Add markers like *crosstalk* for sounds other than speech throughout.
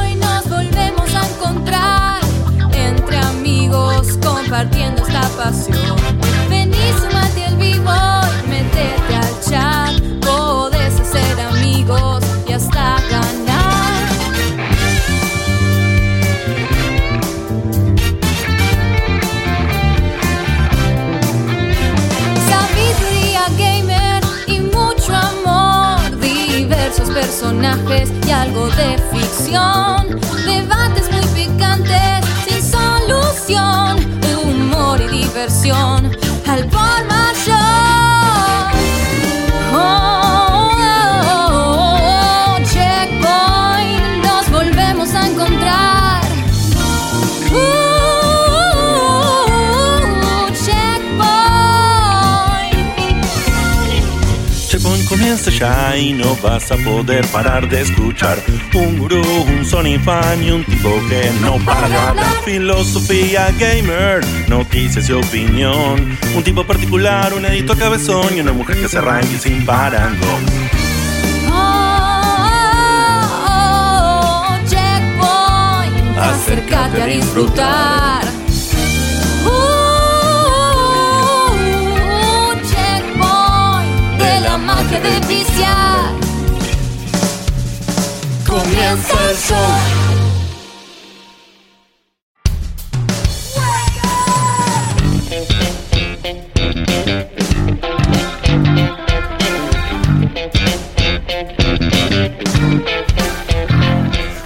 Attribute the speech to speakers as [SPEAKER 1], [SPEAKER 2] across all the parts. [SPEAKER 1] Hoy nos volvemos a encontrar entre amigos compartiendo esta pasión. Vení, sumate al vivo y métete al chat. Podés hacer amigos y hasta ganar. Sabiduría gamer y mucho amor, diversos personajes y algo de ficción, debates muy picantes sin solución, humor y diversión al por mayor. Oh, oh, oh, oh, checkpoint, nos volvemos a encontrar. Uh, checkpoint.
[SPEAKER 2] Checkpoint comienza ya y no vas a poder parar de escuchar Un gurú, un Sony fan y un tipo que no para de hablar Filosofía gamer, noticias y opinión Un tipo particular, un editor cabezón y una mujer que se arranque sin parangón
[SPEAKER 1] Oh, oh, oh, oh, checkpoint, acércate a disfrutar. Uh, uh, uh, checkpoint, de la magia de viciar. Comienza el show.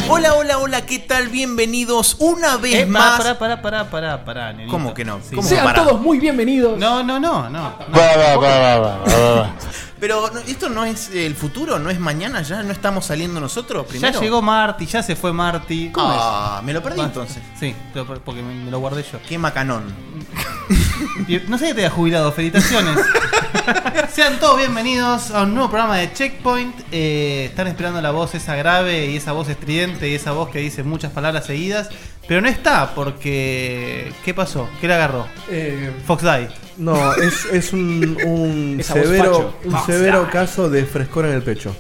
[SPEAKER 3] Hola, hola, hola, ¿qué tal? Bienvenidos una vez
[SPEAKER 4] Eh,
[SPEAKER 3] más.
[SPEAKER 4] Pará, pará, pará, pará, pará, nenito.
[SPEAKER 3] ¿Cómo que no?
[SPEAKER 4] Sí.
[SPEAKER 3] ¿Cómo
[SPEAKER 5] Sean
[SPEAKER 3] para?
[SPEAKER 5] todos muy bienvenidos.
[SPEAKER 4] No, no, no, no.
[SPEAKER 6] Va, va, va, va, va, va,
[SPEAKER 4] *laughs*
[SPEAKER 6] va.
[SPEAKER 3] Pero no, esto no es el futuro, no es mañana, ya no estamos saliendo nosotros primero.
[SPEAKER 4] Ya llegó Marty, ya se fue Marty.
[SPEAKER 3] Ah, me lo perdí
[SPEAKER 4] Va.
[SPEAKER 3] entonces.
[SPEAKER 4] Sí, lo- porque me, me lo guardé yo.
[SPEAKER 3] Qué macanón.
[SPEAKER 4] *laughs* Y No sé que te haya jubilado,
[SPEAKER 3] *laughs*
[SPEAKER 4] felicitaciones. Sean todos bienvenidos a un nuevo programa de Checkpoint. Eh, están esperando la voz esa grave y esa voz estridente y esa voz que dice muchas palabras seguidas. Pero no está porque... ¿Qué pasó? ¿Qué le agarró?
[SPEAKER 7] Eh,
[SPEAKER 4] Fox Die.
[SPEAKER 7] no, es, es un, un
[SPEAKER 5] Esa voz
[SPEAKER 7] severo,
[SPEAKER 5] facho.
[SPEAKER 7] un
[SPEAKER 5] Vamos,
[SPEAKER 7] severo
[SPEAKER 5] dale.
[SPEAKER 7] caso de frescor en el pecho.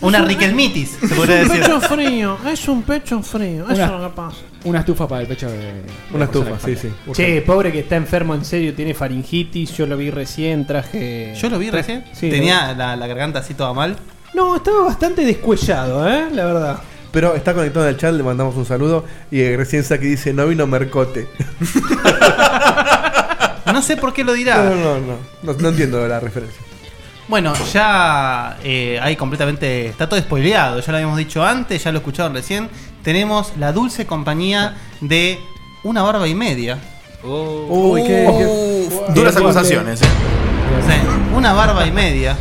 [SPEAKER 4] Una Riquelmitis, se podría
[SPEAKER 8] Es un
[SPEAKER 4] decir.
[SPEAKER 8] pecho frío, es un pecho frío, eso
[SPEAKER 5] Una-
[SPEAKER 8] es lo que pasa.
[SPEAKER 5] Una estufa para el pecho de. de
[SPEAKER 7] Una
[SPEAKER 5] la persona
[SPEAKER 7] estufa,
[SPEAKER 5] que
[SPEAKER 7] sí, sí.
[SPEAKER 5] falta. Che, pobre que está enfermo en serio, tiene faringitis, yo lo vi recién, traje.
[SPEAKER 4] Yo lo vi recién.
[SPEAKER 5] Sí,
[SPEAKER 4] Tenía la, la garganta así toda mal.
[SPEAKER 5] No, estaba bastante descuellado, eh, la verdad.
[SPEAKER 7] Pero está conectado en el chat, le mandamos un saludo. Y eh, recién Saki dice, no vino Mercote.
[SPEAKER 4] *laughs* No sé por qué lo dirá.
[SPEAKER 7] No, no, no, no. No, no entiendo la referencia.
[SPEAKER 4] Bueno, ya eh, ahí completamente. Está todo spoileado. Ya lo habíamos dicho antes, ya lo escucharon recién. Tenemos la dulce compañía de una barba y media. Oh.
[SPEAKER 7] Uy, qué... qué-
[SPEAKER 3] Uf, duras acusaciones. eh.
[SPEAKER 4] O sea, una barba y media.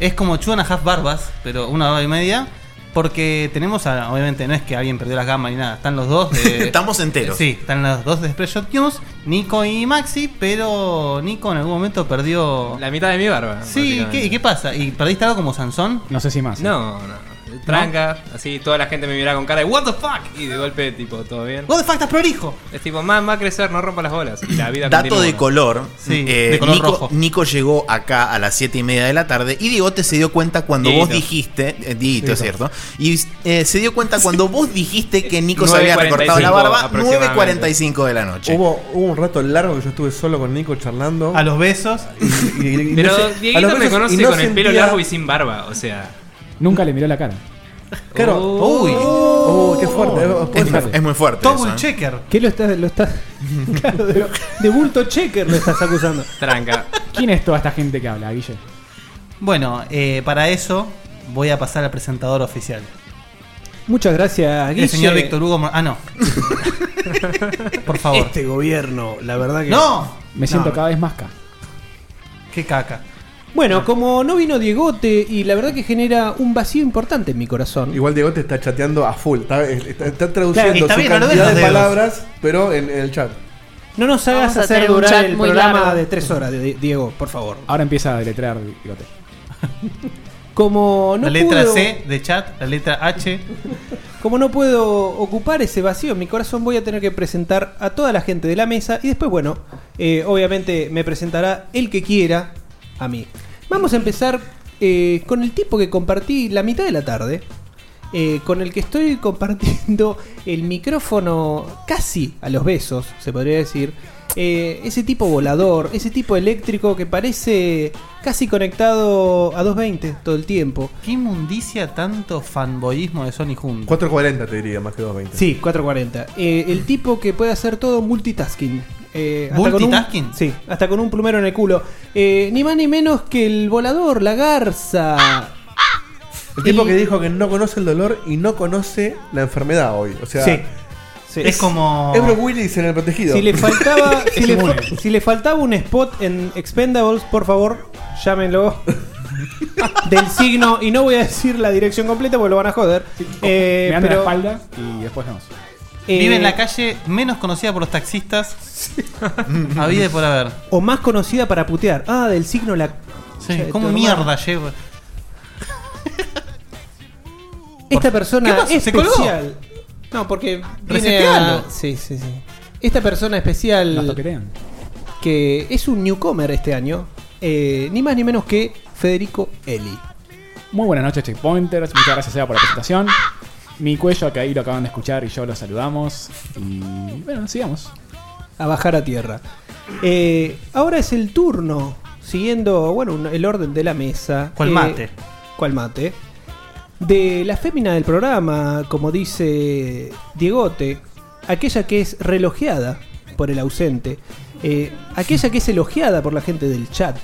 [SPEAKER 4] Es como Chuana Half Barbas, pero una barba y media. Porque tenemos, a- obviamente, no es que alguien perdió las gamas ni nada. Están los dos de.
[SPEAKER 3] *laughs* Estamos enteros.
[SPEAKER 4] Sí, están los dos de Spread Shot News, Nico y Maxi, pero Nico en algún momento perdió.
[SPEAKER 9] La mitad de mi barba.
[SPEAKER 4] Sí, ¿y ¿qué, y
[SPEAKER 9] básicamente.
[SPEAKER 4] qué pasa? ¿Y perdiste algo como Sansón?
[SPEAKER 5] No sé si más. ¿eh?
[SPEAKER 9] No, no. Tranca, así toda la gente me miraba con cara de ¿What the fuck? Y de golpe, tipo, todo bien.
[SPEAKER 4] ¿Vos de fact estás prolijo?
[SPEAKER 9] Es tipo, más va a crecer, no rompa las bolas. Y la vida
[SPEAKER 3] Dato de
[SPEAKER 9] continúa.
[SPEAKER 3] color,
[SPEAKER 4] Sí,
[SPEAKER 3] eh,
[SPEAKER 4] de color
[SPEAKER 3] Nico,
[SPEAKER 4] rojo.
[SPEAKER 3] Nico llegó acá a las 7 y media de la tarde y Diegote se dio cuenta cuando vos
[SPEAKER 9] Dieguito.
[SPEAKER 3] dijiste, eh, Dieguito, es cierto, y eh, se dio cuenta cuando vos dijiste que Nico se había
[SPEAKER 9] 9:45
[SPEAKER 3] recortado la barba
[SPEAKER 9] aproximadamente.
[SPEAKER 3] 9.45 de la noche.
[SPEAKER 7] Hubo, hubo un rato largo que yo estuve solo con Nico charlando.
[SPEAKER 4] A los besos.
[SPEAKER 7] Y- y- y-
[SPEAKER 9] Pero
[SPEAKER 7] no sé- a
[SPEAKER 9] Dieguito
[SPEAKER 7] los
[SPEAKER 9] me
[SPEAKER 7] besos-
[SPEAKER 9] conoce
[SPEAKER 7] y no
[SPEAKER 9] con el pelo
[SPEAKER 7] sentía-
[SPEAKER 9] largo y sin barba, o sea.
[SPEAKER 5] Nunca le miró la cara.
[SPEAKER 7] Claro.
[SPEAKER 4] Uy.
[SPEAKER 7] Oh, qué fuerte.
[SPEAKER 3] es, muy,
[SPEAKER 7] Después-
[SPEAKER 3] es muy fuerte. eso,
[SPEAKER 4] Double
[SPEAKER 3] eh.
[SPEAKER 4] checker.
[SPEAKER 5] ¿Qué lo estás.? Lo
[SPEAKER 7] *laughs*
[SPEAKER 5] estás claro, de, de bulto checker lo estás acusando.
[SPEAKER 9] Tranca.
[SPEAKER 5] ¿Quién es toda esta gente que habla, Guille?
[SPEAKER 4] Bueno, eh, para eso voy a pasar al presentador oficial.
[SPEAKER 5] Muchas gracias, Guille.
[SPEAKER 4] El señor Víctor Hugo. Mor- Ah, no. Por favor.
[SPEAKER 7] Este gobierno, la verdad que.
[SPEAKER 4] ¡No!
[SPEAKER 5] Me siento
[SPEAKER 4] No,
[SPEAKER 5] cada vez más acá.
[SPEAKER 4] Qué caca.
[SPEAKER 5] Bueno, como no vino Diegote y la verdad que genera un vacío importante en mi corazón.
[SPEAKER 7] Igual Diego te está chateando a full. Está, está- está traduciendo
[SPEAKER 4] Claro, está
[SPEAKER 7] su
[SPEAKER 4] bien, no lo ven
[SPEAKER 7] cantidad
[SPEAKER 4] los
[SPEAKER 7] de
[SPEAKER 4] dedos.
[SPEAKER 7] palabras, pero en, en el chat.
[SPEAKER 5] No nos hagas
[SPEAKER 8] Vamos a
[SPEAKER 5] hacer
[SPEAKER 8] tener un
[SPEAKER 5] durar
[SPEAKER 8] chat
[SPEAKER 5] el
[SPEAKER 8] muy
[SPEAKER 5] programa
[SPEAKER 8] largo.
[SPEAKER 5] de tres horas, de- Diego, por favor. Ahora empieza a deletrear Diegote. Como no
[SPEAKER 4] la letra
[SPEAKER 5] puedo-
[SPEAKER 4] C de chat, la letra H.
[SPEAKER 5] Como no puedo ocupar ese vacío en mi corazón, voy a tener que presentar a toda la gente de la mesa y después, bueno, eh, obviamente me presentará el que quiera a mí. Vamos a empezar eh, con el tipo que compartí la mitad de la tarde, eh, con el que estoy compartiendo el micrófono casi a los besos, se podría decir. Eh, ese tipo volador, ese tipo eléctrico que parece casi conectado a 220 todo el tiempo.
[SPEAKER 4] ¿Qué inmundicia tanto fanboyismo de Sony junto?
[SPEAKER 7] 440 te diría, más que 220.
[SPEAKER 5] Sí, 440. Eh, el tipo que puede hacer todo multitasking. Eh, hasta con un-
[SPEAKER 4] ¿Multitasking?
[SPEAKER 5] sí, hasta con un plumero en el culo. Eh, ni más ni menos que el volador, la garza.
[SPEAKER 7] El tipo
[SPEAKER 5] Y-
[SPEAKER 7] que dijo que no conoce el dolor y no conoce la enfermedad hoy. O sea,
[SPEAKER 5] Sí. Sí.
[SPEAKER 4] Es como.
[SPEAKER 7] es Bruce Willis en el protegido.
[SPEAKER 5] Si le faltaba, si,
[SPEAKER 4] Es
[SPEAKER 5] le,
[SPEAKER 4] inmune.
[SPEAKER 5] fa- si le faltaba un spot en Expendables, por favor, llámenlo. Del signo, y no voy a decir la dirección completa porque lo van a joder. Eh,
[SPEAKER 10] Me anda
[SPEAKER 5] pero,
[SPEAKER 10] la espalda y después no.
[SPEAKER 5] eh,
[SPEAKER 4] Vive en la calle menos conocida por los taxistas. Habida y por haber.
[SPEAKER 5] O más conocida para putear. Ah, del signo la.
[SPEAKER 4] Sí,
[SPEAKER 5] *laughs* Che,
[SPEAKER 4] ¿Cómo
[SPEAKER 5] tu
[SPEAKER 4] mierda
[SPEAKER 5] hermana.
[SPEAKER 4] llevo?
[SPEAKER 5] Esta
[SPEAKER 4] ¿Qué
[SPEAKER 5] persona
[SPEAKER 4] pasó? ¿Se colgó?
[SPEAKER 5] especial. No, porque viene
[SPEAKER 4] Resetealo.
[SPEAKER 5] a... Sí, sí, sí. Esta persona
[SPEAKER 10] Nos
[SPEAKER 5] especial
[SPEAKER 10] toquetean.
[SPEAKER 5] que es un newcomer este año, eh, ni más ni menos que Federico Eli.
[SPEAKER 10] Muy buenas noches, Checkpointers. Muchas gracias, Eva, por la presentación. Mi cuello, que ahí lo acaban de escuchar y yo lo saludamos. Y bueno, sigamos.
[SPEAKER 5] A bajar a tierra. Eh, ahora es el turno, siguiendo bueno un- el orden de la mesa.
[SPEAKER 4] ¿Cuál
[SPEAKER 5] Eh,
[SPEAKER 4] mate?
[SPEAKER 5] ¿Cuál mate? De la fémina del programa, como dice Diegote, aquella que es relojeada por el ausente, eh, aquella que es elogiada por la gente del chat,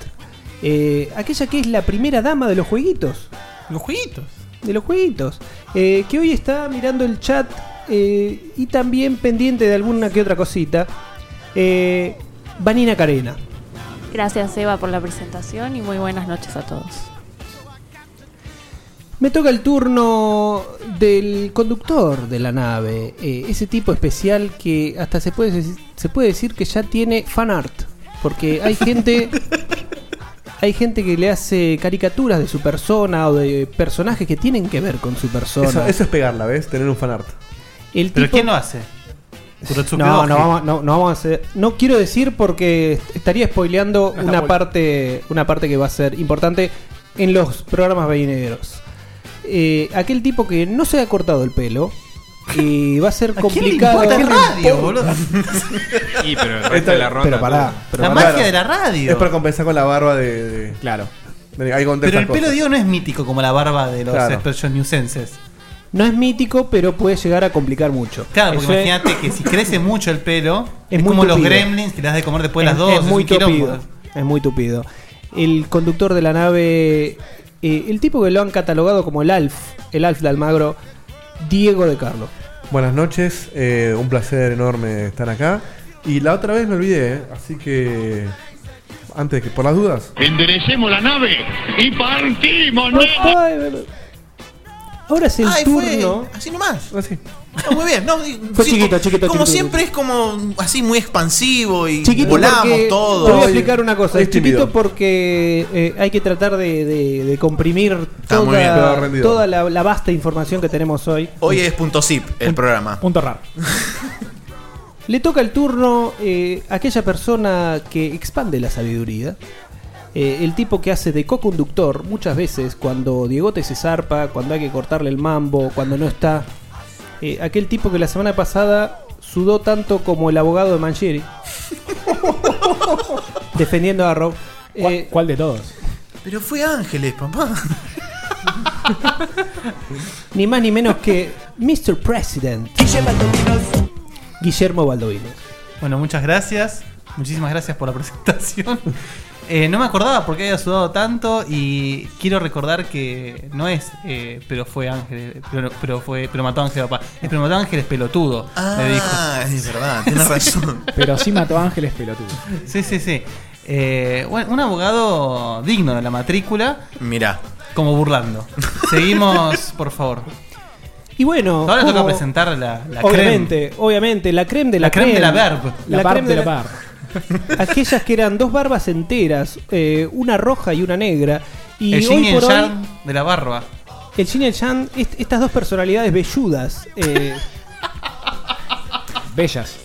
[SPEAKER 5] eh, aquella que es la primera dama de los jueguitos,
[SPEAKER 4] Los jueguitos.
[SPEAKER 5] de los jueguitos, eh, que hoy está mirando el chat eh, y también pendiente de alguna que otra cosita, eh, Vanina Carena.
[SPEAKER 11] Gracias Eva por la presentación y muy buenas noches a todos.
[SPEAKER 5] Me toca el turno del conductor de la nave, eh, ese tipo especial que hasta se puede, deci- se puede decir que ya tiene fan art, porque hay
[SPEAKER 7] *laughs*
[SPEAKER 5] gente hay gente que le hace caricaturas de su persona o de personajes que tienen que ver con su persona.
[SPEAKER 7] Eso, eso es pegarla, ¿ves? Tener un fanart.
[SPEAKER 5] El
[SPEAKER 4] ¿Pero
[SPEAKER 5] tipo-
[SPEAKER 4] quién lo hace? Kurotsuki
[SPEAKER 5] No,
[SPEAKER 4] Doji.
[SPEAKER 5] no vamos, no, no vamos a hacer- no quiero decir porque est- estaría spoileando
[SPEAKER 10] está
[SPEAKER 5] una
[SPEAKER 10] spoil-
[SPEAKER 5] parte, una parte que va a ser importante en los programas veineros. Eh, aquel tipo que no se ha cortado el pelo y va a ser
[SPEAKER 4] *laughs* ¿A quién le importa
[SPEAKER 5] complicado.
[SPEAKER 4] la radio, boludo?
[SPEAKER 9] *laughs* Y pero el resto de la ronda.
[SPEAKER 5] Pero pará, pero
[SPEAKER 4] La
[SPEAKER 5] pará.
[SPEAKER 4] magia de la radio.
[SPEAKER 7] Es para compensar con la barba de. de-
[SPEAKER 10] Claro.
[SPEAKER 7] de- ahí contesta
[SPEAKER 4] Pero el pelo
[SPEAKER 7] cosas.
[SPEAKER 4] de Diego no es mítico como la barba de los
[SPEAKER 7] Claro.
[SPEAKER 4] Expression Newsenses.
[SPEAKER 5] No es mítico, pero puede llegar a complicar mucho.
[SPEAKER 4] Claro, porque
[SPEAKER 5] Eso es-
[SPEAKER 4] imagínate que si crece mucho el pelo,
[SPEAKER 5] Es
[SPEAKER 4] es,
[SPEAKER 5] muy
[SPEAKER 4] como los
[SPEAKER 5] tupido.
[SPEAKER 4] gremlins que le das de comer después de
[SPEAKER 5] es,
[SPEAKER 4] las dos.
[SPEAKER 5] es muy
[SPEAKER 4] un quilombo.
[SPEAKER 5] tupido. Es muy tupido. El conductor de la nave, eh, el tipo que lo han catalogado como el Alf, el Alf de Almagro, Diego de Carlo.
[SPEAKER 7] Buenas noches, eh, un placer enorme estar acá. Y la otra vez me olvidé, ¿eh? así que. Antes de que por las dudas.
[SPEAKER 6] Enderecemos la nave y partimos,
[SPEAKER 5] Ay, bueno. Ahora es el
[SPEAKER 3] Ay,
[SPEAKER 5] turno. Ah,
[SPEAKER 3] fue así nomás.
[SPEAKER 7] Así.
[SPEAKER 3] Está muy bien. No, di-
[SPEAKER 5] Fue
[SPEAKER 3] sí,
[SPEAKER 5] chiquito,
[SPEAKER 3] co-
[SPEAKER 5] chiquito,
[SPEAKER 3] Como
[SPEAKER 5] chiquito.
[SPEAKER 3] siempre es como así muy expansivo y
[SPEAKER 5] Chiquito
[SPEAKER 3] volamos
[SPEAKER 5] porque-
[SPEAKER 3] todo.
[SPEAKER 5] Te voy a explicar una cosa.
[SPEAKER 7] Hoy
[SPEAKER 5] Es
[SPEAKER 7] es tímido.
[SPEAKER 5] chiquito porque eh, hay que tratar de, de- de comprimir
[SPEAKER 3] Está muy bien,
[SPEAKER 7] quedó
[SPEAKER 5] toda,
[SPEAKER 7] rendido.
[SPEAKER 5] toda la, la vasta información que tenemos hoy.
[SPEAKER 3] Hoy es punto zip el programa.
[SPEAKER 10] Punto raro.
[SPEAKER 5] Le toca el turno eh, a aquella persona que expande la sabiduría. eh, el tipo que hace de co-conductor muchas veces cuando Diegote se zarpa, cuando hay que cortarle el mambo, cuando no está. Eh, aquel tipo que la semana pasada sudó tanto como el abogado de Manchieri. *laughs* defendiendo a Rob.
[SPEAKER 10] ¿Cuál,
[SPEAKER 5] Eh,
[SPEAKER 10] cuál de todos?
[SPEAKER 3] Pero fue Ángeles, papá.
[SPEAKER 5] ni más ni menos que Mr. President. Guillermo Baldovino.
[SPEAKER 4] Bueno, muchas gracias. Muchísimas gracias por la *laughs* presentación. Eh, no me acordaba por qué había sudado tanto y quiero recordar que no es eh, pero fue Ángel, pero, pero fue pero mató a Ángel papá. Es pero mató a Ángel es pelotudo, le dijo.
[SPEAKER 3] Ah, es
[SPEAKER 10] *laughs*
[SPEAKER 3] verdad, tienes razón.
[SPEAKER 10] Pero sí mató a Ángeles pelotudo.
[SPEAKER 4] Sí, sí, sí. Eh, bueno, un abogado digno de la matrícula,
[SPEAKER 3] Mirá.
[SPEAKER 4] como burlando. Seguimos, por favor.
[SPEAKER 5] Y bueno,
[SPEAKER 4] Ahora toca
[SPEAKER 5] como-
[SPEAKER 4] presentar la, la creme.
[SPEAKER 5] obviamente, obviamente, la creme de la,
[SPEAKER 4] La creme de la verb.
[SPEAKER 10] La,
[SPEAKER 5] La
[SPEAKER 10] parte
[SPEAKER 5] creme
[SPEAKER 10] de
[SPEAKER 5] de
[SPEAKER 10] la,
[SPEAKER 5] la-
[SPEAKER 10] par.
[SPEAKER 5] Aquellas que eran dos barbas enteras, eh, una roja y una negra. Y
[SPEAKER 4] el
[SPEAKER 5] hoy
[SPEAKER 4] yin y el
[SPEAKER 5] por hoy,
[SPEAKER 4] yang de la barba.
[SPEAKER 5] el Jin y el Yang, est- estas dos personalidades velludas. eh,
[SPEAKER 10] Bellas.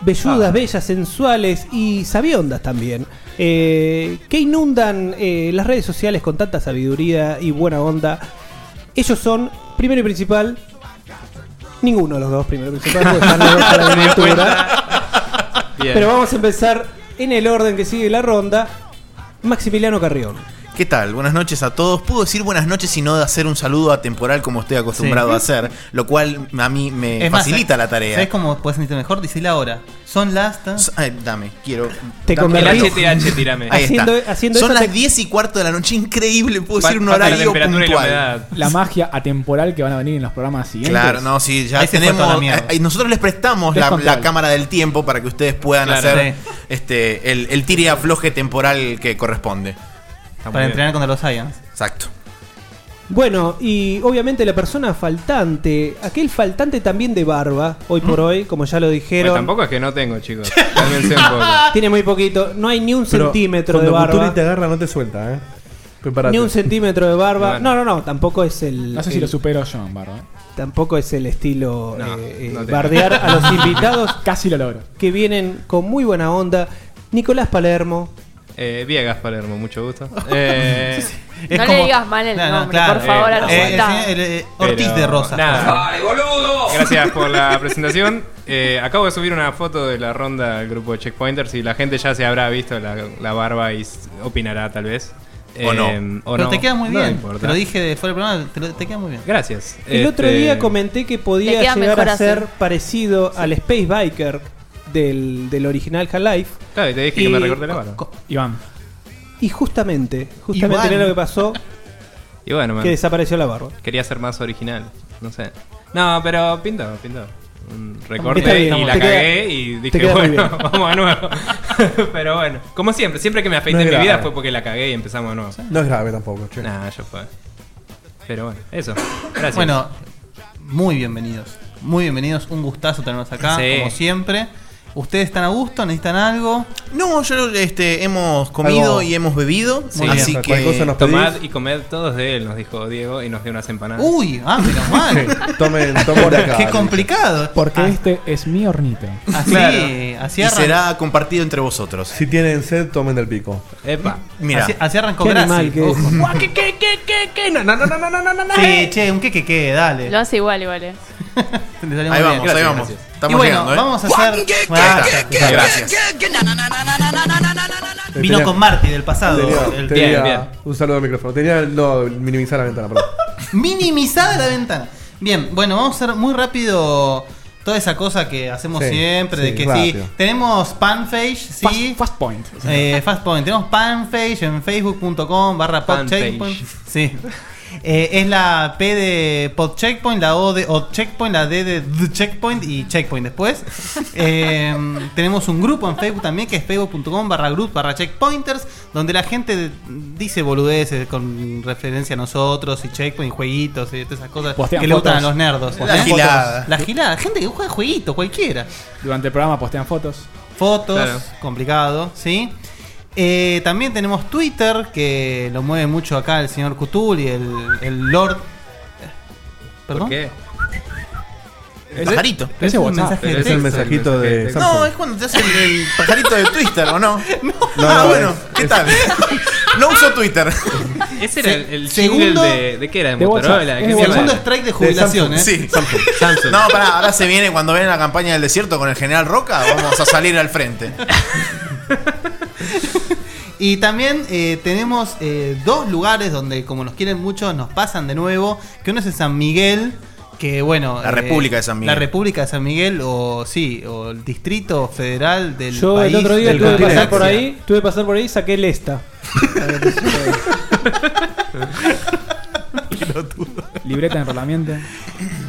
[SPEAKER 5] velludas, bellas, sensuales y sabiondas también, eh, que inundan eh, las redes sociales con tanta sabiduría y buena onda. Ellos son, primero y principal, ninguno de los dos, primero y principal, porque están los dos para la
[SPEAKER 12] Me di
[SPEAKER 5] aventura.
[SPEAKER 12] Bien.
[SPEAKER 5] Pero vamos a empezar en el orden que sigue la ronda. Maximiliano Carrión.
[SPEAKER 3] ¿Qué tal? Buenas noches a todos. Puedo decir buenas noches y no de hacer un saludo atemporal como estoy acostumbrado
[SPEAKER 4] Sí.
[SPEAKER 3] a hacer, lo cual a mí me Eh, facilita la
[SPEAKER 4] ¿Sabes
[SPEAKER 3] tarea.
[SPEAKER 4] cómo puedes sentirte mejor? Dicela ahora. Son las.
[SPEAKER 3] Ay, dame, quiero.
[SPEAKER 4] Te
[SPEAKER 3] dame
[SPEAKER 4] convertís-
[SPEAKER 3] el reloj.
[SPEAKER 4] El HTH, tirame.
[SPEAKER 3] Ahí está.
[SPEAKER 4] Haciendo- haciendo
[SPEAKER 3] Son
[SPEAKER 4] eso
[SPEAKER 3] las
[SPEAKER 4] te-
[SPEAKER 3] 10 y cuarto de la noche, increíble. Puedo
[SPEAKER 10] Fa-
[SPEAKER 3] decir un
[SPEAKER 10] falta la
[SPEAKER 3] horario
[SPEAKER 10] temperatura y la
[SPEAKER 3] puntual.
[SPEAKER 10] La magia atemporal que van a venir en los programas siguientes.
[SPEAKER 3] Claro, no, sí, ya tenemos. eh, eh, nosotros les prestamos
[SPEAKER 10] Es
[SPEAKER 3] la,
[SPEAKER 10] control.
[SPEAKER 3] la cámara del tiempo para que ustedes puedan
[SPEAKER 10] Claro,
[SPEAKER 3] hacer este, el, el tire y afloje temporal que corresponde.
[SPEAKER 4] Para entrenar contra los Saiyans.
[SPEAKER 3] Exacto.
[SPEAKER 5] Bueno, y obviamente la persona faltante, aquel faltante también de barba, hoy
[SPEAKER 10] Mm.
[SPEAKER 5] por hoy, como ya lo
[SPEAKER 9] Bueno,
[SPEAKER 5] dijeron,
[SPEAKER 9] Pues tampoco es que no tengo, chicos. Cálmense un poco.
[SPEAKER 5] tiene muy poquito, no hay ni un
[SPEAKER 7] Pero
[SPEAKER 5] centímetro de
[SPEAKER 7] cuando Cutulo
[SPEAKER 5] barba.
[SPEAKER 7] te agarra, no te suelta, ¿eh? Prepárate.
[SPEAKER 5] Ni un centímetro de barba. No, no, no, tampoco es el.
[SPEAKER 10] No sé si
[SPEAKER 5] el-
[SPEAKER 10] lo supero yo en barba.
[SPEAKER 5] Tampoco es el estilo eh, eh,
[SPEAKER 10] no te-
[SPEAKER 5] bardear
[SPEAKER 10] *laughs*
[SPEAKER 5] a los invitados.
[SPEAKER 10] Casi lo logro.
[SPEAKER 5] Que vienen con muy buena onda. Nicolás Palermo.
[SPEAKER 9] Eh, Viegas Palermo, mucho gusto. Eh,
[SPEAKER 11] No le digas mal el nombre, por favor, a los invitados.
[SPEAKER 4] Ortiz de Rosa.
[SPEAKER 9] Nada. Gracias por la presentación. Eh, acabo de subir una foto de la ronda del grupo de Checkpointers y la gente ya se habrá visto la, la barba y s- opinará tal vez.
[SPEAKER 4] O no.
[SPEAKER 9] Eh, o
[SPEAKER 4] Pero
[SPEAKER 9] no.
[SPEAKER 4] te queda muy
[SPEAKER 9] No
[SPEAKER 4] bien.
[SPEAKER 9] importa.
[SPEAKER 4] Te lo dije de fuera del programa, te, lo- te queda muy bien.
[SPEAKER 9] Gracias.
[SPEAKER 5] El otro
[SPEAKER 9] Este-
[SPEAKER 5] día comenté que podía
[SPEAKER 4] Te queda
[SPEAKER 5] llegar
[SPEAKER 4] mejor
[SPEAKER 5] a ser
[SPEAKER 4] así.
[SPEAKER 5] parecido al Space Biker del, del original Half-Life.
[SPEAKER 9] Claro, y te dije que me recorté la barba.
[SPEAKER 10] Iván.
[SPEAKER 5] Y justamente, justamente
[SPEAKER 9] Iván.
[SPEAKER 5] era lo que pasó
[SPEAKER 9] Y bueno, man,
[SPEAKER 5] que desapareció la barba.
[SPEAKER 9] quería ser más original. No sé. No, pero pintó, pintó. Un
[SPEAKER 5] Está
[SPEAKER 9] recorte
[SPEAKER 5] bien,
[SPEAKER 9] y
[SPEAKER 5] te
[SPEAKER 9] la
[SPEAKER 5] queda-
[SPEAKER 9] cagué y
[SPEAKER 5] te
[SPEAKER 9] dije,
[SPEAKER 5] queda muy
[SPEAKER 9] bueno,
[SPEAKER 5] bien.
[SPEAKER 9] *laughs* vamos a nuevo. *laughs* pero bueno, como siempre, siempre que me afeité
[SPEAKER 7] No es
[SPEAKER 9] en mi
[SPEAKER 7] grave.
[SPEAKER 9] vida fue porque la cagué y empezamos de nuevo.
[SPEAKER 7] No es grave tampoco, che.
[SPEAKER 9] Nah, ya fue. Pero bueno, eso. Gracias.
[SPEAKER 4] Bueno, muy bienvenidos. Muy bienvenidos. Un gustazo tenernos acá,
[SPEAKER 9] Sí.
[SPEAKER 4] como siempre. ¿Ustedes están a gusto? ¿Necesitan algo?
[SPEAKER 3] No, yo este, hemos comido y hemos bebido. así que.
[SPEAKER 9] tomad y comed todos de él, nos dijo Diego y nos dio unas empanadas.
[SPEAKER 4] Uy,
[SPEAKER 10] *laughs*
[SPEAKER 4] ah, menos mal.
[SPEAKER 7] *laughs* tomen,
[SPEAKER 9] tomen de acá,
[SPEAKER 4] Qué
[SPEAKER 9] dice.
[SPEAKER 4] complicado.
[SPEAKER 10] Porque este es mi hornito.
[SPEAKER 4] Así, así
[SPEAKER 3] y
[SPEAKER 4] arran-
[SPEAKER 3] será compartido entre vosotros.
[SPEAKER 7] Si tienen sed, tomen del pico.
[SPEAKER 9] Epa.
[SPEAKER 3] Mira.
[SPEAKER 4] así, así arrancó Graci. Ojo.
[SPEAKER 11] *laughs* Guau, ¿Qué, qué, qué, qué, qué? No, no, no, no, no, no, no, no.
[SPEAKER 4] Sí, che, un que que que, dale.
[SPEAKER 11] Lo hace igual, igual. eh.
[SPEAKER 4] Le salió
[SPEAKER 3] Ahí vamos,
[SPEAKER 4] muy bien.
[SPEAKER 3] ahí
[SPEAKER 4] Gracias,
[SPEAKER 3] vamos.
[SPEAKER 4] gracias.
[SPEAKER 3] Estamos
[SPEAKER 4] y bueno,
[SPEAKER 3] llegando, ¿eh?
[SPEAKER 4] vamos a hacer.
[SPEAKER 3] Ahí está, Gracias.
[SPEAKER 4] Vino
[SPEAKER 7] Tenía-
[SPEAKER 4] con Marty del pasado.
[SPEAKER 7] Tenía-
[SPEAKER 4] el-
[SPEAKER 7] tenía- Un saludo al micrófono. Tenía no minimizar la ventana, perdón.
[SPEAKER 4] Minimizada la ventana. Bien, bueno, vamos a hacer muy rápido toda esa cosa que hacemos
[SPEAKER 7] Sí,
[SPEAKER 4] siempre, de
[SPEAKER 7] sí,
[SPEAKER 4] que
[SPEAKER 7] rápido.
[SPEAKER 4] sí, tenemos fanpage, sí.
[SPEAKER 10] Fast, point.
[SPEAKER 4] Eh, fast point. Tenemos fanpage en facebook.com barra
[SPEAKER 9] Fanpage.
[SPEAKER 4] podcheckpoint. Sí. Eh, es la P de podcheckpoint, la O de o checkpoint, la D de the checkpoint y
[SPEAKER 10] *laughs*
[SPEAKER 4] checkpoint después. Eh, tenemos un grupo en Facebook también que es facebook.com barra group barra checkpointers donde la gente dice boludeces con referencia a nosotros y checkpoint, jueguitos y todas esas cosas
[SPEAKER 10] Postean
[SPEAKER 4] que le
[SPEAKER 10] fotos.
[SPEAKER 4] gustan a los nerdos.
[SPEAKER 10] Postean
[SPEAKER 4] ¿Eh?
[SPEAKER 10] gilada.
[SPEAKER 4] La gilada, gente que juega jueguitos, cualquiera
[SPEAKER 10] Durante el programa postean fotos.
[SPEAKER 4] fotos,
[SPEAKER 10] Claro.
[SPEAKER 4] complicado, ¿sí? Eh, también tenemos Twitter, que lo mueve mucho acá el señor Cutul y el, el Lord. eh, ¿Perdón?
[SPEAKER 9] ¿Por qué?
[SPEAKER 4] Ese-
[SPEAKER 3] Pajarito.
[SPEAKER 4] ese es un mensaje de
[SPEAKER 7] Es
[SPEAKER 4] texto.
[SPEAKER 7] el mensajito de Eh, Samsung.
[SPEAKER 3] No, es cuando te hace el, el pajarito de Twitter, ¿o no? No,
[SPEAKER 7] No,
[SPEAKER 3] ah,
[SPEAKER 7] no,
[SPEAKER 3] bueno,
[SPEAKER 7] es-
[SPEAKER 3] ¿qué tal? No uso Twitter.
[SPEAKER 9] Ese era el, el
[SPEAKER 3] Segundo-
[SPEAKER 9] segundo de, de qué era de,
[SPEAKER 3] de
[SPEAKER 9] Motorola.
[SPEAKER 3] WhatsApp.
[SPEAKER 9] ¿Qué
[SPEAKER 3] Es
[SPEAKER 9] se llama?
[SPEAKER 3] segundo strike de jubilación, ¿eh?
[SPEAKER 9] Sí. *laughs*
[SPEAKER 3] Samsung. No, pará, ahora se viene cuando viene la campaña del desierto con el general Roca, vamos a salir al frente.
[SPEAKER 4] Y también eh, tenemos eh, dos lugares donde, como nos quieren mucho, nos pasan de nuevo. Que uno es en San Miguel, que bueno. eh,
[SPEAKER 3] La República de San Miguel.
[SPEAKER 4] La República de San Miguel, o sí, o el Distrito Federal del
[SPEAKER 5] Yo
[SPEAKER 4] país.
[SPEAKER 5] el otro día
[SPEAKER 4] del
[SPEAKER 5] tuve que pasar
[SPEAKER 4] continente.
[SPEAKER 5] por ahí, tuve que pasar por ahí y saqué el
[SPEAKER 4] *laughs*
[SPEAKER 5] esta.
[SPEAKER 10] Libreta en parlamento.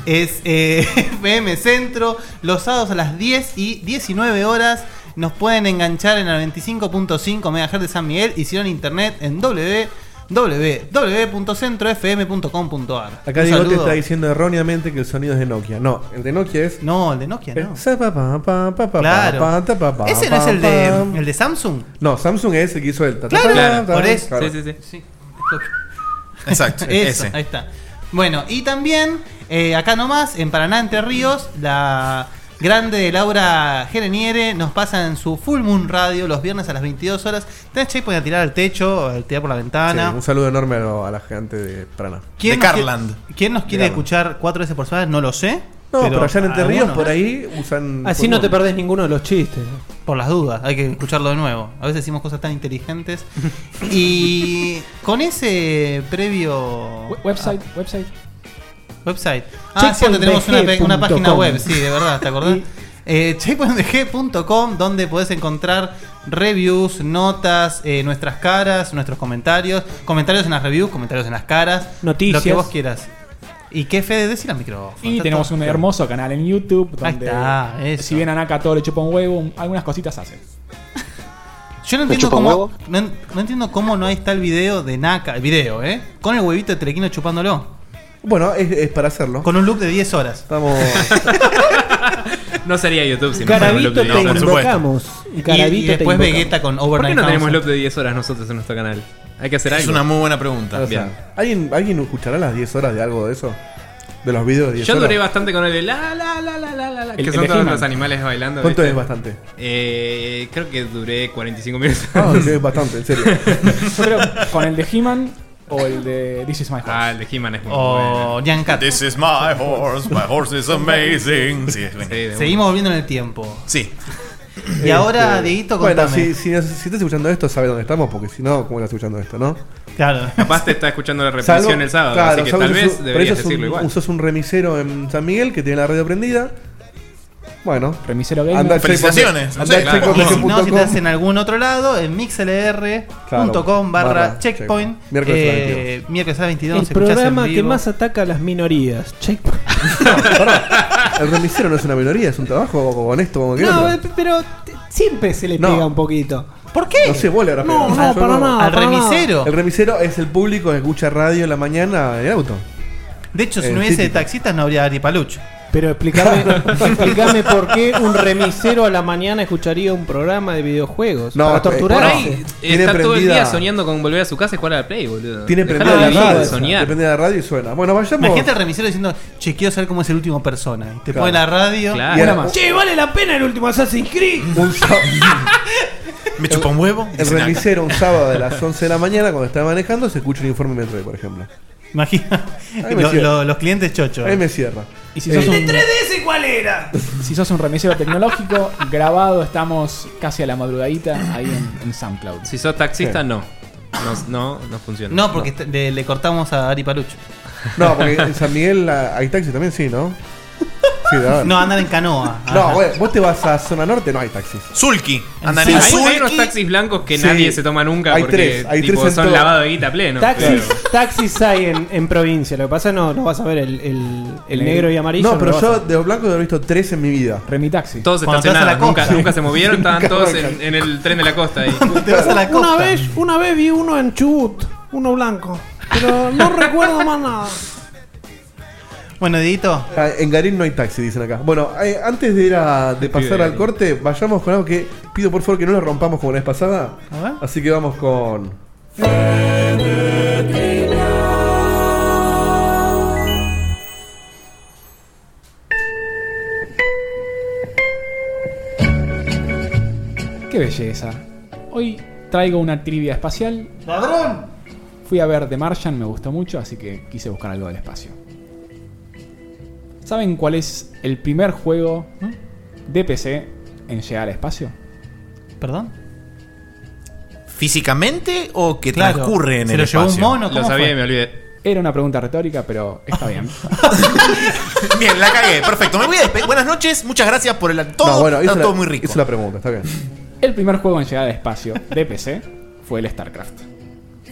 [SPEAKER 4] Es eh, *laughs* FM Centro, los sábados a las 10 y 19 horas. Nos pueden enganchar en el 25.5 MHz de San Miguel y si no en internet en www.radiosansmiguel.com.ar www.centrofm.com.ar.
[SPEAKER 7] Acá
[SPEAKER 4] Un
[SPEAKER 7] Diego te
[SPEAKER 4] saludo.
[SPEAKER 7] está diciendo erróneamente que el sonido es de Nokia. No, el de Nokia es.
[SPEAKER 4] No, el de Nokia no. Claro.
[SPEAKER 7] Claro.
[SPEAKER 4] ¿Ese no es el de, el de Samsung?
[SPEAKER 7] No, Samsung es el que hizo el ta-
[SPEAKER 4] Claro,
[SPEAKER 7] ta- ta- ta-
[SPEAKER 4] por eso.
[SPEAKER 7] claro.
[SPEAKER 3] Exacto,
[SPEAKER 4] *laughs* Eso,
[SPEAKER 3] ese.
[SPEAKER 4] ahí está. Bueno, y también eh, acá nomás, en Paraná, Entre Ríos, la grande Laura Gereniere nos pasa en su Full Moon Radio los viernes a las 22 horas. Tenés checkpoint a tirar al techo, a tirar por la ventana.
[SPEAKER 7] Sí, un saludo enorme a, lo- a la gente de Prana.
[SPEAKER 4] ¿Quién nos qui- ¿Quién nos quiere escuchar cuatro veces por semana? No lo sé.
[SPEAKER 7] No, pero allá en
[SPEAKER 5] ah,
[SPEAKER 7] Entre Ríos,
[SPEAKER 4] algunos.
[SPEAKER 7] por ahí, usan.
[SPEAKER 5] Así Ah, no te perdés ninguno de los chistes.
[SPEAKER 4] Por las dudas, hay que escucharlo de nuevo. A veces decimos cosas tan
[SPEAKER 7] *laughs*
[SPEAKER 4] inteligentes. Y con ese previo
[SPEAKER 10] Website, website.
[SPEAKER 4] website. Ah, cierto, tenemos una, pe- una página web, sí, de verdad,
[SPEAKER 10] *laughs*
[SPEAKER 4] ¿te acordás? Eh, checkpointdg.com, donde podés encontrar reviews, notas, eh, nuestras caras, nuestros comentarios, comentarios en las reviews, comentarios en las caras,
[SPEAKER 10] Noticias.
[SPEAKER 4] lo que vos quieras. ¿Y qué Fede? Decir al micrófono.
[SPEAKER 10] Y
[SPEAKER 4] Está
[SPEAKER 10] tenemos
[SPEAKER 4] todo-
[SPEAKER 10] un hermoso canal en YouTube
[SPEAKER 4] Ahí
[SPEAKER 10] donde
[SPEAKER 4] está,
[SPEAKER 10] si bien a Naka todo le chupa un huevo, un- algunas cositas hace.
[SPEAKER 4] Yo no
[SPEAKER 10] ¿Me
[SPEAKER 4] entiendo
[SPEAKER 10] chupa un
[SPEAKER 4] cómo
[SPEAKER 10] huevo?
[SPEAKER 4] no, en- no entiendo cómo no está el video de Naka, el video, ¿eh? Con el huevito de Telequino chupándolo.
[SPEAKER 7] Bueno, es, para hacerlo.
[SPEAKER 4] Con un loop de 10 horas. *laughs*
[SPEAKER 7] Estamos
[SPEAKER 9] No sería YouTube si
[SPEAKER 4] Carabito
[SPEAKER 9] no fuera un loop de
[SPEAKER 4] te
[SPEAKER 9] 10 horas.
[SPEAKER 4] invocamos. Y Carabito Y- y te después invocamos. Vegeta con Overnight
[SPEAKER 9] ¿Por qué no tenemos
[SPEAKER 4] House?
[SPEAKER 9] loop de 10 horas nosotros en nuestro canal? Hay que hacer algo.
[SPEAKER 7] Es una muy buena
[SPEAKER 9] pregunta.
[SPEAKER 7] O sea, ¿alguien, ¿Alguien escuchará las 10 horas de algo de eso? ¿De los videos de 10
[SPEAKER 9] Yo
[SPEAKER 7] horas?
[SPEAKER 9] duré bastante con el de la la la la la la la,
[SPEAKER 7] El-
[SPEAKER 9] que
[SPEAKER 7] el
[SPEAKER 9] son
[SPEAKER 7] de
[SPEAKER 9] todos
[SPEAKER 7] He-Man.
[SPEAKER 9] los animales bailando.
[SPEAKER 7] ¿Cuánto es bastante?
[SPEAKER 9] Eh, creo que duré 45 minutos. *laughs*
[SPEAKER 7] Ah, ok, es bastante, en serio.
[SPEAKER 10] Yo
[SPEAKER 4] *laughs*
[SPEAKER 10] creo con el de He-Man o el de This is my house.
[SPEAKER 9] Ah, el de He-Man es muy
[SPEAKER 4] O Jan Cat.
[SPEAKER 3] This is my horse, my horse is amazing. Sí, bueno.
[SPEAKER 4] Seguimos volviendo en el tiempo.
[SPEAKER 3] Sí.
[SPEAKER 4] *laughs* Y ahora,
[SPEAKER 7] Este,
[SPEAKER 4] Dieguito,
[SPEAKER 7] Bueno,
[SPEAKER 4] contame.
[SPEAKER 7] si, si, si estás escuchando esto, sabes dónde estamos, porque si no, ¿cómo estás escuchando esto, no?
[SPEAKER 4] Claro.
[SPEAKER 9] Capaz te está escuchando la repetición
[SPEAKER 7] Salvo-
[SPEAKER 9] el sábado,
[SPEAKER 7] claro,
[SPEAKER 9] así que
[SPEAKER 7] salvo
[SPEAKER 9] tal
[SPEAKER 7] que
[SPEAKER 9] vez
[SPEAKER 7] sos- por eso
[SPEAKER 9] deberías
[SPEAKER 7] es
[SPEAKER 9] decirlo
[SPEAKER 7] un,
[SPEAKER 9] igual.
[SPEAKER 7] Sos un remisero en San Miguel que tiene la radio prendida. Bueno,
[SPEAKER 10] remisero
[SPEAKER 7] gamer. Anda al Felicitaciones, checkpoint- no sé, anda al claro.
[SPEAKER 4] Y si no, si
[SPEAKER 7] checkpoint.com.
[SPEAKER 4] estás en algún otro lado, en mixlr.com barra
[SPEAKER 5] barra
[SPEAKER 4] checkpoint.
[SPEAKER 5] checkpoint. Miércoles a las
[SPEAKER 4] eh,
[SPEAKER 5] 22.
[SPEAKER 4] miércoles a las 22.
[SPEAKER 5] El
[SPEAKER 4] escuchás en
[SPEAKER 5] programa que
[SPEAKER 4] vivo.
[SPEAKER 5] más ataca a las minorías. Checkpoint.
[SPEAKER 7] el remisero no es una minoría, es un trabajo honesto como que
[SPEAKER 5] No,
[SPEAKER 7] otro.
[SPEAKER 5] eh, pero te- siempre se le pega un poquito.
[SPEAKER 4] ¿Por
[SPEAKER 5] qué?
[SPEAKER 7] No sé, vos le habrás
[SPEAKER 5] No,
[SPEAKER 7] pegado.
[SPEAKER 5] no,
[SPEAKER 7] Yo
[SPEAKER 5] para nada, Al para remisero.
[SPEAKER 4] nada.
[SPEAKER 7] El remisero es el público que escucha radio en la mañana en el auto.
[SPEAKER 4] De hecho, si
[SPEAKER 7] Eh,
[SPEAKER 4] no hubiese
[SPEAKER 7] típico.
[SPEAKER 4] taxistas, no habría Aripalucho.
[SPEAKER 5] Pero explícame, *laughs* explícame por qué un remisero a la mañana escucharía un programa de videojuegos.
[SPEAKER 7] No,
[SPEAKER 5] para
[SPEAKER 7] eh,
[SPEAKER 5] torturar.
[SPEAKER 7] por
[SPEAKER 9] Ay, está todo el día soñando con volver a su casa y jugar a la Play, boludo.
[SPEAKER 7] Tiene
[SPEAKER 9] Dejá
[SPEAKER 7] prendida la
[SPEAKER 9] vivir,
[SPEAKER 7] radio.
[SPEAKER 9] soñar.
[SPEAKER 7] Tiene prendida la radio y suena. Bueno, vayamos.
[SPEAKER 4] Imagínate al remisero diciendo, che, quiero saber cómo es el último persona. Y te
[SPEAKER 7] Oh. Claro.
[SPEAKER 4] pone la radio.
[SPEAKER 7] Claro. Y ahora más.
[SPEAKER 5] Che, vale la pena el último Assassin's Creed.
[SPEAKER 7] Un sábado-
[SPEAKER 3] Me chupa un huevo.
[SPEAKER 7] El remisero un sábado de las 11 de la mañana cuando está manejando se escucha un informe Metroid, por ejemplo.
[SPEAKER 4] Imagina. *laughs*
[SPEAKER 7] Ahí me
[SPEAKER 4] Lo-
[SPEAKER 7] cierra.
[SPEAKER 4] lo- los clientes chocho.
[SPEAKER 7] Ahí me cierra.
[SPEAKER 10] Y si sos
[SPEAKER 7] Eh,
[SPEAKER 10] un-
[SPEAKER 5] ¿3DS cuál era?
[SPEAKER 10] Si sos un remisero tecnológico, grabado estamos casi a la madrugadita ahí en, en SoundCloud.
[SPEAKER 9] Si sos taxista, no. No, no, no funciona.
[SPEAKER 4] No, porque est- le, le cortamos a Aripalucho.
[SPEAKER 7] No, porque
[SPEAKER 4] *laughs*
[SPEAKER 7] en San Miguel la- hay taxi también, sí, ¿no? Sí, a ver.
[SPEAKER 4] No, andan en canoa.
[SPEAKER 7] No, bueno, vos te vas a zona norte, no hay taxis.
[SPEAKER 3] Zulki.
[SPEAKER 9] Andan en hay, hay unos taxis blancos que
[SPEAKER 7] Sí.
[SPEAKER 9] nadie se toma nunca
[SPEAKER 7] Hay
[SPEAKER 9] porque
[SPEAKER 7] tres, hay
[SPEAKER 9] tipo,
[SPEAKER 7] tres en
[SPEAKER 9] son
[SPEAKER 7] todo.
[SPEAKER 9] lavados de guita pleno.
[SPEAKER 5] Taxis,
[SPEAKER 9] Claro.
[SPEAKER 5] taxis hay en, en provincia. Lo que pasa no, no vas a ver el, el- el negro y amarillo.
[SPEAKER 7] No, pero
[SPEAKER 5] lo vas a
[SPEAKER 7] yo de los blancos he visto tres en mi vida.
[SPEAKER 10] Remitaxi.
[SPEAKER 9] Todos estacionados, nunca, nunca se
[SPEAKER 7] *laughs*
[SPEAKER 9] movieron, estaban todos en, en el tren de la costa ahí.
[SPEAKER 8] Una vez, una vez vi uno en Chubut, uno blanco. Pero no recuerdo más nada.
[SPEAKER 4] Bueno, Edito.
[SPEAKER 7] Ah, En Garín no hay taxi, dicen acá. Bueno, eh, antes de ir a- de pasar
[SPEAKER 4] pibe,
[SPEAKER 7] al
[SPEAKER 4] Garín.
[SPEAKER 7] corte, vayamos con algo que pido por favor que no lo rompamos como la vez pasada.
[SPEAKER 4] A ver.
[SPEAKER 7] Así que vamos con.
[SPEAKER 10] Qué belleza. Hoy traigo una trivia espacial.
[SPEAKER 4] ¡Ladrón!
[SPEAKER 10] Fui a ver The Martian, me gustó mucho, así que quise buscar algo del espacio. ¿Saben cuál es el primer juego de PC en llegar al espacio?
[SPEAKER 4] ¿Perdón?
[SPEAKER 3] ¿Físicamente o que
[SPEAKER 10] Claro.
[SPEAKER 3] transcurre en
[SPEAKER 10] Se
[SPEAKER 3] el
[SPEAKER 10] lo llevó un
[SPEAKER 3] espacio?
[SPEAKER 10] mono, ¿cómo Lo sabía fue? y me
[SPEAKER 9] olvidé.
[SPEAKER 10] Era una pregunta retórica, pero está bien.
[SPEAKER 3] Bien, la cagué. Perfecto. Me voy a despe- Buenas noches. Muchas gracias por el todo.
[SPEAKER 10] No, bueno,
[SPEAKER 3] está
[SPEAKER 10] hizo
[SPEAKER 3] todo
[SPEAKER 10] la-
[SPEAKER 3] muy rico.
[SPEAKER 7] hizo la pregunta, está bien.
[SPEAKER 10] El primer juego en llegar al espacio de PC fue el StarCraft.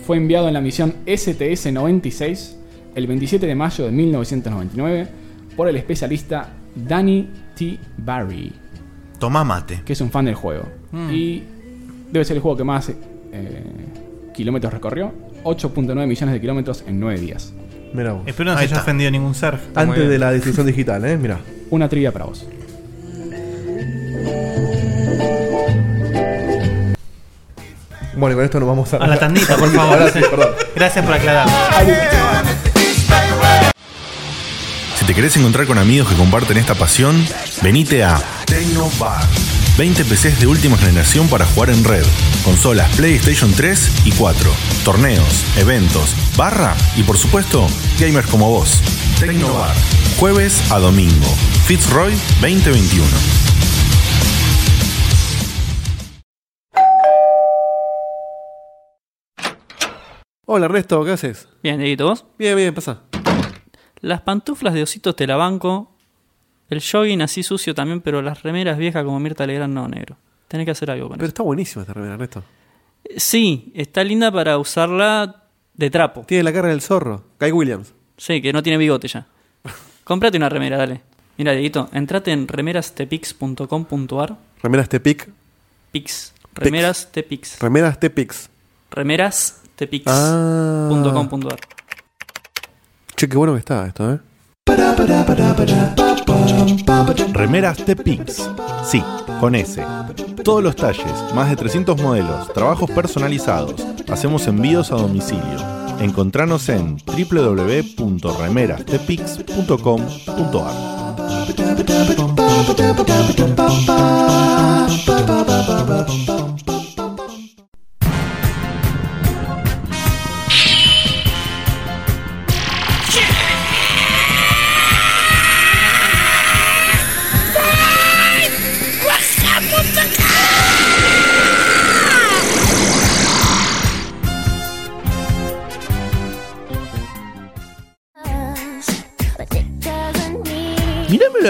[SPEAKER 10] Fue enviado en la misión STS-96 el 27 de mayo de 1999 por el especialista Danny T. Barry.
[SPEAKER 3] Tomá mate.
[SPEAKER 10] Que es un fan del juego. Y debe ser el juego que más eh, kilómetros recorrió, 8.9 millones de kilómetros en 9 días.
[SPEAKER 7] Mira vos.
[SPEAKER 13] Espero no se haya ofendido ningún surf.
[SPEAKER 7] Antes de la difusión digital, ¿eh? Mira.
[SPEAKER 10] Una trivia para vos.
[SPEAKER 7] Bueno, y con esto nos vamos a.
[SPEAKER 13] A la tandita, por favor.
[SPEAKER 7] *laughs* Ahora sí, perdón.
[SPEAKER 13] Gracias por aclarar.
[SPEAKER 8] Si te querés encontrar con amigos que comparten esta pasión, venite a Tecnobar. 20 PCs de última generación para jugar en red. Consolas PlayStation 3 y 4. Torneos, eventos, barra y por supuesto, gamers como vos. Tecnobar. Jueves a domingo. Fitzroy 2021.
[SPEAKER 7] Hola, Resto, ¿qué haces?
[SPEAKER 14] Bien, Dieguito, ¿vos?
[SPEAKER 7] Bien, bien, pasa.
[SPEAKER 14] Las pantuflas de ositos te la banco. El jogging así sucio también, pero las remeras viejas como Mirta Legrand no, negro. Tenés que hacer algo con
[SPEAKER 7] Pero está buenísima esta remera, Resto.
[SPEAKER 14] eso. Sí, está linda para usarla de trapo.
[SPEAKER 7] Tiene la cara del zorro. Kai Williams.
[SPEAKER 14] Sí, que no tiene bigote
[SPEAKER 7] *laughs*
[SPEAKER 14] ya. Cómprate una remera, dale. Mira, Dieguito, entrate en remerastepix.com.ar.
[SPEAKER 7] Remeras Tepic.
[SPEAKER 14] Pix. Remeras Tepix.
[SPEAKER 7] Remeras Tepix.
[SPEAKER 14] Remeras
[SPEAKER 7] Ah. Che, qué bueno que está esto, ¿eh?
[SPEAKER 8] Remeras Tepix. Sí, con S. Todos los talles, más de 300 modelos, trabajos personalizados. Hacemos envíos a domicilio. Encontranos en www.remerastepix.com.ar. Mirámelo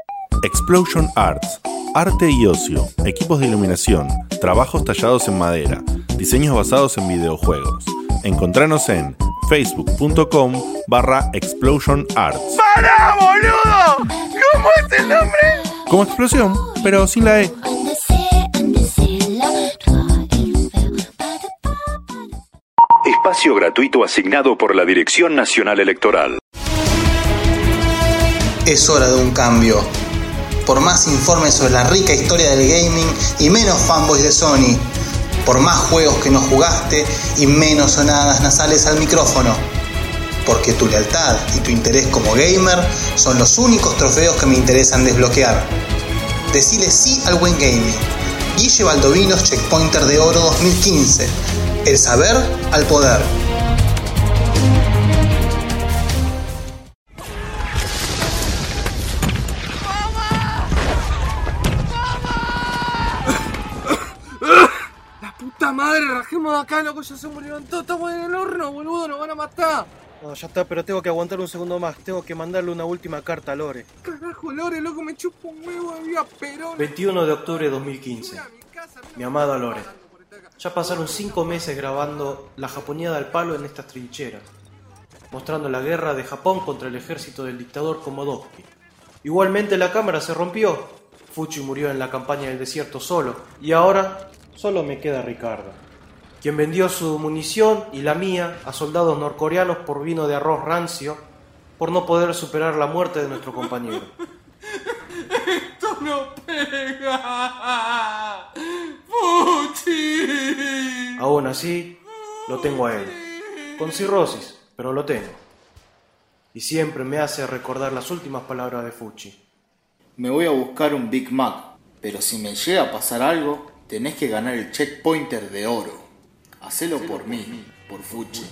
[SPEAKER 8] Explosion Arts. Arte y ocio, equipos de iluminación, trabajos tallados en madera, diseños basados en videojuegos. Encontranos en facebook.com barra Explosion Arts.
[SPEAKER 15] ¡Para, boludo! ¿Cómo es el nombre?
[SPEAKER 8] Como explosión, pero sin la E.
[SPEAKER 16] Espacio gratuito asignado por la Dirección Nacional Electoral.
[SPEAKER 4] Es hora de un cambio. Por más informes sobre la rica historia del gaming y menos fanboys de Sony. Por más juegos que no jugaste y menos sonadas nasales al micrófono. Porque tu lealtad y tu interés como gamer son los únicos trofeos que me interesan desbloquear. Decile sí al buen gaming. Guille Baldovinos Checkpointer de Oro 2015. El saber al poder.
[SPEAKER 17] ¡La puta madre! ¡Rajemos de acá, loco! ¡Ya se murieron todos! ¡Estamos en el horno, boludo! ¡Nos van a matar!
[SPEAKER 18] No, ya está, pero tengo que aguantar un segundo más. Tengo que mandarle una última carta a Lore.
[SPEAKER 17] ¡Carajo, Lore, loco! ¡Me chupo un huevo de vida Perón!
[SPEAKER 18] 21 de octubre de 2015. Mi amada Lore. Ya pasaron 5 meses grabando La Japoneada al Palo en estas trincheras, mostrando la guerra de Japón contra el ejército del dictador Komodowski. Igualmente la cámara se rompió. Fuchi murió en la campaña del desierto solo, y ahora solo me queda Ricardo, quien vendió su munición y la mía a soldados norcoreanos por vino de arroz rancio, por no poder superar la muerte de nuestro compañero.
[SPEAKER 17] ¡Esto no pega! ¡Puchi!
[SPEAKER 18] Aún así, lo tengo a él. Con cirrosis, pero lo tengo. Y siempre me hace recordar las últimas palabras de Fuchi.
[SPEAKER 3] Me voy a buscar un Big Mac, pero si me llega a pasar algo, tenés que ganar el checkpointer de oro. Hacelo por mí, por Fuchi.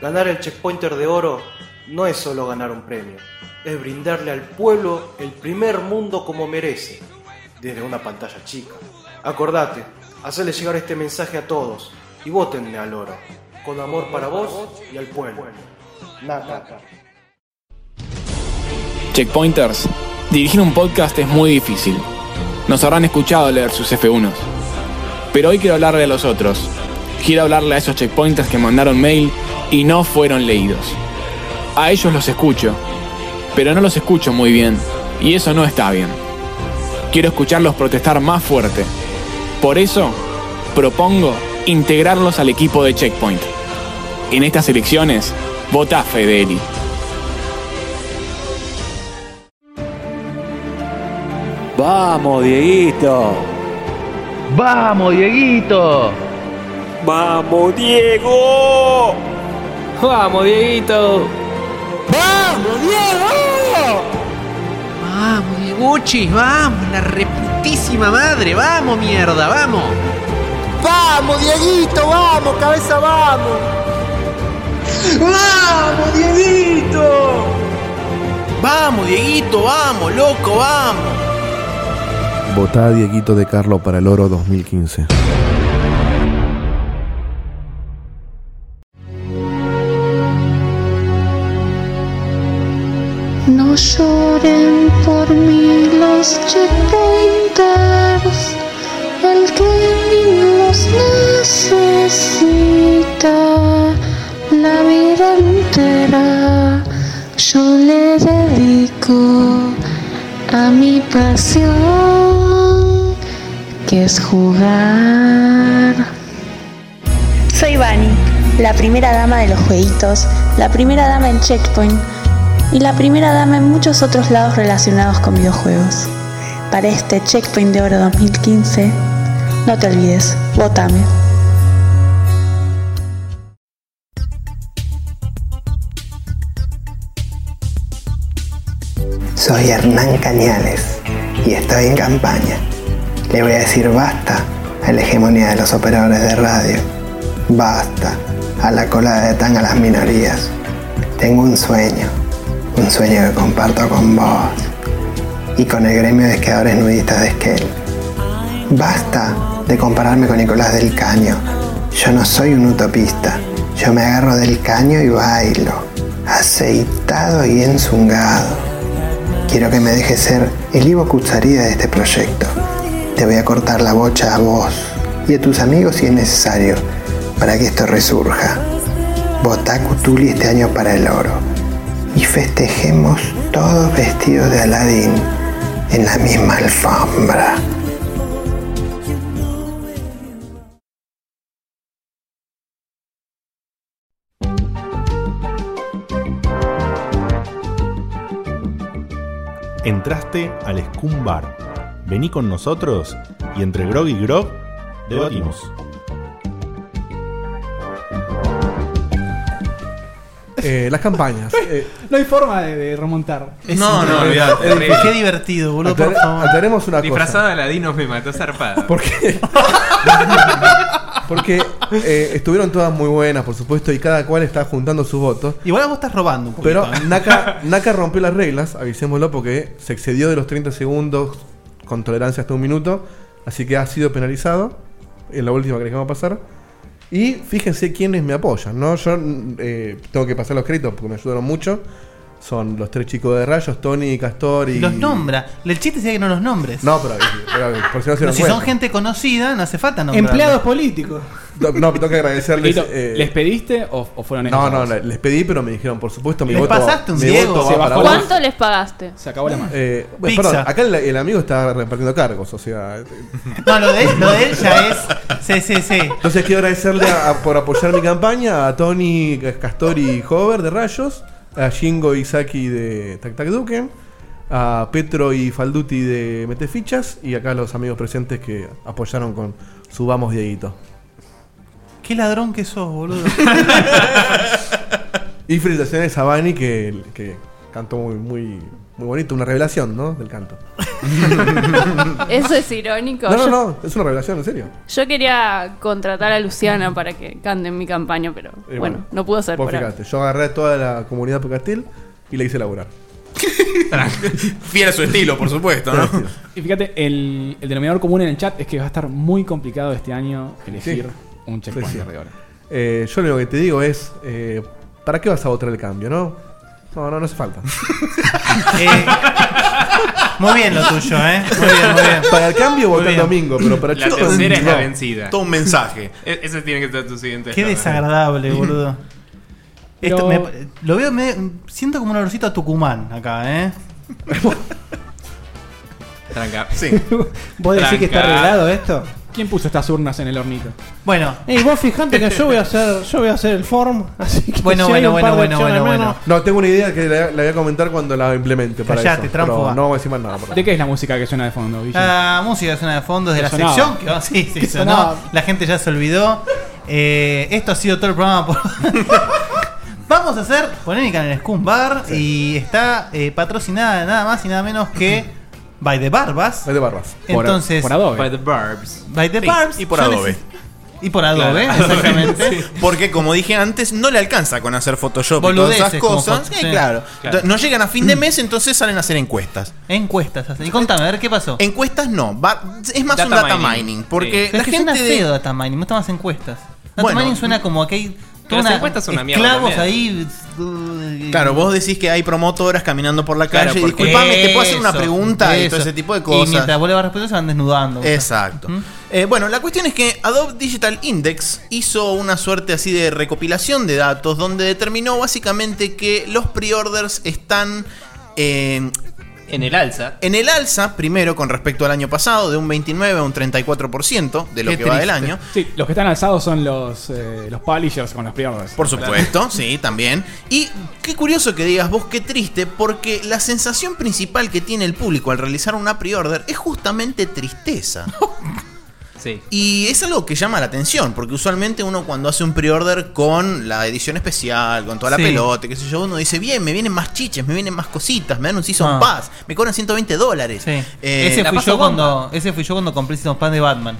[SPEAKER 18] Ganar el checkpointer de oro no es solo ganar un premio, es brindarle al pueblo el primer mundo como merece, desde una pantalla chica. Acordate, hacele llegar este mensaje a todos y votenle al oro. con amor para vos y al pueblo. Naka.
[SPEAKER 10] Checkpointers, dirigir un podcast es muy difícil. Nos habrán escuchado leer sus F1s. Pero hoy quiero hablarle a los otros. Quiero hablarle a esos checkpointers que mandaron mail y no fueron leídos. A ellos los escucho, pero no los escucho muy bien, y eso no está bien. Quiero escucharlos protestar más fuerte. Por eso, propongo integrarlos al equipo de Checkpoint. En estas elecciones, vota Fedeli.
[SPEAKER 19] Vamos, Dieguito. Vamos, Dieguito. Vamos, Diego. Vamos, Dieguito.
[SPEAKER 6] ¡Vamos, Diego! ¡Vamos, Dieguchis! ¡Vamos, la reputísima madre! ¡Vamos, mierda! ¡Vamos! ¡Vamos, Dieguito! ¡Vamos, cabeza, vamos! ¡Vamos, Dieguito! ¡Vamos, Dieguito! ¡Vamos, loco! ¡Vamos!
[SPEAKER 7] Votá a Dieguito de Carlo para el Oro 2015.
[SPEAKER 17] No lloren por mí los checkpointers, el gaming los necesita, la vida entera yo le dedico a mi pasión, que es
[SPEAKER 11] *laughs*
[SPEAKER 17] jugar.
[SPEAKER 20] Soy Vani, la primera dama de los jueguitos, la primera dama en Checkpoint y la primera dama en muchos otros lados relacionados con videojuegos. Para este Checkpoint de Oro 2015, no te olvides, votame.
[SPEAKER 21] Soy Hernán Cañales y estoy en campaña. Le voy a decir basta a la hegemonía de los operadores de radio. Basta a la cola de tan a las minorías. Tengo un sueño, un sueño que comparto con vos y con el gremio de esquiadores nudistas de Esquel. Basta de compararme con Nicolás del Caño. Yo no soy un utopista. Yo me agarro del caño y bailo, aceitado y enzungado. Quiero que me dejes ser el Ivo Kutsarida de este proyecto. Te voy a cortar la bocha a vos y a tus amigos si es necesario para que esto resurja. Votá Cutuli este año para el oro y festejemos todos vestidos de Aladín en la misma alfombra.
[SPEAKER 14] Entraste al Scum Bar. Vení con nosotros y entre Grog y Grog debatimos.
[SPEAKER 7] Eh, las campañas. Eh,
[SPEAKER 10] No hay forma de, de remontar.
[SPEAKER 7] No, no, olvídate.
[SPEAKER 10] Eh,
[SPEAKER 7] Terrible.
[SPEAKER 4] Qué divertido, boludo.
[SPEAKER 7] Aclare-
[SPEAKER 4] por favor.
[SPEAKER 7] aclaremos una
[SPEAKER 9] Disfrazado de Aladino me mató zarpada.
[SPEAKER 7] ¿Por qué? Porque eh, estuvieron todas muy buenas, por supuesto, y cada cual está juntando sus votos.
[SPEAKER 4] Igual a vos estás robando un poquito. ¿eh? *laughs*
[SPEAKER 7] Pero Naka, Naka rompió las reglas, avisémoslo, porque se excedió de los 30 segundos con tolerancia hasta un minuto. Así que ha sido penalizado. En la última que les vamos a pasar. Y fíjense quiénes me apoyan, ¿no? Yo mm, eh, tengo que pasar los créditos porque me ayudaron mucho. Son los tres chicos de rayos, Tony, Castor y.
[SPEAKER 4] Los nombra. El chiste sería que no los nombres.
[SPEAKER 7] No, pero, eh, pero por si no se
[SPEAKER 4] Pero
[SPEAKER 7] dan
[SPEAKER 4] si
[SPEAKER 7] cuenta.
[SPEAKER 4] son gente conocida, no hace falta nombrarlos.
[SPEAKER 5] Empleados políticos.
[SPEAKER 7] No, no, tengo que agradecerles.
[SPEAKER 10] Dieguito, ¿les
[SPEAKER 7] pediste o, fueron
[SPEAKER 10] ellos
[SPEAKER 7] No, no,
[SPEAKER 10] nomás?
[SPEAKER 7] les pedí, pero me dijeron, por supuesto, mi
[SPEAKER 10] Les
[SPEAKER 7] voto.
[SPEAKER 10] pasaste un
[SPEAKER 7] mi
[SPEAKER 10] Diego.
[SPEAKER 7] voto va
[SPEAKER 10] Se
[SPEAKER 7] para
[SPEAKER 10] bajó
[SPEAKER 7] vos.
[SPEAKER 11] ¿Cuánto les pagaste?
[SPEAKER 10] Se acabó la mano.
[SPEAKER 7] Eh, bueno,
[SPEAKER 4] Pizza.
[SPEAKER 7] perdón, acá el, el amigo está repartiendo cargos, o sea. eh,
[SPEAKER 4] No, lo de, él- lo de él ya es CCC.
[SPEAKER 7] Entonces quiero agradecerle a- a- por apoyar mi campaña a Tony, Castor y Hover de Rayos, a Jingo y Saki de Tac Tac Duken, a Petro y Falduti de Mete Fichas y acá los amigos presentes que apoyaron con su Vamos Dieguito.
[SPEAKER 4] Qué ladrón que sos, *laughs* boludo.
[SPEAKER 7] Y felicitaciones a Vani que, que cantó muy, muy, muy bonito, una revelación, ¿no? Del canto.
[SPEAKER 11] *laughs* Eso es irónico.
[SPEAKER 7] No, no,
[SPEAKER 11] Yo-
[SPEAKER 7] no, es una revelación, en serio. Eh,
[SPEAKER 11] Yo quería contratar a Luciana para que cante en mi campaña, pero
[SPEAKER 7] Eh,
[SPEAKER 11] bueno, no pudo ser.
[SPEAKER 7] Vos
[SPEAKER 11] por ahora.
[SPEAKER 7] fíjate, yo agarré a toda la comunidad Pucatil y la hice
[SPEAKER 3] *laughs*
[SPEAKER 7] laburar.
[SPEAKER 3] Fiel a su estilo, por supuesto, ¿no?
[SPEAKER 10] Y fíjate, el, el denominador común en el chat es que va a estar muy complicado este año elegir
[SPEAKER 7] Sí.
[SPEAKER 10] un checkpoint
[SPEAKER 7] Sí, sí.
[SPEAKER 10] de ahora.
[SPEAKER 7] Eh, yo lo único que te digo es, eh, ¿para qué vas a votar el cambio, no? No, no, no
[SPEAKER 4] *laughs*
[SPEAKER 7] hace falta.
[SPEAKER 4] Eh, Muy bien lo tuyo, ¿eh? Muy bien, muy bien.
[SPEAKER 7] Para el cambio voté el
[SPEAKER 4] bien.
[SPEAKER 7] domingo, pero para
[SPEAKER 9] La
[SPEAKER 7] Chico
[SPEAKER 9] tercera es la
[SPEAKER 7] no.
[SPEAKER 9] vencida.
[SPEAKER 3] Todo un mensaje.
[SPEAKER 9] E- ese tiene que ser tu siguiente.
[SPEAKER 4] Qué
[SPEAKER 9] eslogan.
[SPEAKER 4] desagradable, boludo. Esto
[SPEAKER 9] Pero-
[SPEAKER 4] me- lo veo, me, siento como un olorcito a Tucumán acá, ¿eh?
[SPEAKER 9] Tranca.
[SPEAKER 10] *laughs*
[SPEAKER 4] Sí.
[SPEAKER 5] *laughs* ¿Vos decís que está
[SPEAKER 4] Tranca.
[SPEAKER 5] arreglado esto?
[SPEAKER 10] ¿Quién puso estas urnas en el hornito?
[SPEAKER 4] Bueno.
[SPEAKER 5] Y vos fijate que yo voy a hacer, yo voy a hacer el form, así que
[SPEAKER 4] Bueno,
[SPEAKER 5] si hay
[SPEAKER 4] bueno,
[SPEAKER 5] un par
[SPEAKER 4] bueno,
[SPEAKER 5] de
[SPEAKER 4] bueno,
[SPEAKER 5] opciones
[SPEAKER 4] bueno,
[SPEAKER 5] menos-
[SPEAKER 4] bueno.
[SPEAKER 7] No, tengo una idea que la, la voy a comentar cuando la implemente. Para
[SPEAKER 4] Callate, Ah,
[SPEAKER 7] eso,
[SPEAKER 4] tránfuga.
[SPEAKER 7] pero No voy a decir más nada. por
[SPEAKER 10] ¿De qué es la música que suena de fondo, Guille?
[SPEAKER 4] La música de zona de fondo es de
[SPEAKER 10] Que
[SPEAKER 4] la
[SPEAKER 10] sonaba.
[SPEAKER 4] sección que sí, sí,
[SPEAKER 10] Que
[SPEAKER 4] sonó.
[SPEAKER 10] sonaba.
[SPEAKER 4] La gente ya se olvidó. Eh, esto ha sido todo el programa. por- *laughs* Vamos a hacer polémica en el Scum Bar y está eh, patrocinada nada más y nada menos que By the Barbas. By
[SPEAKER 7] the Barbas.
[SPEAKER 9] Por-
[SPEAKER 4] Entonces,
[SPEAKER 9] por Adobe. By the Barbs.
[SPEAKER 4] By the
[SPEAKER 3] Sí,
[SPEAKER 4] Barbs.
[SPEAKER 3] y por
[SPEAKER 4] son
[SPEAKER 3] Adobe.
[SPEAKER 4] es- Y por Adobe,
[SPEAKER 3] Claro, Adobe, *laughs*
[SPEAKER 4] exactamente.
[SPEAKER 3] sí. Porque como dije antes, no le alcanza con hacer Photoshop y todas
[SPEAKER 4] Boludeces
[SPEAKER 3] esas
[SPEAKER 4] como
[SPEAKER 3] cosas.
[SPEAKER 4] Photoshop,
[SPEAKER 3] Eh,
[SPEAKER 4] sí. Mm.
[SPEAKER 3] claro.
[SPEAKER 4] Claro.
[SPEAKER 3] No llegan a fin de mes, entonces salen a hacer encuestas.
[SPEAKER 4] Encuestas hacen. Y contame, a ver qué pasó.
[SPEAKER 3] Encuestas no, va- es más un data mining, porque
[SPEAKER 4] Pero
[SPEAKER 3] la
[SPEAKER 4] es que suena
[SPEAKER 3] gente de-
[SPEAKER 4] feo data mining, me gustan más encuestas. Data
[SPEAKER 3] Bueno.
[SPEAKER 4] mining suena como que hay
[SPEAKER 3] Pero las
[SPEAKER 4] una-
[SPEAKER 3] encuestas son una mierda
[SPEAKER 4] esclavos ahí.
[SPEAKER 3] también. Claro, vos decís que hay promotoras caminando por la
[SPEAKER 4] Claro,
[SPEAKER 3] calle.
[SPEAKER 4] porque-
[SPEAKER 3] Disculpame, te puedo hacer
[SPEAKER 4] Eso,
[SPEAKER 3] una pregunta y
[SPEAKER 4] eso.
[SPEAKER 3] todo ese tipo de
[SPEAKER 4] Y
[SPEAKER 3] cosas.
[SPEAKER 4] mientras vos le vas respondiendo se van desnudando. ¿Mm?
[SPEAKER 3] Exacto. Eh, bueno, la cuestión es que Adobe Digital Index hizo una suerte así de recopilación de datos donde determinó básicamente que los pre-orders están eh,
[SPEAKER 9] en el alza.
[SPEAKER 3] En el alza, primero con respecto al año pasado, de un 29 a un 34% de lo que
[SPEAKER 10] Qué
[SPEAKER 3] va
[SPEAKER 10] triste.
[SPEAKER 3] del año.
[SPEAKER 10] Sí, los que están alzados son los, eh, los publishers con los pre-orders.
[SPEAKER 3] Por supuesto, sí, también. Y qué curioso que digas vos, qué triste, porque la sensación principal que tiene el público al realizar una pre-order es justamente
[SPEAKER 4] *laughs*
[SPEAKER 3] tristeza.
[SPEAKER 9] Sí.
[SPEAKER 3] Y es algo que llama la atención, porque usualmente uno cuando hace un pre-order con la edición especial, con toda la
[SPEAKER 4] Sí.
[SPEAKER 3] pelota, qué sé yo, uno dice, bien, me vienen más chiches, me vienen más cositas, me dan un Season
[SPEAKER 4] Ah.
[SPEAKER 3] Pass, me cobran 120 dólares. Eh,
[SPEAKER 4] ese,
[SPEAKER 3] la
[SPEAKER 4] fui
[SPEAKER 3] paso
[SPEAKER 4] yo
[SPEAKER 3] bomba.
[SPEAKER 4] cuando, ese fui yo cuando compré Season Pass
[SPEAKER 3] *laughs*
[SPEAKER 4] de Batman.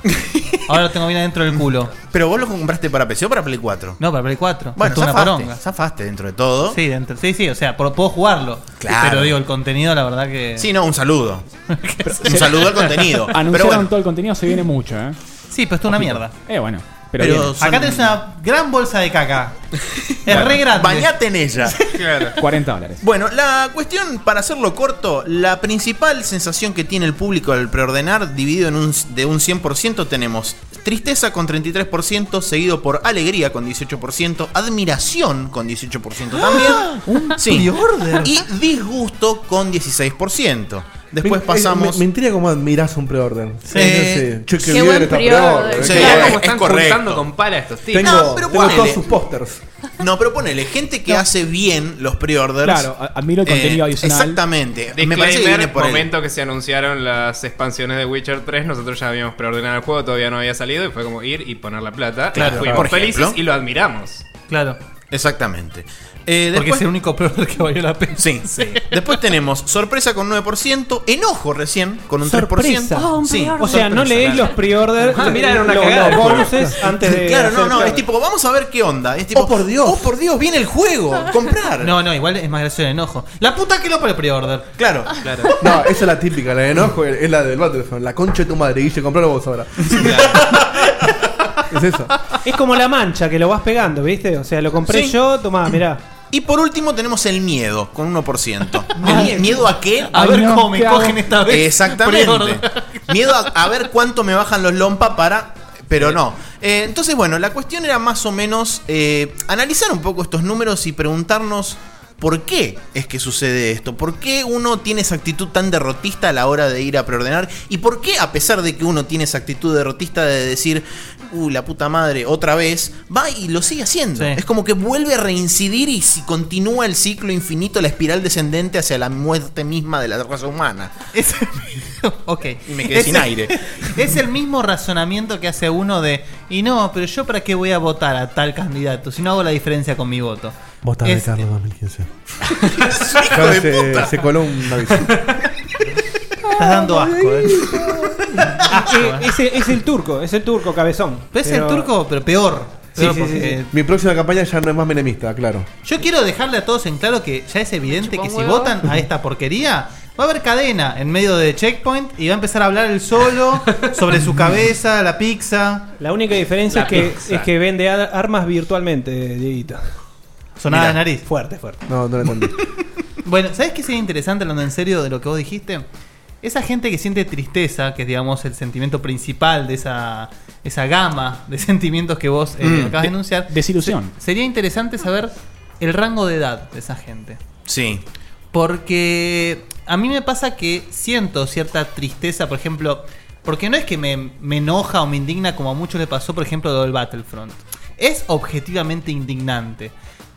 [SPEAKER 4] Ahora lo tengo bien adentro del culo.
[SPEAKER 3] ¿Pero vos lo compraste para PC o para Play 4?
[SPEAKER 4] No, para Play 4.
[SPEAKER 3] Bueno,
[SPEAKER 4] Costó una
[SPEAKER 3] zafaste,
[SPEAKER 4] poronga.
[SPEAKER 3] zafaste dentro de todo.
[SPEAKER 4] Sí, dentro- sí, sí, o sea, por- puedo jugarlo.
[SPEAKER 3] Claro.
[SPEAKER 4] Pero digo, el contenido, la verdad que. *laughs*
[SPEAKER 3] Sí, no, un saludo. un saludo al
[SPEAKER 10] *laughs*
[SPEAKER 3] contenido.
[SPEAKER 10] Anunciaron
[SPEAKER 3] Pero bueno,
[SPEAKER 10] todo el contenido, se viene mucho, ¿eh?
[SPEAKER 4] Sí, pero esto es una mierda.
[SPEAKER 10] Eh, bueno. Pero,
[SPEAKER 4] Pero
[SPEAKER 10] viene.
[SPEAKER 4] Acá tenés una gran bolsa de caca. Es
[SPEAKER 10] Bueno,
[SPEAKER 4] re grande.
[SPEAKER 3] bañate en ella.
[SPEAKER 10] 40 dólares.
[SPEAKER 3] Bueno, la cuestión, para hacerlo corto, la principal sensación que tiene el público al preordenar, dividido en un, de un 100%, tenemos tristeza con 33%, seguido por alegría con 18%, admiración con
[SPEAKER 4] ¡Ah!
[SPEAKER 3] 18% también. Sí. Y disgusto con 16%. Después
[SPEAKER 7] Me- eh,
[SPEAKER 3] pasamos...
[SPEAKER 7] Me, me intriga cómo admirás un pre-order. Sí.
[SPEAKER 3] Eh,
[SPEAKER 7] Che, qué
[SPEAKER 3] qué
[SPEAKER 7] bien
[SPEAKER 3] buen
[SPEAKER 7] esta
[SPEAKER 3] pre-order.
[SPEAKER 7] pre-order.
[SPEAKER 3] Sí,
[SPEAKER 7] Qué
[SPEAKER 3] es
[SPEAKER 7] bien.
[SPEAKER 3] como están correcto.
[SPEAKER 9] Juntando con pala estos tipos.
[SPEAKER 7] Tengo,
[SPEAKER 3] No, pero
[SPEAKER 7] tengo
[SPEAKER 3] ponele.
[SPEAKER 7] todos sus pósters.
[SPEAKER 3] No, pero ponele, gente que hace bien los pre-orders. eh,
[SPEAKER 10] Claro, a- admiro el contenido adicional.
[SPEAKER 3] Exactamente. Me parece que
[SPEAKER 9] Disclaimer,
[SPEAKER 3] viene por ahí.
[SPEAKER 9] momento que se anunciaron las expansiones de Witcher 3, nosotros ya habíamos preordenado el juego, todavía no había salido y fue como ir y poner la plata.
[SPEAKER 3] Claro,
[SPEAKER 9] Y fuimos
[SPEAKER 3] por
[SPEAKER 9] felices
[SPEAKER 3] ejemplo.
[SPEAKER 9] y lo admiramos.
[SPEAKER 4] Claro.
[SPEAKER 3] Exactamente. Eh,
[SPEAKER 4] Porque es el único pre-order que valió la pena.
[SPEAKER 3] Sí, Después tenemos sorpresa con 9%, enojo recién con un 3%.
[SPEAKER 5] Sorpresa. Ah, un
[SPEAKER 3] sí,
[SPEAKER 5] pre-order. O sea, no leéis los pre-order,
[SPEAKER 3] Ah, mirá, era una
[SPEAKER 5] los-
[SPEAKER 3] cagada.
[SPEAKER 5] los bonuses antes de
[SPEAKER 3] *laughs* Claro, no,
[SPEAKER 5] hacer
[SPEAKER 3] no,
[SPEAKER 5] pre-order.
[SPEAKER 3] es tipo, vamos a ver qué onda. Es tipo, oh por Dios. Oh por Dios, viene el juego, comprar.
[SPEAKER 4] No, no, igual es más gracioso el enojo. La puta que lo pone pre-order.
[SPEAKER 3] *laughs* Claro.
[SPEAKER 7] No, esa es la típica, la de enojo, es la del Battlefront. La concha de tu madre, Guille, compralo vos ahora. *laughs* es eso.
[SPEAKER 5] Es como la mancha que lo vas pegando, ¿viste? O sea, lo compré
[SPEAKER 3] Sí.
[SPEAKER 5] yo, tomá, mirá.
[SPEAKER 3] Y por último tenemos el miedo con
[SPEAKER 7] *laughs*
[SPEAKER 3] 1%. ¿El ¿Miedo a qué?
[SPEAKER 5] A Ah, Ay, ver no, cómo me ¿qué hago? cogen
[SPEAKER 4] esta vez.
[SPEAKER 3] Exactamente.
[SPEAKER 4] Pre-order.
[SPEAKER 3] Miedo a, a ver cuánto me bajan los lompa para... Pero no. Eh, entonces, bueno, la cuestión era más o menos eh, analizar un poco estos números y preguntarnos por qué es que sucede esto. ¿Por qué uno tiene esa actitud tan derrotista a la hora de ir a preordenar? ¿Y por qué, a pesar de que uno tiene esa actitud derrotista de decir, uy, la puta madre, otra vez, va y lo sigue haciendo?
[SPEAKER 4] Sí.
[SPEAKER 3] Es como que vuelve a reincidir y si continúa el ciclo infinito, la espiral descendente hacia la muerte misma de la raza humana.
[SPEAKER 4] ok.
[SPEAKER 3] Y me quedé sin aire.
[SPEAKER 4] *laughs* Es el mismo razonamiento que hace uno de. Y no, pero yo para qué voy a votar a tal candidato si no hago la diferencia con mi voto.
[SPEAKER 7] Vota de
[SPEAKER 4] Es-
[SPEAKER 7] Carlos 2015.
[SPEAKER 4] hijo de
[SPEAKER 7] se,
[SPEAKER 4] puta.
[SPEAKER 7] Eh, se coló un aviso.
[SPEAKER 4] *laughs* Estás dando asco,
[SPEAKER 7] *laughs*
[SPEAKER 4] eh.
[SPEAKER 5] Eh, es, el- es el turco, es el turco cabezón.
[SPEAKER 4] Pero es el turco, pero peor.
[SPEAKER 7] Sí,
[SPEAKER 4] Peor
[SPEAKER 7] sí, sí,
[SPEAKER 4] porque-
[SPEAKER 7] sí. Mi próxima campaña ya no es más menemista, claro.
[SPEAKER 4] Yo quiero dejarle a todos en claro que ya es evidente que si votan a esta porquería, Va a haber cadena en medio de Checkpoint y va a empezar a hablar el solo sobre
[SPEAKER 3] *laughs*
[SPEAKER 4] su cabeza, la pizza.
[SPEAKER 5] La única diferencia es que, es que vende ar- armas virtualmente, Dieguito.
[SPEAKER 4] Sonada
[SPEAKER 5] Mirá.
[SPEAKER 4] de nariz.
[SPEAKER 5] Fuerte, fuerte.
[SPEAKER 7] No, no lo entendí.
[SPEAKER 4] Bueno, ¿sabes qué sería interesante hablando en serio de lo que vos dijiste? Esa gente que siente tristeza, que es digamos el sentimiento principal de esa, esa gama de *laughs* sentimientos que vos eh,
[SPEAKER 10] Mm.
[SPEAKER 4] acabas de
[SPEAKER 10] De-
[SPEAKER 4] enunciar.
[SPEAKER 10] desilusión.
[SPEAKER 4] se- sería interesante saber el rango de edad de esa gente.
[SPEAKER 3] Sí.
[SPEAKER 4] Porque a mí me pasa que siento cierta tristeza, por ejemplo, porque no es que me, me enoja o me indigna como a muchos le pasó, por ejemplo, lo del Battlefront. Es objetivamente indignante.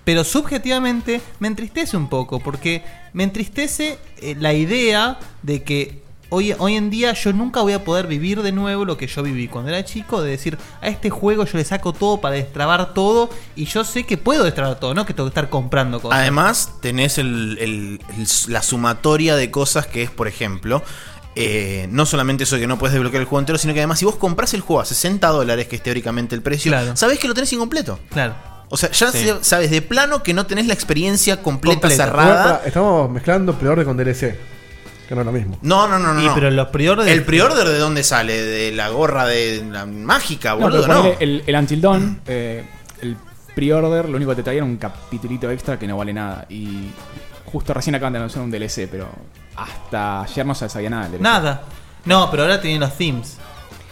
[SPEAKER 4] Pero subjetivamente me entristece un poco, porque me entristece eh, la idea de que hoy, hoy en día yo nunca voy a poder vivir de nuevo lo que yo viví cuando era chico, de decir, a este juego yo le saco todo para destrabar todo, y yo sé que puedo destrabar todo, no que tengo que estar comprando cosas.
[SPEAKER 3] Además, tenés el- el- el- la sumatoria de cosas que es, por ejemplo, eh, no solamente eso de que no puedes desbloquear el juego entero, sino que además, si vos compras el juego a 60 dólares, que es teóricamente el precio, sabés que lo tenés incompleto.
[SPEAKER 4] Claro.
[SPEAKER 3] O sea, ya
[SPEAKER 7] Sí.
[SPEAKER 3] se- sabes de plano que no tenés la experiencia completa,
[SPEAKER 7] Bueno,
[SPEAKER 3] cerrada.
[SPEAKER 7] pará, Estamos mezclando pre-order con DLC. Que no es lo mismo.
[SPEAKER 3] No, no, no, no.
[SPEAKER 7] Y,
[SPEAKER 3] no.
[SPEAKER 7] pero los pre-order-
[SPEAKER 3] ¿El pre-order de dónde sale? ¿De la gorra de la mágica,
[SPEAKER 10] No,
[SPEAKER 3] Ah, boludo?
[SPEAKER 10] pero
[SPEAKER 3] No.
[SPEAKER 10] ponele El, el Until Dawn, eh, el pre-order, lo único que te traía era un capitulito extra que no vale nada. Y justo recién acaban de anunciar un DLC, pero hasta ayer no se sabía nada del DLC.
[SPEAKER 4] Nada. No, pero ahora tienen los themes.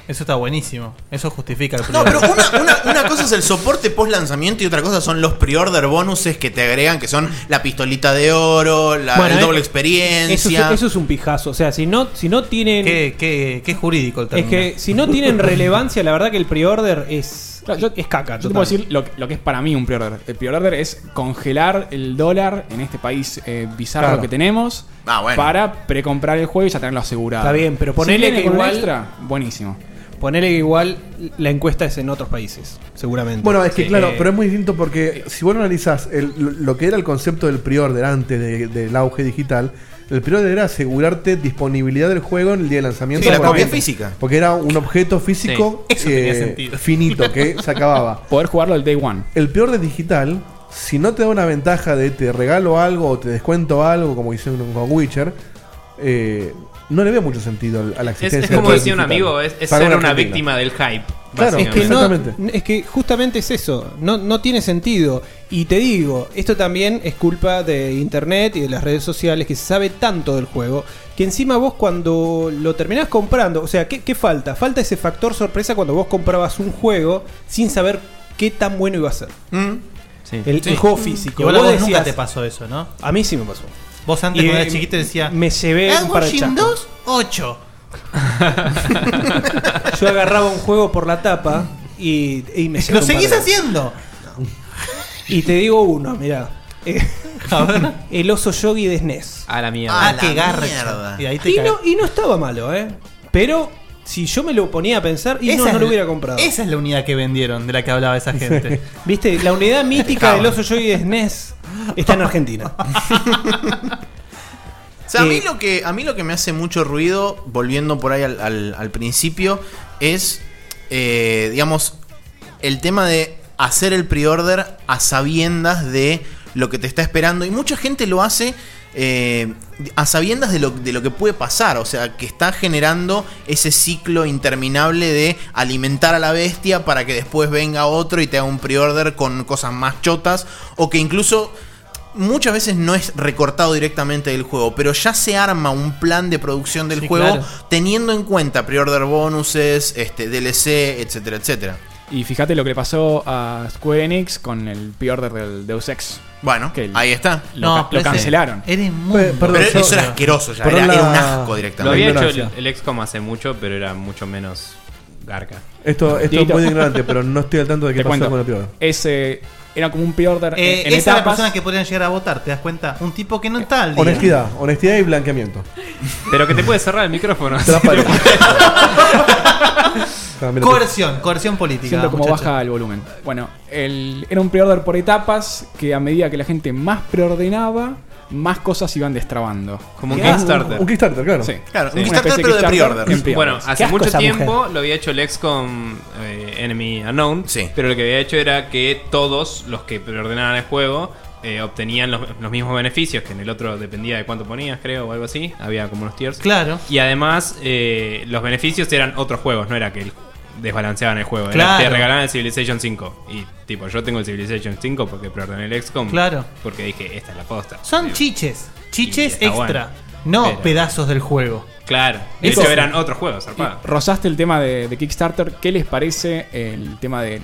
[SPEAKER 4] Eso está buenísimo. Eso justifica el
[SPEAKER 3] No, pero
[SPEAKER 4] precio.
[SPEAKER 3] una, una- una cosa es el soporte post lanzamiento y otra cosa son los pre-order bonuses que te agregan, que son la pistolita de oro, la
[SPEAKER 5] Bueno,
[SPEAKER 3] el
[SPEAKER 5] eh,
[SPEAKER 3] doble
[SPEAKER 5] Eso,
[SPEAKER 3] experiencia.
[SPEAKER 5] es- eso es un pijazo. O sea, si no, si no tienen.
[SPEAKER 4] ¿Qué, es jurídico el
[SPEAKER 5] Es
[SPEAKER 10] término.
[SPEAKER 5] que si no tienen relevancia, la verdad que el pre-order es, es caca.
[SPEAKER 10] Yo te
[SPEAKER 5] total.
[SPEAKER 10] puedo decir lo, lo que es para mí un pre-order. El pre-order es congelar el dólar en este país eh, bizarro
[SPEAKER 5] Claro.
[SPEAKER 10] que tenemos
[SPEAKER 5] Ah, bueno.
[SPEAKER 10] para precomprar el juego y ya tenerlo asegurado.
[SPEAKER 5] *laughs* Está bien, pero
[SPEAKER 10] Si
[SPEAKER 5] ponele
[SPEAKER 10] viene
[SPEAKER 5] que
[SPEAKER 10] con un
[SPEAKER 5] igual-
[SPEAKER 10] extra, buenísimo.
[SPEAKER 5] Ponele que igual la encuesta es en otros países, seguramente.
[SPEAKER 7] Bueno, es que claro, pero es muy distinto
[SPEAKER 9] Eh,
[SPEAKER 7] porque si vos lo analizás el- lo- lo que era el concepto del pre-order antes de- del auge digital, el pre-order era asegurarte disponibilidad del juego en el día de lanzamiento.
[SPEAKER 3] Sí, la copia
[SPEAKER 7] Obviamente.
[SPEAKER 3] física.
[SPEAKER 7] Porque era un objeto físico
[SPEAKER 3] Sí, eso tenía
[SPEAKER 7] eh,
[SPEAKER 3] sentido.
[SPEAKER 7] finito que se acababa.
[SPEAKER 10] *laughs* Poder jugarlo el day one.
[SPEAKER 7] El pre-order digital, si no te da una ventaja de te regalo algo o te descuento algo, como hicieron con Witcher, eh, no le veo mucho sentido al- a la
[SPEAKER 9] Es,
[SPEAKER 7] existencia
[SPEAKER 9] es
[SPEAKER 7] del
[SPEAKER 9] como
[SPEAKER 7] pre-order
[SPEAKER 9] decía un
[SPEAKER 7] digital.
[SPEAKER 9] amigo, es, es
[SPEAKER 7] Para
[SPEAKER 9] ser una
[SPEAKER 7] Argentina.
[SPEAKER 9] víctima del hype.
[SPEAKER 5] Claro, es
[SPEAKER 9] básicamente.
[SPEAKER 5] que, no, es que justamente es eso, no, no tiene sentido. Y te digo, esto también es culpa de internet y de las redes sociales que se sabe tanto del juego, que encima vos cuando lo terminás comprando, o sea, ¿qué, qué falta? Falta ese factor sorpresa cuando vos comprabas un juego sin saber qué tan bueno iba a ser. El, el juego físico.
[SPEAKER 4] Mm. Igual a vos nunca
[SPEAKER 5] decías-
[SPEAKER 4] te pasó eso, ¿no?
[SPEAKER 5] A mí sí me pasó.
[SPEAKER 4] Vos antes
[SPEAKER 5] Y,
[SPEAKER 4] cuando
[SPEAKER 5] eh,
[SPEAKER 4] eras chiquito decías...
[SPEAKER 5] me llevé un par de
[SPEAKER 4] Shin
[SPEAKER 5] chascos.
[SPEAKER 4] 2,
[SPEAKER 5] *laughs*
[SPEAKER 4] 8.
[SPEAKER 5] Yo agarraba un juego por la tapa y, y me
[SPEAKER 4] ¡Lo
[SPEAKER 5] llevé un par
[SPEAKER 4] seguís
[SPEAKER 5] de-
[SPEAKER 4] haciendo!
[SPEAKER 5] Y te digo uno, mirá. Eh, *laughs* el oso yogi de SNES.
[SPEAKER 9] A la mierda.
[SPEAKER 5] Ah,
[SPEAKER 9] A la
[SPEAKER 5] qué garra.
[SPEAKER 9] mierda.
[SPEAKER 5] Y, ahí te
[SPEAKER 9] Y
[SPEAKER 5] cae. no,
[SPEAKER 9] no-
[SPEAKER 5] estaba malo, ¿eh? Pero si yo me lo ponía a pensar, y
[SPEAKER 4] Esa
[SPEAKER 5] no,
[SPEAKER 4] es
[SPEAKER 5] lo
[SPEAKER 4] la-
[SPEAKER 5] hubiera comprado.
[SPEAKER 4] Esa es la unidad que vendieron, de la que hablaba esa
[SPEAKER 5] *laughs*
[SPEAKER 4] gente.
[SPEAKER 5] Viste, la unidad mítica del oso yogi de SNES está *laughs* en Argentina.
[SPEAKER 3] O sea, a, mí
[SPEAKER 5] Eh,
[SPEAKER 3] lo que, a mí lo que me hace mucho ruido, volviendo por ahí al, al- al principio, es, eh, digamos, el tema de hacer el pre-order a sabiendas de lo que te está esperando. Y mucha gente lo hace eh, a sabiendas de lo, de lo que puede pasar. O sea, que está generando ese ciclo interminable de alimentar a la bestia para que después venga otro y te haga un pre-order con cosas más chotas. O que incluso muchas veces no es recortado directamente del juego, pero ya se arma un plan de producción del
[SPEAKER 9] Sí,
[SPEAKER 3] juego
[SPEAKER 9] claro.
[SPEAKER 3] teniendo en cuenta pre-order bonuses, este, DLC, etcétera, etcétera.
[SPEAKER 10] Y fíjate lo que le pasó a Square Enix con el pre-order del Deus Ex.
[SPEAKER 3] Bueno, ahí está.
[SPEAKER 10] Lo,
[SPEAKER 3] No,
[SPEAKER 10] ca- lo
[SPEAKER 3] pero ese-
[SPEAKER 10] cancelaron.
[SPEAKER 4] Eres
[SPEAKER 7] Pe- perdón,
[SPEAKER 3] Pero
[SPEAKER 7] yo-
[SPEAKER 3] eso era asqueroso ya,
[SPEAKER 7] perdón
[SPEAKER 3] era- era un
[SPEAKER 7] la-
[SPEAKER 3] asco
[SPEAKER 9] Lo había hecho
[SPEAKER 7] ignorancia.
[SPEAKER 9] el, el XCOM hace mucho, pero era mucho menos garca.
[SPEAKER 7] Esto, esto es muy ignorante, pero no estoy al tanto de qué
[SPEAKER 10] Te
[SPEAKER 7] pasó
[SPEAKER 10] cuento.
[SPEAKER 7] con el pre-order.
[SPEAKER 10] Ese era como un pre-order
[SPEAKER 4] Eh,
[SPEAKER 10] en, en
[SPEAKER 4] esa es la
[SPEAKER 10] etapas.
[SPEAKER 4] persona que podrían llegar a votar, ¿te das cuenta? Un tipo que no está al día.
[SPEAKER 7] Honestidad, honestidad y blanqueamiento.
[SPEAKER 9] Pero que te puede cerrar el micrófono.
[SPEAKER 4] Coerción, coerción política.
[SPEAKER 10] Siento como
[SPEAKER 4] muchachos.
[SPEAKER 10] baja el volumen. Bueno, el- era un pre-order por etapas que a medida que la gente más preordenaba, más cosas iban destrabando.
[SPEAKER 9] Como un Kickstarter.
[SPEAKER 7] Un Kickstarter, claro.
[SPEAKER 10] Sí.
[SPEAKER 7] Claro,
[SPEAKER 10] Una
[SPEAKER 7] un Kickstarter,
[SPEAKER 10] especie
[SPEAKER 7] pero de
[SPEAKER 10] Kickstarter
[SPEAKER 7] pre-order.
[SPEAKER 10] en pre-orders.
[SPEAKER 9] Bueno,
[SPEAKER 10] Qué
[SPEAKER 9] hace
[SPEAKER 10] asco
[SPEAKER 9] mucho
[SPEAKER 10] esa mujer.
[SPEAKER 9] tiempo lo había hecho el XCOM eh, Enemy Unknown, pero lo que había hecho era que todos los que preordenaban el juego eh, obtenían los, los mismos beneficios, que en el otro dependía de cuánto ponías, creo, o algo así. Había como unos tiers.
[SPEAKER 4] Claro.
[SPEAKER 9] Y además, eh, los beneficios eran otros juegos, no era que el- desbalanceaban el juego. era
[SPEAKER 4] Claro.
[SPEAKER 9] te regalaban el Civilization 5. Y tipo, yo tengo el Civilization 5 porque preordené el XCOM.
[SPEAKER 4] Claro.
[SPEAKER 9] Porque dije, esta es la posta.
[SPEAKER 4] Son chiches. Chiches
[SPEAKER 9] está
[SPEAKER 4] extra.
[SPEAKER 9] bueno.
[SPEAKER 4] No
[SPEAKER 9] Pero-
[SPEAKER 4] pedazos del juego.
[SPEAKER 9] Claro. De
[SPEAKER 10] Eso-
[SPEAKER 9] hecho, eran otros juegos, zarpado.
[SPEAKER 10] Rozaste el tema de, de Kickstarter. ¿Qué les parece el tema de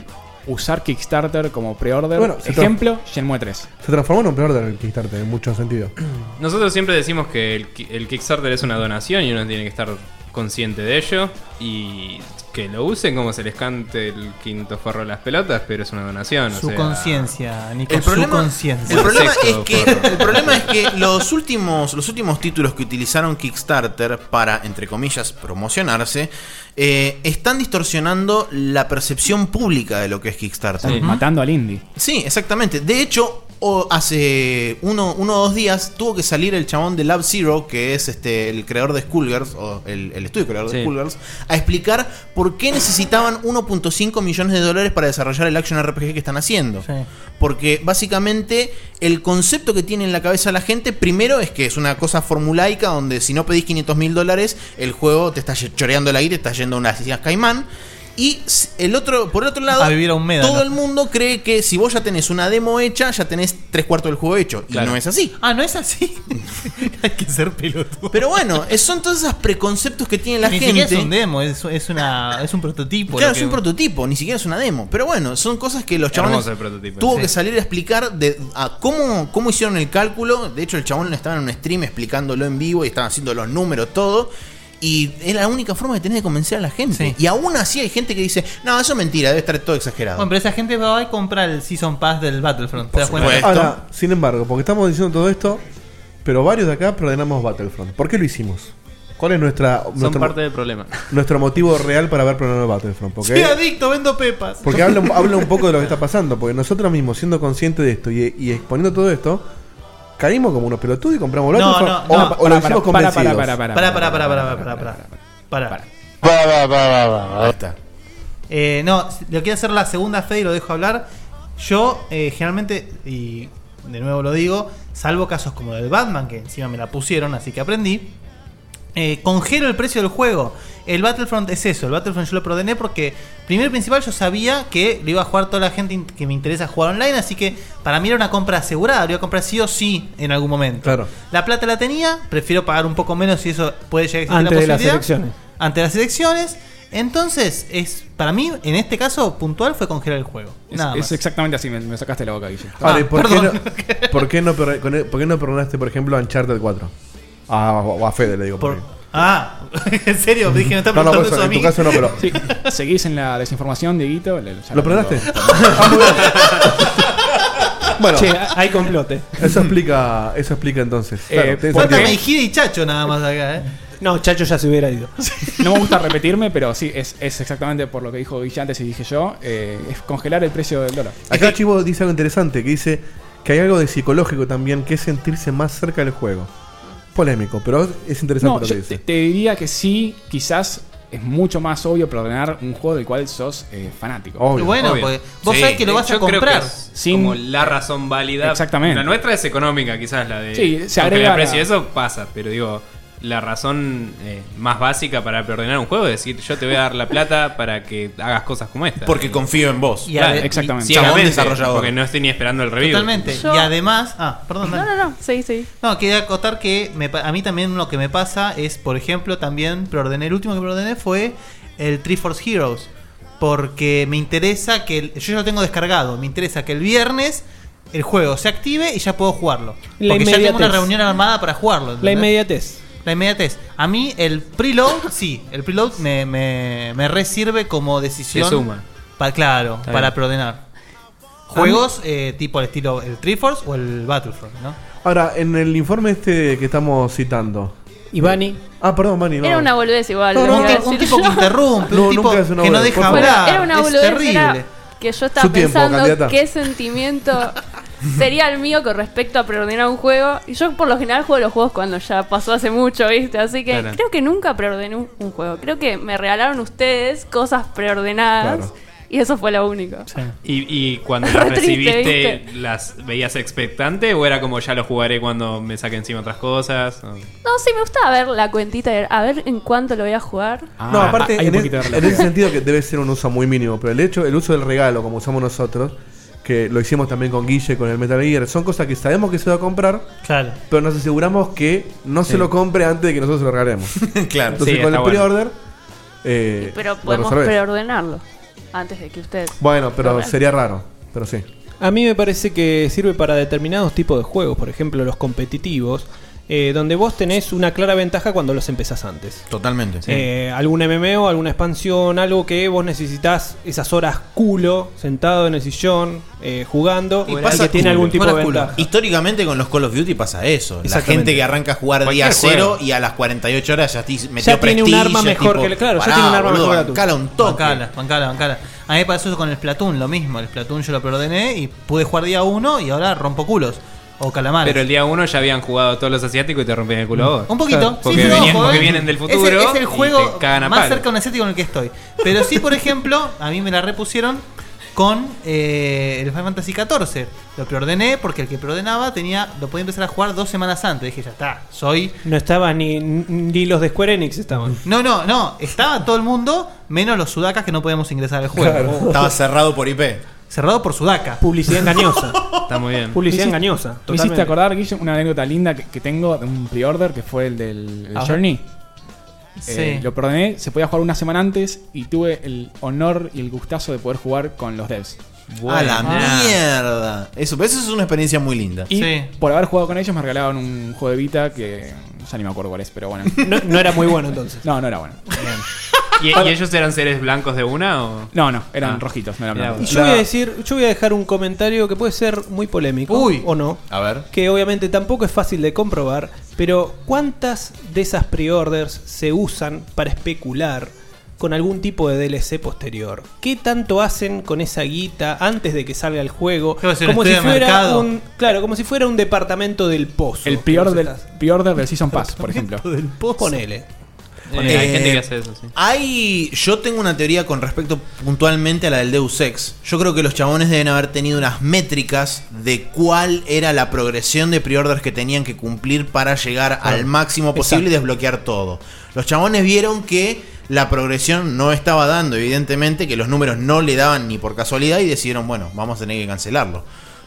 [SPEAKER 10] usar Kickstarter como pre-order?
[SPEAKER 7] Bueno, se
[SPEAKER 10] Ejemplo, Shenmue 3.
[SPEAKER 7] Se transformó en un peor del Kickstarter en muchos sentidos.
[SPEAKER 9] Nosotros siempre decimos que el, ki- el Kickstarter es una donación y uno tiene que estar consciente de ello y que lo usen como se les cante el quinto forro a las pelotas, pero es una donación. o
[SPEAKER 4] Su
[SPEAKER 9] sea-
[SPEAKER 4] conciencia, Nico.
[SPEAKER 9] El
[SPEAKER 4] su
[SPEAKER 9] problema-
[SPEAKER 4] conciencia.
[SPEAKER 9] el
[SPEAKER 3] El problema, es
[SPEAKER 9] Sexto,
[SPEAKER 3] que,
[SPEAKER 9] porro.
[SPEAKER 3] el problema es que los últimos, los últimos títulos que utilizaron Kickstarter para, entre comillas, promocionarse, eh, están distorsionando la percepción pública de lo que es Kickstarter.
[SPEAKER 10] Sí, Matando al indie.
[SPEAKER 3] Sí, exactamente. De hecho, o- hace uno, uno o dos días tuvo que salir el chabón de Lab Zero, que es este el creador de Skullgirls, o el, el estudio creador de
[SPEAKER 9] Sí.
[SPEAKER 3] Skullgirls, a explicar por qué necesitaban 1.5 millones de dólares para desarrollar el action RPG que están haciendo. Porque básicamente el concepto que tiene en la cabeza la gente, primero es que es una cosa formulaica donde si no pedís 500 mil dólares, el juego te está ye- choreando el aire, te está yendo a unas islas Caimán. Y s- el otro, por otro lado,
[SPEAKER 4] A vivir a un médano.
[SPEAKER 3] todo el mundo cree que si vos ya tenés una demo hecha, ya tenés tres cuartos del juego hecho. Y no es así.
[SPEAKER 4] Ah, no es así. *laughs* Hay que ser pelotudo.
[SPEAKER 3] Pero bueno, es- son todos esos preconceptos que tiene la
[SPEAKER 4] Ni
[SPEAKER 3] gente.
[SPEAKER 4] siquiera es un demo, es, es una, es un prototipo.
[SPEAKER 3] Claro,
[SPEAKER 4] lo
[SPEAKER 3] es un
[SPEAKER 4] que-
[SPEAKER 3] prototipo, ni siquiera es una demo. Pero bueno, son cosas que los chabones
[SPEAKER 9] Hermoso el prototipo.
[SPEAKER 3] tuvo
[SPEAKER 9] Sí.
[SPEAKER 3] que salir a explicar de a cómo, cómo hicieron el cálculo. De hecho, el chabón estaba en un stream explicándolo en vivo y estaban haciendo los números, todo. Y es la única forma de tener de convencer a la gente. Y aún así hay gente que dice, no, eso es mentira, debe estar todo exagerado.
[SPEAKER 4] Bueno, pero esa gente va a comprar el Season Pass del Battlefront. ¿Te das cuenta?
[SPEAKER 7] Ahora, sin embargo, porque estamos diciendo todo esto, pero varios de acá preordenamos Battlefront. ¿Por qué lo hicimos? ¿Cuál es nuestra
[SPEAKER 9] Son
[SPEAKER 7] nuestro,
[SPEAKER 9] parte del problema.
[SPEAKER 7] nuestro motivo real para haber preordenado Battlefront? Porque
[SPEAKER 4] Soy adicto, vendo pepas.
[SPEAKER 7] Porque habla, un- habla un poco de lo que está pasando. Porque nosotros mismos, siendo conscientes de esto y, y exponiendo todo esto, caímos como unos pelotudos y compramos
[SPEAKER 4] No,
[SPEAKER 7] Battlefront.
[SPEAKER 4] no,
[SPEAKER 7] o-
[SPEAKER 4] no.
[SPEAKER 7] o lo
[SPEAKER 4] para,
[SPEAKER 7] hicimos convencidos.
[SPEAKER 4] para, para, para, para, para, para, para, para, para, para, para.
[SPEAKER 3] Ahí está.
[SPEAKER 4] Eh, no, lo quiero hacer la segunda fe y lo dejo hablar. Yo, eh, generalmente, y de nuevo lo digo, salvo casos como el Batman, que encima me la pusieron, así que aprendí. eh, congelo el precio del juego. El Battlefront es eso. El Battlefront yo lo ordené porque, primero y principal, yo sabía que lo iba a jugar toda la gente in- que me interesa jugar online. Así que para mí era una compra asegurada. Lo iba a comprar sí o sí en algún momento.
[SPEAKER 7] Claro.
[SPEAKER 4] La plata la tenía. Prefiero pagar un poco menos si eso puede llegar a existir
[SPEAKER 5] Antes de las
[SPEAKER 4] posibilidad
[SPEAKER 5] elecciones.
[SPEAKER 4] ante las elecciones. Entonces, es para mí, en este caso puntual, fue congelar el juego.
[SPEAKER 10] Es,
[SPEAKER 4] Nada
[SPEAKER 10] es
[SPEAKER 4] más.
[SPEAKER 10] exactamente así, me, me sacaste la boca, Guille.
[SPEAKER 7] Ahora, ¿y Ah, por, qué
[SPEAKER 4] Ah, *laughs* perdón.
[SPEAKER 7] no, por qué no per- con- e, por qué no perdonaste, por ejemplo, a Uncharted 4? A, o a Fede, le digo. Por,
[SPEAKER 4] Ah, *laughs* en serio, dije, me está
[SPEAKER 7] No, no,
[SPEAKER 4] preguntando
[SPEAKER 7] por eso,
[SPEAKER 4] eso a
[SPEAKER 7] en
[SPEAKER 4] mí.
[SPEAKER 7] tu caso no, pero-
[SPEAKER 10] Sí, seguís en la desinformación, Dieguito. le- ya
[SPEAKER 7] ¿Lo
[SPEAKER 10] tengo- *laughs*
[SPEAKER 7] perdonaste? *laughs* Ah, muy bien. Bueno.
[SPEAKER 10] Che, hay eh. complote.
[SPEAKER 7] Eso explica, eso explica entonces. Claro, tiene
[SPEAKER 4] Falta
[SPEAKER 7] sentido.
[SPEAKER 4] Mejía y Chacho *laughs* nada más acá, eh.
[SPEAKER 10] No, Chacho ya se hubiera ido. No me gusta repetirme, pero sí, es, es exactamente por lo que dijo Guille antes y dije yo. eh, es congelar el precio del dólar.
[SPEAKER 7] Acá Chivo dice algo interesante, que dice que hay algo de psicológico también, que es sentirse más cerca del juego. Polémico, pero es interesante
[SPEAKER 10] No,
[SPEAKER 7] lo que
[SPEAKER 10] yo
[SPEAKER 7] dice.
[SPEAKER 10] te, te diría que sí, quizás es mucho más obvio ordenar un juego del cual sos eh, fanático.
[SPEAKER 7] Obvio.
[SPEAKER 9] Obvio.
[SPEAKER 10] pues,
[SPEAKER 9] Sí, yo creo que es
[SPEAKER 10] sin
[SPEAKER 9] como la razón válida.
[SPEAKER 10] Exactamente.
[SPEAKER 9] La nuestra es económica, quizás la de.
[SPEAKER 10] Sí, se
[SPEAKER 9] aunque
[SPEAKER 10] agrega
[SPEAKER 9] el precio,
[SPEAKER 10] la-
[SPEAKER 9] eso pasa, pero digo. La razón eh, más básica para preordenar un juego es decir, yo te voy a dar la plata para que hagas cosas como esta.
[SPEAKER 3] Porque confío en vos.
[SPEAKER 9] Claro,
[SPEAKER 3] Y a-
[SPEAKER 9] exactamente.
[SPEAKER 3] y- chabón
[SPEAKER 9] Ciegamente,
[SPEAKER 3] desarrollador.
[SPEAKER 9] Porque no estoy ni esperando el review.
[SPEAKER 4] Totalmente.
[SPEAKER 11] Yo-
[SPEAKER 4] Y además. Ah, perdón,
[SPEAKER 11] No,
[SPEAKER 4] dale.
[SPEAKER 11] no, no, sí, sí.
[SPEAKER 4] No, quería acotar que me pa- a mí también lo que me pasa es, por ejemplo, también preordené, el último que preordené fue el Triforce Heroes. Porque me interesa que. el- yo ya lo tengo descargado. Me interesa que el viernes el juego se active y ya puedo jugarlo.
[SPEAKER 5] La
[SPEAKER 4] porque ya tengo una
[SPEAKER 5] inmediatez.
[SPEAKER 4] reunión armada para jugarlo.
[SPEAKER 5] La
[SPEAKER 4] ¿entendés?
[SPEAKER 5] inmediatez.
[SPEAKER 4] La inmediatez. A mí el preload, *laughs* sí, el preload me, me, me resirve como decisión.
[SPEAKER 9] Te suma.
[SPEAKER 4] Pa- claro,
[SPEAKER 9] Está
[SPEAKER 4] para
[SPEAKER 9] bien.
[SPEAKER 4] preordenar. Juegos eh, tipo el estilo el Triforce o el Battlefront, ¿no?
[SPEAKER 7] Ahora, en el informe este que estamos citando.
[SPEAKER 5] Ivani.
[SPEAKER 7] Ah, perdón, Bani.
[SPEAKER 11] Era una boludez igual.
[SPEAKER 7] No,
[SPEAKER 11] lo
[SPEAKER 7] no,
[SPEAKER 11] que iba a
[SPEAKER 7] un tipo- un
[SPEAKER 11] decir
[SPEAKER 7] tipo
[SPEAKER 11] yo.
[SPEAKER 7] que interrumpe, un No, tipo nunca es una que no boludez, deja por favor. hablar,
[SPEAKER 11] Era una
[SPEAKER 7] es
[SPEAKER 11] boludez. era
[SPEAKER 7] terrible.
[SPEAKER 11] que yo estaba
[SPEAKER 7] Su tiempo,
[SPEAKER 11] pensando
[SPEAKER 7] candidata.
[SPEAKER 11] qué sentimiento sería el mío con respecto a preordenar un juego. Y yo por lo general juego los juegos cuando ya pasó hace mucho, ¿viste? Así que
[SPEAKER 1] Claro.
[SPEAKER 11] creo que nunca preordené un, un juego. Creo que me regalaron ustedes cosas preordenadas.
[SPEAKER 1] Claro.
[SPEAKER 11] Y eso fue lo único.
[SPEAKER 9] ¿Y, y cuando las
[SPEAKER 11] Re triste,
[SPEAKER 9] recibiste,
[SPEAKER 11] ¿viste?
[SPEAKER 9] las veías expectante o era como ya lo jugaré cuando me saque encima otras cosas? O-
[SPEAKER 11] No, sí, me gustaba ver la cuentita, de- a ver en cuánto lo voy a jugar.
[SPEAKER 10] Ah,
[SPEAKER 7] no, aparte, en, es- en ese sentido que debe ser un uso muy mínimo, pero el hecho, el uso del regalo, como usamos nosotros, que lo hicimos también con Guille, con el Metal Gear, son cosas que sabemos que se va a comprar,
[SPEAKER 4] Claro.
[SPEAKER 7] pero nos aseguramos que no
[SPEAKER 4] Sí.
[SPEAKER 7] se lo compre antes de que nosotros se
[SPEAKER 10] *laughs*
[SPEAKER 7] lo regalemos.
[SPEAKER 3] claro.
[SPEAKER 7] Entonces
[SPEAKER 9] Sí, está
[SPEAKER 7] con el
[SPEAKER 9] bueno.
[SPEAKER 7] pre-order... eh,
[SPEAKER 11] Pero
[SPEAKER 7] lo
[SPEAKER 11] podemos
[SPEAKER 7] resolvés.
[SPEAKER 11] preordenarlo antes de que ustedes.
[SPEAKER 7] Bueno,
[SPEAKER 11] lo
[SPEAKER 7] pero
[SPEAKER 11] vean.
[SPEAKER 7] sería raro, pero sí.
[SPEAKER 5] A mí me parece que sirve para determinados tipos de juegos, por ejemplo los competitivos, eh, donde vos tenés una clara ventaja cuando los empezás antes.
[SPEAKER 3] Totalmente.
[SPEAKER 5] Eh, algún MMO, alguna expansión, algo que vos necesitas esas horas culo, sentado en el sillón, eh, jugando, y, que tiene algún tipo de ventaja.
[SPEAKER 3] Históricamente con los Call of Duty pasa eso. La
[SPEAKER 5] Exactamente.
[SPEAKER 3] gente que arranca a jugar día
[SPEAKER 5] Cualquier
[SPEAKER 3] cero
[SPEAKER 5] juego.
[SPEAKER 3] y a las 48 horas ya está- metió
[SPEAKER 5] Ya tiene un
[SPEAKER 3] prestigio,
[SPEAKER 5] arma mejor
[SPEAKER 3] tipo,
[SPEAKER 5] que el- claro, ya
[SPEAKER 3] pará,
[SPEAKER 5] tiene un arma
[SPEAKER 3] boludo,
[SPEAKER 5] mejor que la tuya.
[SPEAKER 3] bancala un toque.
[SPEAKER 4] Bancala, bancala, bancala. A mí me pasó eso con el Splatoon, lo mismo. El Splatoon yo lo preordené y pude jugar día uno y ahora rompo culos. O calamares.
[SPEAKER 9] Pero el día uno ya habían jugado todos los asiáticos y te rompían el culo a vos.
[SPEAKER 4] Un poquito.
[SPEAKER 9] Claro,
[SPEAKER 4] sí,
[SPEAKER 9] Porque,
[SPEAKER 4] sí,
[SPEAKER 9] venían-
[SPEAKER 4] ojo,
[SPEAKER 9] porque
[SPEAKER 4] eh.
[SPEAKER 9] vienen del
[SPEAKER 4] Es el-
[SPEAKER 9] futuro.
[SPEAKER 4] Es el,
[SPEAKER 9] y
[SPEAKER 4] juego
[SPEAKER 9] te cagan a
[SPEAKER 4] más
[SPEAKER 9] palo.
[SPEAKER 4] cerca de un asiático en el que estoy. Pero sí, por ejemplo, a mí me la repusieron con eh, el Final Fantasy XIV. Lo preordené porque el que preordenaba tenía lo podía empezar a jugar dos semanas antes. Dije, ya está, soy
[SPEAKER 5] No estabas ni, ni los de Square Enix estaban.
[SPEAKER 4] No, no, no. Estaba todo el mundo, menos los sudacas que no podíamos ingresar al juego.
[SPEAKER 5] Claro.
[SPEAKER 3] Estaba cerrado por IP.
[SPEAKER 4] Cerrado por sudaca.
[SPEAKER 5] Publicidad
[SPEAKER 4] *laughs*
[SPEAKER 5] engañosa.
[SPEAKER 9] Está muy bien.
[SPEAKER 5] Publicidad
[SPEAKER 10] Me hiciste-
[SPEAKER 5] engañosa,
[SPEAKER 10] Me
[SPEAKER 5] totalmente.
[SPEAKER 10] hiciste acordar, Guille, una anécdota linda que, que tengo de un pre-order que fue el del el
[SPEAKER 5] A ver.
[SPEAKER 10] Journey.
[SPEAKER 5] Sí.
[SPEAKER 10] Eh, lo perdoné, se podía jugar una semana antes y tuve el honor y el gustazo de poder jugar con los devs.
[SPEAKER 3] A la
[SPEAKER 9] Ah.
[SPEAKER 3] mierda. Eso, pero eso es una experiencia muy linda.
[SPEAKER 10] Y por haber jugado con ellos me regalaban un juego de Vita que ya ni me acuerdo cuál es, pero bueno.
[SPEAKER 5] *laughs* No, no era muy bueno entonces.
[SPEAKER 10] No, no era bueno.
[SPEAKER 9] ¿Y, y ellos eran seres blancos de una o.?
[SPEAKER 10] No, no, eran
[SPEAKER 9] Ah.
[SPEAKER 10] rojitos, no eran
[SPEAKER 9] Mirá
[SPEAKER 5] Y
[SPEAKER 10] blancos.
[SPEAKER 5] yo voy a decir, yo voy a dejar un comentario que puede ser muy polémico o no.
[SPEAKER 3] A ver.
[SPEAKER 5] Que obviamente tampoco es fácil de comprobar, pero ¿cuántas de esas pre-orders se usan para especular con algún tipo de DLC posterior? ¿Qué tanto hacen con esa guita antes de que salga el juego?
[SPEAKER 4] Creo que es un
[SPEAKER 5] Como si
[SPEAKER 4] estudio de
[SPEAKER 5] fuera
[SPEAKER 4] mercado.
[SPEAKER 5] un, claro, como si fuera un departamento del pozo.
[SPEAKER 10] El pre-order del, pre-order del Season Pass, por ejemplo.
[SPEAKER 5] del pozo. Ponele.
[SPEAKER 9] Ponele, hay
[SPEAKER 3] Eh,
[SPEAKER 9] gente que hace eso, sí.
[SPEAKER 3] Hay, yo tengo una teoría con respecto puntualmente a la del Deus Ex. Yo creo que los chabones deben haber tenido unas métricas de cuál era la progresión de pre-orders que tenían que cumplir para llegar al máximo posible y desbloquear todo. Los chabones vieron que la progresión no estaba dando, evidentemente, que los números no le daban ni por casualidad y decidieron, bueno, vamos a tener que cancelarlo.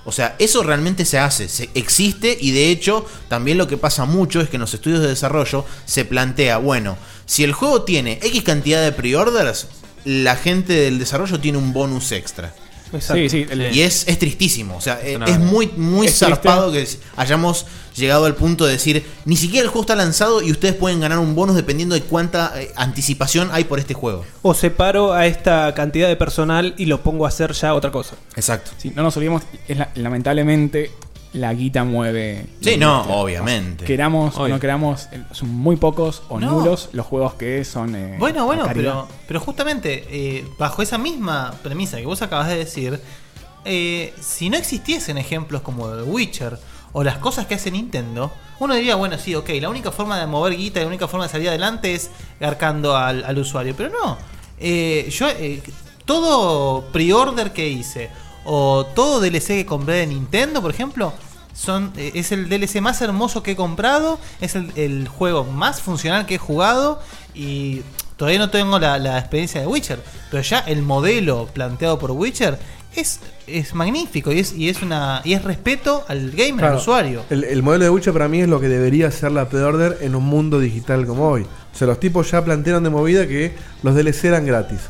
[SPEAKER 3] O sea, eso realmente se hace, se existe y de hecho también lo que pasa mucho es que en los estudios de desarrollo se plantea, bueno, si el juego tiene X cantidad de pre-orders, la gente del desarrollo tiene un bonus extra.
[SPEAKER 10] Exacto. Sí, sí, el-
[SPEAKER 3] y es, es tristísimo, o sea, eh,
[SPEAKER 10] una-
[SPEAKER 3] es muy, muy
[SPEAKER 10] es
[SPEAKER 3] zarpado que hayamos llegado al punto de decir, ni siquiera el juego está lanzado y ustedes pueden ganar un bonus dependiendo de cuánta eh, anticipación hay por este juego.
[SPEAKER 5] O separo a esta cantidad de personal y lo pongo a hacer
[SPEAKER 9] *laughs*
[SPEAKER 5] ya otra cosa.
[SPEAKER 3] Exacto.
[SPEAKER 10] Sí, no nos olvidemos, es la- lamentablemente la guita mueve.
[SPEAKER 3] Sí,
[SPEAKER 10] la
[SPEAKER 3] no,
[SPEAKER 10] industria.
[SPEAKER 3] obviamente.
[SPEAKER 10] Queramos o
[SPEAKER 3] Obvio.
[SPEAKER 10] no queramos, eh, son muy pocos o
[SPEAKER 4] No.
[SPEAKER 10] nulos los juegos que son. eh,
[SPEAKER 4] Bueno, bueno,
[SPEAKER 10] a caridad.
[SPEAKER 4] pero, pero justamente eh, bajo esa misma premisa que vos acabas de decir, eh, si no existiesen ejemplos como The Witcher o las cosas que hace Nintendo, uno diría, bueno, sí, ok, la única forma de mover guita, la única forma de salir adelante es garcando al, al usuario, pero no. Eh, yo, eh, todo pre-order que hice o todo DLC que compré de Nintendo, por ejemplo, son, eh, es el DLC más hermoso que he comprado, es el, el juego más funcional que he jugado y todavía no tengo la, la experiencia de Witcher, pero ya el modelo planteado por Witcher es, es magnífico y es, y es una y es respeto al gamer,
[SPEAKER 7] Claro.
[SPEAKER 4] al usuario.
[SPEAKER 7] El, el modelo de Witcher para mí es lo que debería ser la pre-order en un mundo digital como hoy. O sea, los tipos ya plantearon de movida que los DLC eran gratis.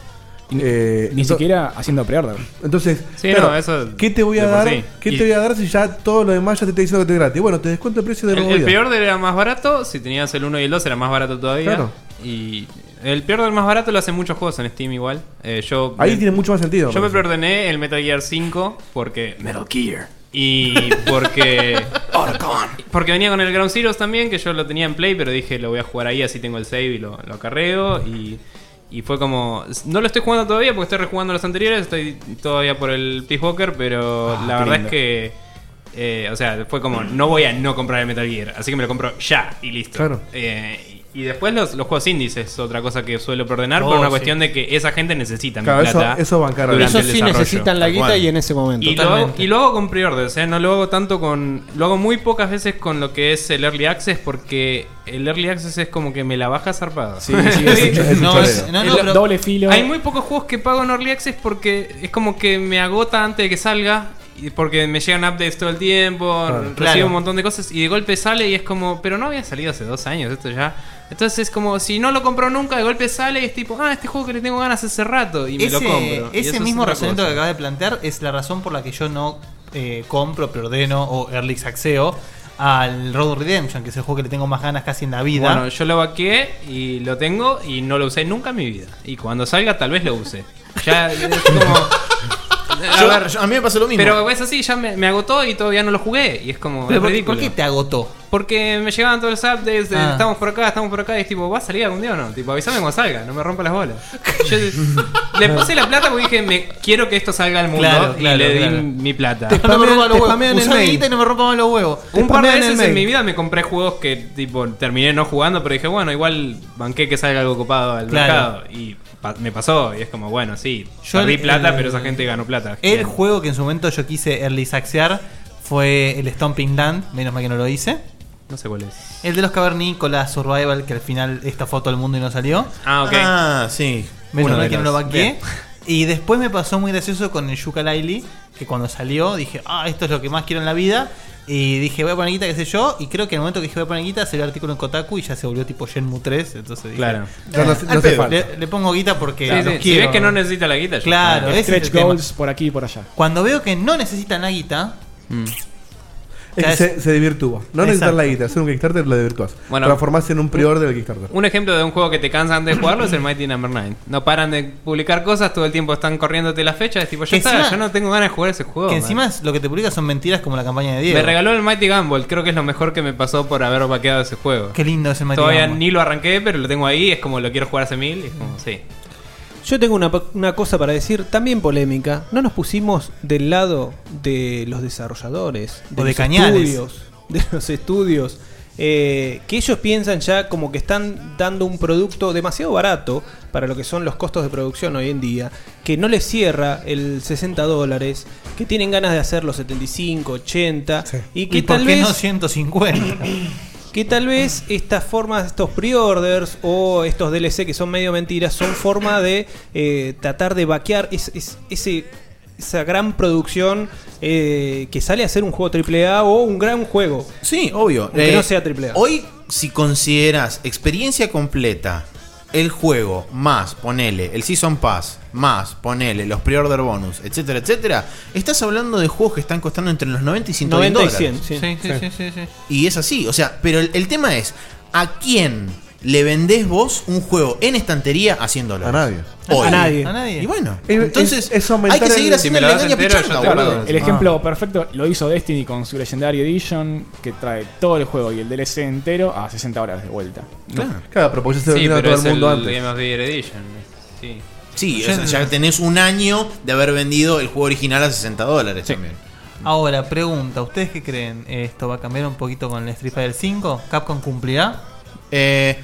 [SPEAKER 7] Eh,
[SPEAKER 10] Ni
[SPEAKER 7] ento-
[SPEAKER 10] siquiera haciendo pre-order.
[SPEAKER 7] Entonces,
[SPEAKER 10] Sí,
[SPEAKER 7] claro,
[SPEAKER 10] no, eso
[SPEAKER 7] ¿qué te voy a
[SPEAKER 10] de por
[SPEAKER 7] dar?
[SPEAKER 10] sí.
[SPEAKER 7] ¿Qué
[SPEAKER 10] Y-
[SPEAKER 7] te voy a dar si ya todo lo demás ya te está diciendo que te es gratis? Bueno, te descuento el precio de la
[SPEAKER 9] El,
[SPEAKER 7] movida.
[SPEAKER 9] el peor del era más barato, si tenías el 1 y el 2 era más barato todavía.
[SPEAKER 7] Claro.
[SPEAKER 9] Y el peor del más barato lo hacen muchos juegos en Steam igual. Eh, yo
[SPEAKER 7] Ahí
[SPEAKER 9] me-
[SPEAKER 7] tiene mucho más sentido,
[SPEAKER 9] Yo
[SPEAKER 7] me
[SPEAKER 9] me
[SPEAKER 7] parece.
[SPEAKER 9] preordené el Metal Gear 5 porque... Metal Gear. Y porque... porque venía con el Ground Zeroes también, que yo lo tenía en Play, pero dije lo voy a jugar ahí, así tengo el save y lo, lo carreo. Y, y fue como... No lo estoy jugando todavía porque estoy rejugando los anteriores, estoy todavía por el Peace Walker, pero
[SPEAKER 10] Ah,
[SPEAKER 9] la
[SPEAKER 10] qué
[SPEAKER 9] verdad
[SPEAKER 10] lindo.
[SPEAKER 9] es que... eh, o sea, fue como, no voy a no comprar el Metal Gear, así que me lo compro ya y listo.
[SPEAKER 10] Claro.
[SPEAKER 9] Eh, y- Y después los, los juegos indies es otra cosa que suelo ordenar
[SPEAKER 1] Oh,
[SPEAKER 9] por una
[SPEAKER 1] sí.
[SPEAKER 9] cuestión de que esa gente necesita
[SPEAKER 7] Claro,
[SPEAKER 9] mi
[SPEAKER 7] eso-
[SPEAKER 9] plata.
[SPEAKER 7] eso bancar
[SPEAKER 9] durante
[SPEAKER 7] Eso
[SPEAKER 9] el
[SPEAKER 7] sí
[SPEAKER 9] desarrollo.
[SPEAKER 7] necesitan la
[SPEAKER 9] Tal
[SPEAKER 7] guita
[SPEAKER 9] cual.
[SPEAKER 7] y en ese momento.
[SPEAKER 9] Y lo, hago,
[SPEAKER 7] Totalmente.
[SPEAKER 9] y lo hago con pre-orders, ¿eh? no lo hago tanto con. Lo hago muy pocas veces con lo que es el early access porque el early access es como que me la baja zarpada.
[SPEAKER 10] Sí, sí, es un-
[SPEAKER 7] *laughs*
[SPEAKER 10] es un No, es- choreo. no, no,
[SPEAKER 9] El-
[SPEAKER 10] pero- Doble filo.
[SPEAKER 9] Hay muy pocos juegos que pago en early access porque es como que me agota antes de que salga. y Porque me llegan updates todo el tiempo,
[SPEAKER 7] Claro.
[SPEAKER 9] recibo
[SPEAKER 7] Claro.
[SPEAKER 9] un montón de cosas y de golpe sale y es como, pero no había salido hace dos años esto ya. Entonces es como, si no lo compro nunca, de golpe sale y es tipo, ah, este juego que le tengo ganas hace rato y me lo compro. Y eso
[SPEAKER 4] Ese
[SPEAKER 9] es
[SPEAKER 4] mismo
[SPEAKER 9] otra
[SPEAKER 4] razonamiento
[SPEAKER 9] cosa.
[SPEAKER 4] que acabas de plantear es la razón por la que yo no eh, compro, preordeno o early saxeo al Road Redemption, que es el juego que le tengo más ganas casi en la vida.
[SPEAKER 9] Bueno, yo lo vaqueé y lo tengo y no lo usé nunca en mi vida. Y cuando salga, tal vez lo use. Ya es como. A,
[SPEAKER 3] Yo- yo- a mí me pasó lo mismo.
[SPEAKER 9] Pero es así, ya me, me agotó y todavía no lo jugué. Y es como.
[SPEAKER 4] Pero
[SPEAKER 9] es
[SPEAKER 4] ¿por-
[SPEAKER 9] ridículo.
[SPEAKER 4] por qué te agotó?
[SPEAKER 9] Porque me llegaban todos los updates, de,
[SPEAKER 4] Ah.
[SPEAKER 9] estamos por acá, estamos por acá, y es tipo, ¿va a salir algún día o no? Tipo, avísame cuando salga, no me rompa
[SPEAKER 4] *laughs*
[SPEAKER 9] las bolas. Yo le puse la plata porque dije, me, quiero que esto salga al mundo
[SPEAKER 4] Claro,
[SPEAKER 9] y
[SPEAKER 4] claro,
[SPEAKER 9] le di
[SPEAKER 4] claro.
[SPEAKER 9] mi plata.
[SPEAKER 4] Te spamean- te spamean el
[SPEAKER 9] Usá mi
[SPEAKER 4] mail.
[SPEAKER 9] guita
[SPEAKER 4] y no me rompa más los huevos.
[SPEAKER 9] un par de
[SPEAKER 4] Spamean el
[SPEAKER 9] veces
[SPEAKER 4] mail.
[SPEAKER 9] en mi vida me compré juegos que tipo terminé no jugando, pero dije, bueno, igual banqué que salga algo copado al
[SPEAKER 4] Claro.
[SPEAKER 9] mercado. Y pa- me pasó, y es como, bueno, sí,
[SPEAKER 4] Yo
[SPEAKER 9] perdí
[SPEAKER 4] el-
[SPEAKER 9] plata,
[SPEAKER 4] el-
[SPEAKER 9] pero esa gente ganó plata.
[SPEAKER 4] El
[SPEAKER 9] Bien.
[SPEAKER 4] juego que en su momento yo quise early saxear fue el Stomping Land, menos mal que no lo hice.
[SPEAKER 9] No sé cuál es.
[SPEAKER 4] El de los cavernícolas Survival, que al final estafó a todo el mundo y no salió.
[SPEAKER 9] Ah, ok.
[SPEAKER 3] Ah, sí.
[SPEAKER 4] Menos
[SPEAKER 3] Uno
[SPEAKER 4] mal
[SPEAKER 3] de
[SPEAKER 4] que no
[SPEAKER 3] los-
[SPEAKER 4] lo banqué.
[SPEAKER 3] Bien.
[SPEAKER 4] Y después me pasó muy gracioso con el Yuka Laili, que cuando salió dije, ah, esto es lo que más quiero en la vida. Y dije, voy a poner guita, qué sé yo. Y creo que en el momento que dije, voy a poner guita, salió el artículo en Kotaku y ya se volvió tipo Shenmue 3. Entonces dije,
[SPEAKER 9] Claro.
[SPEAKER 4] "Eh,
[SPEAKER 9] No, no-
[SPEAKER 4] al
[SPEAKER 9] no hace
[SPEAKER 4] pedo.
[SPEAKER 9] falta".
[SPEAKER 4] le, le pongo guita porque.
[SPEAKER 9] Sí,
[SPEAKER 4] los
[SPEAKER 9] sí. Si
[SPEAKER 4] quiero".
[SPEAKER 9] ves que no necesita la guita, ya
[SPEAKER 4] Claro,
[SPEAKER 9] está.
[SPEAKER 4] ese es
[SPEAKER 10] Stretch
[SPEAKER 4] el tema.
[SPEAKER 10] goals por aquí y por allá.
[SPEAKER 4] Cuando veo que no necesitan la guita,
[SPEAKER 10] Mm.
[SPEAKER 7] Es que se, se desvirtúa. No necesitas
[SPEAKER 9] Exacto.
[SPEAKER 7] la guita, hacer un Kickstarter lo desvirtúas.
[SPEAKER 9] Bueno.
[SPEAKER 7] Transformarse en un pre-order del Kickstarter.
[SPEAKER 9] Un ejemplo de un juego que te cansan de jugarlo es el Mighty Number 9. No paran de publicar cosas, todo el tiempo están corriéndote la fecha. Es tipo, ya
[SPEAKER 4] Que
[SPEAKER 9] está,
[SPEAKER 4] encima-
[SPEAKER 9] yo no tengo ganas de jugar ese juego.
[SPEAKER 4] que
[SPEAKER 9] man.
[SPEAKER 4] encima es- lo que te publica son mentiras como la campaña de Diego.
[SPEAKER 9] Me regaló el Mighty Gumball, creo que es lo mejor que me pasó por haber vaqueado ese juego.
[SPEAKER 4] Qué lindo ese Mighty
[SPEAKER 9] Todavía
[SPEAKER 4] Gumball.
[SPEAKER 9] ni lo arranqué, pero lo tengo ahí, es como lo quiero jugar hace mil, y es como, sí.
[SPEAKER 5] *laughs* Yo tengo una, po- una cosa para decir, también polémica. No nos pusimos del lado de los desarrolladores,
[SPEAKER 4] O de
[SPEAKER 5] los
[SPEAKER 4] Cañales.
[SPEAKER 5] estudios, *laughs* de los estudios, eh, que ellos piensan ya como que están dando un producto demasiado barato para lo que son los costos de producción hoy en día, que no les cierra el 60 dólares, que tienen ganas de hacer los 75, 80 y que
[SPEAKER 4] ¿Y por
[SPEAKER 5] tal
[SPEAKER 4] qué
[SPEAKER 5] vez
[SPEAKER 4] no
[SPEAKER 5] *clears throat*
[SPEAKER 4] 150?
[SPEAKER 5] que tal vez estas formas, estos pre-orders o estos DLC que son medio mentiras, son forma de eh, tratar de vaquear es- es- ese- esa gran producción eh, que sale a ser un juego AAA o un gran juego.
[SPEAKER 3] Sí, obvio.
[SPEAKER 5] Que
[SPEAKER 3] Eh,
[SPEAKER 5] no sea AAA.
[SPEAKER 3] Hoy, si consideras experiencia completa, el juego, más ponele, el Season Pass, más ponele, los pre-order bonus, etcétera, etcétera, estás hablando de juegos que están costando entre los 90 y 120
[SPEAKER 5] 90 y
[SPEAKER 3] dólares.
[SPEAKER 5] 100, sí. Sí, sí, sí, sí, sí.
[SPEAKER 3] Y es así, o sea, pero el, el tema es, ¿a quién le vendés vos un juego en estantería a 100 dólares? A nadie.
[SPEAKER 10] A nadie. A nadie.
[SPEAKER 3] Y bueno,
[SPEAKER 7] Es-
[SPEAKER 3] entonces
[SPEAKER 7] es- es
[SPEAKER 3] hay
[SPEAKER 7] aumentar
[SPEAKER 3] que seguir
[SPEAKER 7] el-
[SPEAKER 3] haciendo la engaña pichanga, boludo. Ah.
[SPEAKER 10] El ejemplo perfecto lo hizo Destiny con su Legendary Edition, que trae todo el juego y el DLC entero a 60 horas de vuelta.
[SPEAKER 3] Claro.
[SPEAKER 7] Claro, pero porque ya se lo
[SPEAKER 9] Sí,
[SPEAKER 7] vendieron a
[SPEAKER 9] pero
[SPEAKER 7] todo
[SPEAKER 9] es
[SPEAKER 7] el mundo
[SPEAKER 9] el
[SPEAKER 7] antes.
[SPEAKER 9] Game of the Year Edition. Sí.
[SPEAKER 3] Sí, o sea, ya tenés un año de haber vendido el juego original a 60 dólares también.
[SPEAKER 4] Ahora, pregunta, ¿ustedes qué creen? ¿Esto va a cambiar un poquito con el Street Fighter 5? ¿Capcom cumplirá?
[SPEAKER 3] Eh,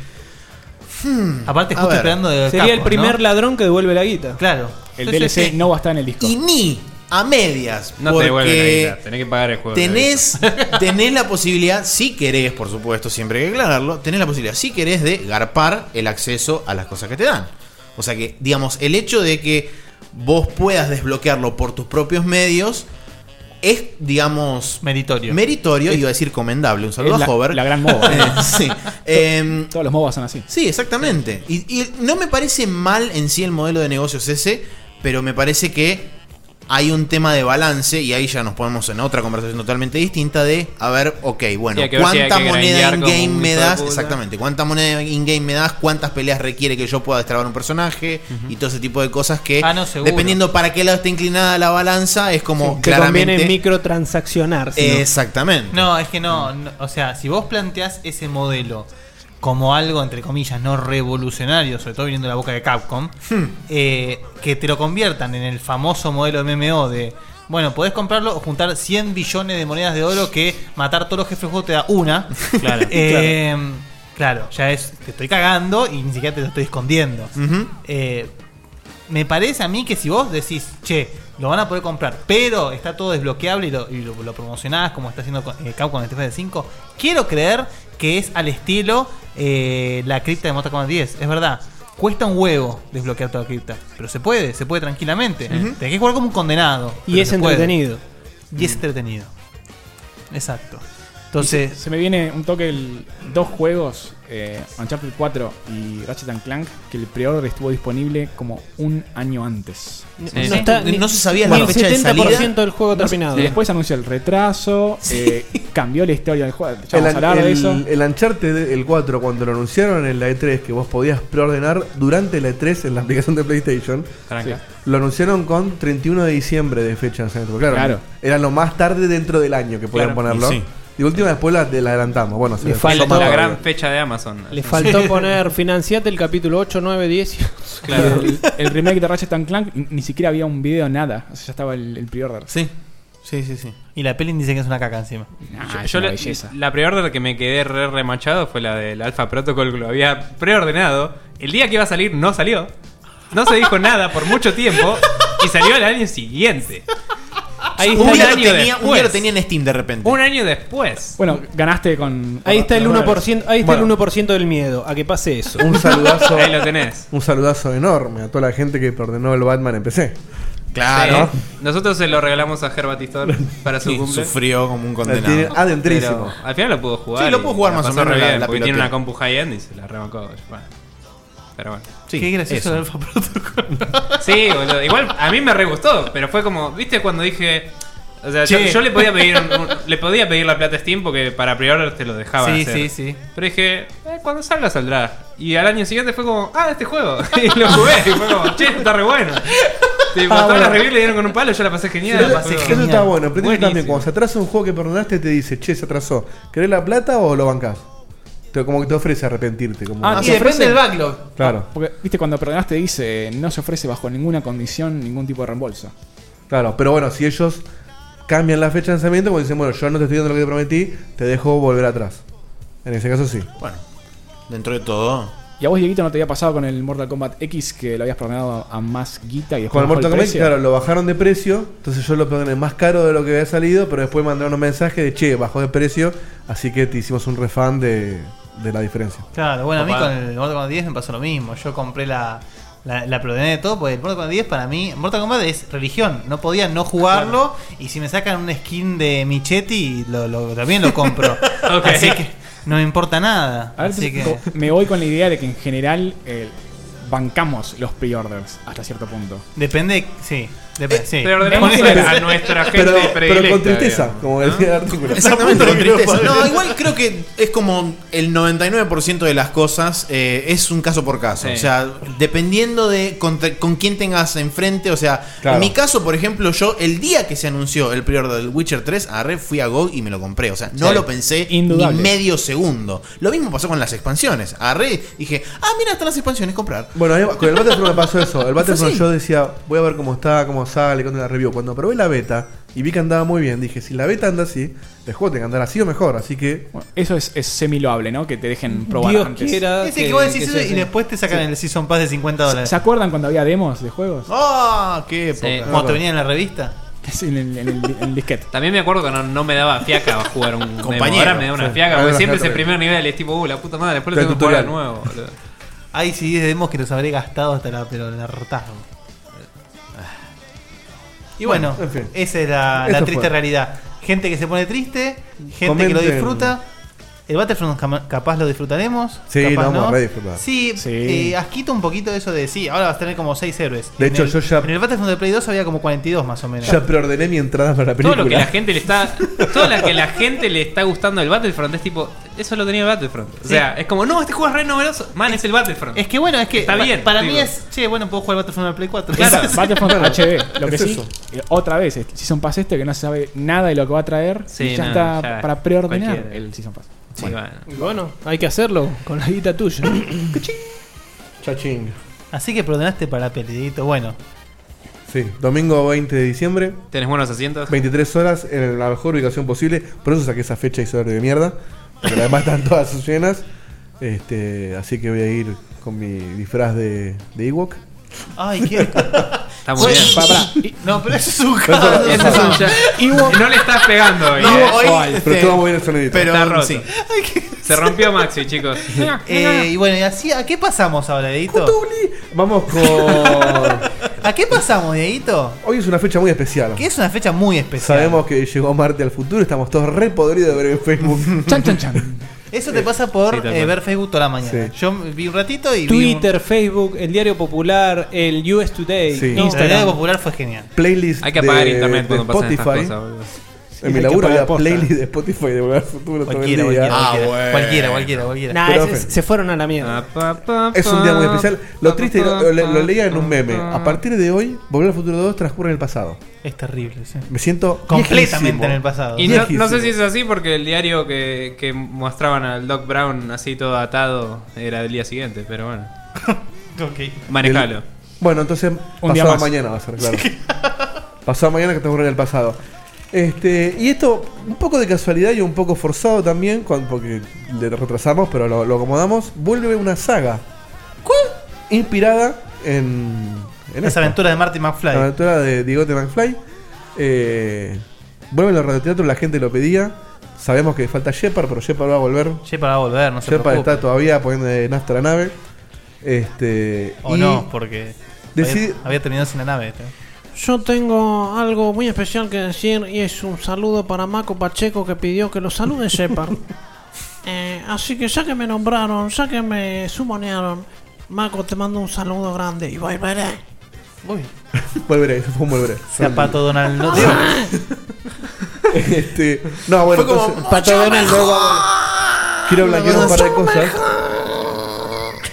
[SPEAKER 4] Aparte,
[SPEAKER 5] hmm, a
[SPEAKER 4] justo
[SPEAKER 5] ver.
[SPEAKER 4] esperando de
[SPEAKER 5] Sería el primer ladrón que devuelve la guita.
[SPEAKER 4] Claro.
[SPEAKER 10] El DLC
[SPEAKER 4] eh,
[SPEAKER 10] no va a estar en el disco.
[SPEAKER 3] Y ni a medias.
[SPEAKER 9] No te
[SPEAKER 3] porque
[SPEAKER 9] devuelven la guita, tenés que pagar el juego.
[SPEAKER 3] Tenés,
[SPEAKER 9] *laughs*
[SPEAKER 3] tenés la posibilidad, si querés, por supuesto, siempre hay que aclararlo, tenés la posibilidad, si querés, de garpar el acceso a las cosas que te dan. O sea que, digamos, el hecho de que vos puedas desbloquearlo por tus propios medios es, digamos...
[SPEAKER 4] Meritorio.
[SPEAKER 3] Meritorio, iba a decir comendable. Un saludo
[SPEAKER 10] es
[SPEAKER 3] a
[SPEAKER 10] la-
[SPEAKER 3] Hover.
[SPEAKER 10] la gran MOBA.
[SPEAKER 3] *laughs* Eh, sí. Em,
[SPEAKER 10] Todos los MOBAs son así.
[SPEAKER 3] Sí, exactamente. Y, y no me parece mal en sí el modelo de negocios ese, pero me parece que hay un tema de balance y ahí ya nos ponemos en otra conversación totalmente distinta de, a ver, ok, bueno,
[SPEAKER 9] Sí, hay que ver si hay
[SPEAKER 3] ¿cuánta
[SPEAKER 9] que
[SPEAKER 3] moneda
[SPEAKER 9] grindear como
[SPEAKER 3] in-game
[SPEAKER 9] un
[SPEAKER 3] me
[SPEAKER 9] hijo de
[SPEAKER 3] das?
[SPEAKER 9] puta.
[SPEAKER 3] Exactamente, ¿cuánta moneda in-game me das? ¿Cuántas peleas requiere que yo pueda destrabar un personaje? Y todo ese tipo de cosas que,
[SPEAKER 4] Ah, no, seguro.
[SPEAKER 3] Eh, dependiendo para qué lado esté inclinada la balanza, es como
[SPEAKER 5] Que conviene
[SPEAKER 3] claramente...
[SPEAKER 5] microtransaccionar. si no.
[SPEAKER 3] Exactamente.
[SPEAKER 4] No, es que no, no, O sea, si vos planteás ese modelo como algo, entre comillas, no revolucionario, sobre todo viniendo de la boca de Capcom,
[SPEAKER 5] Hmm.
[SPEAKER 4] eh, que te lo conviertan en el famoso modelo MMO de. Bueno, podés comprarlo o juntar 100 billones de monedas de oro que matar todos los jefes de juego te da una.
[SPEAKER 9] Claro.
[SPEAKER 4] Eh, Claro, ya es, te estoy cagando y ni siquiera te lo estoy escondiendo. Eh, me parece a mí que si vos decís, che, lo van a poder comprar, pero está todo desbloqueable y lo, y lo- lo promocionás como está haciendo con- eh, Capcom en este fase 5, quiero creer que es al estilo eh, la cripta de Mortal Kombat 10. Es verdad, cuesta un huevo desbloquear toda la cripta, pero se puede, se puede tranquilamente.
[SPEAKER 5] Sí.
[SPEAKER 4] Tenés que jugar como un condenado.
[SPEAKER 5] Y
[SPEAKER 4] pero
[SPEAKER 5] es
[SPEAKER 4] se puede.
[SPEAKER 5] entretenido.
[SPEAKER 4] Y es entretenido. Exacto. Entonces,
[SPEAKER 10] Y Se, se me viene un toque el, dos juegos, eh, Uncharted 4 y Ratchet and Clank, que el pre-order estuvo disponible como un año antes.
[SPEAKER 5] No- Sí. no está ni- No se sabía la ni el fecha de 70% salida. del juego
[SPEAKER 10] No se-
[SPEAKER 5] terminado.
[SPEAKER 10] y después anunció el retraso, eh, cambió la historia del juego. Ya
[SPEAKER 7] El,
[SPEAKER 10] vamos a hablar
[SPEAKER 7] el,
[SPEAKER 10] de eso.
[SPEAKER 7] el Uncharted, el 4, cuando lo anunciaron en la E3, que vos podías preordenar durante la E3 en la *laughs* aplicación de PlayStation,
[SPEAKER 10] Tranca.
[SPEAKER 7] lo anunciaron con 31 de diciembre de fecha de lanzamiento. Claro,
[SPEAKER 10] Claro.
[SPEAKER 7] era lo más tarde dentro del año que podían
[SPEAKER 9] Claro,
[SPEAKER 7] ponerlo.
[SPEAKER 9] y sí.
[SPEAKER 7] Y última, después la, la adelantamos. Bueno, se
[SPEAKER 5] Le
[SPEAKER 7] me
[SPEAKER 9] Es
[SPEAKER 7] pasó
[SPEAKER 9] la,
[SPEAKER 7] más
[SPEAKER 9] la
[SPEAKER 7] rápido.
[SPEAKER 9] gran fecha de Amazon.
[SPEAKER 5] Le faltó poner financiate el capítulo 8, 9, 10.
[SPEAKER 10] Claro,
[SPEAKER 5] *laughs*
[SPEAKER 10] el, el remake de Ratchet and Clank ni- ni siquiera había un video, nada. O sea, ya estaba el, el pre-order.
[SPEAKER 4] Sí. Sí, sí, sí. Y la peli dice que es una caca encima.
[SPEAKER 10] Nah, es
[SPEAKER 9] Ah, Yo
[SPEAKER 10] una
[SPEAKER 9] la,
[SPEAKER 10] belleza.
[SPEAKER 9] la preorder que me quedé re remachado fue la del Alpha Protocol que lo había preordenado. El día que iba a salir no salió. No se dijo nada por mucho tiempo y salió el año siguiente. Ahí está
[SPEAKER 3] un,
[SPEAKER 9] el
[SPEAKER 3] día lo
[SPEAKER 9] año
[SPEAKER 3] tenía, un día lo
[SPEAKER 9] después.
[SPEAKER 3] tenía en Steam de repente.
[SPEAKER 9] Un año después.
[SPEAKER 10] Bueno, ganaste con.
[SPEAKER 5] Ahí está el
[SPEAKER 10] con-
[SPEAKER 5] 1%, ahí está
[SPEAKER 10] Bueno,
[SPEAKER 5] el 1% del miedo a que pase eso.
[SPEAKER 7] Un saludazo.
[SPEAKER 9] *laughs* Ahí lo tenés.
[SPEAKER 7] Un saludazo enorme a toda la gente que preordenó el Batman en PC.
[SPEAKER 9] Sí. Nosotros se lo regalamos a Gerbatistón para su
[SPEAKER 7] Sí,
[SPEAKER 9] cumple.
[SPEAKER 7] sufrió como un condenado. Tiene
[SPEAKER 3] ah,
[SPEAKER 7] adentrísimo.
[SPEAKER 9] Pero Al final lo pudo jugar.
[SPEAKER 3] Sí, lo
[SPEAKER 9] y
[SPEAKER 3] pudo jugar
[SPEAKER 9] la
[SPEAKER 3] más o
[SPEAKER 9] pasó
[SPEAKER 3] menos
[SPEAKER 9] re
[SPEAKER 3] la-
[SPEAKER 9] bien,
[SPEAKER 3] la
[SPEAKER 9] porque tiene una
[SPEAKER 3] piloteó.
[SPEAKER 9] compu high-end y se la rebancó. Bueno. Pero bueno.
[SPEAKER 3] Qué gracioso
[SPEAKER 9] Eso.
[SPEAKER 3] el Alpha Protocol.
[SPEAKER 9] Sí, boludo. Igual a mí me re gustó, pero fue como, ¿viste cuando dije? O sea, yo,
[SPEAKER 4] Sí.
[SPEAKER 9] yo le podía pedir un- un- le podía pedir la plata a Steam porque para prior te lo dejaba
[SPEAKER 4] Sí,
[SPEAKER 9] hacer.
[SPEAKER 4] sí, sí.
[SPEAKER 9] Pero dije, eh, cuando salga saldrá. Y al año siguiente fue como, ah, este juego. *laughs* Y lo jugué y fue como, che, está re bueno. Tipo,
[SPEAKER 7] Ah,
[SPEAKER 9] todas
[SPEAKER 7] bueno.
[SPEAKER 9] las reviews le dieron con un palo, yo la pasé genial.
[SPEAKER 7] Pero
[SPEAKER 9] la pasé
[SPEAKER 7] eso
[SPEAKER 9] genial.
[SPEAKER 7] está bueno. Pero también,
[SPEAKER 9] Buenísimo.
[SPEAKER 7] cuando se atrasa un juego que perdonaste, te dice, che, se atrasó. ¿Querés la plata o lo bancás? Te- como que te ofrece arrepentirte. Como
[SPEAKER 10] Ah, ¿se ofrece? Ah,
[SPEAKER 7] Claro.
[SPEAKER 10] Porque, viste, cuando perdonaste dice, no se ofrece bajo ninguna condición ningún tipo de reembolso.
[SPEAKER 7] Claro, pero bueno, si ellos cambian la fecha de lanzamiento, como dicen, bueno, yo no te estoy dando lo que te prometí, te dejo volver atrás. En ese caso sí.
[SPEAKER 3] Bueno, dentro de todo.
[SPEAKER 10] Y a vos, Dieguito, no te había pasado con el Mortal Kombat X que lo habías perdonado a más guita y después
[SPEAKER 7] Con el
[SPEAKER 10] bajó
[SPEAKER 7] Mortal Kombat,
[SPEAKER 10] precio?
[SPEAKER 7] claro, lo bajaron de precio, entonces yo lo perdoné más caro de lo que había salido, pero después mandaron un mensaje de, che, bajó de precio, así que te hicimos un refund de, de la diferencia.
[SPEAKER 4] Claro, bueno,
[SPEAKER 7] Papá.
[SPEAKER 4] a mí con el Mortal Kombat 10 me pasó lo mismo. Yo compré la, la, la preordené de todo, porque el Mortal Kombat 10 para mí, Mortal Kombat es religión. No podía no jugarlo y si me sacan un skin de Michetti, lo, lo- también lo compro.
[SPEAKER 10] Ok.
[SPEAKER 4] Así que no me importa nada.
[SPEAKER 10] A ver,
[SPEAKER 4] Así
[SPEAKER 10] te-
[SPEAKER 4] que...
[SPEAKER 10] me voy con la idea de que en general eh, bancamos los pre-orders hasta cierto punto.
[SPEAKER 4] Depende, sí.
[SPEAKER 7] Eh,
[SPEAKER 4] Depende, sí.
[SPEAKER 9] preordenamos
[SPEAKER 4] Ponele-
[SPEAKER 9] a nuestra
[SPEAKER 7] Pero, pero con tristeza, como decía el artículo.
[SPEAKER 3] Exactamente, Ah. con tristeza. No, igual creo que es como el 99% de las cosas eh, es un caso por caso.
[SPEAKER 7] Sí.
[SPEAKER 3] O sea, dependiendo de con, con quién tengas enfrente. O sea,
[SPEAKER 7] Claro.
[SPEAKER 3] en mi caso, por ejemplo, yo el día que se anunció el prior del Witcher 3, agarré, fui a GOG y me lo compré. O sea, no
[SPEAKER 10] Sí.
[SPEAKER 3] lo pensé
[SPEAKER 10] Indudable.
[SPEAKER 3] ni medio segundo. Lo mismo pasó con las expansiones. Agarré, dije, ah, mira, están las expansiones, comprar.
[SPEAKER 7] Bueno, ahí va- con el Battlefront me pasó
[SPEAKER 3] *laughs*
[SPEAKER 7] eso. El Battlefront
[SPEAKER 3] así.
[SPEAKER 7] yo decía, voy a ver cómo está, cómo sale, cuándo la review. Cuando probé la beta y vi que andaba muy bien, dije, si la beta anda así, el juego tiene que andar así o mejor. Así que.
[SPEAKER 10] Eso es, es semi-loable, ¿no? Que te dejen probar
[SPEAKER 4] Dios
[SPEAKER 10] antes.
[SPEAKER 4] quiera Ese que que vos decís que eso sea y así. después te sacan el Season Pass de 50 dólares.
[SPEAKER 10] ¿Se acuerdan cuando había demos de juegos?
[SPEAKER 4] ¡Ah! ¡Qué época! Cuando te venía en la revista.
[SPEAKER 10] *laughs* Sí, en el, en el- en el disquete.
[SPEAKER 9] También me acuerdo que no, no me daba fiaca jugar un demo.
[SPEAKER 10] Compañero.
[SPEAKER 9] Ahora me da una
[SPEAKER 10] Sí.
[SPEAKER 9] fiaca,
[SPEAKER 10] Ahora
[SPEAKER 9] porque
[SPEAKER 10] la
[SPEAKER 9] siempre es
[SPEAKER 10] fiaca
[SPEAKER 9] el
[SPEAKER 10] también.
[SPEAKER 9] primer nivel. Es tipo, uh, la puta madre, después lo
[SPEAKER 10] Pero
[SPEAKER 9] tengo que jugar de
[SPEAKER 10] tutorial.
[SPEAKER 9] nuevo. boludo.
[SPEAKER 4] Hay CDs de demos que los habré gastado hasta la, pero la hartazgo. Y bueno,
[SPEAKER 7] Bueno, en fin.
[SPEAKER 4] esa es la,
[SPEAKER 7] Eso
[SPEAKER 4] la
[SPEAKER 7] fue.
[SPEAKER 4] triste realidad. Gente que se pone triste, gente que lo
[SPEAKER 7] Comenten.
[SPEAKER 4] disfruta. El Battlefront cam- capaz lo disfrutaremos.
[SPEAKER 7] Sí,
[SPEAKER 4] capaz
[SPEAKER 7] lo vamos a re disfrutar.
[SPEAKER 4] Sí,
[SPEAKER 7] Sí.
[SPEAKER 4] eh, has quitado un poquito eso de sí, ahora vas a tener como 6 héroes.
[SPEAKER 7] De
[SPEAKER 4] En
[SPEAKER 7] hecho,
[SPEAKER 4] el-
[SPEAKER 7] yo ya-
[SPEAKER 4] En el Battlefront de Play 2 había como 42 más o menos.
[SPEAKER 7] Ya preordené mi entrada para
[SPEAKER 9] Todo
[SPEAKER 7] la película.
[SPEAKER 9] lo que la gente le está. Todo lo que la gente le está gustando del Battlefront es tipo. Eso lo tenía el Battlefront. O
[SPEAKER 4] Sí.
[SPEAKER 9] sea, es como, no, este juego es re novedoso. Man, es, el Battlefront.
[SPEAKER 4] Es que bueno, es que
[SPEAKER 9] Está
[SPEAKER 4] pa-
[SPEAKER 9] bien,
[SPEAKER 4] para
[SPEAKER 9] digo.
[SPEAKER 4] mí es, che, bueno, puedo jugar Battlefront de Play 4. *laughs*
[SPEAKER 10] Claro, Battlefront HD. Lo que
[SPEAKER 4] Es
[SPEAKER 10] sí,
[SPEAKER 4] eso.
[SPEAKER 10] eh, otra vez, el Season Pass este que no se sabe nada de lo que va a traer.
[SPEAKER 9] Sí,
[SPEAKER 10] y ya
[SPEAKER 9] no,
[SPEAKER 10] está
[SPEAKER 9] ya,
[SPEAKER 10] para preordenar *laughs*
[SPEAKER 9] cualquiera.
[SPEAKER 10] el Season Pass.
[SPEAKER 9] Sí,
[SPEAKER 5] Y Bueno, hay que hacerlo con la guita
[SPEAKER 4] *coughs*
[SPEAKER 5] tuya.
[SPEAKER 7] Chachín.
[SPEAKER 4] Así que perdonaste para la peli, Dieguito. Bueno,
[SPEAKER 7] Sí, domingo 20 de diciembre.
[SPEAKER 9] ¿Tenés buenos asientos?
[SPEAKER 7] 23 horas en la mejor ubicación posible. Por eso saqué esa fecha y horario de mierda. Pero además están todas llenas. Este, así que voy a ir con mi disfraz de, de Ewok.
[SPEAKER 4] Ay, qué.
[SPEAKER 7] Está muy bien.
[SPEAKER 4] Pará, pará. No, pero eso es un
[SPEAKER 7] Pero eso-
[SPEAKER 4] caso.
[SPEAKER 7] eso es un
[SPEAKER 9] *laughs* No le estás pegando hoy.
[SPEAKER 4] No,
[SPEAKER 9] eh.
[SPEAKER 4] hoy,
[SPEAKER 9] Ay,
[SPEAKER 4] este, pero,
[SPEAKER 9] Está roto.
[SPEAKER 4] sí.
[SPEAKER 9] Se rompió Maxi,
[SPEAKER 4] *laughs*
[SPEAKER 9] chicos.
[SPEAKER 4] Eh, y bueno, ¿y así a qué pasamos ahora, Dieguito?
[SPEAKER 7] Vamos con.
[SPEAKER 4] *laughs* ¿A qué pasamos, Dieguito?
[SPEAKER 7] Hoy es una fecha muy especial.
[SPEAKER 4] Que es una fecha muy especial.
[SPEAKER 7] Sabemos que llegó Marte al futuro, estamos todos re podridos de ver en Facebook.
[SPEAKER 22] chan, chan, chan.
[SPEAKER 4] Eso te pasa por
[SPEAKER 7] Sí, tal
[SPEAKER 4] eh,
[SPEAKER 7] cual.
[SPEAKER 4] ver Facebook toda la mañana.
[SPEAKER 7] Sí.
[SPEAKER 4] Yo vi un ratito y vi un-
[SPEAKER 5] Twitter, Facebook, el Diario Popular, el US Today,
[SPEAKER 7] Sí.
[SPEAKER 4] No, el Diario
[SPEAKER 5] Instagram.
[SPEAKER 4] Popular fue genial.
[SPEAKER 7] Playlist.
[SPEAKER 9] Hay que apagar
[SPEAKER 7] de-
[SPEAKER 9] internet
[SPEAKER 7] de
[SPEAKER 9] cuando pasan estas
[SPEAKER 7] Spotify.
[SPEAKER 9] cosas, boludo.
[SPEAKER 5] Sí,
[SPEAKER 7] En mi
[SPEAKER 5] hay que
[SPEAKER 7] laburo
[SPEAKER 5] apagar
[SPEAKER 7] había
[SPEAKER 5] posta.
[SPEAKER 7] playlist de Spotify de volver al futuro
[SPEAKER 4] Cualquiera,
[SPEAKER 7] todo el día.
[SPEAKER 4] cualquiera, cualquiera. Cualquiera, cualquiera, cualquiera.
[SPEAKER 5] Nah,
[SPEAKER 7] Pero,
[SPEAKER 5] ese- se fueron a la mierda.
[SPEAKER 7] Es un día muy especial. Lo triste, lo, lo- lo leía en un meme. A partir de hoy, Volver al Futuro 2 transcurre en el pasado.
[SPEAKER 4] Es terrible, sí.
[SPEAKER 7] Me siento
[SPEAKER 4] Completamente
[SPEAKER 7] viejísimo.
[SPEAKER 4] en el pasado.
[SPEAKER 9] Y no, no
[SPEAKER 7] Viejísimo.
[SPEAKER 9] sé si es así porque el diario que, que mostraban al Doc Brown así todo atado era del día siguiente, pero bueno.
[SPEAKER 4] *laughs* Ok.
[SPEAKER 9] Manejalo.
[SPEAKER 7] El- Bueno, entonces
[SPEAKER 9] Un día
[SPEAKER 7] pasado
[SPEAKER 9] más.
[SPEAKER 7] mañana va a ser, claro. pasado mañana que transcurre en el pasado. Este, y esto, un poco de casualidad y un poco forzado también, con- porque le retrasamos, pero lo, lo acomodamos. Vuelve una saga. Inspirada en. en
[SPEAKER 4] Las
[SPEAKER 7] esta.
[SPEAKER 4] aventuras de Marty McFly.
[SPEAKER 7] La aventura de Diegote McFly. Eh, vuelven los radioteatros, la gente lo pedía. Sabemos que falta Shepard, pero Shepard va a volver.
[SPEAKER 4] Shepard va a volver, no se
[SPEAKER 7] Shepard
[SPEAKER 4] preocupe.
[SPEAKER 7] está todavía poniendo de nafta la nave. Este,
[SPEAKER 4] O
[SPEAKER 7] y-
[SPEAKER 4] no, porque
[SPEAKER 7] Decid-
[SPEAKER 4] había, había terminado sin la nave. este.
[SPEAKER 23] Yo tengo algo muy especial que decir y es un saludo para Maco Pacheco que pidió que lo salude Shepard. Eh, así que ya que me nombraron, ya que me sumonearon, Maco te mando un saludo grande y volveré.
[SPEAKER 4] Voy.
[SPEAKER 7] Volveré, *laughs* eso fue un volveré.
[SPEAKER 4] Zapato Donald no
[SPEAKER 7] *laughs* este, no, bueno,
[SPEAKER 4] Fue como,
[SPEAKER 7] entonces,
[SPEAKER 4] "Mucho
[SPEAKER 7] Pato Donald no va- Quiero
[SPEAKER 4] Una
[SPEAKER 7] blanquear un
[SPEAKER 4] cosa
[SPEAKER 7] par de cosas.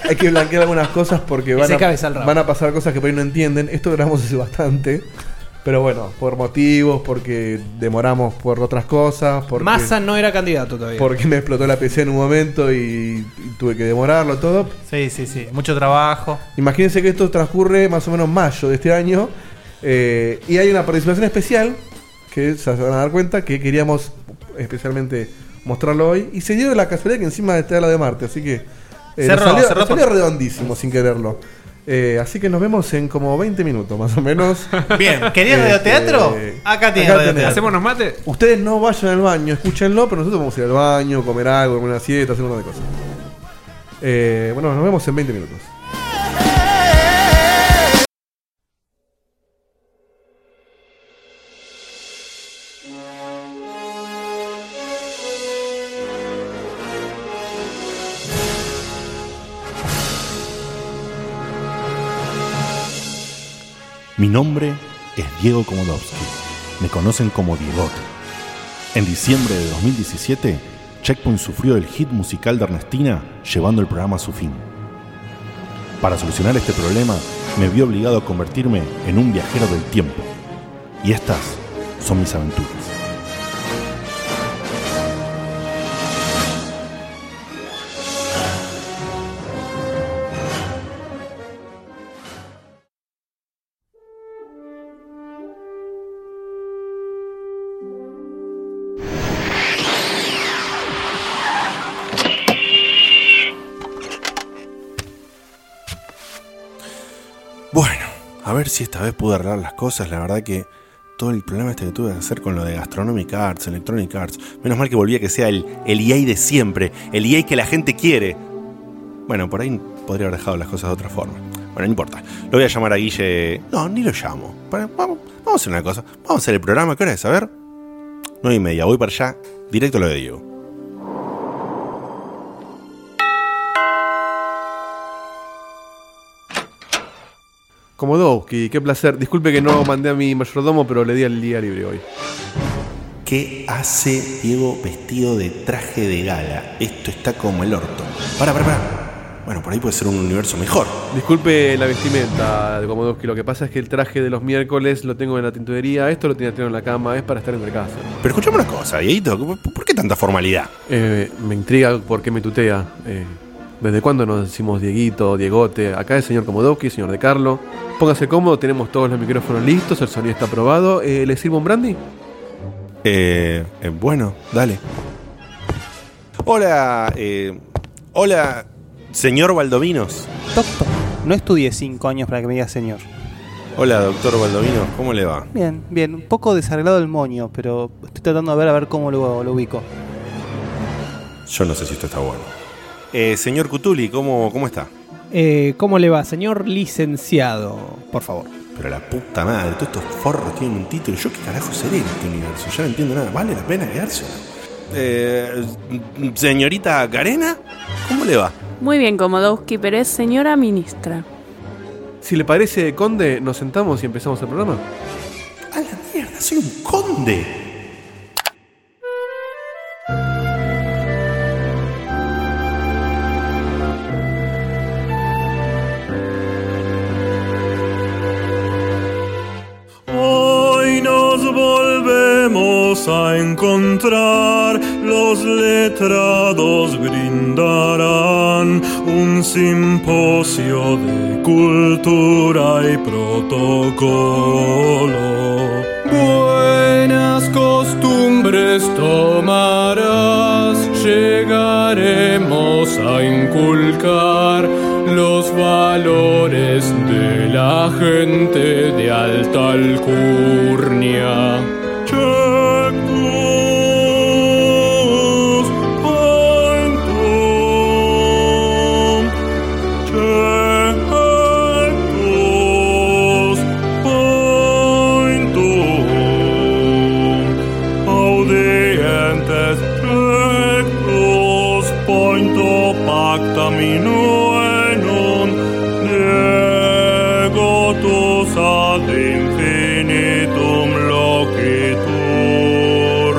[SPEAKER 7] Hay que blanquear algunas cosas porque van
[SPEAKER 5] se
[SPEAKER 7] a,
[SPEAKER 5] cabeza al rabo.
[SPEAKER 7] van a pasar cosas que por ahí no entienden. Esto grabamos hace bastante. Pero bueno, por motivos, porque demoramos *laughs* por otras cosas. Porque...
[SPEAKER 5] Massa no era candidato todavía.
[SPEAKER 7] porque me explotó la PC en un momento y, y tuve que demorarlo todo.
[SPEAKER 4] Sí, sí, sí, mucho trabajo.
[SPEAKER 7] Imagínense que esto transcurre más o menos mayo de este año eh, y hay una participación especial que se van a dar cuenta que queríamos especialmente mostrarlo hoy y se dio la casualidad que encima está la de Marte, así que eh,
[SPEAKER 4] Cerró,
[SPEAKER 7] nos salió,
[SPEAKER 4] cerró
[SPEAKER 7] nos salió
[SPEAKER 4] por-
[SPEAKER 7] redondísimo sin quererlo. Eh, así que nos vemos en como 20 minutos más o menos.
[SPEAKER 4] *laughs* Bien, ¿querías
[SPEAKER 7] Este,
[SPEAKER 4] radioteatro? Acá tiene radioteatro.
[SPEAKER 9] ¿Hacemos unos mates?
[SPEAKER 7] Ustedes no vayan al baño, escúchenlo, pero nosotros vamos a ir al baño, comer algo, comer una siesta, hacer una de cosas. Eh, bueno, nos vemos en 20 minutos.
[SPEAKER 8] Mi nombre es Diego Komodowski. Me conocen como Diegote. En diciembre de 2017, Checkpoint sufrió el hit musical de Ernestina, llevando el programa a su fin. Para solucionar este problema, me vi obligado a convertirme en un viajero del tiempo. Y estas son mis aventuras. Bueno, a ver si esta vez pude arreglar las cosas. La verdad que todo el problema este que tuve que hacer con lo de Gastronomic Arts, Electronic Arts. Menos mal que volví a que sea el, el EA de siempre, el EA que la gente quiere. Bueno, por ahí podría haber dejado las cosas de otra forma. Bueno, no importa. Lo voy a llamar a Guille. No, ni lo llamo. Para- Vamos, vamos a hacer una cosa. Vamos a hacer el programa. ¿Qué hora es? A ver. 9 y media. Voy para allá. Directo a lo de Diego.
[SPEAKER 7] Komodowski, qué placer. Disculpe que no mandé a mi mayordomo, pero le di el día libre hoy.
[SPEAKER 8] ¿Qué hace Diego vestido de traje de gala? Esto está como el orto. Para, para, para. Bueno, por ahí puede ser un universo mejor.
[SPEAKER 7] Disculpe la vestimenta de Komodowski, lo que pasa es que el traje de los miércoles lo tengo en la tintorería, esto lo tenía tener en la cama, es para estar en el casa.
[SPEAKER 8] Pero escuchame una cosa, Dieguito, ¿por por qué tanta formalidad?
[SPEAKER 7] Eh, me intriga por qué me tutea. eh, ¿Desde cuándo nos decimos Dieguito, Diegote? Acá el señor Komodowski, señor De Carlo. Póngase cómodo, tenemos todos los micrófonos listos, el sonido está aprobado. Eh, ¿Le sirvo un brandy?
[SPEAKER 8] Eh, eh, bueno, dale. Hola, eh, Hola, señor Valdovinos.
[SPEAKER 4] Doctor, no estudié 5 años para que me diga señor.
[SPEAKER 8] Hola, doctor Valdovinos, ¿cómo le va?
[SPEAKER 4] Bien, bien, un poco desarreglado el moño, pero estoy tratando de ver a ver cómo lo, lo ubico.
[SPEAKER 8] Yo no sé si esto está bueno. Eh, señor Cutuli, ¿cómo, ¿cómo está?
[SPEAKER 5] Eh, ¿Cómo le va, señor licenciado? Por favor.
[SPEAKER 8] Pero la puta madre, todos estos forros tienen un título. ¿Yo qué carajo seré en este universo? Ya no entiendo nada. ¿Vale la pena quedarse? Eh, señorita Karena, ¿cómo le va?
[SPEAKER 11] Muy bien, Komodowski, pero es señora ministra.
[SPEAKER 7] Si le parece, Conde, nos sentamos y empezamos el programa.
[SPEAKER 8] A la mierda, soy un conde.
[SPEAKER 2] Hoy nos volvemos a encontrar, los letrados brindarán un simposio de cultura y protocolo.
[SPEAKER 6] Buenas costumbres tomarás, llegaremos a inculcar los valores de la gente de alta alcurnia. Checos, pontum, checos, pontum, audientes, checos, pointo pacta minuenum, negotus ad infinitum loquitur.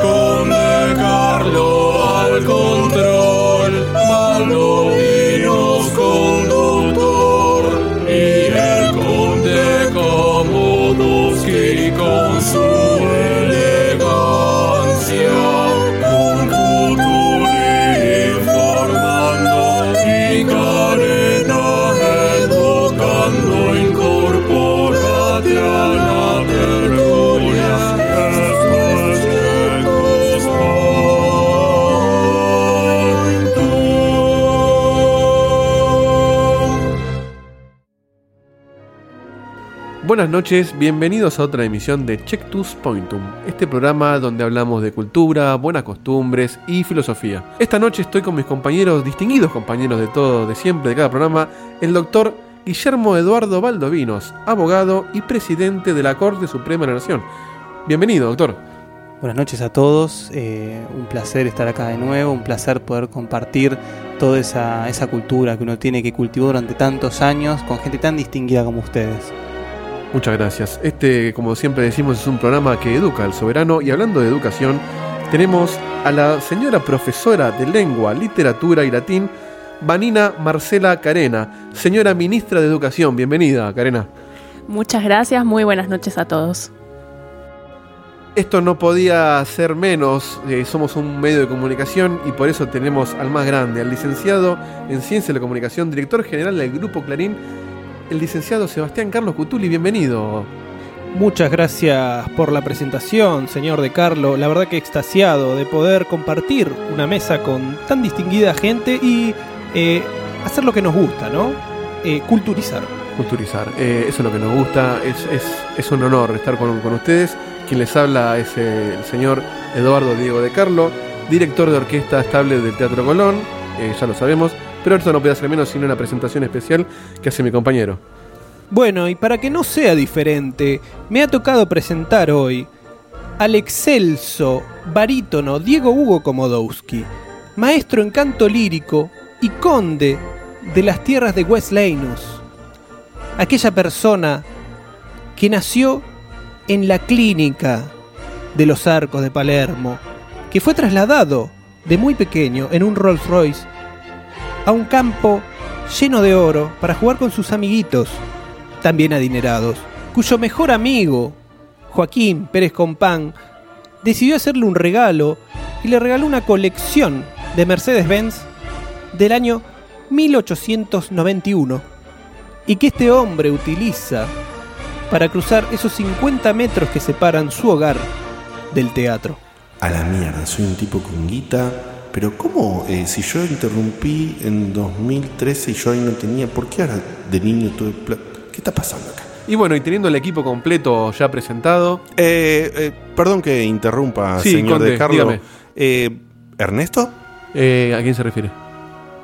[SPEAKER 6] Come Carlo al control, malo dinos conductor, y el conde Komodowski con su elegancia. Con Cutuli informando y Carena educando, incorporate a la tertulia. Esto es Checos
[SPEAKER 7] Buenas noches, bienvenidos a otra emisión de Chectus Pointum, este programa donde hablamos de cultura, buenas costumbres y filosofía. Esta noche estoy con mis compañeros, distinguidos compañeros de todo, de siempre, de cada programa, el doctor Guillermo Eduardo Valdovinos, abogado y presidente de la Corte Suprema de la Nación. Bienvenido, doctor.
[SPEAKER 4] Buenas noches a todos, eh, un placer estar acá de nuevo, un placer poder compartir toda esa, esa cultura que uno tiene que cultivó durante tantos años con gente tan distinguida como ustedes.
[SPEAKER 7] Muchas gracias. Este, como siempre decimos, es un programa que educa al soberano y hablando de educación, tenemos a la señora profesora de lengua, literatura y latín, Vanina Marcela Carena, señora ministra de Educación. Bienvenida, Carena.
[SPEAKER 11] Muchas gracias, muy buenas noches a todos.
[SPEAKER 7] Esto no podía ser menos, eh, somos un medio de comunicación y por eso tenemos al más grande, al licenciado en Ciencia de la Comunicación, director general del Grupo Clarín, el licenciado Sebastián Carlos Cutuli. Bienvenido.
[SPEAKER 5] Muchas gracias por la presentación, señor De Carlo. La verdad que extasiado de poder compartir una mesa con tan distinguida gente y eh, hacer lo que nos gusta, ¿no? Eh, culturizar.
[SPEAKER 7] Culturizar, eh, eso es lo que nos gusta, es, es- es un honor estar con, con ustedes. Quien les habla es eh, el señor Eduardo Diego de Carlo, director de orquesta estable del Teatro Colón, eh, ya lo sabemos, pero esto no puede ser menos sino una presentación especial que hace mi compañero.
[SPEAKER 5] Bueno, y para que no sea diferente, me ha tocado presentar hoy al excelso barítono Diego Hugo Komodowski, maestro en canto lírico y conde de las tierras de Westlanus, aquella persona que nació en la clínica de los arcos de Palermo, que fue trasladado de muy pequeño en un Rolls Royce a un campo lleno de oro para jugar con sus amiguitos, también adinerados, cuyo mejor amigo, Joaquín Pérez Compán, decidió hacerle un regalo y le regaló una colección de Mercedes-Benz del año 1891 y que este hombre utiliza para cruzar esos 50 metros que separan su hogar del teatro.
[SPEAKER 8] A la mierda, soy un tipo con guita, Pero ¿cómo? eh, si yo interrumpí en 2013 y yo ahí no tenía, ¿por qué ahora de niño tuve plata? ¿Qué está pasando acá?
[SPEAKER 7] Y bueno, y teniendo el equipo completo ya presentado.
[SPEAKER 8] Eh, eh, perdón que interrumpa,
[SPEAKER 7] Sí,
[SPEAKER 8] señor
[SPEAKER 7] Conde,
[SPEAKER 8] de Carlo.
[SPEAKER 7] dígame.
[SPEAKER 8] Eh, ¿Ernesto?
[SPEAKER 7] Eh, ¿A quién se refiere?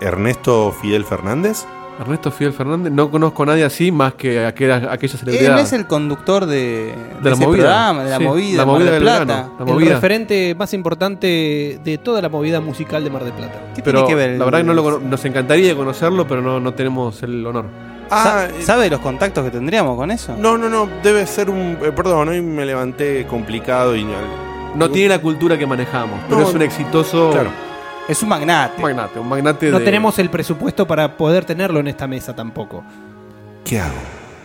[SPEAKER 8] ¿Ernesto Fidel Fernández?
[SPEAKER 7] Ernesto Fidel Fernández. No conozco a nadie así más que a aquella, aquella
[SPEAKER 23] Él
[SPEAKER 7] celebridad.
[SPEAKER 8] Eh,
[SPEAKER 23] es el conductor de,
[SPEAKER 7] la
[SPEAKER 23] de ese
[SPEAKER 7] movida.
[SPEAKER 23] programa, de la
[SPEAKER 7] Sí,
[SPEAKER 23] movida,
[SPEAKER 7] la
[SPEAKER 23] Mar
[SPEAKER 7] movida
[SPEAKER 23] del
[SPEAKER 7] del
[SPEAKER 23] Plata.
[SPEAKER 7] verano, la
[SPEAKER 5] El
[SPEAKER 7] movida.
[SPEAKER 5] referente más importante de toda la movida musical de Mar del Plata.
[SPEAKER 7] Pero la verdad que no lo cono- nos encantaría conocerlo, pero no, no tenemos el honor.
[SPEAKER 8] Ah,
[SPEAKER 23] ¿Sabe de los contactos que tendríamos con eso?
[SPEAKER 8] No, no, no, debe ser un... eh, perdón, hoy me levanté complicado y...
[SPEAKER 7] No tiene la cultura que manejamos, pero
[SPEAKER 8] No,
[SPEAKER 7] es un exitoso.
[SPEAKER 8] claro.
[SPEAKER 23] Es un magnate. Un
[SPEAKER 7] magnate, un magnate
[SPEAKER 5] No
[SPEAKER 7] de-
[SPEAKER 5] tenemos el presupuesto para poder tenerlo en esta mesa tampoco.
[SPEAKER 8] ¿Qué hago?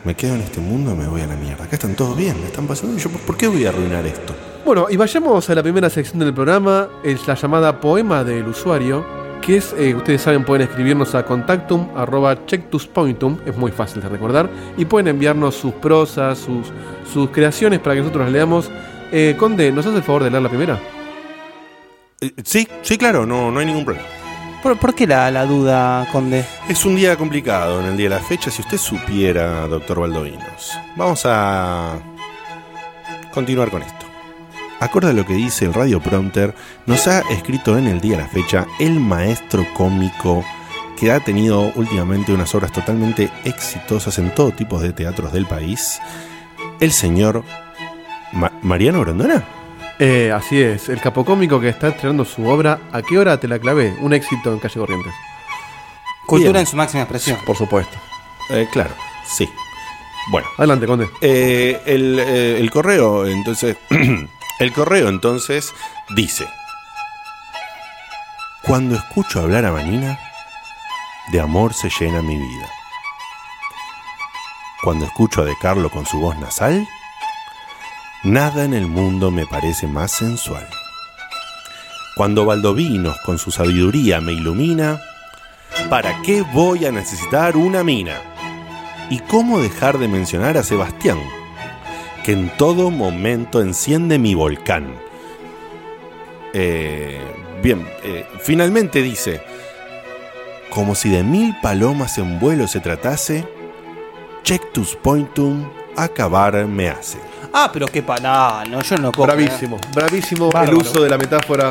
[SPEAKER 8] ¿Me quedo en este mundo o me voy a la mierda? Acá están todos bien, me están pasando... y Yo, ¿Por qué voy a arruinar esto?
[SPEAKER 7] Bueno, y vayamos a la primera sección del programa, es la llamada Poema del Usuario, que es, eh, ustedes saben, pueden escribirnos a contactum arroba chectuspointum, es muy fácil de recordar, y pueden enviarnos sus prosas, sus, sus creaciones para que nosotros las leamos. Eh, Conde, ¿nos hace el favor de leer la primera?
[SPEAKER 8] Eh, Sí, sí, claro, no, no hay ningún problema.
[SPEAKER 23] ¿Por, por qué la, la duda, Conde?
[SPEAKER 8] Es un día complicado en el día de la fecha, si usted supiera, doctor Baldovinos. Vamos a continuar con esto. Acorde a lo que dice el radio prompter, nos ha escrito en el día de la fecha el maestro cómico que ha tenido últimamente unas obras totalmente exitosas en todo tipo de teatros del país, el señor Ma- Mariano Grondona.
[SPEAKER 7] Eh, así es, el capocómico que está estrenando su obra, ¿a qué hora te la clavé? Un éxito en Calle Corrientes.
[SPEAKER 23] Cultura en su máxima expresión.
[SPEAKER 7] Por supuesto.
[SPEAKER 8] Eh, claro, sí. Bueno.
[SPEAKER 7] Adelante, Conde.
[SPEAKER 8] Eh, el, eh, el correo, entonces. *clears throat* el correo, entonces, dice. Cuando escucho hablar a Vanina, de amor se llena mi vida. Cuando escucho a De Carlo con su voz nasal, nada en el mundo me parece más sensual. Cuando Valdovinos con su sabiduría me ilumina, ¿para qué voy a necesitar una mina? ¿Y cómo dejar de mencionar a Sebastián? Que en todo momento enciende mi volcán. Eh, bien, eh, finalmente dice, como si de mil palomas en vuelo se tratase, Chectus Pointum acabar me hace.
[SPEAKER 23] Ah, pero qué palá, no, yo no puedo
[SPEAKER 7] Bravísimo, bravísimo
[SPEAKER 8] Bárbaro.
[SPEAKER 7] el uso de la metáfora.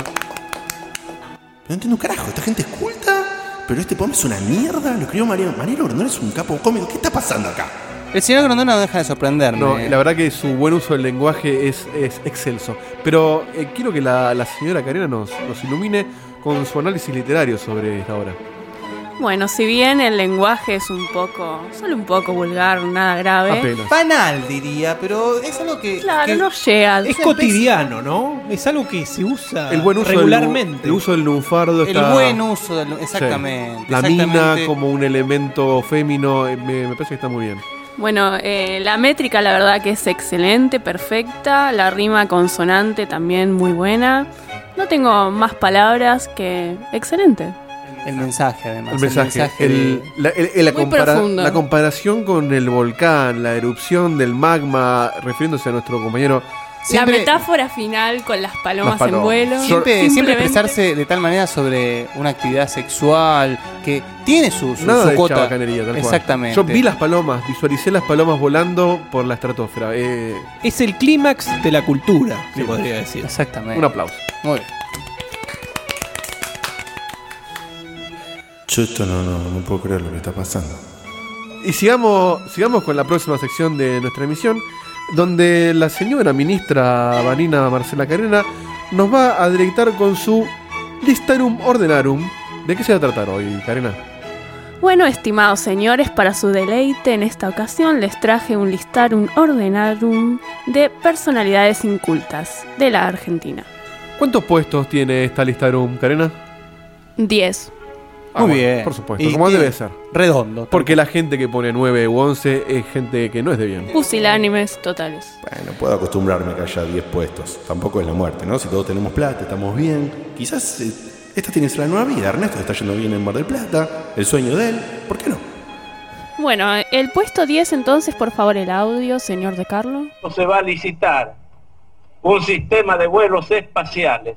[SPEAKER 8] No entiendo un carajo, esta gente es culta, pero este poema es una mierda, lo escribió Mariano. Mariano Grondona es un capo cómico, ¿qué está pasando acá?
[SPEAKER 23] El señor Grondona no deja de sorprenderme.
[SPEAKER 7] No, la verdad que su buen uso del lenguaje es, es excelso. Pero eh, quiero que la, la señora Karina nos, nos ilumine con su análisis literario sobre esta obra.
[SPEAKER 11] Bueno, si bien el lenguaje es un poco, solo un poco vulgar, nada grave.
[SPEAKER 7] Apenas.
[SPEAKER 23] Banal, diría, pero es algo que.
[SPEAKER 11] Claro,
[SPEAKER 23] que-
[SPEAKER 11] no llega.
[SPEAKER 5] Es cotidiano, ¿no? Es algo que se usa
[SPEAKER 7] El buen uso del-
[SPEAKER 5] regularmente.
[SPEAKER 7] el uso del lunfardo
[SPEAKER 23] Ah, El
[SPEAKER 7] está-
[SPEAKER 23] buen uso del.
[SPEAKER 7] Sí.
[SPEAKER 23] Exactamente.
[SPEAKER 7] La mina
[SPEAKER 23] exactamente.
[SPEAKER 7] como un elemento fémino, eh, me, me parece que está muy bien.
[SPEAKER 11] Bueno, eh, la métrica la verdad que es excelente, perfecta. La rima consonante también muy buena. No tengo más palabras que excelente.
[SPEAKER 23] El mensaje, además.
[SPEAKER 7] El mensaje, el- la, el- el- la
[SPEAKER 11] Muy
[SPEAKER 7] compara-
[SPEAKER 11] profundo.
[SPEAKER 7] la comparación con el volcán, la erupción del magma, refiriéndose a nuestro compañero.
[SPEAKER 11] la metáfora final con las palomas,
[SPEAKER 23] Las palomas.
[SPEAKER 11] en vuelo.
[SPEAKER 23] Siempre, siempre
[SPEAKER 11] Simplemente-
[SPEAKER 23] expresarse de tal manera sobre una actividad sexual que tiene su, su,
[SPEAKER 7] Nada
[SPEAKER 23] su
[SPEAKER 7] de
[SPEAKER 23] cuota.
[SPEAKER 7] chabacanería, tal cual.
[SPEAKER 23] Exactamente.
[SPEAKER 7] Yo vi las palomas, visualicé las palomas volando por la estratosfera. eh,
[SPEAKER 5] Es el clímax de la cultura, se
[SPEAKER 7] Sí.
[SPEAKER 5] podría decir.
[SPEAKER 23] Exactamente.
[SPEAKER 7] un aplauso.
[SPEAKER 23] Muy bien.
[SPEAKER 8] Yo esto no, no, no puedo creer lo que está pasando.
[SPEAKER 7] Y sigamos, sigamos con la próxima sección de nuestra emisión, donde la señora ministra Vanina Marcela Carena nos va a directar con su Listarum Ordenarum. ¿De qué se va a tratar hoy, Carena?
[SPEAKER 11] Bueno, estimados señores, para su deleite en esta ocasión les traje un listarum ordenarum de personalidades incultas de la Argentina.
[SPEAKER 7] ¿Cuántos puestos tiene esta Listarum, Carena?
[SPEAKER 11] 10.
[SPEAKER 7] Ah,
[SPEAKER 23] Muy
[SPEAKER 7] bueno,
[SPEAKER 23] bien.
[SPEAKER 7] Por supuesto,
[SPEAKER 23] Y
[SPEAKER 7] como
[SPEAKER 23] tiene-
[SPEAKER 7] debe ser.
[SPEAKER 23] Redondo.
[SPEAKER 7] Porque la gente que pone 9 u 11 es gente que no es de bien.
[SPEAKER 11] Pusilánimes totales.
[SPEAKER 8] Bueno, puedo acostumbrarme que haya 10 puestos. Tampoco es la muerte, ¿no? Si todos tenemos plata, estamos bien. Quizás eh, esta tiene que ser la nueva vida. Ernesto está yendo bien en Mar del Plata, el sueño de él. ¿Por qué no?
[SPEAKER 11] Bueno, el puesto 10 entonces, por favor, el audio, señor de Carlo.
[SPEAKER 12] no se va a licitar un sistema de vuelos espaciales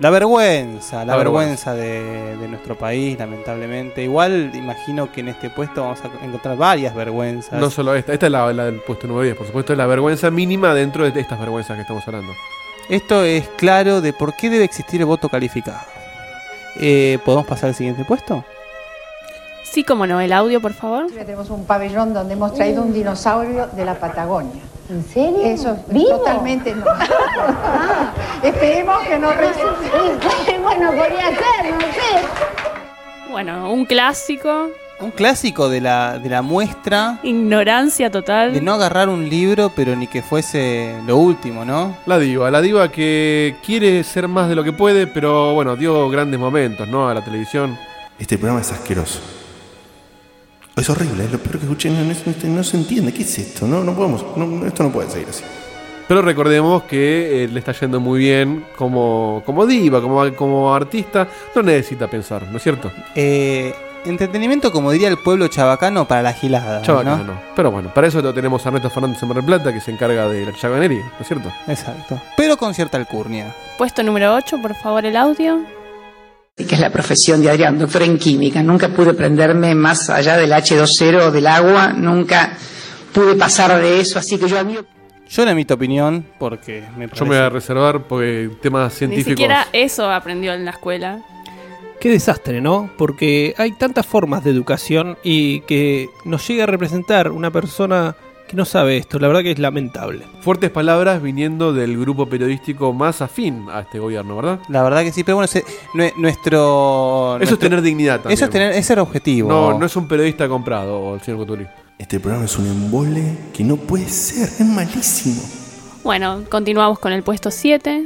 [SPEAKER 4] la vergüenza, la,
[SPEAKER 19] La
[SPEAKER 4] vergüenza, de, de nuestro país, lamentablemente. Igual imagino que en este puesto vamos a encontrar varias vergüenzas.
[SPEAKER 7] No solo esta, esta es la, la del puesto número 10, por supuesto, es la vergüenza mínima dentro de estas vergüenzas que estamos hablando.
[SPEAKER 4] Esto es claro de por qué debe existir el voto calificado. Eh, ¿Podemos pasar al siguiente puesto?
[SPEAKER 11] Sí, como no, el audio, por favor.
[SPEAKER 17] Tenemos un pabellón donde hemos traído un dinosaurio de la Patagonia. ¿En serio? Eso es
[SPEAKER 24] ¿Vivo?
[SPEAKER 17] totalmente no. Ah, Esperemos que no resulte. *laughs* bueno, podría ser, no sé.
[SPEAKER 11] Bueno, un clásico.
[SPEAKER 4] Un clásico de la, de la muestra
[SPEAKER 11] Ignorancia total.
[SPEAKER 4] de no agarrar un libro, pero ni que fuese lo último, ¿no?
[SPEAKER 7] La diva, la diva que quiere ser más de lo que puede, pero bueno, dio grandes momentos, ¿no? A la televisión.
[SPEAKER 8] Este programa es asqueroso. Es horrible, es lo peor que escuché. No, no- no- no se entiende. ¿Qué es esto? No, no podemos. no- no, esto no puede seguir así.
[SPEAKER 7] Pero recordemos que eh, le está yendo muy bien como, como diva, como, como artista. No necesita pensar, ¿no es cierto?
[SPEAKER 4] Eh, entretenimiento, como diría el pueblo chabacano, para la gilada.
[SPEAKER 7] Chabacano, no. Pero bueno, para eso lo tenemos a Ernesto Fernández en Mar del Plata, que se encarga de la chaganería, ¿no es cierto?
[SPEAKER 4] Exacto. Pero con cierta alcurnia.
[SPEAKER 11] Puesto número 8, por favor, el audio.
[SPEAKER 14] que es la profesión de Adrián, doctor en química. Nunca pude prenderme más allá del H20 del agua, nunca pude pasar de eso, así que yo admiro
[SPEAKER 4] Yo le emito opinión porque me
[SPEAKER 7] Yo me voy a reservar porque temas
[SPEAKER 11] Ni
[SPEAKER 7] científicos.
[SPEAKER 11] siquiera eso aprendió en la escuela.
[SPEAKER 5] Qué desastre, ¿no? Porque hay tantas formas de educación y que nos llega a representar una persona que no sabe esto. La verdad que es lamentable.
[SPEAKER 7] Fuertes palabras viniendo del grupo periodístico más afín a este gobierno, ¿verdad?
[SPEAKER 4] La verdad que sí, pero bueno, se- nue- nuestro...
[SPEAKER 7] Eso es tener dignidad también.
[SPEAKER 4] Eso es tener, ese era objetivo.
[SPEAKER 7] No, no es un periodista comprado, el señor Coturi.
[SPEAKER 8] Este programa es un embole que no puede ser. Es malísimo.
[SPEAKER 11] Bueno, continuamos con el puesto 7.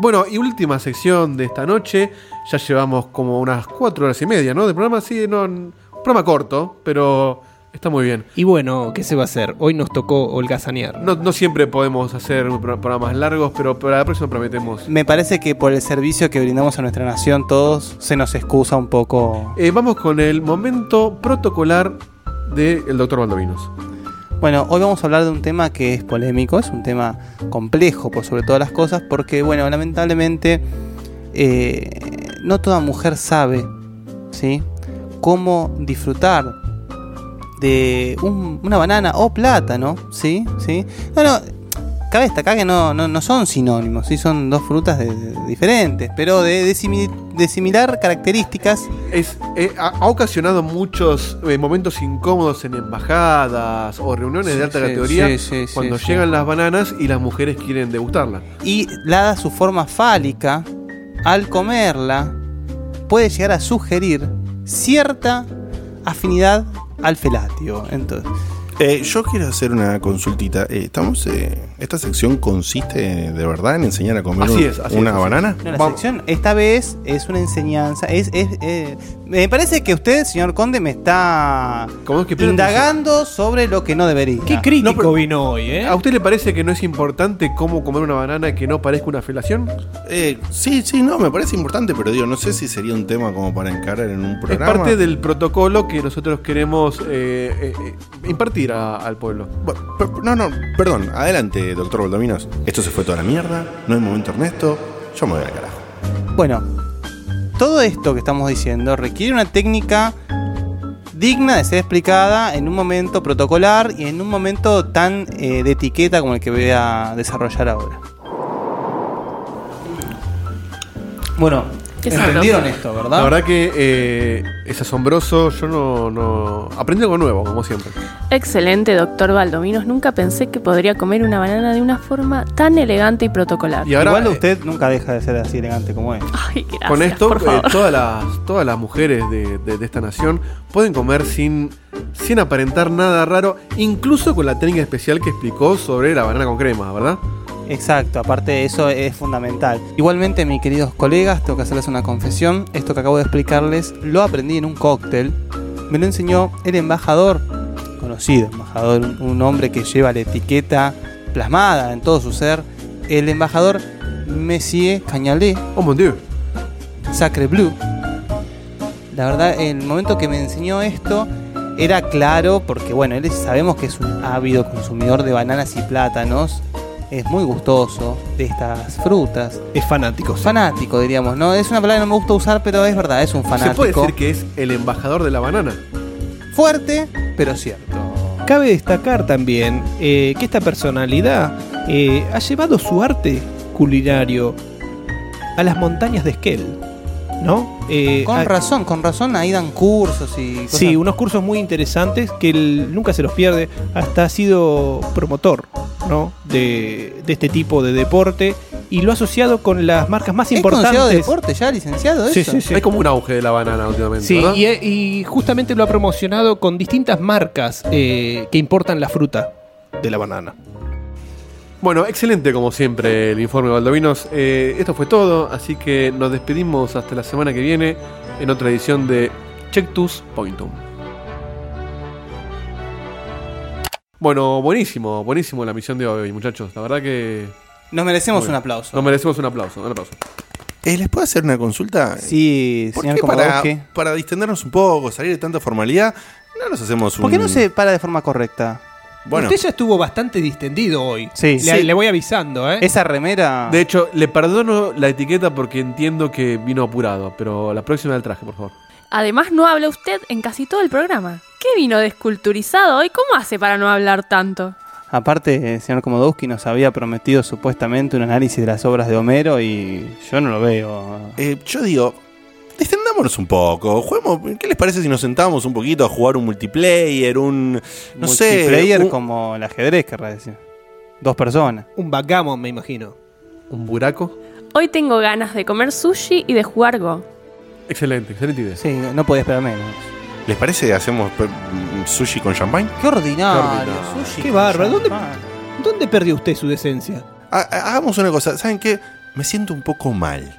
[SPEAKER 7] Bueno, y última sección de esta noche. Ya llevamos como unas cuatro horas y media, ¿no? De programa, sí, no. n- Programa corto, pero está muy bien.
[SPEAKER 5] Y bueno, ¿qué se va a hacer? Hoy nos tocó holgazanear.
[SPEAKER 7] No, no siempre podemos hacer pro- programas largos, pero para la próxima prometemos.
[SPEAKER 4] Me parece que por el servicio que brindamos a nuestra nación todos se nos excusa un poco.
[SPEAKER 7] Eh, vamos con el momento protocolar del doctor Valdovinos.
[SPEAKER 4] Bueno, hoy vamos a hablar de un tema que es polémico, es un tema complejo por sobre todas las cosas, porque bueno, lamentablemente eh, no toda mujer sabe, ¿sí? Cómo disfrutar de un- una banana o plátano, ¿sí? ¿Sí? No, no, cabe destacar que no, no, no son sinónimos, ¿sí? Son dos frutas de- de- diferentes, pero de, de simi- de similar características.
[SPEAKER 7] Es, eh, ha, ha ocasionado muchos eh, momentos incómodos en embajadas o reuniones
[SPEAKER 4] Sí,
[SPEAKER 7] de alta
[SPEAKER 4] sí,
[SPEAKER 7] categoría
[SPEAKER 4] sí, sí, sí,
[SPEAKER 7] cuando
[SPEAKER 4] sí.
[SPEAKER 7] llegan las bananas y las mujeres quieren degustarlas.
[SPEAKER 4] y dada su forma fálica, al comerla puede llegar a sugerir cierta afinidad al felatio. Entonces,
[SPEAKER 8] Eh, yo quiero hacer una consultita. Eh, estamos, eh, ¿Esta sección consiste de verdad en enseñar a comer un- una banana?
[SPEAKER 4] No, la sección esta vez es una enseñanza. Es, es- eh, me parece que usted, señor Conde, me está
[SPEAKER 7] Pero
[SPEAKER 4] indagando sobre lo que no debería.
[SPEAKER 7] No, pero-
[SPEAKER 11] ¿eh?
[SPEAKER 7] ¿A usted le parece que no es importante cómo comer una banana que no parezca una felación?
[SPEAKER 8] Eh, sí, sí, no, me parece importante, pero digo, no sé si sería un tema como para encarar en un
[SPEAKER 7] Es
[SPEAKER 8] programa.
[SPEAKER 7] parte del protocolo que nosotros queremos eh, eh, eh, impartir a- al pueblo.
[SPEAKER 8] Per- No, no, perdón, adelante, doctor Baldominos. Esto se fue toda la mierda, no hay momento Ernesto, yo me voy al carajo.
[SPEAKER 4] Bueno, todo esto que estamos diciendo requiere una técnica digna de ser explicada en un momento protocolar y en un momento tan eh, de etiqueta como el que voy a desarrollar ahora. Bueno,
[SPEAKER 7] Es
[SPEAKER 4] entendieron
[SPEAKER 7] asombroso.
[SPEAKER 4] esto, ¿verdad?
[SPEAKER 7] La verdad que eh, es asombroso, yo no, no... Aprendí algo nuevo, como siempre.
[SPEAKER 11] Excelente, doctor Valdominos. Nunca pensé que podría comer una banana de una forma tan elegante y protocolar.
[SPEAKER 4] Igual usted nunca deja de ser así elegante como es.
[SPEAKER 11] Ay, gracias,
[SPEAKER 7] Con esto,
[SPEAKER 11] por
[SPEAKER 7] eh,
[SPEAKER 11] favor.
[SPEAKER 7] todas, las, todas las mujeres de, de- de esta nación pueden comer sin, sin aparentar nada raro, incluso con la técnica especial que explicó sobre la banana con crema, ¿verdad?
[SPEAKER 23] Exacto, aparte eso es fundamental. Igualmente, mis queridos colegas, tengo que hacerles una confesión. Esto que acabo de explicarles lo aprendí en un cóctel. Me lo enseñó el embajador, conocido embajador, un- un hombre que lleva la etiqueta plasmada en todo su ser. El embajador Messier Cañalé. Oh mon dieu. Sacre Blue. La verdad, el momento que me enseñó esto era claro, porque bueno, él es- sabemos que es un ávido consumidor de bananas y plátanos. Es muy gustoso de estas frutas.
[SPEAKER 5] Es fanático.
[SPEAKER 23] Fanático, diríamos, ¿no? Es una palabra que no me gusta usar, pero es verdad, es un fanático.
[SPEAKER 7] Se puede decir que es el embajador de la banana.
[SPEAKER 23] Fuerte, pero cierto.
[SPEAKER 5] Cabe destacar también eh, que esta personalidad eh, ha llevado su arte culinario a las montañas de Esquel, ¿no? Eh,
[SPEAKER 23] Con
[SPEAKER 5] a-
[SPEAKER 23] razón, con razón, ahí dan cursos y cosas.
[SPEAKER 5] Sí, unos cursos muy interesantes que él nunca se los pierde. Hasta ha sido promotor ¿no? de, de este tipo de deporte y lo ha asociado con las marcas más
[SPEAKER 23] ¿Es
[SPEAKER 5] importantes.
[SPEAKER 23] considerado deporte ya, licenciado?
[SPEAKER 5] Sí,
[SPEAKER 23] eso?
[SPEAKER 5] sí, sí.
[SPEAKER 7] Hay como un auge de la banana últimamente,
[SPEAKER 5] Sí,
[SPEAKER 7] ¿verdad?
[SPEAKER 5] y, y justamente lo ha promocionado con distintas marcas eh, que importan la fruta de la banana.
[SPEAKER 7] Bueno, excelente como siempre el informe Baldovinos. Eh, esto fue todo, así que nos despedimos hasta la semana que viene en otra edición de Chectus Pointum. Bueno, buenísimo, buenísimo la misión de hoy, muchachos. La verdad que...
[SPEAKER 23] Nos merecemos
[SPEAKER 7] Muy
[SPEAKER 23] un
[SPEAKER 7] bien.
[SPEAKER 23] aplauso.
[SPEAKER 7] Nos merecemos un aplauso, un aplauso.
[SPEAKER 8] Eh, ¿Les puedo hacer una consulta?
[SPEAKER 23] Sí,
[SPEAKER 8] ¿Por
[SPEAKER 23] señor
[SPEAKER 8] qué para,
[SPEAKER 23] Komodowski.
[SPEAKER 8] para distendernos un poco, salir de tanta formalidad, no nos hacemos un...
[SPEAKER 23] ¿Por qué no se para de forma correcta?
[SPEAKER 8] Bueno.
[SPEAKER 5] Usted ya estuvo bastante distendido hoy.
[SPEAKER 23] Sí.
[SPEAKER 5] Le,
[SPEAKER 23] Sí.
[SPEAKER 5] le voy avisando, ¿eh?
[SPEAKER 23] Esa remera...
[SPEAKER 7] De hecho, le perdono la etiqueta porque entiendo que vino apurado, pero la próxima del traje, por favor.
[SPEAKER 11] Además, no habla usted en casi todo el programa. ¿Qué vino desculturizado hoy? ¿Cómo hace para no hablar tanto?
[SPEAKER 23] Aparte, el señor Komodowski nos había prometido supuestamente un análisis de las obras de Homero y yo no lo veo.
[SPEAKER 8] Eh, yo digo, Distendámonos un poco, juguemos, ¿qué les parece si nos sentamos un poquito a jugar un multiplayer, un... No
[SPEAKER 23] Multiplayer
[SPEAKER 8] sé, un-
[SPEAKER 23] como el ajedrez, querrá decir. Dos personas.
[SPEAKER 5] Un backgammon, me imagino.
[SPEAKER 7] ¿Un buraco?
[SPEAKER 11] Hoy tengo ganas de comer sushi y de jugar Go.
[SPEAKER 7] Excelente, excelente idea.
[SPEAKER 23] Sí, no podía esperar menos.
[SPEAKER 8] ¿Les parece hacemos pe- mm, sushi con champagne?
[SPEAKER 23] Qué ordinario,
[SPEAKER 8] Qué ordinario.
[SPEAKER 23] sushi.
[SPEAKER 5] Qué bárbaro. ¿Dónde,
[SPEAKER 23] champán.
[SPEAKER 5] ¿Dónde perdió usted su decencia?
[SPEAKER 8] Ha- ha- Ah, Hagamos una cosa, ¿saben qué? Me siento un poco mal.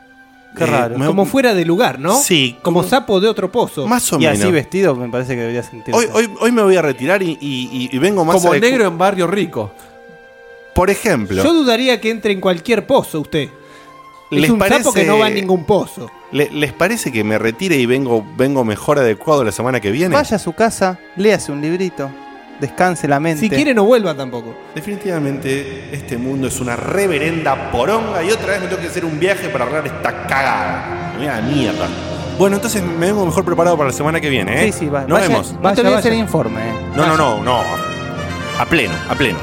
[SPEAKER 23] Qué
[SPEAKER 8] Eh,
[SPEAKER 23] raro.
[SPEAKER 8] me-
[SPEAKER 5] Como fuera de lugar, ¿no?
[SPEAKER 8] Sí,
[SPEAKER 5] Como sapo de otro pozo.
[SPEAKER 8] Más o
[SPEAKER 23] y
[SPEAKER 8] menos.
[SPEAKER 23] así vestido me parece que debería sentirse.
[SPEAKER 8] Hoy, hoy, hoy me voy a retirar y, y- y- y vengo más
[SPEAKER 23] Como
[SPEAKER 8] a-
[SPEAKER 23] negro
[SPEAKER 7] en Barrio Rico.
[SPEAKER 8] Por ejemplo,
[SPEAKER 5] Yo dudaría que entre en cualquier pozo usted.
[SPEAKER 8] ¿Les
[SPEAKER 5] es un
[SPEAKER 8] parece-
[SPEAKER 5] sapo que no va en ningún pozo.
[SPEAKER 8] le- ¿les parece que me retire y vengo, vengo mejor adecuado la semana que viene?
[SPEAKER 23] Vaya a su casa, léase un librito, descanse la mente.
[SPEAKER 8] Si quiere,
[SPEAKER 5] no vuelva tampoco.
[SPEAKER 8] Definitivamente este mundo es una reverenda poronga y otra vez me tengo que hacer un viaje para arreglar esta cagada. Mira la mierda. Bueno, entonces me vengo mejor preparado para la semana que viene, ¿eh?
[SPEAKER 23] Sí, sí, va-
[SPEAKER 8] Nos
[SPEAKER 23] vaya-
[SPEAKER 8] vemos.
[SPEAKER 23] no te voy a hacer informe. eh.
[SPEAKER 8] No, no, no, no. A pleno, a pleno.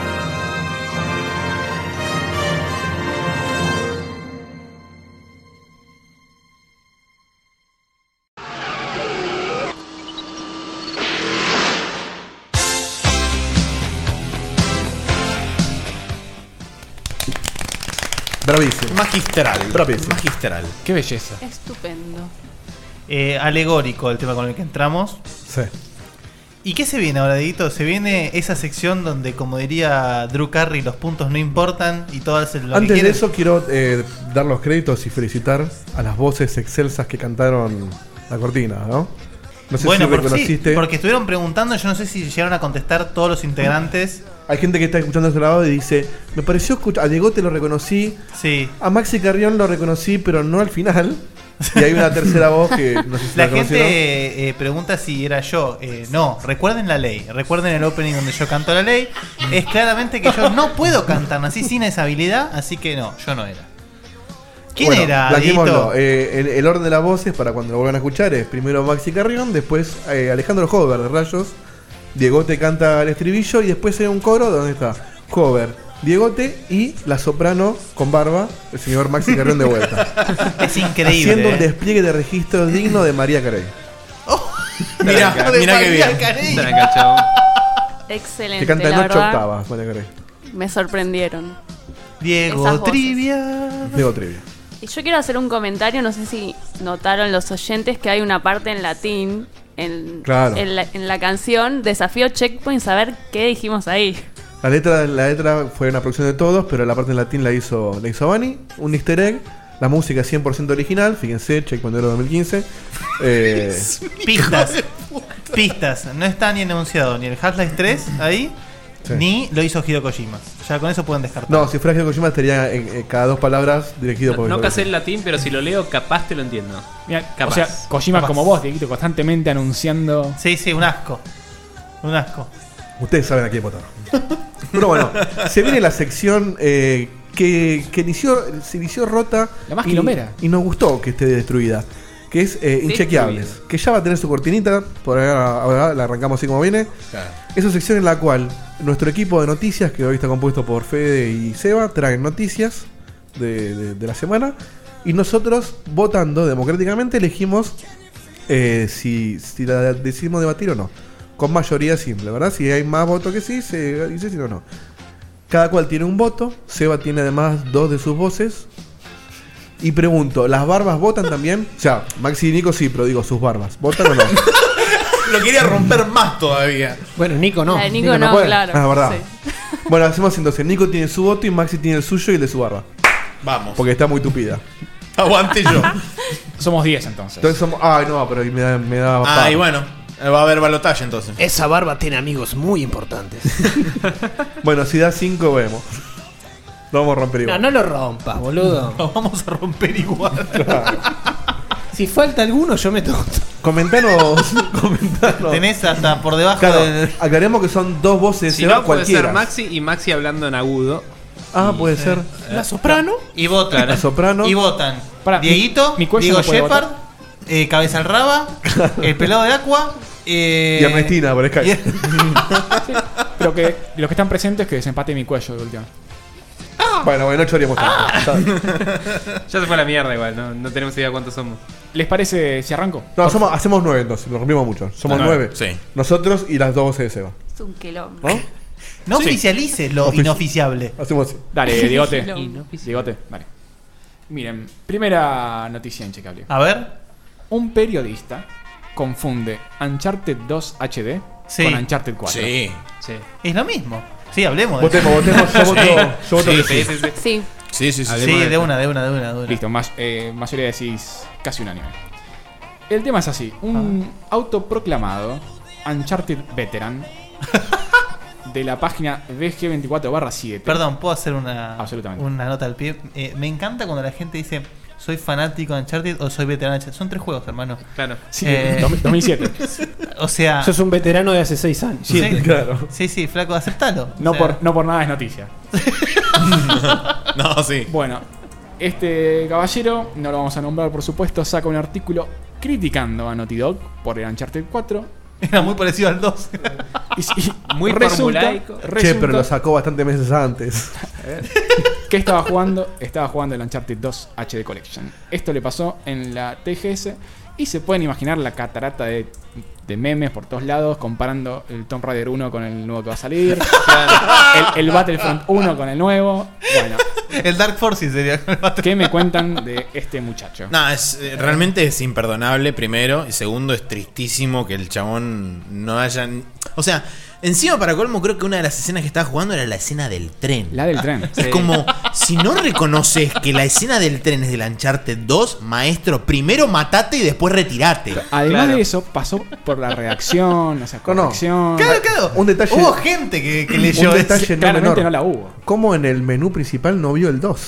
[SPEAKER 7] Bravísimo.
[SPEAKER 3] Magistral.
[SPEAKER 7] Bravísimo.
[SPEAKER 3] Magistral.
[SPEAKER 4] Qué belleza.
[SPEAKER 11] Estupendo.
[SPEAKER 4] Eh, alegórico el tema con el que entramos.
[SPEAKER 7] Sí.
[SPEAKER 4] ¿Y qué se viene ahora, Dito? Se viene esa sección donde, como diría Drew Carey, los puntos no importan y todo es lo que
[SPEAKER 7] Antes de
[SPEAKER 4] quieren.
[SPEAKER 7] eso quiero eh, dar los créditos y felicitar a las voces excelsas que cantaron la cortina, ¿no? No sé
[SPEAKER 4] bueno,
[SPEAKER 7] si
[SPEAKER 4] porque, sí,
[SPEAKER 7] reconociste.
[SPEAKER 4] porque estuvieron preguntando, yo no sé si llegaron a contestar todos los integrantes.
[SPEAKER 7] Hay gente que está escuchando este grabado y dice, me pareció escuchar, a Diegote lo reconocí,
[SPEAKER 4] Sí.
[SPEAKER 7] a Maxi Carrión lo reconocí, pero no al final. Y hay una tercera voz que no sé si la,
[SPEAKER 4] La
[SPEAKER 7] conocieron.
[SPEAKER 4] gente eh, pregunta si era yo. Eh, no, recuerden la ley. Recuerden el opening donde yo canto la ley. Es claramente que yo no puedo cantar así sin esa habilidad, así que no, yo no era. ¿Quién
[SPEAKER 7] Bueno,
[SPEAKER 4] era?
[SPEAKER 7] blanqueémoslo. *laughs*
[SPEAKER 4] Dieguito?
[SPEAKER 7] Eh, el, el orden de las voces para cuando lo vuelvan a escuchar es primero Maxi Carrión, después eh, Alejandro Hover de Rayos, Diegote canta el estribillo y después hay un coro donde está Hover, Diegote y la soprano con barba, el señor Maxi Carrión de vuelta.
[SPEAKER 4] *laughs* Es increíble.
[SPEAKER 7] Haciendo un
[SPEAKER 4] eh.
[SPEAKER 7] despliegue de registro digno de María Carey.
[SPEAKER 4] Mirá,
[SPEAKER 7] Tranca,
[SPEAKER 4] de
[SPEAKER 7] mirá
[SPEAKER 4] María
[SPEAKER 7] qué bien.
[SPEAKER 4] Carey.
[SPEAKER 7] Tranca, chao.
[SPEAKER 11] Excelente.
[SPEAKER 7] Que canta en
[SPEAKER 11] la
[SPEAKER 7] ocho
[SPEAKER 11] verdad,
[SPEAKER 7] octavas, María Carey.
[SPEAKER 11] Me sorprendieron. Esas
[SPEAKER 4] Diego
[SPEAKER 11] voces.
[SPEAKER 4] Trivia.
[SPEAKER 7] Diego Trivia.
[SPEAKER 11] Y yo quiero hacer un comentario, no sé si notaron los oyentes que hay una parte en latín en,
[SPEAKER 7] Claro.
[SPEAKER 11] en, la, en la canción Desafío Checkpoint, saber qué dijimos ahí.
[SPEAKER 7] La letra, la letra fue una producción de todos, pero la parte en latín la hizo, la hizo Bani. Un easter egg. La música 100% original. Fíjense, Checkpoint
[SPEAKER 10] *laughs*
[SPEAKER 7] era 2015. Eh,
[SPEAKER 4] Pistas. Pistas. No está ni enunciado ni el Half-Life 3 ahí,
[SPEAKER 7] Sí.
[SPEAKER 4] ni lo hizo Hideo Kojima. Ya con eso pueden descartar.
[SPEAKER 7] no, si fuera Hideo Kojima estaría en, en cada dos palabras dirigido por
[SPEAKER 9] No
[SPEAKER 7] por-
[SPEAKER 9] casé el latín, pero si lo leo, capaz te lo entiendo.
[SPEAKER 10] Mirá,
[SPEAKER 9] Capaz.
[SPEAKER 10] o sea, Kojima como vos, Dieguito, constantemente anunciando.
[SPEAKER 4] Sí, sí, un asco. Un asco.
[SPEAKER 7] Ustedes saben a quién votar.
[SPEAKER 10] *laughs*
[SPEAKER 7] Pero bueno, se viene la sección eh, que, que inició, se inició rota.
[SPEAKER 10] La más
[SPEAKER 7] y-
[SPEAKER 10] quilombera.
[SPEAKER 7] Y, nos gustó que esté destruida. Que es eh, Inchequeables. Que ya va a tener su cortinita. Por ahora, ahora la arrancamos así como viene. Es una sección en la cual nuestro equipo de noticias, que hoy está compuesto por Fede y Seba, traen noticias de, de- de la semana. Y nosotros, votando democráticamente, elegimos eh, si, si la decidimos debatir o no. Con mayoría simple, ¿verdad? Si hay más votos que sí, se dice si no, no. Cada cual tiene un voto. Seba tiene además dos de sus voces. Y pregunto, ¿las barbas votan también? O sea, Maxi y Nico sí, pero digo, sus barbas. ¿Votan o no?
[SPEAKER 3] Lo quería romper más todavía.
[SPEAKER 5] Bueno, Nico
[SPEAKER 11] no. La de Nico Nico no no, puede. claro.
[SPEAKER 7] Ah, verdad.
[SPEAKER 11] Sí.
[SPEAKER 7] *laughs* Bueno, hacemos entonces. Nico tiene su voto y Maxi tiene el suyo y el de su barba.
[SPEAKER 3] Vamos.
[SPEAKER 7] Porque está muy tupida.
[SPEAKER 3] Aguante yo.
[SPEAKER 10] Somos 10 entonces.
[SPEAKER 7] Entonces somos. Ay, no, pero me da. Me da
[SPEAKER 3] Ah, y bueno. eh, Va a haber balotaje entonces.
[SPEAKER 1] Esa barba tiene amigos muy importantes.
[SPEAKER 7] Bueno, si da 5, vemos. Lo vamos a romper
[SPEAKER 5] No,
[SPEAKER 7] igual.
[SPEAKER 5] no lo rompas, boludo.
[SPEAKER 4] Lo vamos a romper
[SPEAKER 5] *laughs*
[SPEAKER 4] igual.
[SPEAKER 5] si falta alguno, yo me toco. *laughs*
[SPEAKER 7] Comentanos. comentanos.
[SPEAKER 4] Tenés hasta por debajo.
[SPEAKER 7] Claro, aclaremos que son dos voces.
[SPEAKER 9] Si
[SPEAKER 7] se va
[SPEAKER 9] no, puede
[SPEAKER 7] cualquiera.
[SPEAKER 9] ser Maxi y Maxi hablando en agudo.
[SPEAKER 7] Ah, puede ser.
[SPEAKER 9] La
[SPEAKER 5] soprano.
[SPEAKER 4] Y votan.
[SPEAKER 9] La soprano.
[SPEAKER 4] Y votan.
[SPEAKER 9] Pará,
[SPEAKER 4] Dieguito,
[SPEAKER 9] mi- mi cuello
[SPEAKER 4] Diego
[SPEAKER 9] no puede
[SPEAKER 4] Shepard, eh, Cabeza al Raba,
[SPEAKER 7] *laughs*
[SPEAKER 4] el pelado del Aqua. Eh,
[SPEAKER 7] Y Ernestina por Skype.
[SPEAKER 10] Pero que los que están presentes que desempate mi cuello de última.
[SPEAKER 4] Ah.
[SPEAKER 7] Bueno, bueno, no choríamos tanto.
[SPEAKER 9] ya se fue a la mierda igual, no, no tenemos idea cuántos somos.
[SPEAKER 10] ¿Les parece si arranco?
[SPEAKER 7] No, somos, hacemos nueve entonces, nos rompimos mucho. Somos
[SPEAKER 9] Ah,
[SPEAKER 7] nueve.
[SPEAKER 9] sí.
[SPEAKER 7] Nosotros y las dos voces de Seba.
[SPEAKER 11] Es un quilombo.
[SPEAKER 7] ¿No?
[SPEAKER 4] No oficialices lo
[SPEAKER 7] Ofici-
[SPEAKER 4] inoficiable.
[SPEAKER 7] Hacemos así.
[SPEAKER 10] *laughs* Dale, Digote.
[SPEAKER 4] Quilombo.
[SPEAKER 10] Digote, vale. Miren, primera noticia inchecable.
[SPEAKER 4] A ver.
[SPEAKER 10] Un periodista confunde Uncharted 2 HD
[SPEAKER 4] Sí.
[SPEAKER 10] con Uncharted 4.
[SPEAKER 4] Sí. Es lo mismo. Sí, hablemos.
[SPEAKER 10] Votemos, votemos,
[SPEAKER 4] *laughs*
[SPEAKER 10] yo voto- yo voto que sí.
[SPEAKER 11] Sí.
[SPEAKER 3] Sí, sí,
[SPEAKER 4] sí. Sí, de una, de una, de una.
[SPEAKER 10] Listo, más, eh, mayoría decís casi unánime. El tema es así:
[SPEAKER 11] Ah.
[SPEAKER 10] un autoproclamado Uncharted Veteran de la página BG24-7.
[SPEAKER 4] Perdón, ¿puedo hacer una,
[SPEAKER 10] Absolutamente.
[SPEAKER 4] una nota al pie? Eh, me encanta cuando la gente dice, soy fanático de Uncharted o soy veterano de Uncharted. Son tres juegos, hermano. Eh,
[SPEAKER 9] Claro.
[SPEAKER 5] Sí, 2007.
[SPEAKER 4] *laughs* O sea...
[SPEAKER 5] Sos un veterano de hace 6 años.
[SPEAKER 4] sí, Sí, sí, flaco, aceptalo.
[SPEAKER 10] No, por, no por nada es noticia.
[SPEAKER 3] no, sí.
[SPEAKER 10] Bueno, este caballero, no lo vamos a nombrar por supuesto, saca un artículo criticando a Naughty Dog por el Uncharted 4.
[SPEAKER 4] Era muy parecido al 2.
[SPEAKER 10] *laughs* Muy resulta,
[SPEAKER 7] Che,
[SPEAKER 10] resulta
[SPEAKER 7] pero lo sacó bastantes meses antes.
[SPEAKER 10] *laughs* que estaba jugando, estaba jugando el Uncharted 2 HD Collection. Esto le pasó en la TGS y se pueden imaginar la catarata de, de memes por todos lados comparando el Tomb Raider 1 con el nuevo que va a
[SPEAKER 4] *laughs*
[SPEAKER 10] salir, el, el Battlefront 1 con el nuevo. Bueno,
[SPEAKER 4] el Dark Forces sería.
[SPEAKER 10] ¿Qué me cuentan de este muchacho?
[SPEAKER 3] No, es, eh, realmente es imperdonable, primero. Y segundo, es tristísimo que el chabón no haya. O sea, encima para colmo, creo que una de las escenas que estaba jugando era la escena del tren.
[SPEAKER 10] La del tren.
[SPEAKER 3] Es como, si no reconoces que la escena del tren es del Uncharted 2, maestro, primero matate y después retirate.
[SPEAKER 10] Además de eso, pasó por la redacción, o
[SPEAKER 7] *laughs*
[SPEAKER 10] sea, corrección.
[SPEAKER 4] Claro, claro.
[SPEAKER 7] Un detalle.
[SPEAKER 4] Hubo gente que, que
[SPEAKER 7] Un
[SPEAKER 4] leyó
[SPEAKER 7] detalle
[SPEAKER 4] eso.
[SPEAKER 7] no menor. ¿Cómo en el menú principal no vio el 2?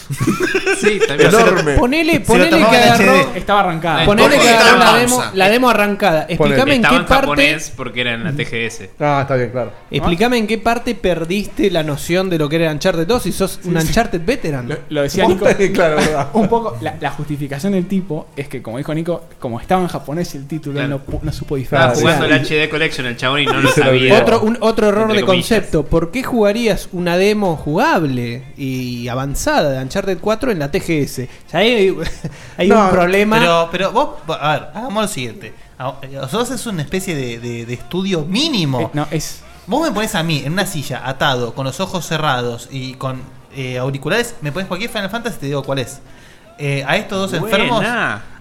[SPEAKER 9] Sí,
[SPEAKER 7] también. Enorme.
[SPEAKER 5] Ponele,
[SPEAKER 7] Se lo
[SPEAKER 5] ponele que
[SPEAKER 7] tomaba en
[SPEAKER 5] agarró.
[SPEAKER 7] HD.
[SPEAKER 10] Estaba arrancada.
[SPEAKER 5] Ponele
[SPEAKER 9] Porque
[SPEAKER 5] que agarró
[SPEAKER 9] estaba
[SPEAKER 5] la
[SPEAKER 9] en
[SPEAKER 5] demo,
[SPEAKER 9] pausa.
[SPEAKER 5] la demo arrancada. Explícame en
[SPEAKER 9] Estaba
[SPEAKER 5] qué
[SPEAKER 9] en
[SPEAKER 5] parte. Mm.
[SPEAKER 9] japonés porque era en la TGS.
[SPEAKER 7] Ah, está bien, claro.
[SPEAKER 5] Explícame en qué parte perdiste la noción de lo que era Uncharted 2 si sos un Uncharted veteran. Lo,
[SPEAKER 10] Lo decía
[SPEAKER 5] *laughs*
[SPEAKER 10] Nico. *laughs* Un poco, la, la justificación del tipo es que, como dijo Nico, como estaba en japonés el título, él no, pu- no supo
[SPEAKER 9] Estaba
[SPEAKER 10] disfrazar.
[SPEAKER 9] jugando el HD Collection el chabón y no lo
[SPEAKER 10] se lo
[SPEAKER 9] sabía.
[SPEAKER 5] Otro, un- otro error
[SPEAKER 9] Entre
[SPEAKER 5] de
[SPEAKER 9] comillas.
[SPEAKER 5] concepto. ¿Por qué jugarías una demo jugable y avanzada de Uncharted 4 en la TGS? Ya hay, hay un problema.
[SPEAKER 4] Pero, pero vos, a ver, hagamos lo siguiente. A- Nosotros es una especie de, de- de estudio mínimo.
[SPEAKER 7] Eh,
[SPEAKER 10] no, es.
[SPEAKER 4] Vos me pones a mí en una silla, atado, con los ojos cerrados y con eh, auriculares, me pones cualquier Final Fantasy y te digo cuál es. Eh, a estos dos
[SPEAKER 9] Buena.
[SPEAKER 4] enfermos.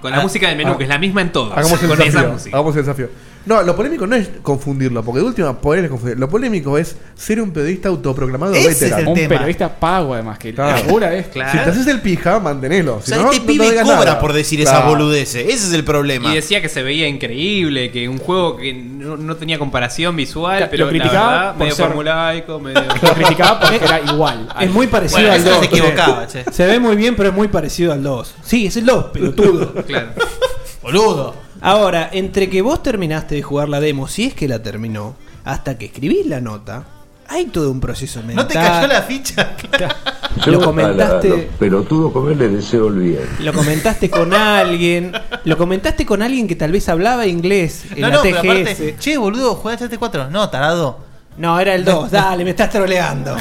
[SPEAKER 9] Con la música del menú, que es la misma en todos.
[SPEAKER 7] Hagamos el
[SPEAKER 9] Con esa
[SPEAKER 7] desafío.
[SPEAKER 9] música.
[SPEAKER 7] Hagamos el desafío. No, lo polémico no es confundirlo, porque de última poder es confundir. Lo polémico es ser un periodista autoproclamado
[SPEAKER 10] Ese
[SPEAKER 7] veterano.
[SPEAKER 10] es el Un tema. periodista pago, además, que labura es- Claro.
[SPEAKER 7] Si te haces el pija, mantenelo.
[SPEAKER 3] O
[SPEAKER 7] Si
[SPEAKER 3] sea,
[SPEAKER 7] no,
[SPEAKER 3] este
[SPEAKER 7] no te
[SPEAKER 3] pibe
[SPEAKER 7] digas
[SPEAKER 3] cobra
[SPEAKER 7] nada.
[SPEAKER 3] por decir
[SPEAKER 7] Claro.
[SPEAKER 3] esa boludez. Ese es el problema.
[SPEAKER 9] Y decía que se veía increíble, que un juego que no, no tenía comparación visual,
[SPEAKER 3] Lo
[SPEAKER 9] pero la
[SPEAKER 3] criticaba
[SPEAKER 9] verdad,
[SPEAKER 3] por
[SPEAKER 9] medio
[SPEAKER 3] ser-
[SPEAKER 9] formulaico, medio.
[SPEAKER 10] Lo criticaba
[SPEAKER 9] *laughs*
[SPEAKER 10] porque era igual.
[SPEAKER 5] Es muy parecido
[SPEAKER 9] Bueno,
[SPEAKER 5] al
[SPEAKER 9] eso
[SPEAKER 5] 2.
[SPEAKER 9] se equivocaba,
[SPEAKER 5] che.
[SPEAKER 9] che.
[SPEAKER 5] Se ve muy bien, pero es muy parecido al 2. Sí, es el 2,
[SPEAKER 7] *laughs*
[SPEAKER 5] pelotudo.
[SPEAKER 9] Claro.
[SPEAKER 5] Boludo. Ahora, entre que vos terminaste de jugar la demo, si es que la terminó, hasta que escribís la nota, hay todo un proceso mental.
[SPEAKER 4] ¿No te cayó la ficha?
[SPEAKER 5] Lo comentaste.
[SPEAKER 25] pelotudo comer le deseo el bien.
[SPEAKER 5] Lo comentaste con alguien. Lo comentaste con alguien que tal vez hablaba inglés en
[SPEAKER 4] No,
[SPEAKER 5] la
[SPEAKER 4] no,
[SPEAKER 5] TGS.
[SPEAKER 4] pero aparte, che, boludo, jugaste este 4. No, tarado.
[SPEAKER 5] No, era el
[SPEAKER 4] *laughs*
[SPEAKER 5] 2. Dale, me estás troleando.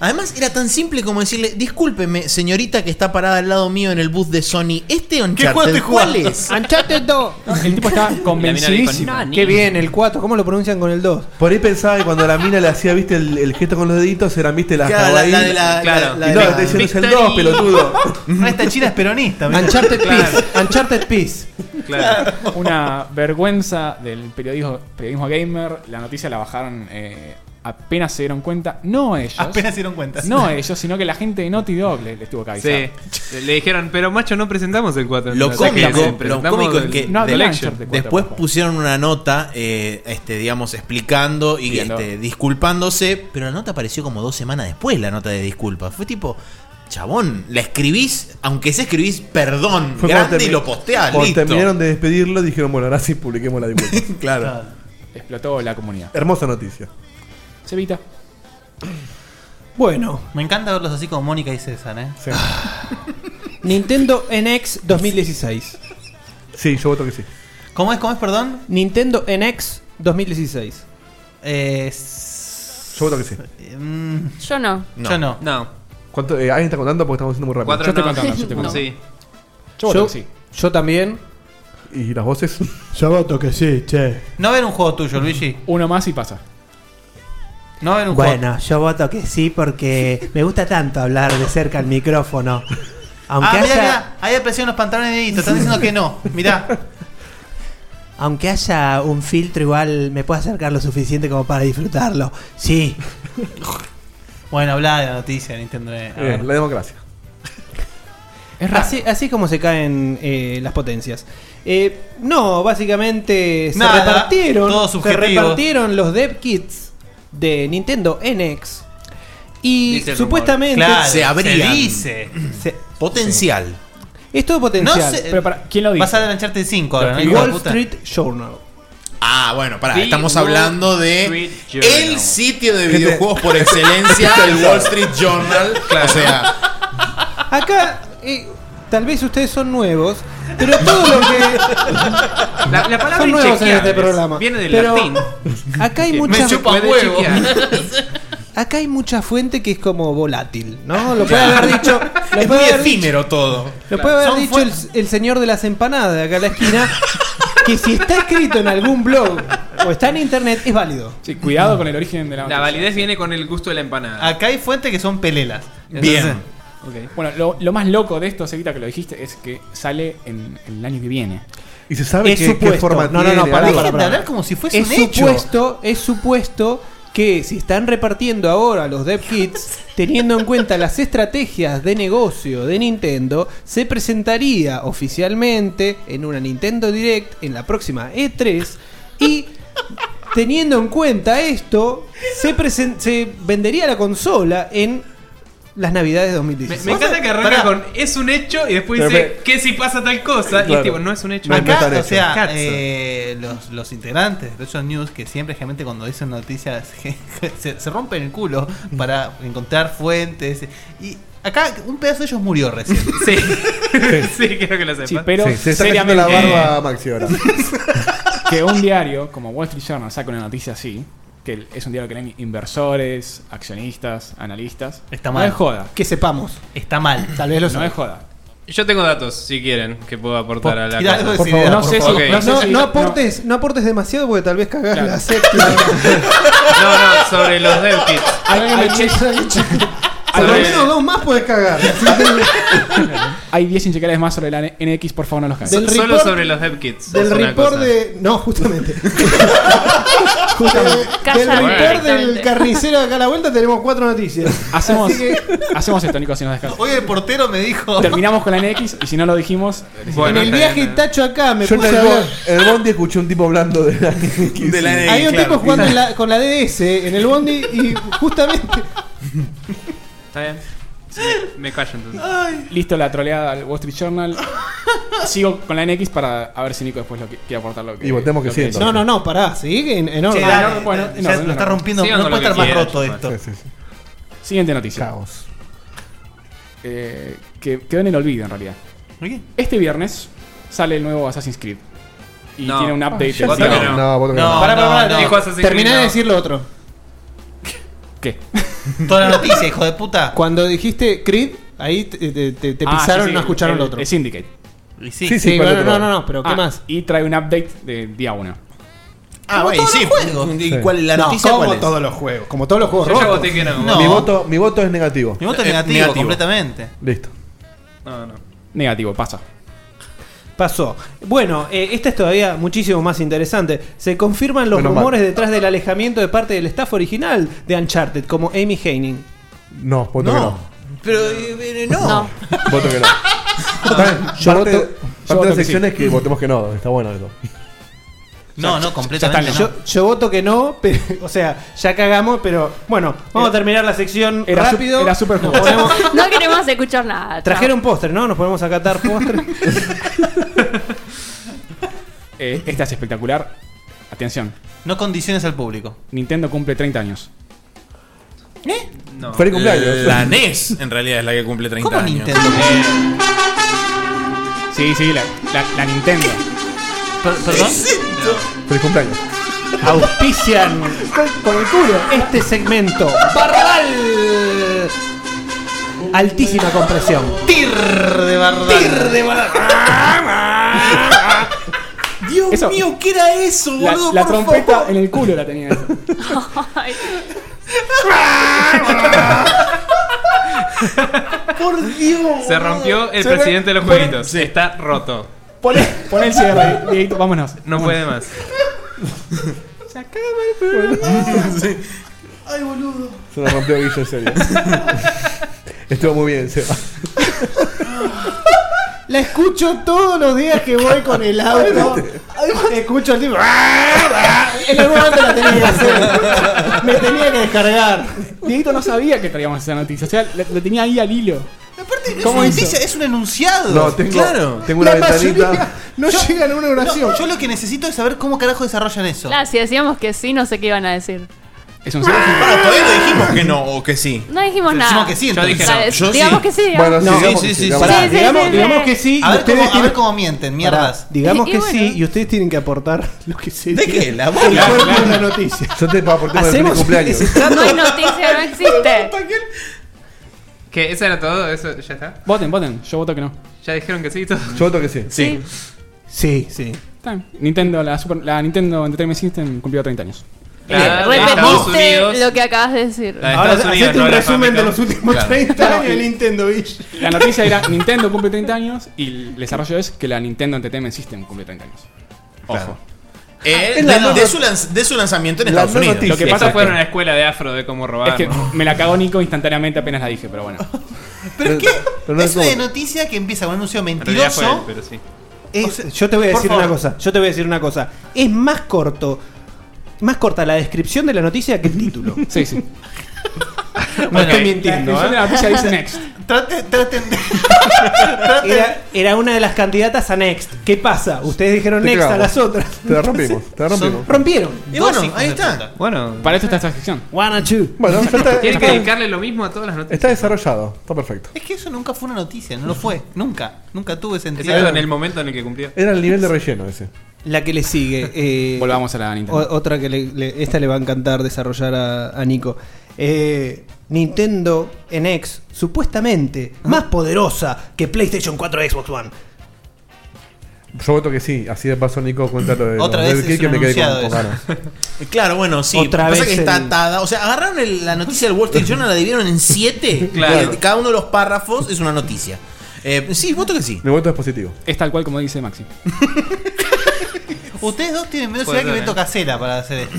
[SPEAKER 3] Además, era tan simple como decirle: Discúlpeme, señorita que está parada al lado mío en el bus de Sony. ¿Este Uncharted cuál es?
[SPEAKER 5] Uncharted 2.
[SPEAKER 10] El tipo está
[SPEAKER 5] *laughs* Convencidísimo. Qué bien, el 4. ¿Cómo lo pronuncian con el 2?
[SPEAKER 7] Por ahí pensaba que cuando la mina le hacía, viste, el, el gesto con los deditos, eran, viste, las
[SPEAKER 5] Claro, la-
[SPEAKER 7] Hawaii.
[SPEAKER 5] la de la- Claro. la- la
[SPEAKER 7] Y
[SPEAKER 5] de
[SPEAKER 7] no,
[SPEAKER 5] la-
[SPEAKER 7] te dicen, es el
[SPEAKER 5] Victory.
[SPEAKER 7] 2,
[SPEAKER 4] *laughs*
[SPEAKER 7] pelotudo.
[SPEAKER 4] Esta china es peronista. mirá.
[SPEAKER 5] Uncharted Peace. Uncharted Peace.
[SPEAKER 10] Claro. Una vergüenza del periodismo, periodismo gamer. La noticia la bajaron eh, apenas se dieron cuenta. No ellos.
[SPEAKER 4] Apenas se dieron cuenta.
[SPEAKER 10] No ellos, sino que la gente de Naughty Dog le, le estuvo
[SPEAKER 9] Sí.
[SPEAKER 10] cabizando.
[SPEAKER 9] Le dijeron, pero macho, no presentamos el 4.
[SPEAKER 3] Lo
[SPEAKER 9] O sea, que
[SPEAKER 3] cómico, lo
[SPEAKER 9] presentamos
[SPEAKER 3] cómico es
[SPEAKER 9] el-
[SPEAKER 3] que
[SPEAKER 9] No,
[SPEAKER 3] de-
[SPEAKER 9] el Action.
[SPEAKER 3] después pusieron una nota, eh, este, digamos, explicando y este, disculpándose, pero la nota apareció como dos semanas después, la nota de disculpa. Fue tipo, chabón, la escribís, aunque se escribís perdón,
[SPEAKER 7] Fue cuando
[SPEAKER 3] grande y
[SPEAKER 7] termi-
[SPEAKER 3] lo posteás,
[SPEAKER 7] Cuando
[SPEAKER 3] listo.
[SPEAKER 7] terminaron de despedirlo, dijeron, bueno, ahora sí publiquemos la disculpa.
[SPEAKER 3] claro.
[SPEAKER 10] Explotó la comunidad.
[SPEAKER 7] Hermosa noticia.
[SPEAKER 10] Cevita.
[SPEAKER 5] Bueno.
[SPEAKER 4] Me encanta verlos así como Mónica y César, ¿eh?
[SPEAKER 5] Nintendo NX 2016.
[SPEAKER 7] Sí, yo voto que sí.
[SPEAKER 4] ¿Cómo es, cómo es, perdón?
[SPEAKER 5] Nintendo NX 2016. Eh,
[SPEAKER 7] Yo voto que sí.
[SPEAKER 5] mm,
[SPEAKER 11] Yo no.
[SPEAKER 4] Yo no.
[SPEAKER 7] ¿Cuánto, eh, ¿Alguien está contando? Porque estamos haciendo muy rápido.
[SPEAKER 9] Cuatro no. Sí.
[SPEAKER 5] Yo voto que sí. Yo también.
[SPEAKER 7] ¿Y
[SPEAKER 5] *laughs*
[SPEAKER 7] las voces?
[SPEAKER 5] Yo voto que sí, che.
[SPEAKER 4] No va a haber un juego tuyo, Luigi.
[SPEAKER 10] Uno más y pasa.
[SPEAKER 4] No va a haber un juego.
[SPEAKER 5] Bueno, yo voto que sí
[SPEAKER 4] *laughs*
[SPEAKER 5] porque me gusta tanto hablar de cerca al micrófono. Aunque
[SPEAKER 4] ah, mirá,
[SPEAKER 5] haya,
[SPEAKER 4] mirá, ahí aparecieron los pantalones de Edito. Están diciendo que no. Mirá.
[SPEAKER 5] aunque haya un filtro igual me puedo acercar lo suficiente como para disfrutarlo. Sí.
[SPEAKER 4] Bueno, hablá de la noticia de Nintendo. eh. A ver.
[SPEAKER 7] democracia.
[SPEAKER 5] así, así es como se caen eh, las potencias. Eh, no, básicamente se
[SPEAKER 4] Nada,
[SPEAKER 5] repartieron.
[SPEAKER 4] todo
[SPEAKER 5] se
[SPEAKER 4] subjetivo.
[SPEAKER 5] repartieron los dev kits de Nintendo NX. Y
[SPEAKER 4] Dice el rumor.
[SPEAKER 5] supuestamente
[SPEAKER 4] Claro, se abrían. se dice.
[SPEAKER 3] Potencial.
[SPEAKER 5] Es todo potencial.
[SPEAKER 4] No sé-
[SPEAKER 5] pero para, ¿Quién lo dice?
[SPEAKER 4] Vas a adelantarte 5 ahora, ¿no?
[SPEAKER 5] Wall
[SPEAKER 4] hijo de puta?
[SPEAKER 5] Street Journal.
[SPEAKER 3] Ah, bueno, pará,
[SPEAKER 4] The
[SPEAKER 3] estamos
[SPEAKER 4] Wall
[SPEAKER 3] hablando de
[SPEAKER 4] Street Journal.
[SPEAKER 3] el sitio de
[SPEAKER 4] ¿Qué te-
[SPEAKER 3] videojuegos por excelencia,
[SPEAKER 4] ¿Qué te
[SPEAKER 3] el
[SPEAKER 4] pensaba?
[SPEAKER 3] Wall Street Journal. O sea,
[SPEAKER 5] Acá, eh, tal vez ustedes son nuevos, pero todo lo
[SPEAKER 4] *laughs*
[SPEAKER 5] que.
[SPEAKER 9] La, la palabra
[SPEAKER 5] son nuevos en este
[SPEAKER 9] inchequeables
[SPEAKER 5] programa.
[SPEAKER 9] Viene del
[SPEAKER 5] Pero
[SPEAKER 9] latín.
[SPEAKER 5] Acá hay
[SPEAKER 9] Que
[SPEAKER 5] mucha.
[SPEAKER 9] me chupa Puede huevo.
[SPEAKER 4] *laughs*
[SPEAKER 9] chequear.
[SPEAKER 5] Acá hay mucha fuente que es como volátil, ¿no? Lo puede
[SPEAKER 3] Claro.
[SPEAKER 5] haber dicho. Lo
[SPEAKER 3] es
[SPEAKER 5] puede
[SPEAKER 3] muy
[SPEAKER 5] haber dicho-
[SPEAKER 3] efímero todo.
[SPEAKER 5] lo puede haber
[SPEAKER 3] Son
[SPEAKER 5] dicho el, el señor de las empanadas de acá a la esquina. que si está escrito en algún blog o está en internet, es válido.
[SPEAKER 10] Sí, cuidado con el origen de la
[SPEAKER 9] La validez viene con el gusto de la empanada.
[SPEAKER 4] Acá hay fuentes que son pelelas.
[SPEAKER 10] Bien. Bueno, lo, lo más loco de esto, Sevita, que lo dijiste, es que sale en, en el año que viene.
[SPEAKER 7] Y se sabe qué- qué forma
[SPEAKER 5] no, no, no,
[SPEAKER 7] tiene,
[SPEAKER 5] pará, pará,
[SPEAKER 7] algo. Dejen de
[SPEAKER 5] pará.
[SPEAKER 7] hablar como si fuese
[SPEAKER 5] es
[SPEAKER 7] un hecho.
[SPEAKER 5] supuesto, Es supuesto que si están repartiendo ahora los dev
[SPEAKER 7] *laughs*
[SPEAKER 5] kits, teniendo en cuenta las estrategias de negocio de Nintendo, se presentaría oficialmente en una Nintendo Direct en la próxima E3 y teniendo en cuenta esto, se, presen- se vendería la consola en las Navidades de 2016.
[SPEAKER 9] Me, me encanta que arranca con es un hecho y después
[SPEAKER 5] Pero
[SPEAKER 9] dice que si pasa tal cosa. Y
[SPEAKER 4] Claro.
[SPEAKER 9] es tipo, no es un hecho.
[SPEAKER 4] Acá, o sea,
[SPEAKER 9] Cazzo.
[SPEAKER 4] eh, los, los integrantes de Ocean News, que siempre generalmente cuando dicen noticias *laughs* se, se rompen el culo para encontrar fuentes. Y acá un pedazo de ellos murió recién.
[SPEAKER 9] *laughs* sí. sí, creo que lo sepas.
[SPEAKER 10] Sí, pero
[SPEAKER 7] Sí, se está cayendo la
[SPEAKER 10] *laughs*
[SPEAKER 7] barba a Maxi ahora.
[SPEAKER 10] que un diario como Wall Street Journal saca una noticia así, que es un diario que leen inversores, accionistas, analistas.
[SPEAKER 4] Está mal.
[SPEAKER 10] No es joda.
[SPEAKER 5] Que sepamos.
[SPEAKER 4] Está mal.
[SPEAKER 5] Tal vez lo
[SPEAKER 10] No es joda.
[SPEAKER 9] Yo tengo datos, si quieren, que puedo aportar a la
[SPEAKER 10] tirá
[SPEAKER 9] cosa.
[SPEAKER 10] algo de Por favor.
[SPEAKER 5] No, sé si-
[SPEAKER 9] Ok.
[SPEAKER 5] no- no aportes, no. aportes demasiado porque tal vez cagás
[SPEAKER 10] *laughs*
[SPEAKER 5] la séptima.
[SPEAKER 9] No, no, sobre los dev kits.
[SPEAKER 10] Hay, hay que,
[SPEAKER 7] A lo menos dos más puedes cagar.
[SPEAKER 10] *laughs* Hay 10 inchequeables más sobre la NX, por favor no los caguen.
[SPEAKER 9] Solo sobre los dev kits.
[SPEAKER 10] del
[SPEAKER 9] es una
[SPEAKER 10] report
[SPEAKER 9] cosa.
[SPEAKER 5] de- No, justamente.
[SPEAKER 4] *laughs*
[SPEAKER 5] Justamente. Del
[SPEAKER 10] Casa
[SPEAKER 5] report del
[SPEAKER 10] directamente.
[SPEAKER 5] carnicero de acá a la vuelta tenemos cuatro noticias.
[SPEAKER 10] Hacemos,
[SPEAKER 5] Así que-
[SPEAKER 10] hacemos esto, Nico, si nos dejas.
[SPEAKER 4] Hoy el portero me dijo.
[SPEAKER 10] Terminamos con la NX y si no lo dijimos.
[SPEAKER 5] en el viaje Tacho acá me
[SPEAKER 7] Yo en
[SPEAKER 5] puse
[SPEAKER 7] el,
[SPEAKER 5] a
[SPEAKER 7] bo-
[SPEAKER 5] hablar.
[SPEAKER 7] en el Bondi escuché un tipo hablando de la De
[SPEAKER 5] Sí. Había un tipo jugando en la- con la DDS en el Bondi
[SPEAKER 9] *laughs*
[SPEAKER 5] y justamente.
[SPEAKER 9] Está bien. Sí, me callo entonces.
[SPEAKER 10] Listo la troleada al Wall Street Journal. Sigo con la NX para a ver si Nico después lo que- quiere aportar lo que.
[SPEAKER 7] Y votemos que
[SPEAKER 10] lo
[SPEAKER 7] sí, entonces.
[SPEAKER 10] hizo.
[SPEAKER 5] No, no, no, pará, sigue en, en orden.
[SPEAKER 10] Sí, dale, bueno, en orden, en orden. Sigan con lo que quieran, chicos. Siguiente noticia. Caos. que quedó en el olvido en realidad. Este viernes sale el nuevo Assassin's Creed. Y
[SPEAKER 9] No.
[SPEAKER 10] tiene un update.
[SPEAKER 9] Ah, voto que no. No, voto que no. No,
[SPEAKER 10] Pará, pará,
[SPEAKER 9] no,
[SPEAKER 10] pará,
[SPEAKER 9] no. Dijo Assassin's Creed,
[SPEAKER 5] Terminá
[SPEAKER 9] no.
[SPEAKER 5] de decir lo otro.
[SPEAKER 10] ¿Qué?
[SPEAKER 4] Toda la noticia, hijo de puta.
[SPEAKER 5] Cuando dijiste Creed, ahí te, te- te- te
[SPEAKER 10] Ah,
[SPEAKER 5] pisaron
[SPEAKER 10] sí,
[SPEAKER 5] y
[SPEAKER 10] sí,
[SPEAKER 5] no escucharon
[SPEAKER 10] el-
[SPEAKER 5] lo otro.
[SPEAKER 10] el Syndicate.
[SPEAKER 5] sí. Sí, sí, Sí, ¿cuál no, otro? no, no, no, pero ¿qué más?
[SPEAKER 10] Ah, Y trae un update de día 1.
[SPEAKER 3] Ah,
[SPEAKER 5] Como
[SPEAKER 3] bueno,
[SPEAKER 5] todos
[SPEAKER 3] y sí.
[SPEAKER 5] los juegos.
[SPEAKER 3] ¿Y cuál- la noticia
[SPEAKER 5] como
[SPEAKER 3] cuál es?
[SPEAKER 5] todos los juegos. Como todos los juegos.
[SPEAKER 9] Yo ya
[SPEAKER 5] rotos.
[SPEAKER 9] voté que no.
[SPEAKER 7] *laughs* Mi, voto, mi voto es negativo.
[SPEAKER 4] Mi voto
[SPEAKER 10] Eh,
[SPEAKER 4] es negativo, completamente.
[SPEAKER 7] Listo.
[SPEAKER 9] No, no.
[SPEAKER 10] Negativo, pasa.
[SPEAKER 5] Pasó. Bueno, eh, esta es todavía muchísimo más interesante. Se confirman los
[SPEAKER 7] Menos mal.
[SPEAKER 5] rumores detrás del alejamiento de parte del staff original de Uncharted, como Amy Heining.
[SPEAKER 7] No, voto que no.
[SPEAKER 3] Pero eh, eh, no.
[SPEAKER 7] Voto que no.
[SPEAKER 5] Yo
[SPEAKER 7] Parte,
[SPEAKER 5] voto- yo
[SPEAKER 7] parte
[SPEAKER 5] voto
[SPEAKER 7] de
[SPEAKER 5] que
[SPEAKER 7] las secciones
[SPEAKER 5] sí.
[SPEAKER 7] que votemos que no. Está bueno
[SPEAKER 5] *laughs*
[SPEAKER 7] eso.
[SPEAKER 4] No, no, completamente.
[SPEAKER 5] yo, yo voto que no, pero, *laughs* o sea, ya cagamos, pero bueno, vamos a terminar la sección
[SPEAKER 10] Era su-
[SPEAKER 5] rápido.
[SPEAKER 10] era súper
[SPEAKER 5] Nos
[SPEAKER 11] *laughs*
[SPEAKER 5] ponemos-
[SPEAKER 11] No queremos escuchar nada. chao.
[SPEAKER 5] Trajeron postre, ¿no? Nos podemos acatar *laughs* postre.
[SPEAKER 10] Eh, esta es espectacular. Atención.
[SPEAKER 4] No condiciones al público. ¿Eh?
[SPEAKER 10] Nintendo cumple 30 años.
[SPEAKER 4] No.
[SPEAKER 10] Feliz
[SPEAKER 3] Eh,
[SPEAKER 10] cumpleaños.
[SPEAKER 26] La
[SPEAKER 3] E
[SPEAKER 26] NES, en realidad, es la que cumple 30 años.
[SPEAKER 10] Sí, sí, la, la- la Nintendo.
[SPEAKER 4] ¿Perdón?
[SPEAKER 7] Feliz cumpleaños.
[SPEAKER 5] Auspician con, con el culo este segmento. Barral. Altísima compresión.
[SPEAKER 4] Tir de Bardal.
[SPEAKER 5] Tir de
[SPEAKER 3] Dios
[SPEAKER 10] Eso.
[SPEAKER 3] mío, ¿qué era eso,
[SPEAKER 10] La,
[SPEAKER 3] boludo?
[SPEAKER 10] la
[SPEAKER 3] Por
[SPEAKER 10] trompeta
[SPEAKER 3] favor.
[SPEAKER 10] en el culo la tenía. esa.
[SPEAKER 9] *laughs*
[SPEAKER 3] Por Dios.
[SPEAKER 9] Se rompió el
[SPEAKER 10] Se ve-
[SPEAKER 9] presidente de los
[SPEAKER 10] pone-
[SPEAKER 9] jueguitos. Está roto.
[SPEAKER 10] Pon el, pon el cierre, Dieguito, vámonos.
[SPEAKER 9] No
[SPEAKER 10] Vámonos.
[SPEAKER 9] puede más.
[SPEAKER 10] *laughs*
[SPEAKER 3] Ay, boludo.
[SPEAKER 7] Se lo rompió Guillo en serio. Estuvo muy bien, Seba.
[SPEAKER 5] La escucho todos los días que voy con el auto. Escucho al tipo. En algún momento la tenía que hacer. Me tenía que descargar.
[SPEAKER 10] Dieguito no sabía que traíamos esa noticia. O sea, la, la tenía ahí al hilo.
[SPEAKER 4] ¿Cómo es, una noticia, es un enunciado.
[SPEAKER 7] No, tengo- Claro. tengo una La ventanita. mayoría
[SPEAKER 4] No llegan a una oración. yo lo que necesito es saber cómo carajo desarrollan eso.
[SPEAKER 11] Claro, si decíamos que sí, no sé qué iban a decir.
[SPEAKER 10] Es un
[SPEAKER 3] Pará, todavía no dijimos que no o que sí.
[SPEAKER 11] No dijimos
[SPEAKER 3] Pero
[SPEAKER 11] nada.
[SPEAKER 3] decimos que sí, Yo entonces. dije
[SPEAKER 11] Dale,
[SPEAKER 3] no. Yo
[SPEAKER 11] digamos
[SPEAKER 3] sí.
[SPEAKER 11] que sí.
[SPEAKER 3] Bueno,
[SPEAKER 11] digamos.
[SPEAKER 3] sí, digamos que sí, digamos
[SPEAKER 5] Pará,
[SPEAKER 11] que sí.
[SPEAKER 5] digamos,
[SPEAKER 11] Sí, sí,
[SPEAKER 5] digamos
[SPEAKER 11] sí.
[SPEAKER 5] que sí.
[SPEAKER 4] A ver
[SPEAKER 5] ustedes
[SPEAKER 4] cómo- a
[SPEAKER 5] tienen-
[SPEAKER 4] ver cómo mienten, mierdas.
[SPEAKER 5] Pará, digamos
[SPEAKER 4] Y- y
[SPEAKER 5] que
[SPEAKER 4] bueno.
[SPEAKER 5] sí y ustedes tienen que aportar *laughs* lo que se
[SPEAKER 4] ¿De
[SPEAKER 5] diga.
[SPEAKER 4] qué? La
[SPEAKER 5] El
[SPEAKER 4] bola.
[SPEAKER 5] cuerpo
[SPEAKER 4] Claro.
[SPEAKER 5] de la noticia.
[SPEAKER 7] Yo te puedo aportar
[SPEAKER 5] Hacemos
[SPEAKER 7] el cumpleaños.
[SPEAKER 5] ese trato.
[SPEAKER 11] No hay noticia, no existe.
[SPEAKER 9] ¿Qué? ¿Eso era todo? ¿Eso ya está?
[SPEAKER 10] Voten, voten. Yo voto que no.
[SPEAKER 9] ¿Ya dijeron que sí? Todo?
[SPEAKER 7] Yo voto que sí.
[SPEAKER 9] Sí.
[SPEAKER 5] Sí, sí.
[SPEAKER 10] Está bien. Nintendo, la, Super- la Nintendo Entertainment System cumplió 30 años.
[SPEAKER 11] Eh, Repetiste lo que acabas de decir.
[SPEAKER 10] *laughs*
[SPEAKER 5] hacete un resumen de los últimos 30 años de Nintendo Beach.
[SPEAKER 10] La noticia era Nintendo cumple 30 años y el desarrollo es que la Nintendo Entertainment System cumple 30 años. Ojo.
[SPEAKER 3] Eh,
[SPEAKER 10] es la
[SPEAKER 3] de,
[SPEAKER 10] no-
[SPEAKER 3] de su lanz- de su lanzamiento en
[SPEAKER 10] La
[SPEAKER 3] Estados
[SPEAKER 10] no
[SPEAKER 3] Unidos.
[SPEAKER 10] noticia. Lo que pasa
[SPEAKER 9] Esa
[SPEAKER 10] es
[SPEAKER 9] fue
[SPEAKER 10] que-
[SPEAKER 9] una escuela de afro de cómo robar.
[SPEAKER 10] Eh. Es que
[SPEAKER 9] ¿no?
[SPEAKER 10] me la cagó Nico instantáneamente apenas la dije, pero bueno.
[SPEAKER 4] ¿Pero qué?
[SPEAKER 10] pero no
[SPEAKER 4] es
[SPEAKER 10] es
[SPEAKER 4] una
[SPEAKER 10] como-
[SPEAKER 4] noticia que empieza con un anuncio
[SPEAKER 9] realidad fue
[SPEAKER 4] mentiroso.
[SPEAKER 9] él, pero sí.
[SPEAKER 5] Es-
[SPEAKER 4] O sea,
[SPEAKER 5] yo te voy a
[SPEAKER 4] por
[SPEAKER 5] decir
[SPEAKER 4] favor.
[SPEAKER 5] una cosa. Yo te voy a decir una cosa. Es más corto. Más corta la descripción de la noticia que el
[SPEAKER 4] *laughs*
[SPEAKER 5] título.
[SPEAKER 10] Sí, sí.
[SPEAKER 5] No
[SPEAKER 4] Bueno,
[SPEAKER 5] estoy
[SPEAKER 4] la
[SPEAKER 5] mintiendo.
[SPEAKER 4] descripción
[SPEAKER 5] ¿eh?
[SPEAKER 4] de la
[SPEAKER 5] *laughs*
[SPEAKER 4] noticia dice next. Traten, traten de- traten-
[SPEAKER 5] Era, era una de las candidatas a Next. ¿Qué pasa? Ustedes dijeron
[SPEAKER 7] Te
[SPEAKER 5] Next a
[SPEAKER 7] cagamos.
[SPEAKER 5] las otras.
[SPEAKER 7] Te la rompimos, te la rompimos.
[SPEAKER 5] Rompieron.
[SPEAKER 3] Y bueno, ahí está.
[SPEAKER 9] Bueno,
[SPEAKER 10] para esto está esta sección.
[SPEAKER 5] One and two. *laughs*
[SPEAKER 7] Bueno, ya está,
[SPEAKER 9] Tienen que
[SPEAKER 7] está-
[SPEAKER 9] dedicarle lo mismo a todas las noticias.
[SPEAKER 7] está desarrollado. Está perfecto.
[SPEAKER 4] Es que eso nunca fue una noticia, no lo fue. Nunca. Nunca tuve sentido.
[SPEAKER 9] Exacto, en el momento en el que cumplió.
[SPEAKER 7] Era el nivel de relleno ese.
[SPEAKER 5] La que le sigue. eh,
[SPEAKER 10] Volvamos a la Nintendo.
[SPEAKER 5] o- otra que le, le- esta le va a encantar desarrollar a, a Nico. Eh, Nintendo NX, supuestamente más poderosa que PlayStation 4 e Xbox One.
[SPEAKER 7] Yo voto que sí, así de paso Nico cuenta lo de
[SPEAKER 3] Otra
[SPEAKER 7] lo
[SPEAKER 3] vez
[SPEAKER 7] del
[SPEAKER 3] es
[SPEAKER 7] Kill que
[SPEAKER 3] un
[SPEAKER 7] me quedé con,
[SPEAKER 3] anunciado
[SPEAKER 7] con
[SPEAKER 3] eso.
[SPEAKER 7] ganas.
[SPEAKER 5] *laughs*
[SPEAKER 3] Claro, bueno, sí.
[SPEAKER 7] Otra
[SPEAKER 3] Pasa
[SPEAKER 7] vez
[SPEAKER 3] que está
[SPEAKER 7] el-
[SPEAKER 3] atada. O sea, agarraron el- la noticia del Wall Street Journal, la dividieron en siete.
[SPEAKER 10] Claro.
[SPEAKER 3] y cada uno de los párrafos es una noticia. Eh, sí, voto que sí.
[SPEAKER 7] Mi voto es positivo.
[SPEAKER 10] Es tal cual como dice Maxi.
[SPEAKER 4] Ustedes dos tienen menos
[SPEAKER 9] Puede
[SPEAKER 4] ciudad que
[SPEAKER 9] ser,
[SPEAKER 4] Beto
[SPEAKER 9] eh.
[SPEAKER 4] Casera para hacer esto.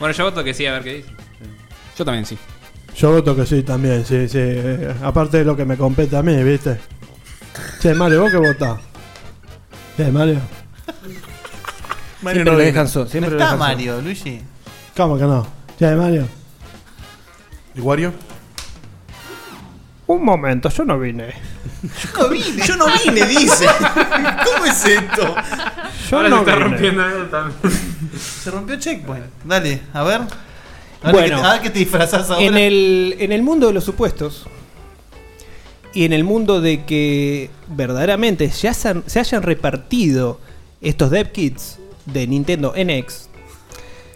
[SPEAKER 9] Bueno, yo voto que sí, a ver qué dice.
[SPEAKER 10] Yo también sí.
[SPEAKER 18] Yo voto que sí también, sí, sí. Eh, Aparte de lo que me compete a mí, ¿viste? Che, Mario, ¿vos qué votás? Che, Mario.
[SPEAKER 5] Siempre lo dejan solo, siempre
[SPEAKER 4] no
[SPEAKER 5] lo
[SPEAKER 4] está
[SPEAKER 5] dejan solo.
[SPEAKER 4] Mario, Luigi.
[SPEAKER 18] ¿Cómo que no? Che, Mario.
[SPEAKER 7] ¿Y Wario?
[SPEAKER 18] Un momento, yo no vine.
[SPEAKER 3] Yo no vine, yo no vine, dice. ¿Cómo es esto?
[SPEAKER 18] Yo
[SPEAKER 4] Ahora
[SPEAKER 18] no
[SPEAKER 4] se está
[SPEAKER 18] vine.
[SPEAKER 4] rompiendo Se rompió Checkpoint. Dale, a ver. A ver
[SPEAKER 5] Bueno,
[SPEAKER 4] qué te- a ver qué ah, te disfrazás ahora.
[SPEAKER 5] En el, en el mundo de los supuestos y en el mundo de que verdaderamente ya se, han- se hayan repartido estos dev kits de Nintendo NX,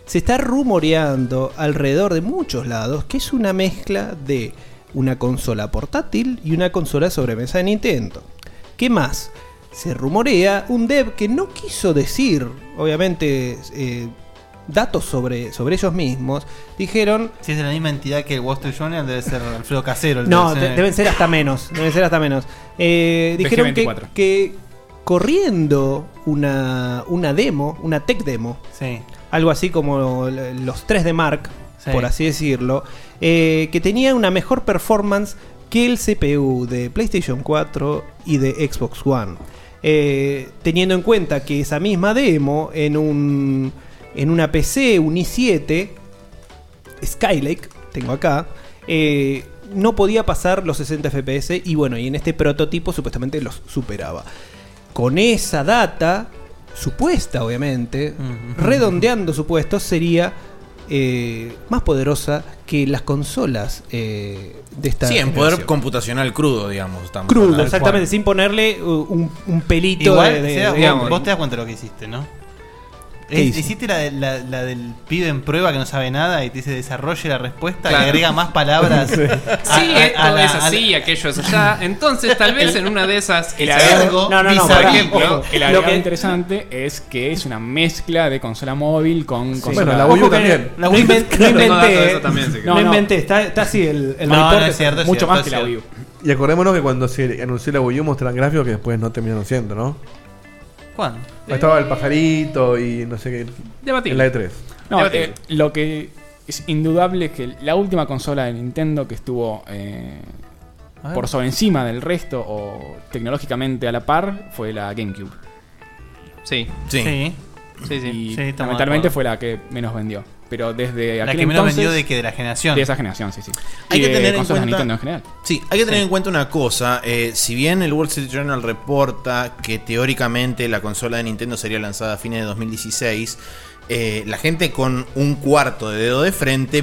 [SPEAKER 5] se está rumoreando alrededor de muchos lados que es una mezcla de una consola portátil y una consola sobremesa de Nintendo. ¿Qué más? Se rumorea un dev que no quiso decir, obviamente, eh, datos sobre, sobre ellos mismos. Dijeron,
[SPEAKER 4] Si es de la misma entidad que el Wall Street Journal, debe ser Alfredo Casero. el
[SPEAKER 5] no,
[SPEAKER 4] de-
[SPEAKER 5] de- deben ser hasta menos. Deben ser hasta menos. Eh, dijeron que,
[SPEAKER 4] PG-24.
[SPEAKER 5] que corriendo una, una demo, una tech demo, algo así como l- los 3 de Mark,
[SPEAKER 4] Sí.
[SPEAKER 5] por así decirlo, eh, que tenía una mejor performance que el CPU de PlayStation 4 y de Xbox One. Eh, teniendo en cuenta que esa misma demo en un en una PC, un i7, Skylake, tengo acá, eh, no podía pasar los 60 FPS y bueno, y en este prototipo supuestamente los superaba. Con esa data, supuesta obviamente, redondeando supuestos, sería eh, más poderosa que las consolas eh, de esta...
[SPEAKER 26] Sí, en
[SPEAKER 5] generación.
[SPEAKER 26] poder computacional crudo, digamos. estamos
[SPEAKER 5] Crudo,
[SPEAKER 26] hablando.
[SPEAKER 5] exactamente, sin ponerle uh, un, un pelito
[SPEAKER 4] Igual,
[SPEAKER 5] de- de-
[SPEAKER 4] sea,
[SPEAKER 5] digamos.
[SPEAKER 4] vos, vos te das cuenta de lo que hiciste, ¿no?
[SPEAKER 5] ¿Qué
[SPEAKER 4] Eh,
[SPEAKER 5] hice?
[SPEAKER 4] Hiciste la, de- la- la del pibe en prueba que no sabe nada y te dice desarrolle la respuesta
[SPEAKER 9] Claro.
[SPEAKER 4] y agrega
[SPEAKER 5] *laughs*
[SPEAKER 4] más palabras.
[SPEAKER 9] Sí,
[SPEAKER 4] a- a-
[SPEAKER 9] esto
[SPEAKER 4] a la-
[SPEAKER 9] es
[SPEAKER 4] a la-
[SPEAKER 9] así, aquello es allá. Entonces, tal vez en una de esas.
[SPEAKER 10] El
[SPEAKER 9] quizás-
[SPEAKER 10] agregado,
[SPEAKER 9] No, no, no,
[SPEAKER 10] por
[SPEAKER 9] pará,
[SPEAKER 10] ejemplo,
[SPEAKER 9] ojo.
[SPEAKER 10] el
[SPEAKER 9] Lo
[SPEAKER 10] agregado
[SPEAKER 9] que-
[SPEAKER 10] interesante es que es una mezcla de consola móvil con consola.
[SPEAKER 5] Bueno, la Wii U Ojo que también. la Wii *laughs*
[SPEAKER 10] *laughs*
[SPEAKER 5] inven- no inventé, eh. No inventé, está- está así el- el *laughs* No, no, reporte, es cierto, es mucho cierto, más es que la cierto. Wii
[SPEAKER 7] Y acordémonos que cuando se anunció la Wii U mostraron gráficos que después no terminaron siendo, ¿no?
[SPEAKER 4] ¿Cuándo?
[SPEAKER 7] Ahí estaba el pajarito y no sé qué. En la E3.
[SPEAKER 10] E No, eh, lo que es indudable es que la última consola de Nintendo que estuvo eh,
[SPEAKER 4] A ver.
[SPEAKER 10] por sobre encima del resto o tecnológicamente a la par fue la GameCube.
[SPEAKER 9] Sí.
[SPEAKER 10] Sí.
[SPEAKER 4] Sí.
[SPEAKER 9] Sí, sí.
[SPEAKER 10] Y
[SPEAKER 4] Sí, estamos de
[SPEAKER 10] lamentablemente
[SPEAKER 4] acuerdo.
[SPEAKER 10] fue la que menos vendió. Pero desde
[SPEAKER 4] La
[SPEAKER 10] aquel
[SPEAKER 4] que menos
[SPEAKER 10] entonces-
[SPEAKER 4] vendió de que de la generación.
[SPEAKER 10] De esa generación, sí, sí.
[SPEAKER 4] Hay
[SPEAKER 10] Y
[SPEAKER 4] que
[SPEAKER 10] de
[SPEAKER 4] tener en
[SPEAKER 10] consolas de
[SPEAKER 4] cuenta-
[SPEAKER 10] Nintendo en general.
[SPEAKER 3] Sí, hay que tener
[SPEAKER 10] Sí.
[SPEAKER 3] en cuenta una cosa. eh, si bien el Wall Street Journal reporta que teóricamente la consola de Nintendo sería lanzada a fines de 2016, eh, la gente con un cuarto de dedo de frente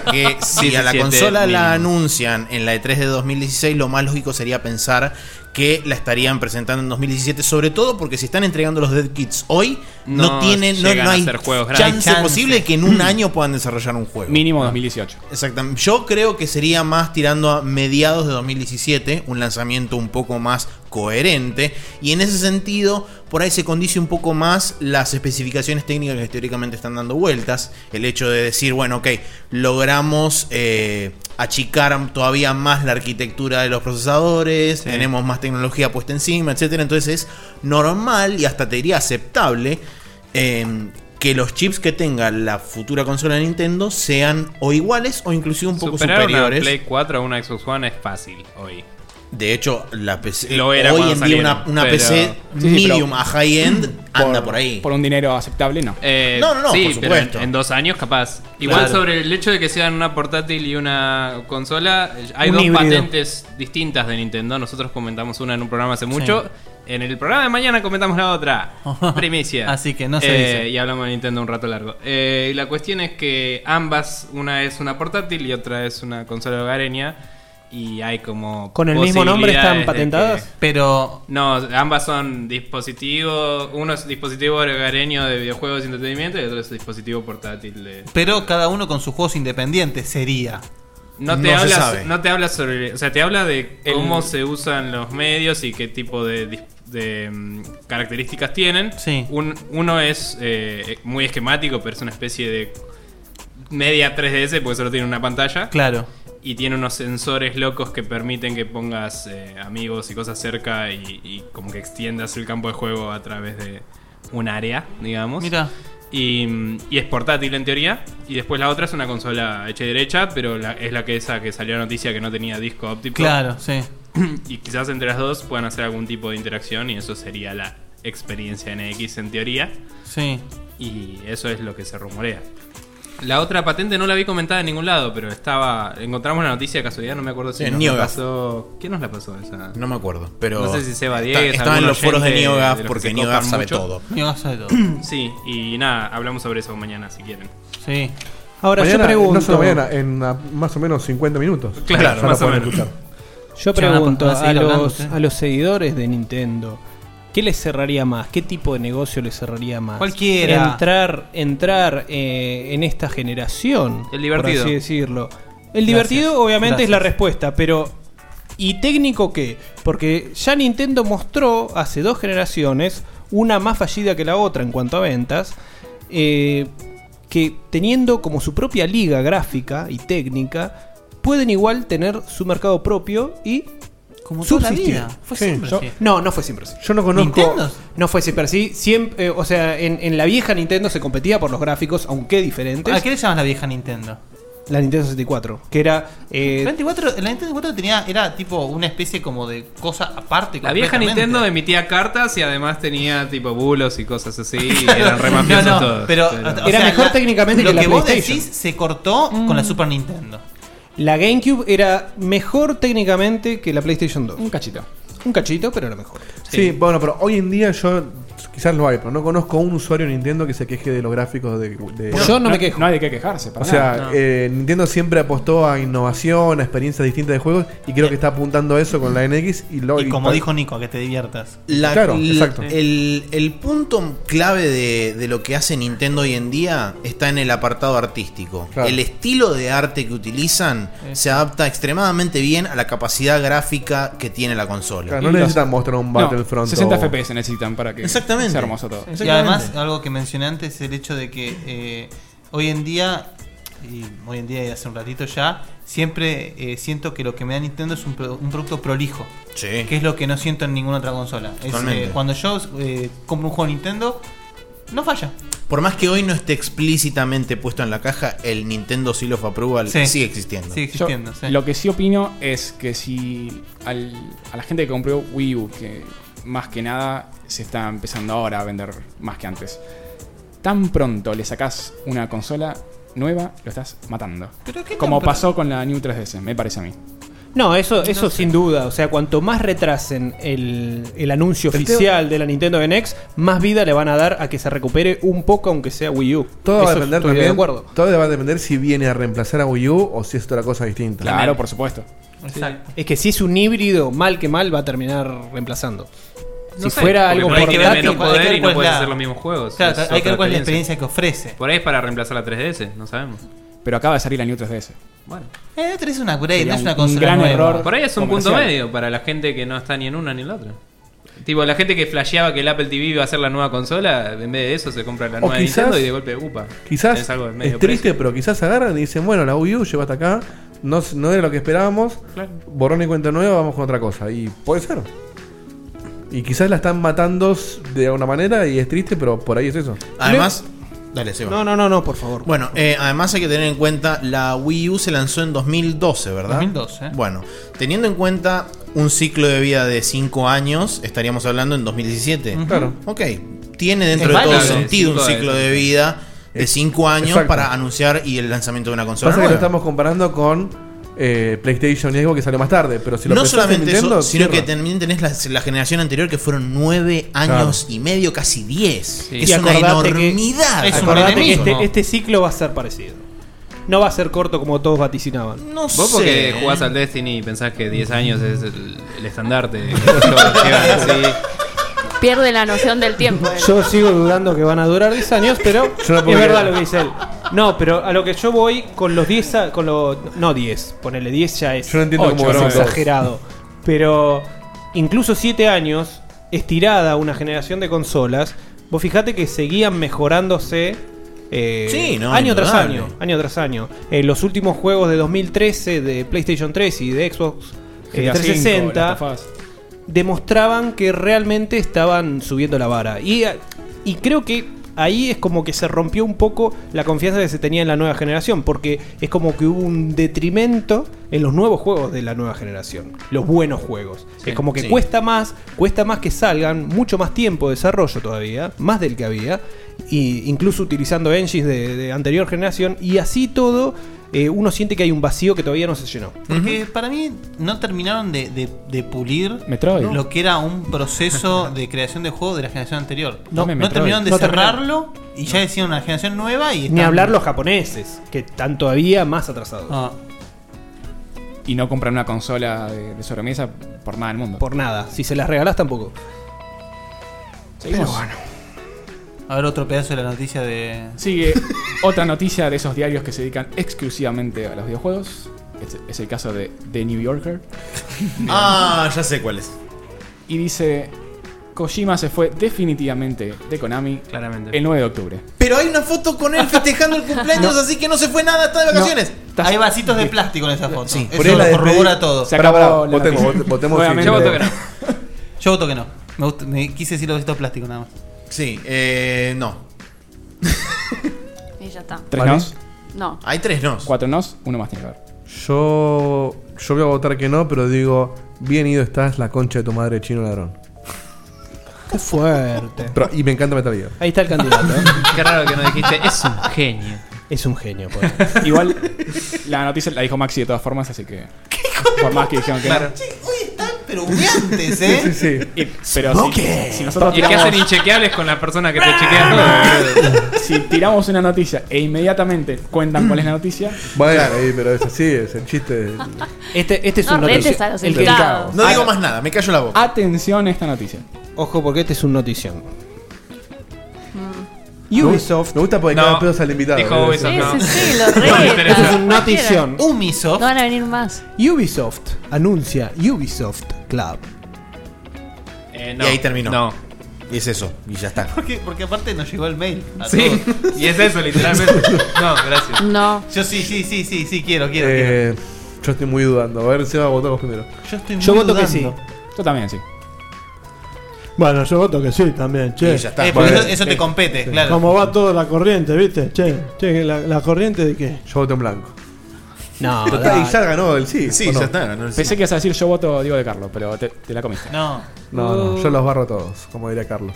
[SPEAKER 10] *laughs*
[SPEAKER 3] que si a la
[SPEAKER 26] 17
[SPEAKER 3] consola la
[SPEAKER 26] mínimo.
[SPEAKER 3] anuncian en la E3 de 2016, lo más lógico sería pensar que la estarían presentando en 2017, sobre todo porque si están entregando los Dead Kits hoy, no,
[SPEAKER 9] No
[SPEAKER 3] tienen, no,
[SPEAKER 9] llegan
[SPEAKER 3] no
[SPEAKER 9] a
[SPEAKER 3] hay
[SPEAKER 9] hacer juegos
[SPEAKER 3] chance,
[SPEAKER 9] grandes. Chance.
[SPEAKER 3] posible que en un año puedan desarrollar un juego.
[SPEAKER 10] Mínimo 2018.
[SPEAKER 3] Exactamente. Yo creo que sería más tirando a mediados de 2017, un lanzamiento un poco más coherente. Y en ese sentido, por ahí se condice un poco más las especificaciones técnicas que teóricamente están dando vueltas. El hecho de decir, bueno, ok, logramos eh, achicar todavía más la arquitectura de los procesadores, tenemos más tecnología puesta encima, etcétera. Entonces es normal y hasta te diría aceptable em, que los chips que tenga la futura consola de Nintendo sean o iguales o inclusive un poco
[SPEAKER 9] Superar una
[SPEAKER 3] superiores.
[SPEAKER 9] Play 4 a una Xbox One es fácil hoy.
[SPEAKER 3] De hecho, la PC
[SPEAKER 9] Lo era
[SPEAKER 3] hoy
[SPEAKER 9] cuando
[SPEAKER 3] en día
[SPEAKER 9] salieron,
[SPEAKER 3] una, una
[SPEAKER 9] pero-
[SPEAKER 3] PC
[SPEAKER 10] Sí, sí, pero-
[SPEAKER 3] medium a high end anda por ahí.
[SPEAKER 10] Por un dinero aceptable, no.
[SPEAKER 9] Eh,
[SPEAKER 3] No, no, no,
[SPEAKER 9] sí,
[SPEAKER 3] por
[SPEAKER 9] pero
[SPEAKER 3] supuesto.
[SPEAKER 9] en, en dos años capaz. Igual
[SPEAKER 10] Claro.
[SPEAKER 9] sobre el hecho de que sean una portátil y una consola, eh, hay
[SPEAKER 10] Un
[SPEAKER 9] dos
[SPEAKER 10] híbrido.
[SPEAKER 9] patentes distintas de Nintendo. Nosotros comentamos una en un programa hace mucho. En el programa de mañana comentamos la otra. Primicia.
[SPEAKER 4] Así que no se
[SPEAKER 9] Eh,
[SPEAKER 4] dice.
[SPEAKER 9] Y hablamos de Nintendo un rato largo. Eh, la cuestión es que ambas, una es una portátil y otra es una consola hogareña. Y hay como.
[SPEAKER 5] ¿Con el mismo nombre están
[SPEAKER 9] posibilidades de
[SPEAKER 5] patentadas?
[SPEAKER 4] Pero.
[SPEAKER 9] no, ambas son dispositivos. Uno es dispositivo hogareño de videojuegos y entretenimiento y el otro es dispositivo portátil de.
[SPEAKER 4] Pero cada uno con sus juegos independientes sería.
[SPEAKER 9] No te, habla, no te habla sobre. O sea, te habla de cómo se usan los medios y qué tipo de, dis- de, mm, características tienen. Un- uno es eh, muy esquemático, pero es una especie de media 3DS porque solo tiene una pantalla.
[SPEAKER 4] Claro.
[SPEAKER 9] Y tiene unos sensores locos que permiten que pongas eh, amigos y cosas cerca y, y como que extiendas el campo de juego a través de un área, digamos.
[SPEAKER 4] Mirá.
[SPEAKER 9] Y, mm, y es portátil en teoría. Y después la otra es una consola hecha y derecha, pero la- es la que esa que salió la noticia que no tenía disco óptico.
[SPEAKER 4] Claro, sí.
[SPEAKER 9] *clears throat* Y quizás entre las dos puedan hacer algún tipo de interacción y eso sería la experiencia NX en teoría.
[SPEAKER 4] Sí.
[SPEAKER 9] Y eso es lo que se rumorea. La otra patente no la vi comentada en ningún lado, pero estaba. Encontramos la noticia de casualidad, no me acuerdo si
[SPEAKER 26] Sí,
[SPEAKER 9] nos la
[SPEAKER 26] Niogaf.
[SPEAKER 9] pasó. ¿Quién nos la pasó esa?
[SPEAKER 26] No me acuerdo, pero
[SPEAKER 9] No sé si Seba
[SPEAKER 26] está-
[SPEAKER 9] Diegues.
[SPEAKER 26] estaba en
[SPEAKER 9] algún
[SPEAKER 26] los foros de
[SPEAKER 9] oyente
[SPEAKER 26] Niogaf,
[SPEAKER 9] de los
[SPEAKER 26] porque
[SPEAKER 9] que se
[SPEAKER 26] Niogaf
[SPEAKER 9] copan
[SPEAKER 26] sabe
[SPEAKER 9] mucho.
[SPEAKER 26] todo.
[SPEAKER 4] Niogaf sabe todo.
[SPEAKER 9] *clears throat* sí, y nada, hablamos sobre eso mañana si quieren.
[SPEAKER 4] Sí.
[SPEAKER 9] Ahora, yo
[SPEAKER 7] Mañana,
[SPEAKER 9] pregunto-
[SPEAKER 7] No solo mañana, en ah, más o menos 50 minutos.
[SPEAKER 9] Claro,
[SPEAKER 7] Ya la
[SPEAKER 9] más o
[SPEAKER 7] pueden
[SPEAKER 9] menos.
[SPEAKER 7] escuchar.
[SPEAKER 5] Yo
[SPEAKER 7] Che, van a-
[SPEAKER 5] pregunto
[SPEAKER 7] van a
[SPEAKER 5] a,
[SPEAKER 7] seguir hablando
[SPEAKER 5] los,
[SPEAKER 4] ¿eh?
[SPEAKER 7] ustedes.
[SPEAKER 5] a los seguidores de Nintendo, ¿qué les cerraría más? ¿Qué tipo de negocio les cerraría más?
[SPEAKER 4] Cualquiera.
[SPEAKER 5] Entrar, entrar eh, en esta generación.
[SPEAKER 4] El divertido.
[SPEAKER 5] Por así decirlo. El divertido
[SPEAKER 4] Gracias.
[SPEAKER 5] obviamente es
[SPEAKER 4] Gracias.
[SPEAKER 5] la respuesta, pero ¿y técnico qué? Porque ya Nintendo mostró hace dos generaciones, una más fallida que la otra en cuanto a ventas, eh, que teniendo como su propia liga gráfica y técnica, pueden igual tener su mercado propio y como
[SPEAKER 4] toda la vida. Fue siempre así.
[SPEAKER 5] No, no fue siempre así.
[SPEAKER 7] Yo no
[SPEAKER 4] conozco- ¿Nintendo?
[SPEAKER 5] No fue siempre así. Siempre, eh, o sea, en, en la vieja Nintendo se competía por los gráficos, aunque diferentes.
[SPEAKER 4] ¿A qué le llaman la vieja Nintendo?
[SPEAKER 5] La Nintendo 64, que era... eh,
[SPEAKER 4] La 24 la Nintendo 64 tenía, era tipo una especie como de cosa aparte.
[SPEAKER 9] La vieja
[SPEAKER 4] completamente.
[SPEAKER 9] Nintendo emitía cartas y además tenía tipo bulos y cosas así. y
[SPEAKER 4] *laughs*
[SPEAKER 9] eran re mafiosos
[SPEAKER 4] No, no,
[SPEAKER 9] todos.
[SPEAKER 4] pero, o sea, la- lo que vos decís se cortó
[SPEAKER 5] Mm.
[SPEAKER 4] con la Super Nintendo.
[SPEAKER 5] La GameCube era mejor técnicamente que la PlayStation 2. Un
[SPEAKER 10] cachito.
[SPEAKER 5] Un cachito, pero era mejor.
[SPEAKER 7] Sí. bueno, pero hoy en día yo quizás lo hay, pero no conozco a un usuario de Nintendo que se queje de los gráficos de. de-
[SPEAKER 10] No hay de qué quejarse. Para
[SPEAKER 7] O sea,
[SPEAKER 10] nada.
[SPEAKER 7] eh, Nintendo siempre apostó a innovación, a experiencias distintas de juegos, y creo que está apuntando a eso con la NX y lo
[SPEAKER 4] Y como dijo Nico, que te diviertas.
[SPEAKER 3] La-
[SPEAKER 7] Claro,
[SPEAKER 3] l-
[SPEAKER 7] exacto.
[SPEAKER 3] El, el punto clave de, de lo que hace Nintendo hoy en día está en el apartado artístico.
[SPEAKER 7] Claro.
[SPEAKER 3] El estilo de arte que utilizan se adapta extremadamente bien a la capacidad gráfica que tiene la consola.
[SPEAKER 7] Claro, no necesitan mostrar un Battlefront.
[SPEAKER 10] No, 60 FPS necesitan para que
[SPEAKER 3] Exactamente.
[SPEAKER 10] sea hermoso todo.
[SPEAKER 4] Y además, algo que mencioné antes es el hecho de que eh, hoy en día, y hoy en día y hace un ratito ya, siempre eh, siento que lo que me da Nintendo es un, pro- un producto prolijo.
[SPEAKER 3] Sí.
[SPEAKER 4] Que es lo que no siento en ninguna otra consola. Es, eh,
[SPEAKER 3] Totalmente.
[SPEAKER 4] cuando yo eh, compro un juego de Nintendo, no falla.
[SPEAKER 3] Por más que hoy no esté explícitamente puesto en la caja, el Nintendo Seal of Approval
[SPEAKER 4] Sí.
[SPEAKER 3] sigue existiendo.
[SPEAKER 4] Sigue existiendo,
[SPEAKER 10] Yo,
[SPEAKER 4] sí.
[SPEAKER 10] Lo que sí opino es que si al- a la gente que compró Wii U, que más que nada se está empezando ahora a vender más que antes, tan pronto le sacás una consola nueva, lo estás matando.
[SPEAKER 4] Pero qué
[SPEAKER 10] Como
[SPEAKER 5] tan pr-
[SPEAKER 10] pasó con la New 3DS, me parece a mí.
[SPEAKER 5] No, eso, eso sin duda. O sea, cuanto más retrasen el, el anuncio
[SPEAKER 10] El
[SPEAKER 5] oficial de la Nintendo NX, más vida le van a dar a que se recupere un poco, aunque sea Wii U.
[SPEAKER 7] Todo
[SPEAKER 5] Eso
[SPEAKER 7] va a depender
[SPEAKER 5] estoy
[SPEAKER 7] también.
[SPEAKER 5] de acuerdo.
[SPEAKER 7] Todo va a depender si viene a reemplazar a Wii U o si es otra cosa distinta.
[SPEAKER 10] Claro, por supuesto.
[SPEAKER 4] Exacto.
[SPEAKER 5] Es que si es un híbrido, mal que mal, va a terminar reemplazando.
[SPEAKER 9] No
[SPEAKER 5] si
[SPEAKER 9] sé,
[SPEAKER 5] fuera
[SPEAKER 9] porque
[SPEAKER 5] algo
[SPEAKER 9] por ahí tiene
[SPEAKER 5] portátil,
[SPEAKER 4] hay
[SPEAKER 9] menos
[SPEAKER 4] que
[SPEAKER 9] poder
[SPEAKER 4] ver
[SPEAKER 9] y
[SPEAKER 4] cuál
[SPEAKER 9] no
[SPEAKER 4] es
[SPEAKER 9] puedes
[SPEAKER 4] la-
[SPEAKER 9] hacer los mismos juegos.
[SPEAKER 4] Claro,
[SPEAKER 9] Es
[SPEAKER 4] hay que ver
[SPEAKER 9] otra
[SPEAKER 4] cuál es la experiencia que ofrece.
[SPEAKER 9] Por ahí es para reemplazar la 3DS, no sabemos.
[SPEAKER 10] Pero acaba de salir la New 3DS.
[SPEAKER 9] Bueno.
[SPEAKER 4] Eh, otra es una upgrade,
[SPEAKER 10] Sería
[SPEAKER 4] no es una
[SPEAKER 10] un
[SPEAKER 4] consola
[SPEAKER 10] gran
[SPEAKER 4] nueva.
[SPEAKER 10] error.
[SPEAKER 9] Por ahí es un punto
[SPEAKER 10] Comercial.
[SPEAKER 9] medio para la gente que no está ni en una ni en la otra. Tipo, la gente que flasheaba que el Apple TV iba a ser la nueva consola, en vez de eso se compra la
[SPEAKER 7] O
[SPEAKER 9] nueva de
[SPEAKER 7] quizás,
[SPEAKER 9] Nintendo y de golpe, upa.
[SPEAKER 7] quizás
[SPEAKER 9] Es
[SPEAKER 7] es,
[SPEAKER 9] algo de medio
[SPEAKER 7] triste, pero quizás agarran y dicen, bueno, la Wii U lleva hasta acá, no, s- no era lo que esperábamos,
[SPEAKER 9] Claro.
[SPEAKER 7] borrón y cuenta nueva, vamos con otra cosa. Y puede ser. Y quizás la están matando s- de alguna manera y es triste, pero por ahí es eso.
[SPEAKER 3] Además, dale, Seba.
[SPEAKER 5] No, no, no, no, por favor.
[SPEAKER 3] Bueno, eh, además hay que tener en cuenta, la Wii U se lanzó en 2012, ¿verdad?
[SPEAKER 4] 2012.
[SPEAKER 3] Bueno, teniendo en cuenta un ciclo de vida de 5 años, estaríamos hablando en 2017.
[SPEAKER 7] Ujú. Claro.
[SPEAKER 3] Ok, tiene dentro
[SPEAKER 7] Es
[SPEAKER 3] de todo
[SPEAKER 7] válido.
[SPEAKER 3] sentido un
[SPEAKER 7] Cinco de-
[SPEAKER 3] ciclo de vida de 5 años
[SPEAKER 7] Exacto.
[SPEAKER 3] para anunciar y el lanzamiento de una consola.
[SPEAKER 7] Pasa que lo
[SPEAKER 3] nueva.
[SPEAKER 7] estamos comparando con eh, PlayStation y algo que salió más tarde, pero si lo
[SPEAKER 3] no
[SPEAKER 7] pensás en
[SPEAKER 3] solamente
[SPEAKER 7] Nintendo,
[SPEAKER 3] eso, sino
[SPEAKER 7] cierra.
[SPEAKER 3] que también tenés la, la generación anterior que fueron 9 años y medio, casi 10. que
[SPEAKER 5] Y
[SPEAKER 3] Es una
[SPEAKER 5] acordate que-
[SPEAKER 3] enormidad.
[SPEAKER 5] acordate que este, este ciclo va a ser parecido. No va a ser corto como todos vaticinaban.
[SPEAKER 3] No
[SPEAKER 9] Vos porque
[SPEAKER 10] eh.
[SPEAKER 9] jugás al Destiny y pensás que 10 años es el,
[SPEAKER 5] *laughs*
[SPEAKER 9] el estandarte. que yo lleva así.
[SPEAKER 11] Pierde la noción del tiempo.
[SPEAKER 5] Yo sigo dudando que van a durar 10 años, pero
[SPEAKER 7] no
[SPEAKER 5] es
[SPEAKER 7] puedo
[SPEAKER 5] verdad
[SPEAKER 7] creer.
[SPEAKER 5] lo que dice él. No, pero a lo que yo voy con los 10, a- con los no 10, ponele 10 ya es,
[SPEAKER 7] Yo no entiendo cómo
[SPEAKER 5] es
[SPEAKER 7] graban dos.
[SPEAKER 5] exagerado, pero incluso 7 años estirada una generación de consolas, vos fijate que seguían mejorándose eh,
[SPEAKER 3] Sí, no,
[SPEAKER 5] año tras
[SPEAKER 3] indudable.
[SPEAKER 5] año, año tras año. Eh, los últimos juegos de 2013 de PlayStation 3 y de Xbox eh,
[SPEAKER 10] GTA V,
[SPEAKER 5] 360
[SPEAKER 10] Last of Us.
[SPEAKER 5] demostraban que realmente estaban subiendo la vara. Y, a- y creo que ahí es como que se rompió un poco la confianza que se tenía en la nueva generación, porque es como que hubo un detrimento en los nuevos juegos de la nueva generación, los buenos juegos.
[SPEAKER 10] Sí,
[SPEAKER 5] es como que
[SPEAKER 10] sí.
[SPEAKER 5] cuesta más, cuesta más que salgan, mucho más tiempo de desarrollo todavía, más del que había, y incluso utilizando engines de, de anterior generación, y así todo, eh, uno siente que hay un vacío que todavía no se llenó.
[SPEAKER 4] Porque para mí no terminaron de, de- de pulir
[SPEAKER 5] Metroid.
[SPEAKER 4] lo que era un proceso de creación de juego de la generación anterior. No,
[SPEAKER 5] Dame
[SPEAKER 4] no
[SPEAKER 5] Metroid.
[SPEAKER 4] terminaron de
[SPEAKER 5] No
[SPEAKER 4] cerrarlo y ya decían una generación nueva y
[SPEAKER 5] Ni
[SPEAKER 4] están-
[SPEAKER 5] hablar los japoneses, que están todavía más atrasados.
[SPEAKER 9] Ah.
[SPEAKER 10] Y no compran una consola de, de sobremesa por nada del mundo.
[SPEAKER 5] Por nada. Si se las regalás tampoco.
[SPEAKER 10] Seguimos.
[SPEAKER 4] Pero bueno. A ver otro pedazo de la noticia de...
[SPEAKER 10] Sigue otra noticia de esos diarios que se dedican exclusivamente a los videojuegos. Este es el caso de The New Yorker.
[SPEAKER 26] Ah, ya sé cuál es.
[SPEAKER 10] Y dice: Kojima se fue definitivamente de Konami Claramente. el 9 de octubre.
[SPEAKER 26] Pero hay una foto con él festejando el
[SPEAKER 3] *laughs*
[SPEAKER 26] cumpleaños, así que no se fue nada, está de vacaciones.
[SPEAKER 4] Hay vasitos de plástico en esa foto. Sí,
[SPEAKER 7] Por ahí
[SPEAKER 4] Eso
[SPEAKER 7] la
[SPEAKER 4] lo
[SPEAKER 7] despedí-
[SPEAKER 4] corrobora todo.
[SPEAKER 7] Se acabó Pará, pará, la votemos, noticia. vote- votemos Obviamente.
[SPEAKER 4] Yo
[SPEAKER 7] sí.
[SPEAKER 4] voto que no. Yo voto que no. Me, gusta- me quise decir los vasitos de plástico nada más.
[SPEAKER 3] Sí, eh, no.
[SPEAKER 11] Y ya está.
[SPEAKER 10] ¿Tres nos?
[SPEAKER 11] No.
[SPEAKER 3] Hay tres nos.
[SPEAKER 10] Cuatro nos, uno más tiene que haber.
[SPEAKER 7] Yo, yo voy a votar que no, pero digo, bien ido estás la concha de tu madre chino ladrón.
[SPEAKER 5] Qué fuerte.
[SPEAKER 7] Pero- y me encanta Metal Gear.
[SPEAKER 5] Ahí está el candidato. ¿eh?
[SPEAKER 9] Qué raro que no dijiste, es un genio.
[SPEAKER 5] Es un genio, pues.
[SPEAKER 10] Igual la noticia la dijo Maxi de todas formas, así que. Por más que dijeron que no.
[SPEAKER 4] Pero humeantes, ¿eh?
[SPEAKER 10] Sí, sí. Y- pero si- si, nosotros
[SPEAKER 9] Y que
[SPEAKER 10] tiramos-
[SPEAKER 9] hacen inchequeables con la
[SPEAKER 5] *laughs*
[SPEAKER 9] persona que te chequea todo. boludo.
[SPEAKER 10] si tiramos una noticia e inmediatamente cuentan cuál es la noticia,
[SPEAKER 7] *laughs* Bueno, eh, pero es así, es el chiste.
[SPEAKER 5] Este, este es
[SPEAKER 10] No
[SPEAKER 5] un
[SPEAKER 10] retes
[SPEAKER 5] noticio-
[SPEAKER 10] a los
[SPEAKER 5] el que-
[SPEAKER 10] invitados. No digo
[SPEAKER 5] Ah,
[SPEAKER 10] más
[SPEAKER 3] nada, me callo la boca.
[SPEAKER 10] atención a esta noticia.
[SPEAKER 5] Ojo, porque este es un notición.
[SPEAKER 11] Mm.
[SPEAKER 5] Ubisoft.
[SPEAKER 7] Me gusta porque
[SPEAKER 5] No.
[SPEAKER 7] cada pedo sale invitado.
[SPEAKER 5] Dijo
[SPEAKER 7] ¿eh?
[SPEAKER 5] Ubisoft,
[SPEAKER 11] Sí, sí, sí, lo
[SPEAKER 5] Esto
[SPEAKER 11] reta.
[SPEAKER 5] Este es un notición.
[SPEAKER 11] No
[SPEAKER 4] Ubisoft.
[SPEAKER 11] van a venir más.
[SPEAKER 5] Ubisoft anuncia Ubisoft Club.
[SPEAKER 11] Eh,
[SPEAKER 3] Y ahí terminó.
[SPEAKER 9] No.
[SPEAKER 3] Y es eso, y ya está.
[SPEAKER 4] Porque, porque aparte nos llegó el mail. a
[SPEAKER 9] Sí,
[SPEAKER 4] todos.
[SPEAKER 9] *laughs* y es
[SPEAKER 4] *laughs*
[SPEAKER 9] eso, literalmente. No, gracias.
[SPEAKER 11] No.
[SPEAKER 4] Yo sí, sí, sí, sí, sí, quiero, quiero.
[SPEAKER 7] Eh, yo estoy muy dudando. A ver, Seba, votamos primero.
[SPEAKER 4] Yo estoy
[SPEAKER 5] Yo voto que sí.
[SPEAKER 10] Yo también, sí.
[SPEAKER 18] Bueno, yo voto que sí también, che.
[SPEAKER 4] Y ya está. Eh, porque eso- eso te compete, claro.
[SPEAKER 18] Como va toda la corriente, ¿viste? Che, che, la, la corriente de qué?
[SPEAKER 7] Yo voto en blanco.
[SPEAKER 5] No,
[SPEAKER 7] Total, y ya ganó el sí. ¿o no?
[SPEAKER 10] Pensé que ibas a decir yo voto Diego de Carlos, pero te, te la comiste. Uh.
[SPEAKER 4] No.
[SPEAKER 7] No, no, yo los barro a todos, como diría Carlos.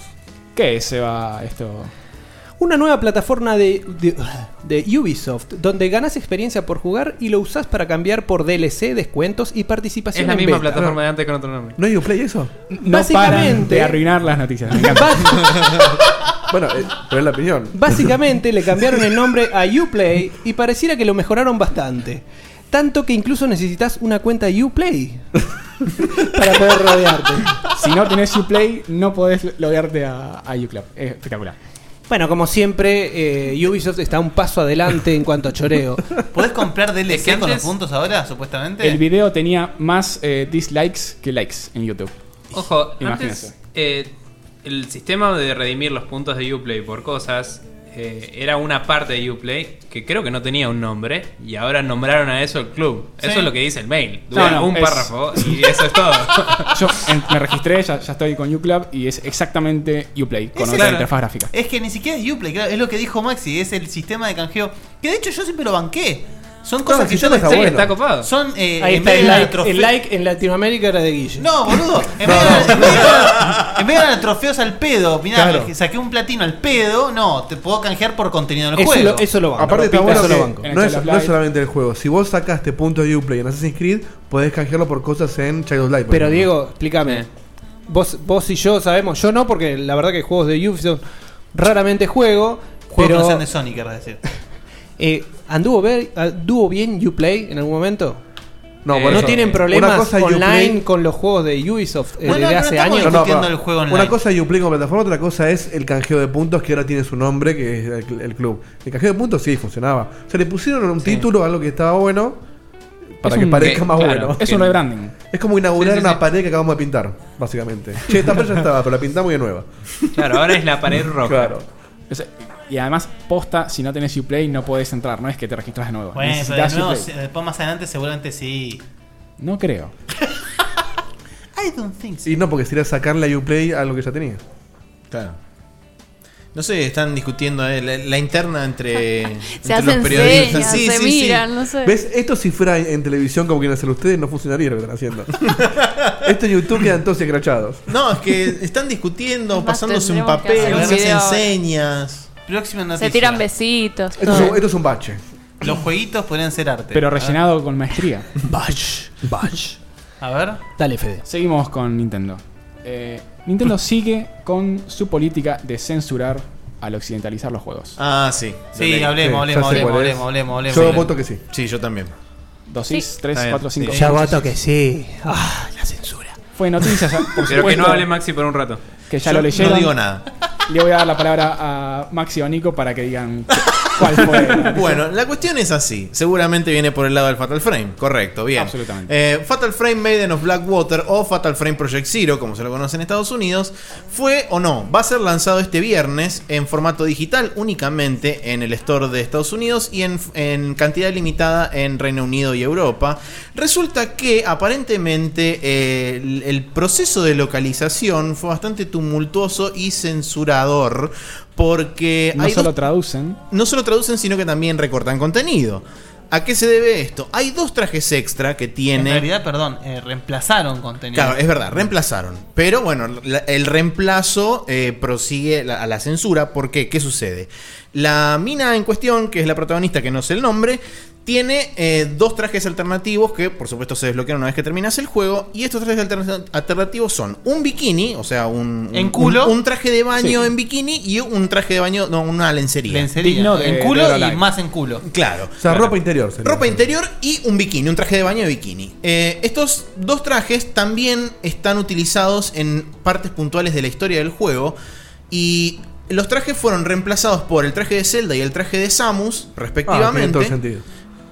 [SPEAKER 10] ¿Qué es, Seba, esto?
[SPEAKER 5] Una nueva plataforma de, de- de Ubisoft, donde ganás experiencia por jugar y lo usás para cambiar por DLC, descuentos y participación
[SPEAKER 9] Es la
[SPEAKER 5] en
[SPEAKER 9] misma
[SPEAKER 5] beta.
[SPEAKER 9] plataforma de antes con otro nombre.
[SPEAKER 7] ¿No hay Uplay eso?
[SPEAKER 5] No paran de
[SPEAKER 10] arruinar las noticias.
[SPEAKER 7] bueno, eh, pero es la opinión.
[SPEAKER 5] Básicamente le cambiaron el nombre a Uplay y pareciera que lo mejoraron bastante. Tanto que incluso necesitas una cuenta Uplay *laughs* para poder rodearte.
[SPEAKER 10] Si no tenés Uplay, no podés loguearte a, a Uclub. Es espectacular.
[SPEAKER 5] Bueno, como siempre, eh, Ubisoft está un paso adelante en cuanto a choreo.
[SPEAKER 4] ¿Podés comprar DLC
[SPEAKER 5] Es que
[SPEAKER 4] con los
[SPEAKER 5] antes-
[SPEAKER 4] puntos ahora, supuestamente?
[SPEAKER 10] El video tenía más eh, dislikes que likes en YouTube.
[SPEAKER 9] Ojo,
[SPEAKER 10] Imagínense.
[SPEAKER 9] antes eh, el sistema de redimir los puntos de Uplay por cosas eh, era una parte de Uplay que creo que no tenía un nombre y ahora nombraron a eso el club.
[SPEAKER 10] Sí.
[SPEAKER 9] Eso es lo que dice el mail.
[SPEAKER 10] No,
[SPEAKER 9] Dura
[SPEAKER 10] no,
[SPEAKER 9] un
[SPEAKER 10] es-
[SPEAKER 9] párrafo y eso es todo.
[SPEAKER 10] Yo en- me registré, ya, ya estoy con Uclub y es exactamente Uplay, con
[SPEAKER 4] Es
[SPEAKER 10] otra
[SPEAKER 4] el-
[SPEAKER 10] interfaz gráfica.
[SPEAKER 4] Es que ni siquiera es Uplay, claro, es lo que dijo Maxi, es el sistema de canjeo. Que de hecho yo siempre lo banqué. Son cosas
[SPEAKER 5] el
[SPEAKER 4] que yo
[SPEAKER 5] sistema está
[SPEAKER 4] Sí,
[SPEAKER 5] bueno.
[SPEAKER 4] Son eh,
[SPEAKER 5] Ahí
[SPEAKER 4] en
[SPEAKER 5] está
[SPEAKER 4] vez
[SPEAKER 5] el
[SPEAKER 4] de la
[SPEAKER 5] like,
[SPEAKER 4] trofe-
[SPEAKER 5] el like en Latinoamérica era de Guille.
[SPEAKER 4] No, boludo. En vez de dar- en vez de dar- en vez de dar trofeos al pedo, mirá,
[SPEAKER 5] Claro.
[SPEAKER 4] que saqué un platino al pedo, no, te puedo canjear por contenido del juego.
[SPEAKER 7] Aparte está bueno que no, es, no es
[SPEAKER 4] Light.
[SPEAKER 7] solamente el juego. Si vos sacaste puntos de Uplay en Assassin's Creed, podés canjearlo por cosas en Child of Light. por
[SPEAKER 5] Pero
[SPEAKER 7] ejemplo.
[SPEAKER 5] Diego, explícame. Vos, vos y yo sabemos, yo no, porque la verdad que juegos de Ubisoft raramente juego.
[SPEAKER 4] Juegos que no
[SPEAKER 5] pero
[SPEAKER 4] sean de Sony, querrás
[SPEAKER 7] *laughs*
[SPEAKER 4] decir.
[SPEAKER 5] eh, ¿anduvo, ver- ¿anduvo bien Uplay en algún momento? Eh,
[SPEAKER 7] No,
[SPEAKER 5] No,
[SPEAKER 7] por eso.
[SPEAKER 5] tienen
[SPEAKER 7] Una
[SPEAKER 5] problemas
[SPEAKER 7] cosa es
[SPEAKER 5] online
[SPEAKER 7] Uplay-
[SPEAKER 5] con los juegos de Ubisoft eh,
[SPEAKER 7] Bueno,
[SPEAKER 5] desde
[SPEAKER 7] pero
[SPEAKER 5] hace
[SPEAKER 7] estamos
[SPEAKER 5] años.
[SPEAKER 7] discutiendo el juego online. Una cosa es Uplay como plataforma, otra cosa es el canjeo de puntos que ahora tiene su nombre, que es el, el club. El canjeo de puntos sí funcionaba. O sea, le pusieron un título a algo que estaba bueno, Para
[SPEAKER 10] Es
[SPEAKER 7] que
[SPEAKER 10] un-
[SPEAKER 7] parezca más
[SPEAKER 10] claro,
[SPEAKER 7] bueno.
[SPEAKER 10] es un rebranding.
[SPEAKER 7] Es como inaugurar
[SPEAKER 10] Sí, sí,
[SPEAKER 7] una
[SPEAKER 10] sí.
[SPEAKER 7] pared que acabamos de pintar, básicamente. che, esta
[SPEAKER 10] *laughs*
[SPEAKER 7] pared ya estaba, pero la pintamos y es nueva.
[SPEAKER 9] Claro, ahora es la pared roja.
[SPEAKER 7] Claro.
[SPEAKER 10] Es- y además, posta, si no tenés Uplay no podés entrar, no es que te registras de nuevo.
[SPEAKER 4] Bueno, pero de
[SPEAKER 10] Necesitas
[SPEAKER 4] nuevo,
[SPEAKER 10] Uplay.
[SPEAKER 4] se- después más adelante seguramente sí.
[SPEAKER 10] No creo.
[SPEAKER 4] I don't think so.
[SPEAKER 7] Y no, porque sería sacarle a Uplay a lo que ya tenía.
[SPEAKER 3] Claro. No sé, están discutiendo eh, la, la interna entre, entre
[SPEAKER 11] hacen señas, se miran, no sé.
[SPEAKER 7] ¿Ves? Esto si fuera en, en televisión como quieren hacer ustedes, no funcionaría lo que
[SPEAKER 5] *laughs*
[SPEAKER 7] están haciendo. Esto en YouTube quedan todos escrachados.
[SPEAKER 3] No, es que están discutiendo,
[SPEAKER 11] más,
[SPEAKER 3] pasándose un
[SPEAKER 11] tendremos que
[SPEAKER 3] papel,
[SPEAKER 11] hacer un
[SPEAKER 3] se hacen
[SPEAKER 11] video.
[SPEAKER 3] señas.
[SPEAKER 4] Próxima
[SPEAKER 11] Se
[SPEAKER 4] noticia.
[SPEAKER 11] tiran besitos.
[SPEAKER 7] Esto, es, un- esto es un bache.
[SPEAKER 4] Los jueguitos podrían ser arte.
[SPEAKER 10] Pero
[SPEAKER 4] A ver.
[SPEAKER 10] rellenado con maestría.
[SPEAKER 7] *laughs* Bash.
[SPEAKER 10] Bash.
[SPEAKER 4] A ver.
[SPEAKER 10] Dale, Fede. Seguimos con Nintendo. Eh,
[SPEAKER 7] *laughs*
[SPEAKER 10] Nintendo sigue con su política de censurar al occidentalizar los juegos.
[SPEAKER 3] Ah, sí.
[SPEAKER 4] Sí, hablemos, hablemos, hablemos, hablemos, hablemos, hablemos.
[SPEAKER 10] Yo voto
[SPEAKER 7] que sí.
[SPEAKER 3] Sí, yo también.
[SPEAKER 10] Dosis, Sí.
[SPEAKER 3] *laughs*
[SPEAKER 10] tres, Está bien. cuatro, cinco.
[SPEAKER 5] Ya voto que sí. Ah, la censura.
[SPEAKER 10] Fue noticias, por
[SPEAKER 9] Pero que
[SPEAKER 10] supuesto,
[SPEAKER 9] no hable Maxi por un rato.
[SPEAKER 10] que ya lo leyeron. Le voy a dar la palabra a Maxi o Nico para que digan cuál fue.
[SPEAKER 3] Bueno, la cuestión es así. Seguramente viene por el lado del Fatal Frame. Correcto, bien. Eh, Absolutamente. Fatal Frame Maiden of Blackwater o Fatal Frame Project Zero, como se lo conoce en Estados Unidos, fue o no, va a ser lanzado este viernes en formato digital únicamente en el store de Estados Unidos y en, en cantidad limitada en Reino Unido y Europa. Resulta que aparentemente eh, el- el proceso de localización fue bastante tumultuoso y censurador. Porque
[SPEAKER 10] No
[SPEAKER 3] hay dos
[SPEAKER 10] solo traducen.
[SPEAKER 3] no solo traducen, sino que también recortan contenido. ¿A qué se debe esto? Hay dos trajes extra que
[SPEAKER 4] En
[SPEAKER 3] tiene.
[SPEAKER 4] realidad, perdón, eh, reemplazaron contenido.
[SPEAKER 3] Claro, es verdad, reemplazaron. Pero bueno, la- el reemplazo eh, prosigue la- a la censura. ¿Por qué? ¿Qué sucede? La mina en cuestión, que es la protagonista, que no sé el nombre, tiene eh, dos trajes alternativos que, por supuesto, se desbloquean una vez que terminas el juego. Y estos trajes alterna- alternativos son un bikini, o sea, un, un-
[SPEAKER 4] En culo.
[SPEAKER 3] un, un traje de baño
[SPEAKER 4] Sí.
[SPEAKER 3] en bikini y un traje de baño, no, una lencería.
[SPEAKER 4] Lencería. Digno de- En culo de Dora y Live. más en culo.
[SPEAKER 3] Claro.
[SPEAKER 7] O sea, ropa interior. sería.
[SPEAKER 3] Ropa interior y un bikini, un traje de baño de bikini. Eh, estos dos trajes también están utilizados en partes puntuales de la historia del juego. Y los trajes fueron reemplazados por el traje de Zelda y el traje de Samus,
[SPEAKER 7] Ah, tiene todo el
[SPEAKER 3] respectivamente.
[SPEAKER 7] sentido.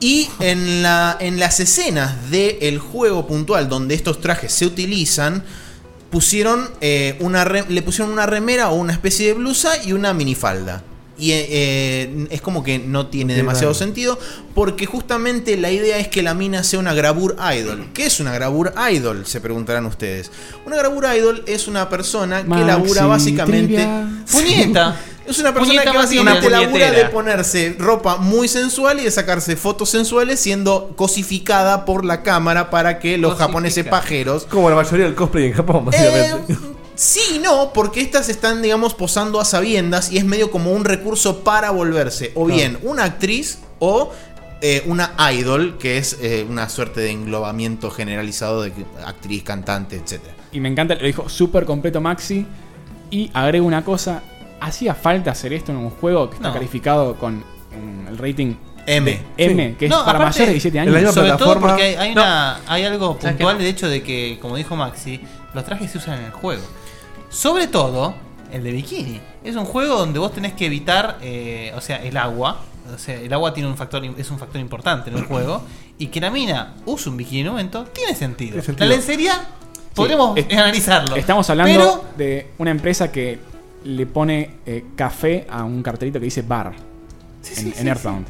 [SPEAKER 3] y en, la, en las escenas del juego puntual donde estos trajes se utilizan, pusieron, eh, una re- le pusieron una remera o una especie de blusa y una minifalda. Y eh, eh, es como que no tiene
[SPEAKER 26] Qué
[SPEAKER 3] demasiado
[SPEAKER 26] raro.
[SPEAKER 3] sentido, porque justamente la idea es que la mina sea una grabur idol. ¿Qué es una grabur idol? Se preguntarán ustedes. Una grabur idol es una persona que
[SPEAKER 26] Maxi,
[SPEAKER 3] labura básicamente.
[SPEAKER 26] trivia.
[SPEAKER 3] Puñeta. Es una persona
[SPEAKER 26] Puñeta
[SPEAKER 3] que
[SPEAKER 26] Maxi, una
[SPEAKER 3] básicamente labura de
[SPEAKER 26] puñetera.
[SPEAKER 3] ponerse ropa muy sensual y de sacarse fotos sensuales siendo cosificada por la cámara para que los japoneses pajeros Eh,
[SPEAKER 7] Como la mayoría del cosplay en Japón, básicamente.
[SPEAKER 3] Sí, y no, porque estas están, digamos, posando a sabiendas y es medio como un recurso para volverse o bien una actriz o eh, una idol, que es eh, una suerte de englobamiento generalizado de que- actriz, cantante, etc.
[SPEAKER 10] Y me encanta, lo dijo súper completo Maxi. Y agrego una cosa: ¿hacía falta hacer esto en un juego que está
[SPEAKER 4] No.
[SPEAKER 10] calificado con mm, el rating
[SPEAKER 3] M?
[SPEAKER 10] de M, que es para
[SPEAKER 4] aparte,
[SPEAKER 10] mayores de 17 años.
[SPEAKER 4] Sobre todo porque hay, hay una- hay algo puntual de hecho de que, como dijo Maxi, los trajes se usan en el juego. Sobre todo el de bikini. Es un juego donde vos tenés que evitar, eh, o sea, el agua. O sea, el agua tiene un factor, es un factor importante en el juego. Y que la mina use un bikini en un momento tiene sentido.
[SPEAKER 10] Tiene sentido.
[SPEAKER 4] La lencería
[SPEAKER 10] Sí,
[SPEAKER 4] podremos
[SPEAKER 10] es-
[SPEAKER 4] analizarlo.
[SPEAKER 10] Estamos hablando
[SPEAKER 4] Pero-
[SPEAKER 10] de una empresa que le pone eh, café a un cartelito que dice bar en, en
[SPEAKER 4] sí,
[SPEAKER 10] Earthbound.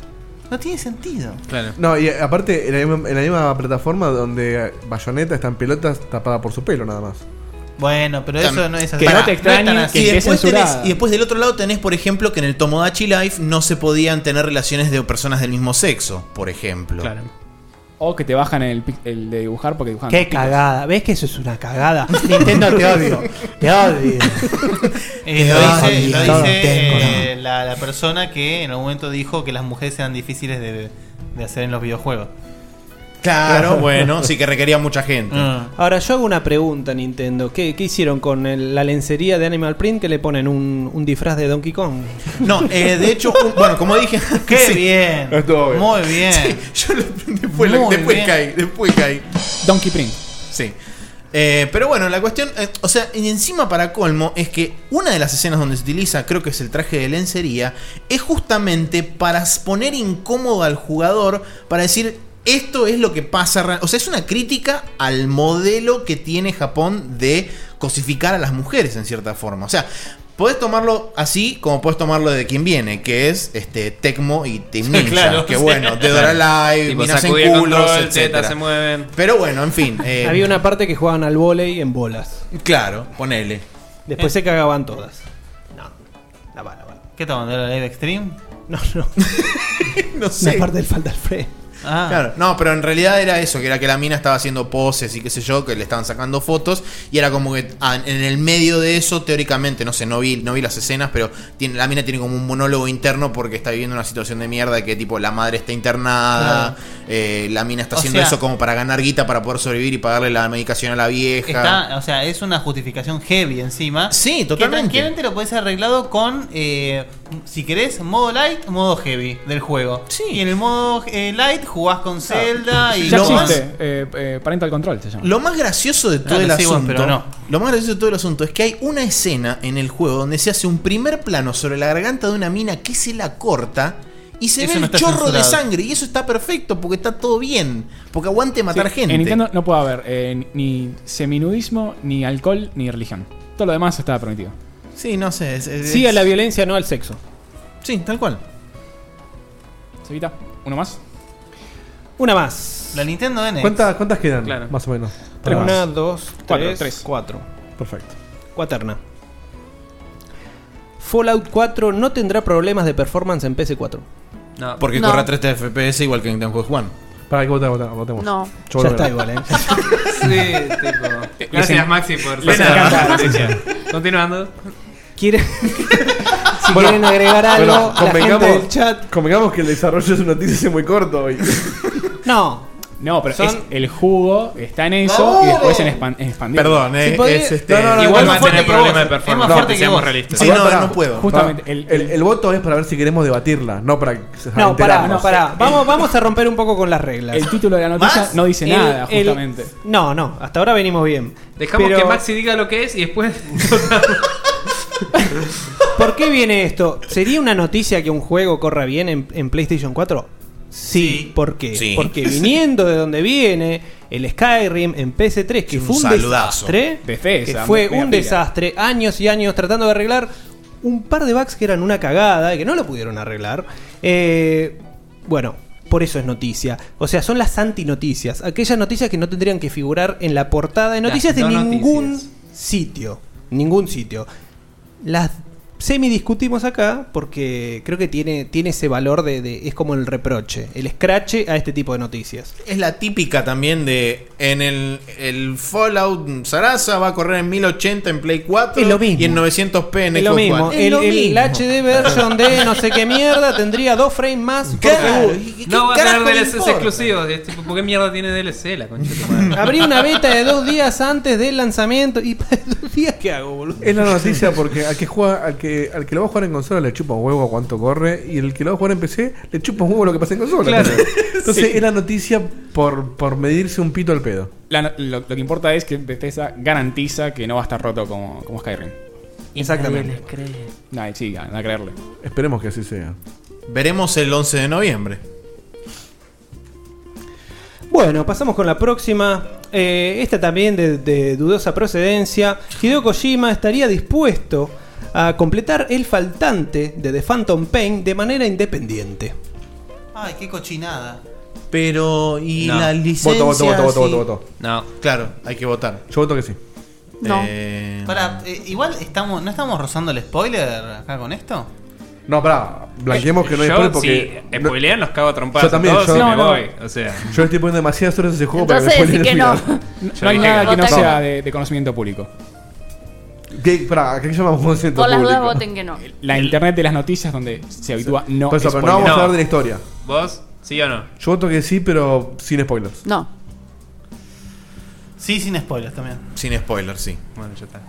[SPEAKER 4] no tiene sentido.
[SPEAKER 7] No, y eh, aparte, en la, misma, en la misma plataforma donde eh, Bayonetta está en pelotas tapada por su pelo, nada más.
[SPEAKER 4] Bueno, pero eso no es así.
[SPEAKER 3] Pará,
[SPEAKER 4] Pará,
[SPEAKER 3] es
[SPEAKER 4] es tan
[SPEAKER 3] tan
[SPEAKER 4] así.
[SPEAKER 3] y, después tenés- y después del otro lado tenés, por ejemplo, que en el Tomodachi Life no se podían tener relaciones de personas del mismo sexo, por ejemplo.
[SPEAKER 10] O que te bajan el, pic- el de dibujar porque dibujan.
[SPEAKER 5] Qué cagada. ¿Ves que eso es una cagada? Nintendo te odio. Te odio.
[SPEAKER 4] Eh,
[SPEAKER 5] Te
[SPEAKER 4] lo dice,
[SPEAKER 5] odio,
[SPEAKER 4] lo
[SPEAKER 5] no
[SPEAKER 4] dice,
[SPEAKER 5] tengo
[SPEAKER 4] eh, la, la persona que en algún momento dijo que las mujeres eran difíciles de, de hacer en los videojuegos. *laughs*
[SPEAKER 3] Claro, bueno, sí que requería mucha gente.
[SPEAKER 4] Ah.
[SPEAKER 5] Mm. Ahora, yo hago una pregunta, Nintendo. ¿Qué, qué hicieron con el- la lencería de Animal Print que le ponen un, un disfraz de Donkey Kong?
[SPEAKER 3] No, eh, de hecho, un- bueno, como dije.
[SPEAKER 4] ¡Qué
[SPEAKER 3] *laughs*
[SPEAKER 4] bien! Muy bien.
[SPEAKER 3] yo lo- después,
[SPEAKER 4] Muy
[SPEAKER 3] después
[SPEAKER 4] bien.
[SPEAKER 3] caí, después caí.
[SPEAKER 10] Donkey Print.
[SPEAKER 3] Sí. Eh, pero bueno, la cuestión, eh, o sea, y encima para colmo es que una de las escenas donde se utiliza, creo que es el traje de lencería, es justamente para poner incómodo al jugador, para decir, esto es lo que pasa. ra- O sea, es una crítica al modelo que tiene Japón de cosificar a las mujeres en cierta forma. O sea, podés tomarlo así como podés tomarlo de quien viene, que es este Tecmo y
[SPEAKER 9] *laughs*
[SPEAKER 3] Team Ninja.
[SPEAKER 9] Claro,
[SPEAKER 3] que
[SPEAKER 9] sí.
[SPEAKER 3] bueno, te
[SPEAKER 9] *laughs* Claro.
[SPEAKER 3] dará live,
[SPEAKER 9] Tipo,
[SPEAKER 3] minas en
[SPEAKER 9] sacudir el
[SPEAKER 3] culos,
[SPEAKER 9] control,
[SPEAKER 3] etcétera.
[SPEAKER 9] tetas se mueven.
[SPEAKER 3] Pero bueno, en
[SPEAKER 5] *laughs*
[SPEAKER 3] fin. eh,
[SPEAKER 5] Había una parte que jugaban al volei en bolas.
[SPEAKER 3] Claro, ponele.
[SPEAKER 5] Después se cagaban
[SPEAKER 7] *laughs*
[SPEAKER 5] todas.
[SPEAKER 4] ¿Qué estaban? ¿De la live extreme?
[SPEAKER 5] No, no.
[SPEAKER 3] no sé.
[SPEAKER 5] Una parte del Fatal Frame.
[SPEAKER 4] Ah.
[SPEAKER 3] Claro. No, pero en realidad era eso, que era que la mina estaba haciendo poses y qué sé yo, que le estaban sacando fotos y era como que ah, en el medio de eso, teóricamente, no sé, no vi, no vi las escenas, pero tiene, la mina tiene como un monólogo interno porque está viviendo una situación de mierda de que tipo la madre está internada, eh, la mina está
[SPEAKER 4] O
[SPEAKER 3] haciendo
[SPEAKER 4] sea-
[SPEAKER 3] eso como para ganar guita para poder sobrevivir y pagarle la medicación a la vieja.
[SPEAKER 4] Está, o sea, es una justificación heavy encima.
[SPEAKER 3] Sí,
[SPEAKER 4] Que
[SPEAKER 3] totalmente.
[SPEAKER 4] tranquilamente lo puedes arreglado con, eh, si querés, modo light, modo heavy del juego. Y en el modo eh, light jugás con Zelda y
[SPEAKER 10] ya
[SPEAKER 4] con-
[SPEAKER 10] existe. eh, eh, parental Control se llama.
[SPEAKER 3] Lo más gracioso de todo
[SPEAKER 10] Ah,
[SPEAKER 3] el
[SPEAKER 10] sí,
[SPEAKER 3] asunto,
[SPEAKER 10] bueno, pero no.
[SPEAKER 3] lo más gracioso de todo el asunto es que hay una escena en el juego donde se hace un primer plano sobre la garganta de una mina que se la corta y se
[SPEAKER 10] Eso
[SPEAKER 3] ve
[SPEAKER 10] no
[SPEAKER 3] el
[SPEAKER 10] está
[SPEAKER 3] chorro de
[SPEAKER 10] censurado.
[SPEAKER 3] sangre y eso está perfecto porque está todo bien, porque aguante matar
[SPEAKER 10] Sí,
[SPEAKER 3] gente.
[SPEAKER 10] En Nintendo no puede haber eh, ni seminudismo, ni alcohol, ni religión. Todo lo demás está permitido.
[SPEAKER 3] Sí, no sé. es- es-
[SPEAKER 5] Sí a la violencia, no al sexo.
[SPEAKER 3] Sí, tal cual.
[SPEAKER 10] Sevita, uno más.
[SPEAKER 5] Una más.
[SPEAKER 4] La Nintendo NX.
[SPEAKER 7] ¿Cuántas, cuántas quedan? Más o menos.
[SPEAKER 5] Tres
[SPEAKER 7] Ah.
[SPEAKER 5] Una, dos,
[SPEAKER 7] Cuatro,
[SPEAKER 5] tres,
[SPEAKER 7] tres.
[SPEAKER 5] cuatro.
[SPEAKER 7] Perfecto.
[SPEAKER 5] Cuaterna. Fallout 4 no tendrá problemas de performance en PS4.
[SPEAKER 9] No.
[SPEAKER 3] Porque
[SPEAKER 5] No.
[SPEAKER 3] corre a 30 FPS igual que en Nintendo Juan.
[SPEAKER 7] Para que votemos. votemos.
[SPEAKER 5] No. Ya está igual, ¿eh?
[SPEAKER 9] Sí, tipo. Gracias, Maxi, por
[SPEAKER 5] Les encanta.
[SPEAKER 9] la noticia. Continuando.
[SPEAKER 5] ¿Quieren, si
[SPEAKER 7] Bueno,
[SPEAKER 5] quieren agregar
[SPEAKER 7] bueno,
[SPEAKER 5] algo, la gente
[SPEAKER 7] convengamos-
[SPEAKER 5] del chat.
[SPEAKER 7] Convengamos que el desarrollo de su noticia es muy corto hoy.
[SPEAKER 5] No.
[SPEAKER 10] No, pero
[SPEAKER 5] Son-
[SPEAKER 10] es el jugo está en eso
[SPEAKER 5] ¡No!
[SPEAKER 10] y después en expan- en expandir.
[SPEAKER 5] Perdón, eh, Si podés- es este- No, no, no,
[SPEAKER 9] Igual
[SPEAKER 5] es
[SPEAKER 9] va
[SPEAKER 5] más
[SPEAKER 9] a tener
[SPEAKER 5] fuerte que
[SPEAKER 9] problemas
[SPEAKER 5] vos.
[SPEAKER 9] de performance,
[SPEAKER 5] Es más fuerte que
[SPEAKER 9] seamos
[SPEAKER 5] vos.
[SPEAKER 9] realistas.
[SPEAKER 5] Sí, no,
[SPEAKER 7] Pará,
[SPEAKER 5] no puedo.
[SPEAKER 10] Justamente,
[SPEAKER 7] el, el- el voto es para ver si queremos debatirla, no para que se-
[SPEAKER 5] No, pará, no,
[SPEAKER 7] enterarnos.
[SPEAKER 5] pará. Vamos, vamos a romper un poco con las reglas.
[SPEAKER 10] El título de la noticia no dice
[SPEAKER 5] El-
[SPEAKER 10] nada,
[SPEAKER 5] el-
[SPEAKER 10] justamente.
[SPEAKER 5] no, no, hasta ahora venimos bien.
[SPEAKER 9] Dejamos
[SPEAKER 5] Pero,
[SPEAKER 9] que Maxi diga lo que es y después. *laughs*
[SPEAKER 5] ¿Por qué viene esto? ¿Sería una noticia que un juego corra bien en, en PlayStation 4? Sí, ¿por qué?
[SPEAKER 3] *laughs* Sí.
[SPEAKER 5] Porque viniendo de donde viene, el Skyrim en PS3, que
[SPEAKER 3] un
[SPEAKER 5] fue un
[SPEAKER 3] saludazo.
[SPEAKER 5] desastre,
[SPEAKER 10] Bethesda,
[SPEAKER 5] que fue
[SPEAKER 10] mega
[SPEAKER 5] un
[SPEAKER 10] pila.
[SPEAKER 5] desastre, años y años tratando de arreglar un par de bugs que eran una cagada y que no lo pudieron arreglar. Eh, bueno, por eso es noticia. O sea, son las antinoticias, aquellas noticias que no tendrían que figurar en la portada de
[SPEAKER 4] Las
[SPEAKER 5] noticias de
[SPEAKER 4] no
[SPEAKER 5] ningún sitio. Ningún sitio. Las semi discutimos acá porque creo que tiene, tiene ese valor de, de- es como el reproche, el escrache a este tipo de noticias.
[SPEAKER 3] Es la típica también de en el, el Fallout Sarasa va a correr en 1080 en Play 4
[SPEAKER 5] Es lo mismo.
[SPEAKER 3] y en 900p en
[SPEAKER 5] Es lo
[SPEAKER 3] Xbox
[SPEAKER 5] mismo,
[SPEAKER 3] One.
[SPEAKER 5] el, el- el HD
[SPEAKER 3] *laughs*
[SPEAKER 5] version de no sé qué mierda tendría dos frames más. por segundo.
[SPEAKER 9] no va
[SPEAKER 5] Uh,
[SPEAKER 9] a
[SPEAKER 5] carajo
[SPEAKER 9] tener
[SPEAKER 5] le
[SPEAKER 9] DLCs
[SPEAKER 5] importa?
[SPEAKER 9] exclusivos. Es tipo, ¿Por qué mierda tiene DLC la concha de
[SPEAKER 5] *laughs*
[SPEAKER 9] tu madre?
[SPEAKER 5] Habría una beta
[SPEAKER 9] *laughs*
[SPEAKER 5] de dos días antes del lanzamiento. ¿Y *laughs* para dos días qué hago, boludo?
[SPEAKER 7] Es la noticia porque al que juega, al que, al que lo va a jugar en consola le chupa un huevo a cuánto corre y el que lo va a jugar en PC le chupa un huevo lo que pasa en consola.
[SPEAKER 10] Claro.
[SPEAKER 7] Entonces
[SPEAKER 10] Sí.
[SPEAKER 7] es la noticia por, por medirse un pito al pedo.
[SPEAKER 10] La no- lo, lo que importa es que Bethesda garantiza que no va a estar roto como, como Skyrim.
[SPEAKER 7] Exactamente.
[SPEAKER 10] Nadie les cree. Nadie, sí, a, a creerle.
[SPEAKER 7] Esperemos que así sea.
[SPEAKER 3] Veremos el 11 de noviembre.
[SPEAKER 5] Bueno, pasamos con la próxima. Eh, esta también de, de dudosa procedencia. Hideo Kojima estaría dispuesto a completar el faltante de The Phantom Pain de manera independiente.
[SPEAKER 4] Ay, qué cochinada.
[SPEAKER 3] Pero, ¿y
[SPEAKER 4] No.
[SPEAKER 3] la
[SPEAKER 4] Voto,
[SPEAKER 3] licencia?
[SPEAKER 4] voto, voto, voto,
[SPEAKER 3] sí?
[SPEAKER 4] voto, voto.
[SPEAKER 9] No.
[SPEAKER 3] Claro, hay que votar.
[SPEAKER 7] Yo voto que sí.
[SPEAKER 4] No.
[SPEAKER 3] Eh,
[SPEAKER 4] Pará, eh, igual estamos, ¿no estamos rozando el spoiler acá con esto?
[SPEAKER 7] No, pará, blanqueemos que no hay
[SPEAKER 9] Yo,
[SPEAKER 7] spoiler porque.
[SPEAKER 5] Eh,
[SPEAKER 9] Si spoilean, los cago a trompadas.
[SPEAKER 7] Yo también,
[SPEAKER 9] a todos
[SPEAKER 7] yo,
[SPEAKER 9] y
[SPEAKER 7] no,
[SPEAKER 9] me
[SPEAKER 7] no.
[SPEAKER 9] voy. O sea.
[SPEAKER 7] Yo le estoy poniendo demasiadas horas a ese juego
[SPEAKER 10] Entonces,
[SPEAKER 7] para que me
[SPEAKER 10] decí
[SPEAKER 7] spoilen el
[SPEAKER 10] que no.
[SPEAKER 7] final.
[SPEAKER 10] No hay
[SPEAKER 7] dije
[SPEAKER 10] nada que no
[SPEAKER 11] Vota
[SPEAKER 10] sea
[SPEAKER 11] que
[SPEAKER 10] de, de conocimiento público.
[SPEAKER 7] ¿Qué, pará, ¿a ¿qué llamamos conocimiento
[SPEAKER 11] Por las dudas
[SPEAKER 7] público?
[SPEAKER 11] voten que no.
[SPEAKER 10] La internet de las noticias donde se habitúa no
[SPEAKER 7] Por eso, pero no
[SPEAKER 10] spoiler.
[SPEAKER 7] vamos a hablar de la historia.
[SPEAKER 9] ¿Vos? ¿Sí o no?
[SPEAKER 7] Yo voto que sí, pero sin spoilers.
[SPEAKER 11] No.
[SPEAKER 4] Sí, sin spoilers también.
[SPEAKER 3] Sin spoilers, sí.
[SPEAKER 9] Bueno, ya está.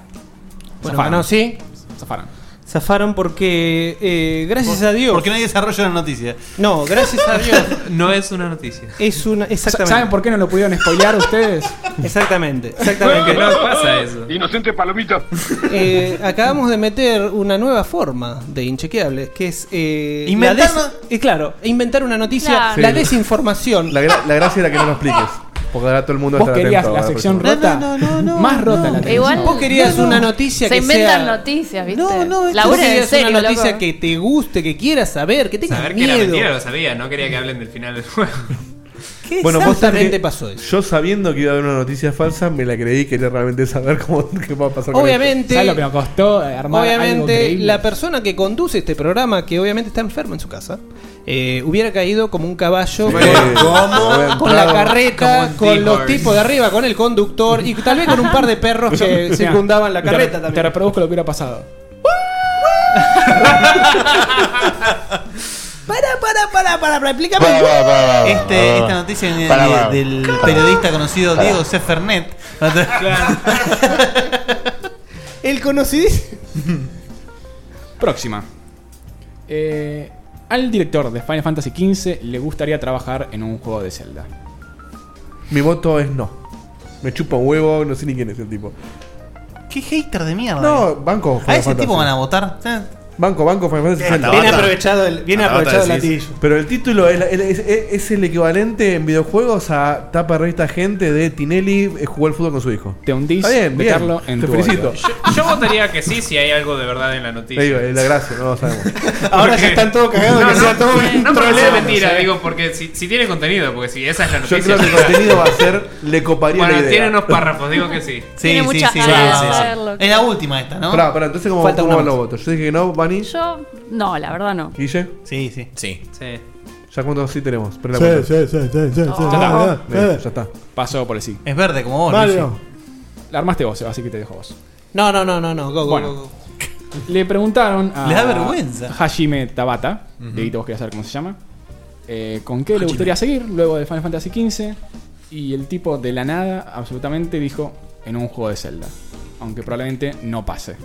[SPEAKER 5] Bueno, no, sí.
[SPEAKER 10] Zafaron.
[SPEAKER 5] Zafaron porque, eh, gracias a Dios.
[SPEAKER 4] Porque no hay desarrollo en la noticia.
[SPEAKER 5] No, gracias a Dios.
[SPEAKER 9] No es una noticia.
[SPEAKER 4] *laughs*
[SPEAKER 5] Es una. Exactamente.
[SPEAKER 10] ¿Saben por qué no lo pudieron spoilear ustedes? *laughs*
[SPEAKER 5] Exactamente, exactamente.
[SPEAKER 6] Inocente palomita.
[SPEAKER 5] Eh, acabamos de meter una nueva forma de inchequeables, que es. eh,
[SPEAKER 4] Inventar
[SPEAKER 5] la des-
[SPEAKER 4] una-
[SPEAKER 5] eh, claro, inventar una noticia,
[SPEAKER 4] Claro.
[SPEAKER 5] la
[SPEAKER 7] Sí.
[SPEAKER 5] desinformación.
[SPEAKER 7] La, gra- la gracia era que no lo expliques. Porque ahora todo el mundo
[SPEAKER 5] Vos
[SPEAKER 7] está
[SPEAKER 5] querías
[SPEAKER 7] atento
[SPEAKER 5] la
[SPEAKER 7] a
[SPEAKER 5] sección
[SPEAKER 7] próxima.
[SPEAKER 5] rota.
[SPEAKER 10] No,
[SPEAKER 5] Más rota la
[SPEAKER 27] Igual,
[SPEAKER 5] Vos querías
[SPEAKER 27] no, no.
[SPEAKER 5] una noticia
[SPEAKER 27] Se
[SPEAKER 5] que
[SPEAKER 27] inventan
[SPEAKER 5] sea.
[SPEAKER 27] noticias, ¿viste?
[SPEAKER 5] No, no, esto
[SPEAKER 27] Laburen
[SPEAKER 5] sí
[SPEAKER 27] en
[SPEAKER 5] es
[SPEAKER 27] serio,
[SPEAKER 5] una noticia
[SPEAKER 7] *laughs*
[SPEAKER 27] loco.
[SPEAKER 5] que te guste, que quieras saber, que tengas
[SPEAKER 9] Saber que era
[SPEAKER 5] miedo.
[SPEAKER 9] mentira lo sabía, no quería que hablen del final del juego.
[SPEAKER 5] *laughs* ¿Qué
[SPEAKER 7] vos sabés
[SPEAKER 5] exactamente
[SPEAKER 7] que
[SPEAKER 5] pasó eso?
[SPEAKER 7] Yo sabiendo que iba a haber una noticia falsa, me la creí, quería realmente saber cómo qué va a pasar con
[SPEAKER 5] Obviamente-
[SPEAKER 10] ¿Sabes lo que nos costó eh, armar algo
[SPEAKER 5] Obviamente,
[SPEAKER 10] increíble?
[SPEAKER 5] la persona que conduce este programa, que obviamente está enferma en su casa, eh, hubiera caído como un caballo
[SPEAKER 10] Sí.
[SPEAKER 5] con,
[SPEAKER 10] ¿Cómo?
[SPEAKER 5] con la
[SPEAKER 10] Como
[SPEAKER 5] carreta,
[SPEAKER 10] un
[SPEAKER 5] con los
[SPEAKER 10] T-Horse.
[SPEAKER 5] tipos de arriba, con el conductor y tal vez con un par
[SPEAKER 10] *laughs*
[SPEAKER 5] de perros que
[SPEAKER 10] Mira,
[SPEAKER 5] circundaban la
[SPEAKER 10] te-
[SPEAKER 5] carreta
[SPEAKER 10] Te
[SPEAKER 5] también.
[SPEAKER 10] reproduzco lo que hubiera pasado.
[SPEAKER 5] Para, para, para, para, para, explícame.
[SPEAKER 4] Este, esta noticia viene
[SPEAKER 5] Pará,
[SPEAKER 4] de-
[SPEAKER 5] pará.
[SPEAKER 4] del periodista conocido
[SPEAKER 5] Pará.
[SPEAKER 4] Diego Sefernet.
[SPEAKER 5] El conocidísimo.
[SPEAKER 10] Próxima. Eh, al director de Final Fantasy XV le gustaría trabajar en un juego de Zelda.
[SPEAKER 7] Mi voto es no. Me chupa un huevo, no sé ni quién es el tipo.
[SPEAKER 4] *laughs* Qué hater de mierda. eh.
[SPEAKER 7] No, banco.
[SPEAKER 4] A
[SPEAKER 7] Final
[SPEAKER 4] ese tipo
[SPEAKER 7] Fantasy.
[SPEAKER 4] van a votar.
[SPEAKER 7] Banco, banco, Final Fantasy
[SPEAKER 4] Bien,
[SPEAKER 7] VI.
[SPEAKER 4] bien aprovechado el- bien
[SPEAKER 7] Hasta
[SPEAKER 4] aprovechado
[SPEAKER 7] bata
[SPEAKER 4] el
[SPEAKER 7] decís.
[SPEAKER 4] latillo.
[SPEAKER 7] Pero el título es, la- el- es- es- es el equivalente en videojuegos a tapa revista gente de Tinelli eh, jugó al fútbol con su hijo.
[SPEAKER 10] Te hundís de Carlo en
[SPEAKER 7] Te
[SPEAKER 10] tu
[SPEAKER 7] felicito.
[SPEAKER 9] Yo, yo votaría que sí si hay algo de verdad en la
[SPEAKER 7] Te
[SPEAKER 9] noticia.
[SPEAKER 7] digo, es
[SPEAKER 9] *laughs*
[SPEAKER 7] la gracia, no
[SPEAKER 4] *laughs*
[SPEAKER 7] lo sabemos.
[SPEAKER 9] Ahora ya
[SPEAKER 5] están todos
[SPEAKER 9] No, no, no, porque sea
[SPEAKER 7] troleo.
[SPEAKER 9] mentira,
[SPEAKER 7] Sí.
[SPEAKER 9] digo, porque si, si tiene contenido, porque si esa es la
[SPEAKER 7] Yo
[SPEAKER 9] noticia.
[SPEAKER 7] creo que el
[SPEAKER 9] o sea,
[SPEAKER 7] contenido va a *laughs* ser le coparía
[SPEAKER 9] Bueno,
[SPEAKER 7] la idea.
[SPEAKER 9] tiene unos párrafos, digo que sí.
[SPEAKER 4] Tiene sí, muchas sí, ganas sí, de sí, sí. saberlo. Es la última esta, ¿no?
[SPEAKER 7] Pará, pará, entonces ¿cómo,
[SPEAKER 4] Falta
[SPEAKER 7] cómo
[SPEAKER 4] una
[SPEAKER 7] van los
[SPEAKER 4] más.
[SPEAKER 7] votos? Yo dije que no, Bani.
[SPEAKER 11] Yo, no, la verdad no.
[SPEAKER 7] ¿Guille?
[SPEAKER 4] Sí, sí.
[SPEAKER 3] Sí.
[SPEAKER 9] Sí.
[SPEAKER 7] Ya cuántos sí tenemos. Pero la
[SPEAKER 18] Sí,
[SPEAKER 7] cuenta.
[SPEAKER 18] sí, sí, sí, sí, sí,
[SPEAKER 10] Ya está.
[SPEAKER 18] ah,
[SPEAKER 7] Bien,
[SPEAKER 18] eh.
[SPEAKER 7] ya está.
[SPEAKER 10] Pasó por el sí.
[SPEAKER 4] Es verde como vos,
[SPEAKER 18] Mario.
[SPEAKER 10] La armaste vos, Seba, así que te dejo vos.
[SPEAKER 5] No, no, no, no, no. Go, go,
[SPEAKER 10] Bueno.
[SPEAKER 5] go, *laughs* go.
[SPEAKER 10] Le preguntaron a.
[SPEAKER 5] Le da vergüenza.
[SPEAKER 10] Hajime Tabata.
[SPEAKER 5] Ujú.
[SPEAKER 10] Dieguito, vos querés saber cómo se llama. eh, ¿Con qué le
[SPEAKER 3] Ah,
[SPEAKER 5] Hajime.
[SPEAKER 10] gustaría seguir luego de Final Fantasy XV? Y el tipo de la nada, absolutamente, dijo: en un juego de Zelda. Aunque probablemente no pase.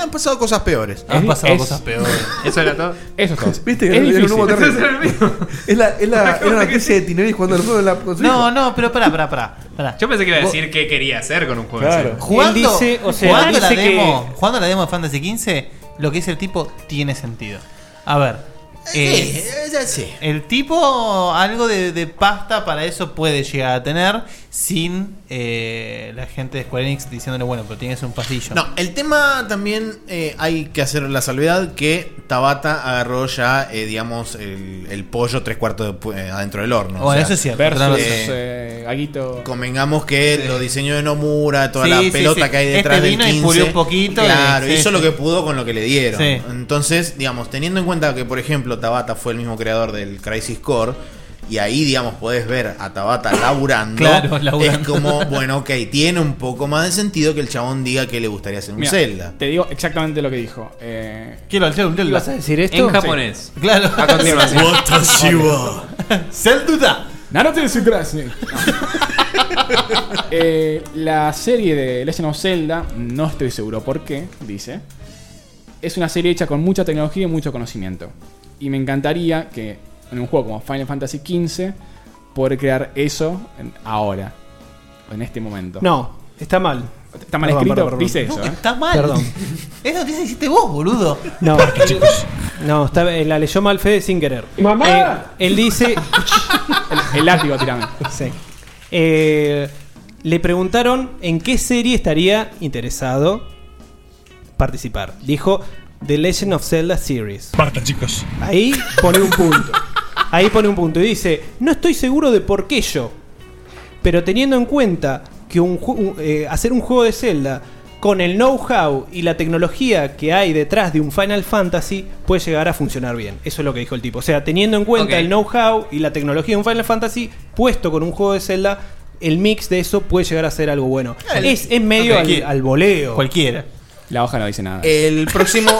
[SPEAKER 3] Han pasado cosas peores.
[SPEAKER 10] Es- es-
[SPEAKER 5] *laughs*
[SPEAKER 9] ¿Eso era todo?
[SPEAKER 10] Eso es todo.
[SPEAKER 7] ¿Viste que
[SPEAKER 10] Es
[SPEAKER 7] le dieron un
[SPEAKER 10] difícil.
[SPEAKER 7] botón?
[SPEAKER 4] *laughs*
[SPEAKER 7] Es la,
[SPEAKER 5] *laughs*
[SPEAKER 7] es la, es la noticia de Tinelli cuando el juego la
[SPEAKER 4] No, no, pero pará, pará, pará. pará.
[SPEAKER 9] Yo pensé que iba a decir qué quería hacer con un juego.
[SPEAKER 4] Claro.
[SPEAKER 9] así.
[SPEAKER 4] Jugando, jugando la
[SPEAKER 9] que-
[SPEAKER 4] demo, jugando la demo de Fantasy XV, lo que dice el tipo tiene sentido. A ver. eh, El tipo algo de, de pasta para eso puede llegar a tener sin eh, la gente de Square Enix diciéndole, bueno, pero tienes un
[SPEAKER 3] *laughs*
[SPEAKER 4] pasillo.
[SPEAKER 3] No, el tema también eh, hay que hacer la salvedad que Tabata agarró ya, eh, digamos, el, el pollo tres cuartos de pu- eh, adentro del horno.
[SPEAKER 4] Bueno, eso es cierto.
[SPEAKER 3] versus,
[SPEAKER 4] Tenés razón.
[SPEAKER 3] eh,
[SPEAKER 10] Eh, Aguito.
[SPEAKER 3] Convengamos que los diseños de Nomura, toda
[SPEAKER 4] Sí, sí,
[SPEAKER 3] la pelota
[SPEAKER 4] sí.
[SPEAKER 3] que hay
[SPEAKER 4] Este
[SPEAKER 3] detrás
[SPEAKER 4] vino y
[SPEAKER 3] del 15,
[SPEAKER 4] pulió un poquito y-
[SPEAKER 3] Claro,
[SPEAKER 4] sí,
[SPEAKER 3] hizo
[SPEAKER 4] sí.
[SPEAKER 3] lo que pudo con lo que le dieron.
[SPEAKER 4] Sí.
[SPEAKER 3] Entonces, digamos, teniendo en cuenta que, por ejemplo, Tabata fue el mismo creador del Crisis Core, y ahí, digamos, podés ver a Tabata laburando.
[SPEAKER 4] Claro, laburando.
[SPEAKER 3] Es como, bueno, ok, tiene un poco más de sentido que el chabón diga que le gustaría hacer un
[SPEAKER 10] Mira,
[SPEAKER 3] Zelda.
[SPEAKER 10] Te digo exactamente lo que dijo. Eh,
[SPEAKER 4] Quiero hacer un Zelda.
[SPEAKER 10] ¿Ibas a decir esto?
[SPEAKER 9] En japonés.
[SPEAKER 10] Sí.
[SPEAKER 4] Claro.
[SPEAKER 10] A continuación.
[SPEAKER 4] Watashi wa Zelda.
[SPEAKER 10] Naruto Tsukurasa. No. Eh, la serie de Legend of Zelda, no estoy seguro por qué, dice. Es una serie hecha con mucha tecnología y mucho conocimiento. Y me encantaría que en un juego como Final Fantasy XV poder crear eso en- ahora. En este momento.
[SPEAKER 5] No, está mal.
[SPEAKER 10] Está mal escrito, dice eso. ¿eh?
[SPEAKER 4] Está mal.
[SPEAKER 5] Perdón.
[SPEAKER 4] *laughs* Esa noticia hiciste vos, boludo.
[SPEAKER 5] No, no está- eh, la leyó mal Fede sin querer.
[SPEAKER 4] ¡Mamá!
[SPEAKER 5] Eh, él *laughs* dice.
[SPEAKER 10] el, látigo, tirame.
[SPEAKER 5] Sí. Eh, le preguntaron en qué serie estaría interesado participar. Dijo The Legend of Zelda Series.
[SPEAKER 2] Partan, chicos.
[SPEAKER 5] Ahí pone un punto. Ahí pone un punto. Y dice: No estoy seguro de por qué yo. Pero teniendo en cuenta que un ju- un- eh, hacer un juego de Zelda con el know-how y la tecnología que hay detrás de un Final Fantasy puede llegar a funcionar bien. Eso es lo que dijo el tipo. O sea, teniendo en cuenta el know-how y la tecnología de un Final Fantasy puesto con un juego de Zelda, el mix de eso puede llegar a ser algo bueno. es, es medio al, al voleo.
[SPEAKER 4] Cualquiera.
[SPEAKER 3] Eh,
[SPEAKER 10] La hoja no dice nada.
[SPEAKER 3] El próximo,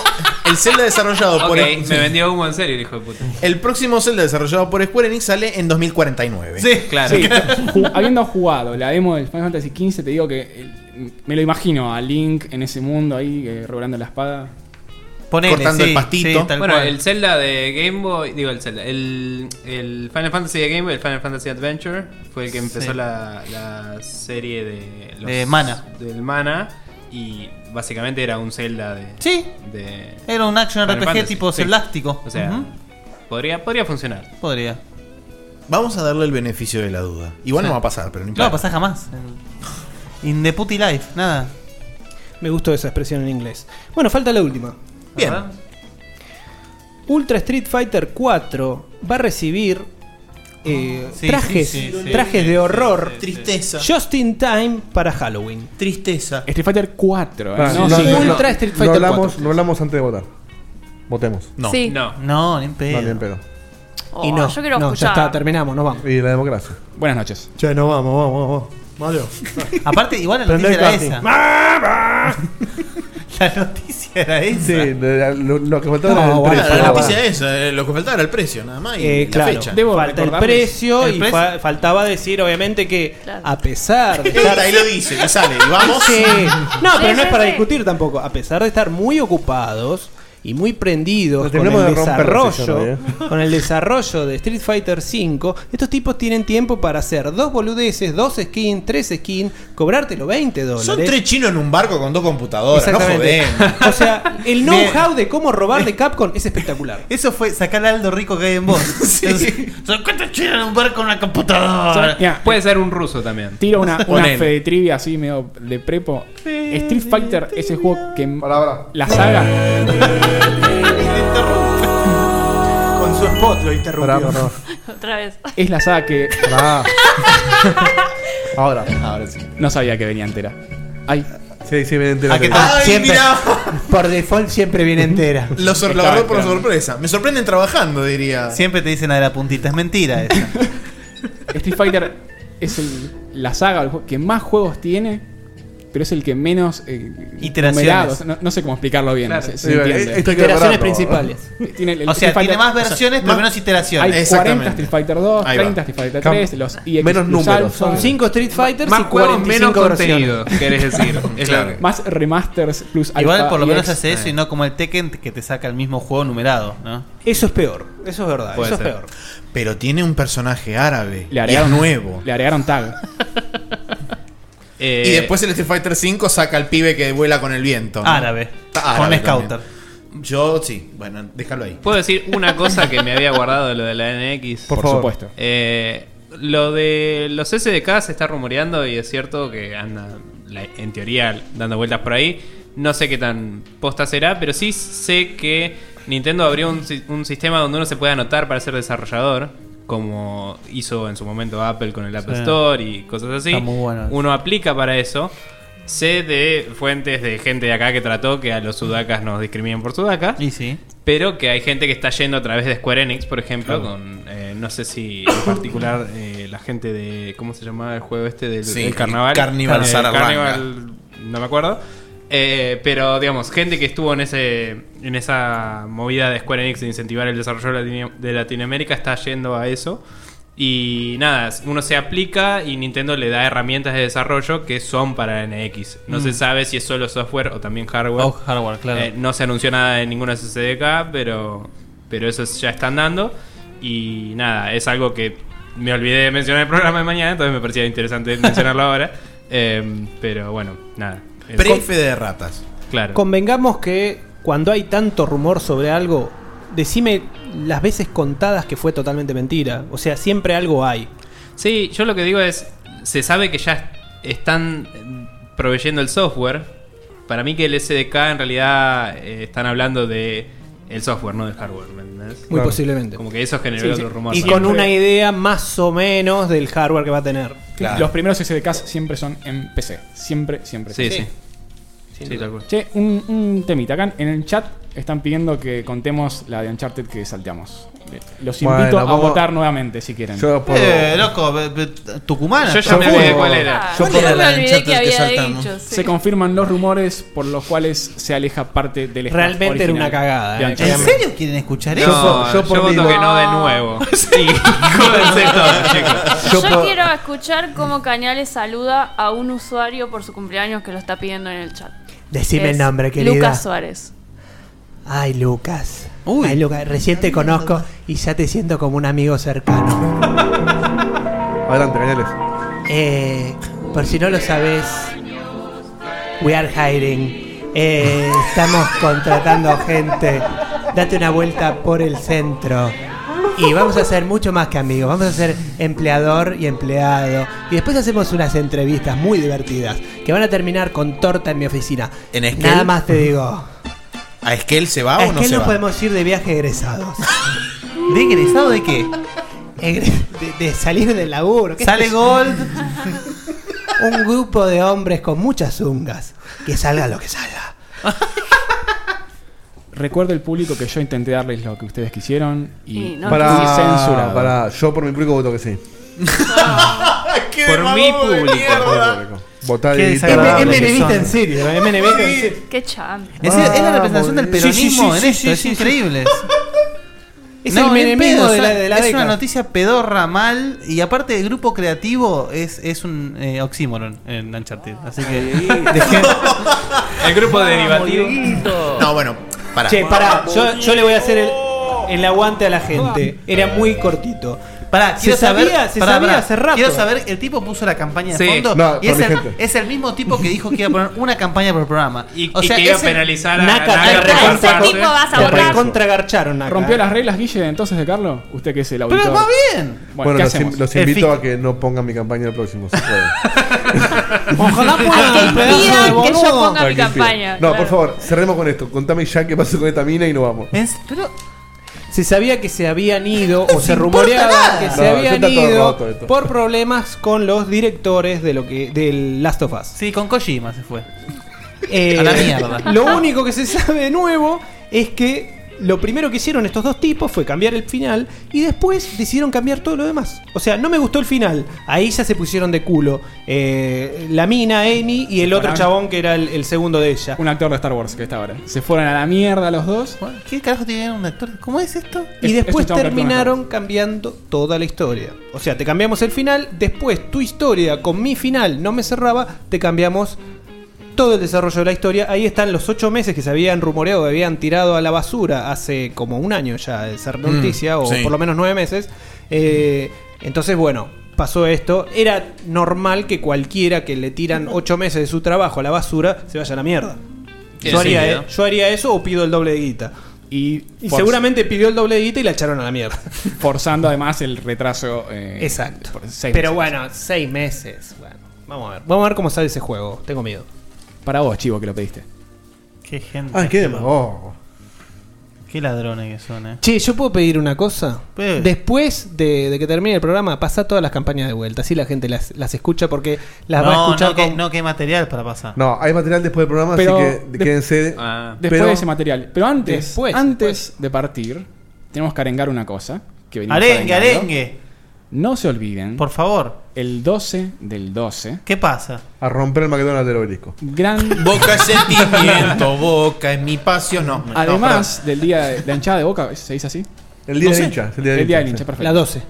[SPEAKER 3] El Zelda desarrollado por.
[SPEAKER 9] Ok, me vendió humo en serio el hijo de puta.
[SPEAKER 3] El próximo Zelda desarrollado por Square Enix sale en 2049.
[SPEAKER 9] claro. *laughs*
[SPEAKER 10] Sí, ju- habiendo jugado la demo del Final Fantasy XV, te digo que eh, me lo imagino a Link en ese mundo ahí, eh, revolando la espada.
[SPEAKER 9] bueno, el Zelda de Game Boy, digo el Zelda, el, el Final Fantasy de Game Boy, el Final Fantasy Adventure, fue el que empezó
[SPEAKER 4] Sí.
[SPEAKER 9] la, la serie de,
[SPEAKER 4] De Mana.
[SPEAKER 9] Del Mana. Y básicamente era un Zelda de.
[SPEAKER 4] Sí.
[SPEAKER 9] de
[SPEAKER 4] Era un action
[SPEAKER 9] Final
[SPEAKER 4] RPG tipo celdástico.
[SPEAKER 9] O sea,
[SPEAKER 4] Ujú.
[SPEAKER 9] podría, podría funcionar.
[SPEAKER 4] *laughs* Podría.
[SPEAKER 3] Vamos a darle el beneficio de la duda. Igual
[SPEAKER 4] Sí.
[SPEAKER 3] no va a pasar, pero no
[SPEAKER 4] No
[SPEAKER 3] importa.
[SPEAKER 4] va a pasar jamás. In the putty life, nada.
[SPEAKER 5] Me gustó esa expresión en inglés. Bueno, falta la última.
[SPEAKER 3] Bien.
[SPEAKER 5] Ultra Street Fighter 4 va a recibir eh,
[SPEAKER 26] Sí,
[SPEAKER 5] trajes,
[SPEAKER 26] sí, sí, sí.
[SPEAKER 5] trajes
[SPEAKER 26] Sí,
[SPEAKER 5] de
[SPEAKER 26] sí,
[SPEAKER 5] horror.
[SPEAKER 26] sí, sí. Tristeza.
[SPEAKER 5] Just in time para Halloween.
[SPEAKER 26] Tristeza.
[SPEAKER 10] Street Fighter 4.
[SPEAKER 26] ¿eh?
[SPEAKER 7] Ah,
[SPEAKER 5] No, sí, Ultra Street Fighter
[SPEAKER 7] no
[SPEAKER 5] 4.
[SPEAKER 7] hablamos, no hablamos antes de votar. Votemos.
[SPEAKER 5] No. Sí. No.
[SPEAKER 4] No, ni en
[SPEAKER 7] No, ni en pedo.
[SPEAKER 11] Oh,
[SPEAKER 5] y no, no, ya está, terminamos, nos vamos.
[SPEAKER 7] Y la democracia.
[SPEAKER 10] Buenas noches.
[SPEAKER 18] Che, nos vamos, vamos, vamos. Mario.
[SPEAKER 4] Aparte, igual la
[SPEAKER 18] Prende
[SPEAKER 4] noticia era
[SPEAKER 18] el
[SPEAKER 4] esa. *laughs*
[SPEAKER 5] Ah,
[SPEAKER 4] la noticia era esa.
[SPEAKER 7] Sí, la- lo, lo que faltaba
[SPEAKER 3] No,
[SPEAKER 7] era el
[SPEAKER 3] bueno,
[SPEAKER 7] precio.
[SPEAKER 3] la noticia es esa, eh, lo que faltaba era el precio, nada más. Y
[SPEAKER 5] Eh,
[SPEAKER 3] la
[SPEAKER 5] claro,
[SPEAKER 3] fecha.
[SPEAKER 5] falta el precio y fa- faltaba decir, obviamente, que a
[SPEAKER 3] *laughs*
[SPEAKER 5] pesar de estar.
[SPEAKER 3] Ahí lo dice, y sale, y vamos.
[SPEAKER 5] Sí. No,
[SPEAKER 3] Sí,
[SPEAKER 5] pero no
[SPEAKER 3] sí,
[SPEAKER 5] es para
[SPEAKER 3] sí.
[SPEAKER 5] discutir tampoco. A pesar de estar muy ocupados y muy prendidos
[SPEAKER 7] Nos
[SPEAKER 5] con
[SPEAKER 7] terminamos
[SPEAKER 5] el,
[SPEAKER 7] de romper la sesión ¿eh?
[SPEAKER 5] desarrollo, *laughs* con el desarrollo de Street Fighter V, estos tipos tienen tiempo para hacer dos boludeces, dos skins, tres skins, cobrártelo 20 dólares.
[SPEAKER 3] Son tres chinos en un barco con dos computadoras, no
[SPEAKER 5] Exactamente.
[SPEAKER 3] joden.
[SPEAKER 5] O sea, el know-how de cómo robar de Capcom es espectacular.
[SPEAKER 4] Eso fue sacar al Aldo Rico que hay
[SPEAKER 5] *laughs*
[SPEAKER 4] en vos. sí. Son cuántos chinos en un bar con una computadora.
[SPEAKER 10] Mira,
[SPEAKER 9] Puede ser un ruso también.
[SPEAKER 10] Tiro una, una
[SPEAKER 9] Ponele.
[SPEAKER 10] fe de trivia así medio de prepo. Street Fighter es el juego que la saga.
[SPEAKER 26] Con su spot lo
[SPEAKER 10] interrumpió. Pará, pará.
[SPEAKER 11] *laughs* Otra vez.
[SPEAKER 10] Es la saga que. *laughs*
[SPEAKER 7] Ahora.
[SPEAKER 10] Ahora sí. No sabía que venía entera. Ay.
[SPEAKER 7] Sí, sí, venía entera.
[SPEAKER 5] siempre,
[SPEAKER 10] *laughs*
[SPEAKER 5] por default siempre viene entera.
[SPEAKER 3] Lo sor- lo agarró por sorpresa. Me sorprenden trabajando, diría.
[SPEAKER 4] Siempre te dicen a la puntita, es mentira esa.
[SPEAKER 10] *laughs* Street Fighter es el- la saga el juego que más juegos tiene, pero es el que menos eh,
[SPEAKER 4] Iteraciones.
[SPEAKER 10] numerados. No, no sé cómo explicarlo bien.
[SPEAKER 4] Claro.
[SPEAKER 10] se- se
[SPEAKER 4] Sí, vale,
[SPEAKER 10] entiende.
[SPEAKER 4] esto hay que Iteraciones prepararlo. principales.
[SPEAKER 10] *laughs* Tiene el- el
[SPEAKER 4] O sea,
[SPEAKER 10] Street
[SPEAKER 4] tiene más versiones, pero menos iteraciones.
[SPEAKER 10] Hay 40
[SPEAKER 4] Exactamente.
[SPEAKER 10] Street Fighter 2,
[SPEAKER 4] Ahí va.
[SPEAKER 10] 30 Street Fighter
[SPEAKER 4] Cam-
[SPEAKER 10] 3, los EX
[SPEAKER 4] menos
[SPEAKER 10] Plus
[SPEAKER 4] números.
[SPEAKER 10] Alpha.
[SPEAKER 5] Son 5 Street Fighters
[SPEAKER 10] Más
[SPEAKER 5] y
[SPEAKER 10] juegos,
[SPEAKER 5] 45
[SPEAKER 10] menos
[SPEAKER 5] versiones.
[SPEAKER 9] contenido, querés
[SPEAKER 5] *laughs*
[SPEAKER 9] decir. Claro.
[SPEAKER 10] Más remasters plus
[SPEAKER 4] Igual
[SPEAKER 10] alpha E
[SPEAKER 4] por lo
[SPEAKER 10] y ex.
[SPEAKER 4] menos
[SPEAKER 10] eh.
[SPEAKER 4] hace eso y no como el Tekken que te saca el mismo juego numerado, ¿no?
[SPEAKER 5] Eso es peor. Eso es verdad.
[SPEAKER 4] Puede
[SPEAKER 5] eso
[SPEAKER 4] ser.
[SPEAKER 5] es peor.
[SPEAKER 3] Pero tiene un personaje árabe.
[SPEAKER 10] Le
[SPEAKER 3] y es
[SPEAKER 10] agregaron-
[SPEAKER 3] nuevo.
[SPEAKER 10] Le agregaron
[SPEAKER 3] *laughs*
[SPEAKER 10] tag.
[SPEAKER 3] y después el Street Fighter V saca al pibe que vuela con el viento. ¿no?
[SPEAKER 4] Árabe.
[SPEAKER 3] Está
[SPEAKER 4] Con
[SPEAKER 3] también.
[SPEAKER 4] Scouter.
[SPEAKER 3] Yo sí. Bueno, déjalo ahí.
[SPEAKER 9] ¿Puedo decir una cosa que me había guardado de lo de la NX?
[SPEAKER 3] Por Por favor. supuesto.
[SPEAKER 9] Eh, lo de los SDK se está rumoreando y es cierto que anda, la- en teoría, dando vueltas por ahí. No sé qué tan posta será, pero sí sé que Nintendo abrió un, si- un sistema donde uno se puede anotar para ser desarrollador, como hizo en su momento Apple con el Apple
[SPEAKER 4] Sí.
[SPEAKER 9] Store y cosas así.
[SPEAKER 4] Está muy bueno eso.
[SPEAKER 9] Uno aplica para eso. Sé de fuentes de gente de acá que trató que a los sudacas nos discriminan por sudaca.
[SPEAKER 4] Y sí.
[SPEAKER 9] Pero que hay gente que está yendo a través de Square Enix, por ejemplo,
[SPEAKER 4] Claro.
[SPEAKER 9] con eh, no sé si en particular eh, la gente de cómo se llamaba el juego este del
[SPEAKER 3] Sí,
[SPEAKER 9] del carnaval,
[SPEAKER 3] Carnival
[SPEAKER 9] Eh,
[SPEAKER 3] Zarabanga.
[SPEAKER 9] Carnival, no me acuerdo. Eh, pero digamos, gente que estuvo en ese en esa movida de Square Enix de incentivar el desarrollo latino- de Latinoamérica está yendo a eso. Y nada, uno se aplica y Nintendo le da herramientas de desarrollo que son para NX. No
[SPEAKER 4] Mm.
[SPEAKER 9] se sabe si es solo software o también hardware.
[SPEAKER 4] O hardware, claro.
[SPEAKER 9] Eh, no se anunció nada de ninguna SSDK, pero, pero eso ya están dando. Y nada, es algo que me olvidé de mencionar en el programa de mañana, entonces me parecía interesante mencionarlo *laughs* ahora. Eh, pero bueno, nada. Es-
[SPEAKER 3] Prefe de ratas.
[SPEAKER 9] Claro.
[SPEAKER 5] Convengamos que cuando hay tanto rumor sobre algo, decime las veces contadas que fue totalmente mentira. O sea, siempre algo hay.
[SPEAKER 9] Sí, yo lo que digo es, se sabe que ya están eh, proveyendo el software. Para mí que el SDK en realidad eh, están hablando de el software, no del hardware, ¿me entendés?
[SPEAKER 5] Muy posiblemente.
[SPEAKER 9] Como que eso generó
[SPEAKER 5] Sí, sí.
[SPEAKER 9] otro rumor.
[SPEAKER 5] Y
[SPEAKER 9] ¿no?
[SPEAKER 5] con una idea más o menos del hardware que va a tener.
[SPEAKER 10] Los primeros SDKs siempre son en PC. Siempre, siempre.
[SPEAKER 9] Sí, sí.
[SPEAKER 10] Che, un, un temita. Acá en el chat, Están pidiendo que contemos la de Uncharted que salteamos. Los
[SPEAKER 7] Bueno,
[SPEAKER 10] invito a
[SPEAKER 7] vamos-
[SPEAKER 10] votar nuevamente si quieren.
[SPEAKER 7] Yo puedo-
[SPEAKER 4] Eh, loco, be- be- Tucumana.
[SPEAKER 10] Yo ya me olvidé cuál era.
[SPEAKER 4] Yo por la lanchata que saltamos.
[SPEAKER 10] Se confirman los rumores por los cuales se aleja parte del staff
[SPEAKER 4] Realmente era
[SPEAKER 10] original
[SPEAKER 4] una cagada,
[SPEAKER 10] de
[SPEAKER 4] eh.
[SPEAKER 10] Uncharted.
[SPEAKER 4] ¿En serio quieren escuchar
[SPEAKER 10] No,
[SPEAKER 4] eso?
[SPEAKER 10] yo por mí
[SPEAKER 9] voto que no de nuevo. Sí, jódense todos, chicos.
[SPEAKER 11] Yo, quiero escuchar cómo Cañales saluda a un usuario por su cumpleaños que lo está pidiendo en el chat.
[SPEAKER 27] Decime
[SPEAKER 11] Es
[SPEAKER 27] el nombre, querida.
[SPEAKER 11] Lucas Suárez.
[SPEAKER 27] Ay, Lucas. Ay, Lucas, recién te conozco y ya te siento como un amigo cercano.
[SPEAKER 7] Adelante, Cañales.
[SPEAKER 27] Eh, por si no lo sabes, we are hiring. Eh, estamos contratando gente. Date una vuelta por el centro. Y vamos a ser mucho más que amigos. Vamos a ser empleador y empleado. Y después hacemos unas entrevistas muy divertidas que van a terminar con torta en mi oficina.
[SPEAKER 3] ¿En Esquel?
[SPEAKER 27] Nada más te digo.
[SPEAKER 3] ¿A Esquel se va
[SPEAKER 27] Es
[SPEAKER 3] o no
[SPEAKER 27] que
[SPEAKER 3] se
[SPEAKER 27] no
[SPEAKER 3] va?
[SPEAKER 27] podemos ir de viaje egresados. ¿De egresado de qué? De, de salir del laburo. ¿qué
[SPEAKER 4] Sale
[SPEAKER 27] sé yo? Un grupo de hombres con muchas zungas. Que salga lo que salga.
[SPEAKER 10] Recuerda el público que yo intenté darles lo que ustedes quisieron y,
[SPEAKER 11] Y no
[SPEAKER 10] fui
[SPEAKER 7] Para,
[SPEAKER 10] censurado.
[SPEAKER 7] para, yo por mi público voto que sí.
[SPEAKER 9] Por mi público.
[SPEAKER 7] Votar
[SPEAKER 4] Qué
[SPEAKER 7] y
[SPEAKER 4] desagradable que son.
[SPEAKER 11] Qué chanta.
[SPEAKER 4] Es, es la representación del
[SPEAKER 7] Ah, Sí, sí, sí,
[SPEAKER 4] peronismo
[SPEAKER 7] sí,
[SPEAKER 4] en esto,
[SPEAKER 7] sí,
[SPEAKER 4] es
[SPEAKER 7] sí, sí.
[SPEAKER 4] increíble.
[SPEAKER 27] Es el
[SPEAKER 4] No, ni
[SPEAKER 27] menemismo
[SPEAKER 4] pedo,
[SPEAKER 27] de
[SPEAKER 4] o
[SPEAKER 27] la,
[SPEAKER 4] sea,
[SPEAKER 27] de la
[SPEAKER 4] Es
[SPEAKER 27] década.
[SPEAKER 4] una noticia pedorra mal y aparte el grupo creativo es, es un eh, oxímoron en Uncharted. Así que *laughs*
[SPEAKER 9] *laughs*
[SPEAKER 4] dejé-
[SPEAKER 9] El grupo derivativo.
[SPEAKER 3] No, bueno, pará.
[SPEAKER 5] Che, pará, yo, yo le voy a hacer el, el aguante a la gente. Era muy cortito.
[SPEAKER 4] Pará,
[SPEAKER 5] se
[SPEAKER 4] quiero
[SPEAKER 5] sabía,
[SPEAKER 4] saber-
[SPEAKER 5] se
[SPEAKER 4] pará,
[SPEAKER 5] sabía
[SPEAKER 4] pará.
[SPEAKER 5] hace rato.
[SPEAKER 4] Quiero saber, el tipo puso la campaña de
[SPEAKER 9] Sí.
[SPEAKER 4] fondo
[SPEAKER 9] No,
[SPEAKER 4] y es el,
[SPEAKER 9] corrigente.
[SPEAKER 4] es el mismo tipo que dijo que iba a poner una campaña por programa.
[SPEAKER 9] Y- y que iba a penalizar a
[SPEAKER 10] Naca,
[SPEAKER 9] Naca
[SPEAKER 10] Naca,
[SPEAKER 9] por
[SPEAKER 10] ese
[SPEAKER 9] zarparse.
[SPEAKER 10] tipo vas a Te borrar.
[SPEAKER 5] recontragarcharon, Naca,
[SPEAKER 10] ¿Rompió
[SPEAKER 5] eh.
[SPEAKER 10] las reglas, Guille, entonces de Carlos? Usted que es el auditor.
[SPEAKER 4] va bien.
[SPEAKER 10] Bueno,
[SPEAKER 7] Bueno,
[SPEAKER 10] ¿qué
[SPEAKER 7] los,
[SPEAKER 10] hacemos?
[SPEAKER 7] in- los invito a que no pongan mi campaña el próximo. si pueden.
[SPEAKER 11] Ojalá
[SPEAKER 4] pedazo
[SPEAKER 11] puedan
[SPEAKER 4] de
[SPEAKER 11] que yo
[SPEAKER 4] boludo.
[SPEAKER 11] ponga mi
[SPEAKER 7] Tranquilo.
[SPEAKER 11] campaña.
[SPEAKER 7] No, por
[SPEAKER 11] claro.
[SPEAKER 7] favor, cerremos con esto. Contame ya qué pasó con esta mina y nos vamos.
[SPEAKER 5] Se sabía que se habían ido o se
[SPEAKER 27] importa
[SPEAKER 5] rumoreaba
[SPEAKER 27] nada.
[SPEAKER 5] que
[SPEAKER 7] No,
[SPEAKER 5] se
[SPEAKER 7] ya
[SPEAKER 5] habían
[SPEAKER 7] está todo roto
[SPEAKER 5] ido
[SPEAKER 7] esto.
[SPEAKER 5] por problemas con los directores de lo que del Last of Us.
[SPEAKER 4] Sí, con Kojima se fue.
[SPEAKER 5] Eh,
[SPEAKER 4] A la mierda.
[SPEAKER 5] Lo único que se sabe de nuevo es que lo primero que hicieron estos dos tipos fue cambiar el final y después decidieron cambiar todo lo demás. O sea, no me gustó el final. Ahí ya se pusieron de culo. Eh, la mina, Amy y el otro chabón. que era el, segundo de ella.
[SPEAKER 10] Un actor de Star Wars que está ahora. Se fueron a la mierda los dos.
[SPEAKER 4] ¿Qué carajo tiene un actor? ¿Cómo es esto?
[SPEAKER 5] Y después terminaron cambiando toda la historia. O sea, te cambiamos el final, después tu historia con mi final no me cerraba, te cambiamos todo el desarrollo de la historia. Ahí están los ocho meses que se habían rumoreado, que habían tirado a la basura hace como un año ya esa noticia, o
[SPEAKER 27] sí.
[SPEAKER 5] por lo menos nueve meses. Eh, entonces, bueno, pasó esto. Era normal que cualquiera que le tiran ocho meses de su trabajo a la basura se vaya a la mierda.
[SPEAKER 10] Tiene
[SPEAKER 5] Yo haría,
[SPEAKER 10] sentido.
[SPEAKER 5] eh, yo haría eso o pido el doble de guita.
[SPEAKER 10] Y,
[SPEAKER 5] y
[SPEAKER 10] por-
[SPEAKER 5] seguramente pidió el doble de guita y la echaron a la mierda.
[SPEAKER 10] *laughs* Forzando además el retraso. eh,
[SPEAKER 5] Exacto.
[SPEAKER 10] por seis
[SPEAKER 5] Pero
[SPEAKER 10] meses.
[SPEAKER 5] bueno, seis meses. Bueno, vamos a ver. Vamos a ver cómo sale ese juego. Tengo miedo.
[SPEAKER 10] Para vos, chivo, que lo pediste.
[SPEAKER 4] Qué gente.
[SPEAKER 5] Ay, qué
[SPEAKER 7] demagogo.
[SPEAKER 4] Qué ladrones que son, eh.
[SPEAKER 5] Che, ¿yo puedo pedir una cosa?
[SPEAKER 4] Puede.
[SPEAKER 5] Después de, de que termine el programa, pasa todas las campañas de vuelta. Así la gente las, las escucha porque las va a
[SPEAKER 4] no,
[SPEAKER 5] escuchar
[SPEAKER 4] no, que, no, que hay material para pasar.
[SPEAKER 7] No, hay material después del programa,
[SPEAKER 10] Pero
[SPEAKER 7] así
[SPEAKER 10] de-
[SPEAKER 7] que quédense.
[SPEAKER 4] Ah.
[SPEAKER 10] Después
[SPEAKER 7] Pero-
[SPEAKER 10] de ese material. Pero antes,
[SPEAKER 7] Después,
[SPEAKER 10] antes de partir, tenemos que arengar una cosa. Que venimos
[SPEAKER 4] Arengue,
[SPEAKER 10] arengando.
[SPEAKER 4] arengue.
[SPEAKER 10] No se olviden. Por
[SPEAKER 4] favor.
[SPEAKER 10] El 12 del 12.
[SPEAKER 4] ¿Qué pasa?
[SPEAKER 7] A romper el McDonald's del obelisco.
[SPEAKER 10] Gran.
[SPEAKER 3] Boca es sentimiento, boca es mi pasión. No, no,
[SPEAKER 10] *laughs* Además del día de la hinchada de boca, ¿se dice así?
[SPEAKER 7] El día No del sé. hincha, el día del hincha, sí.
[SPEAKER 10] perfecto.
[SPEAKER 7] La 12.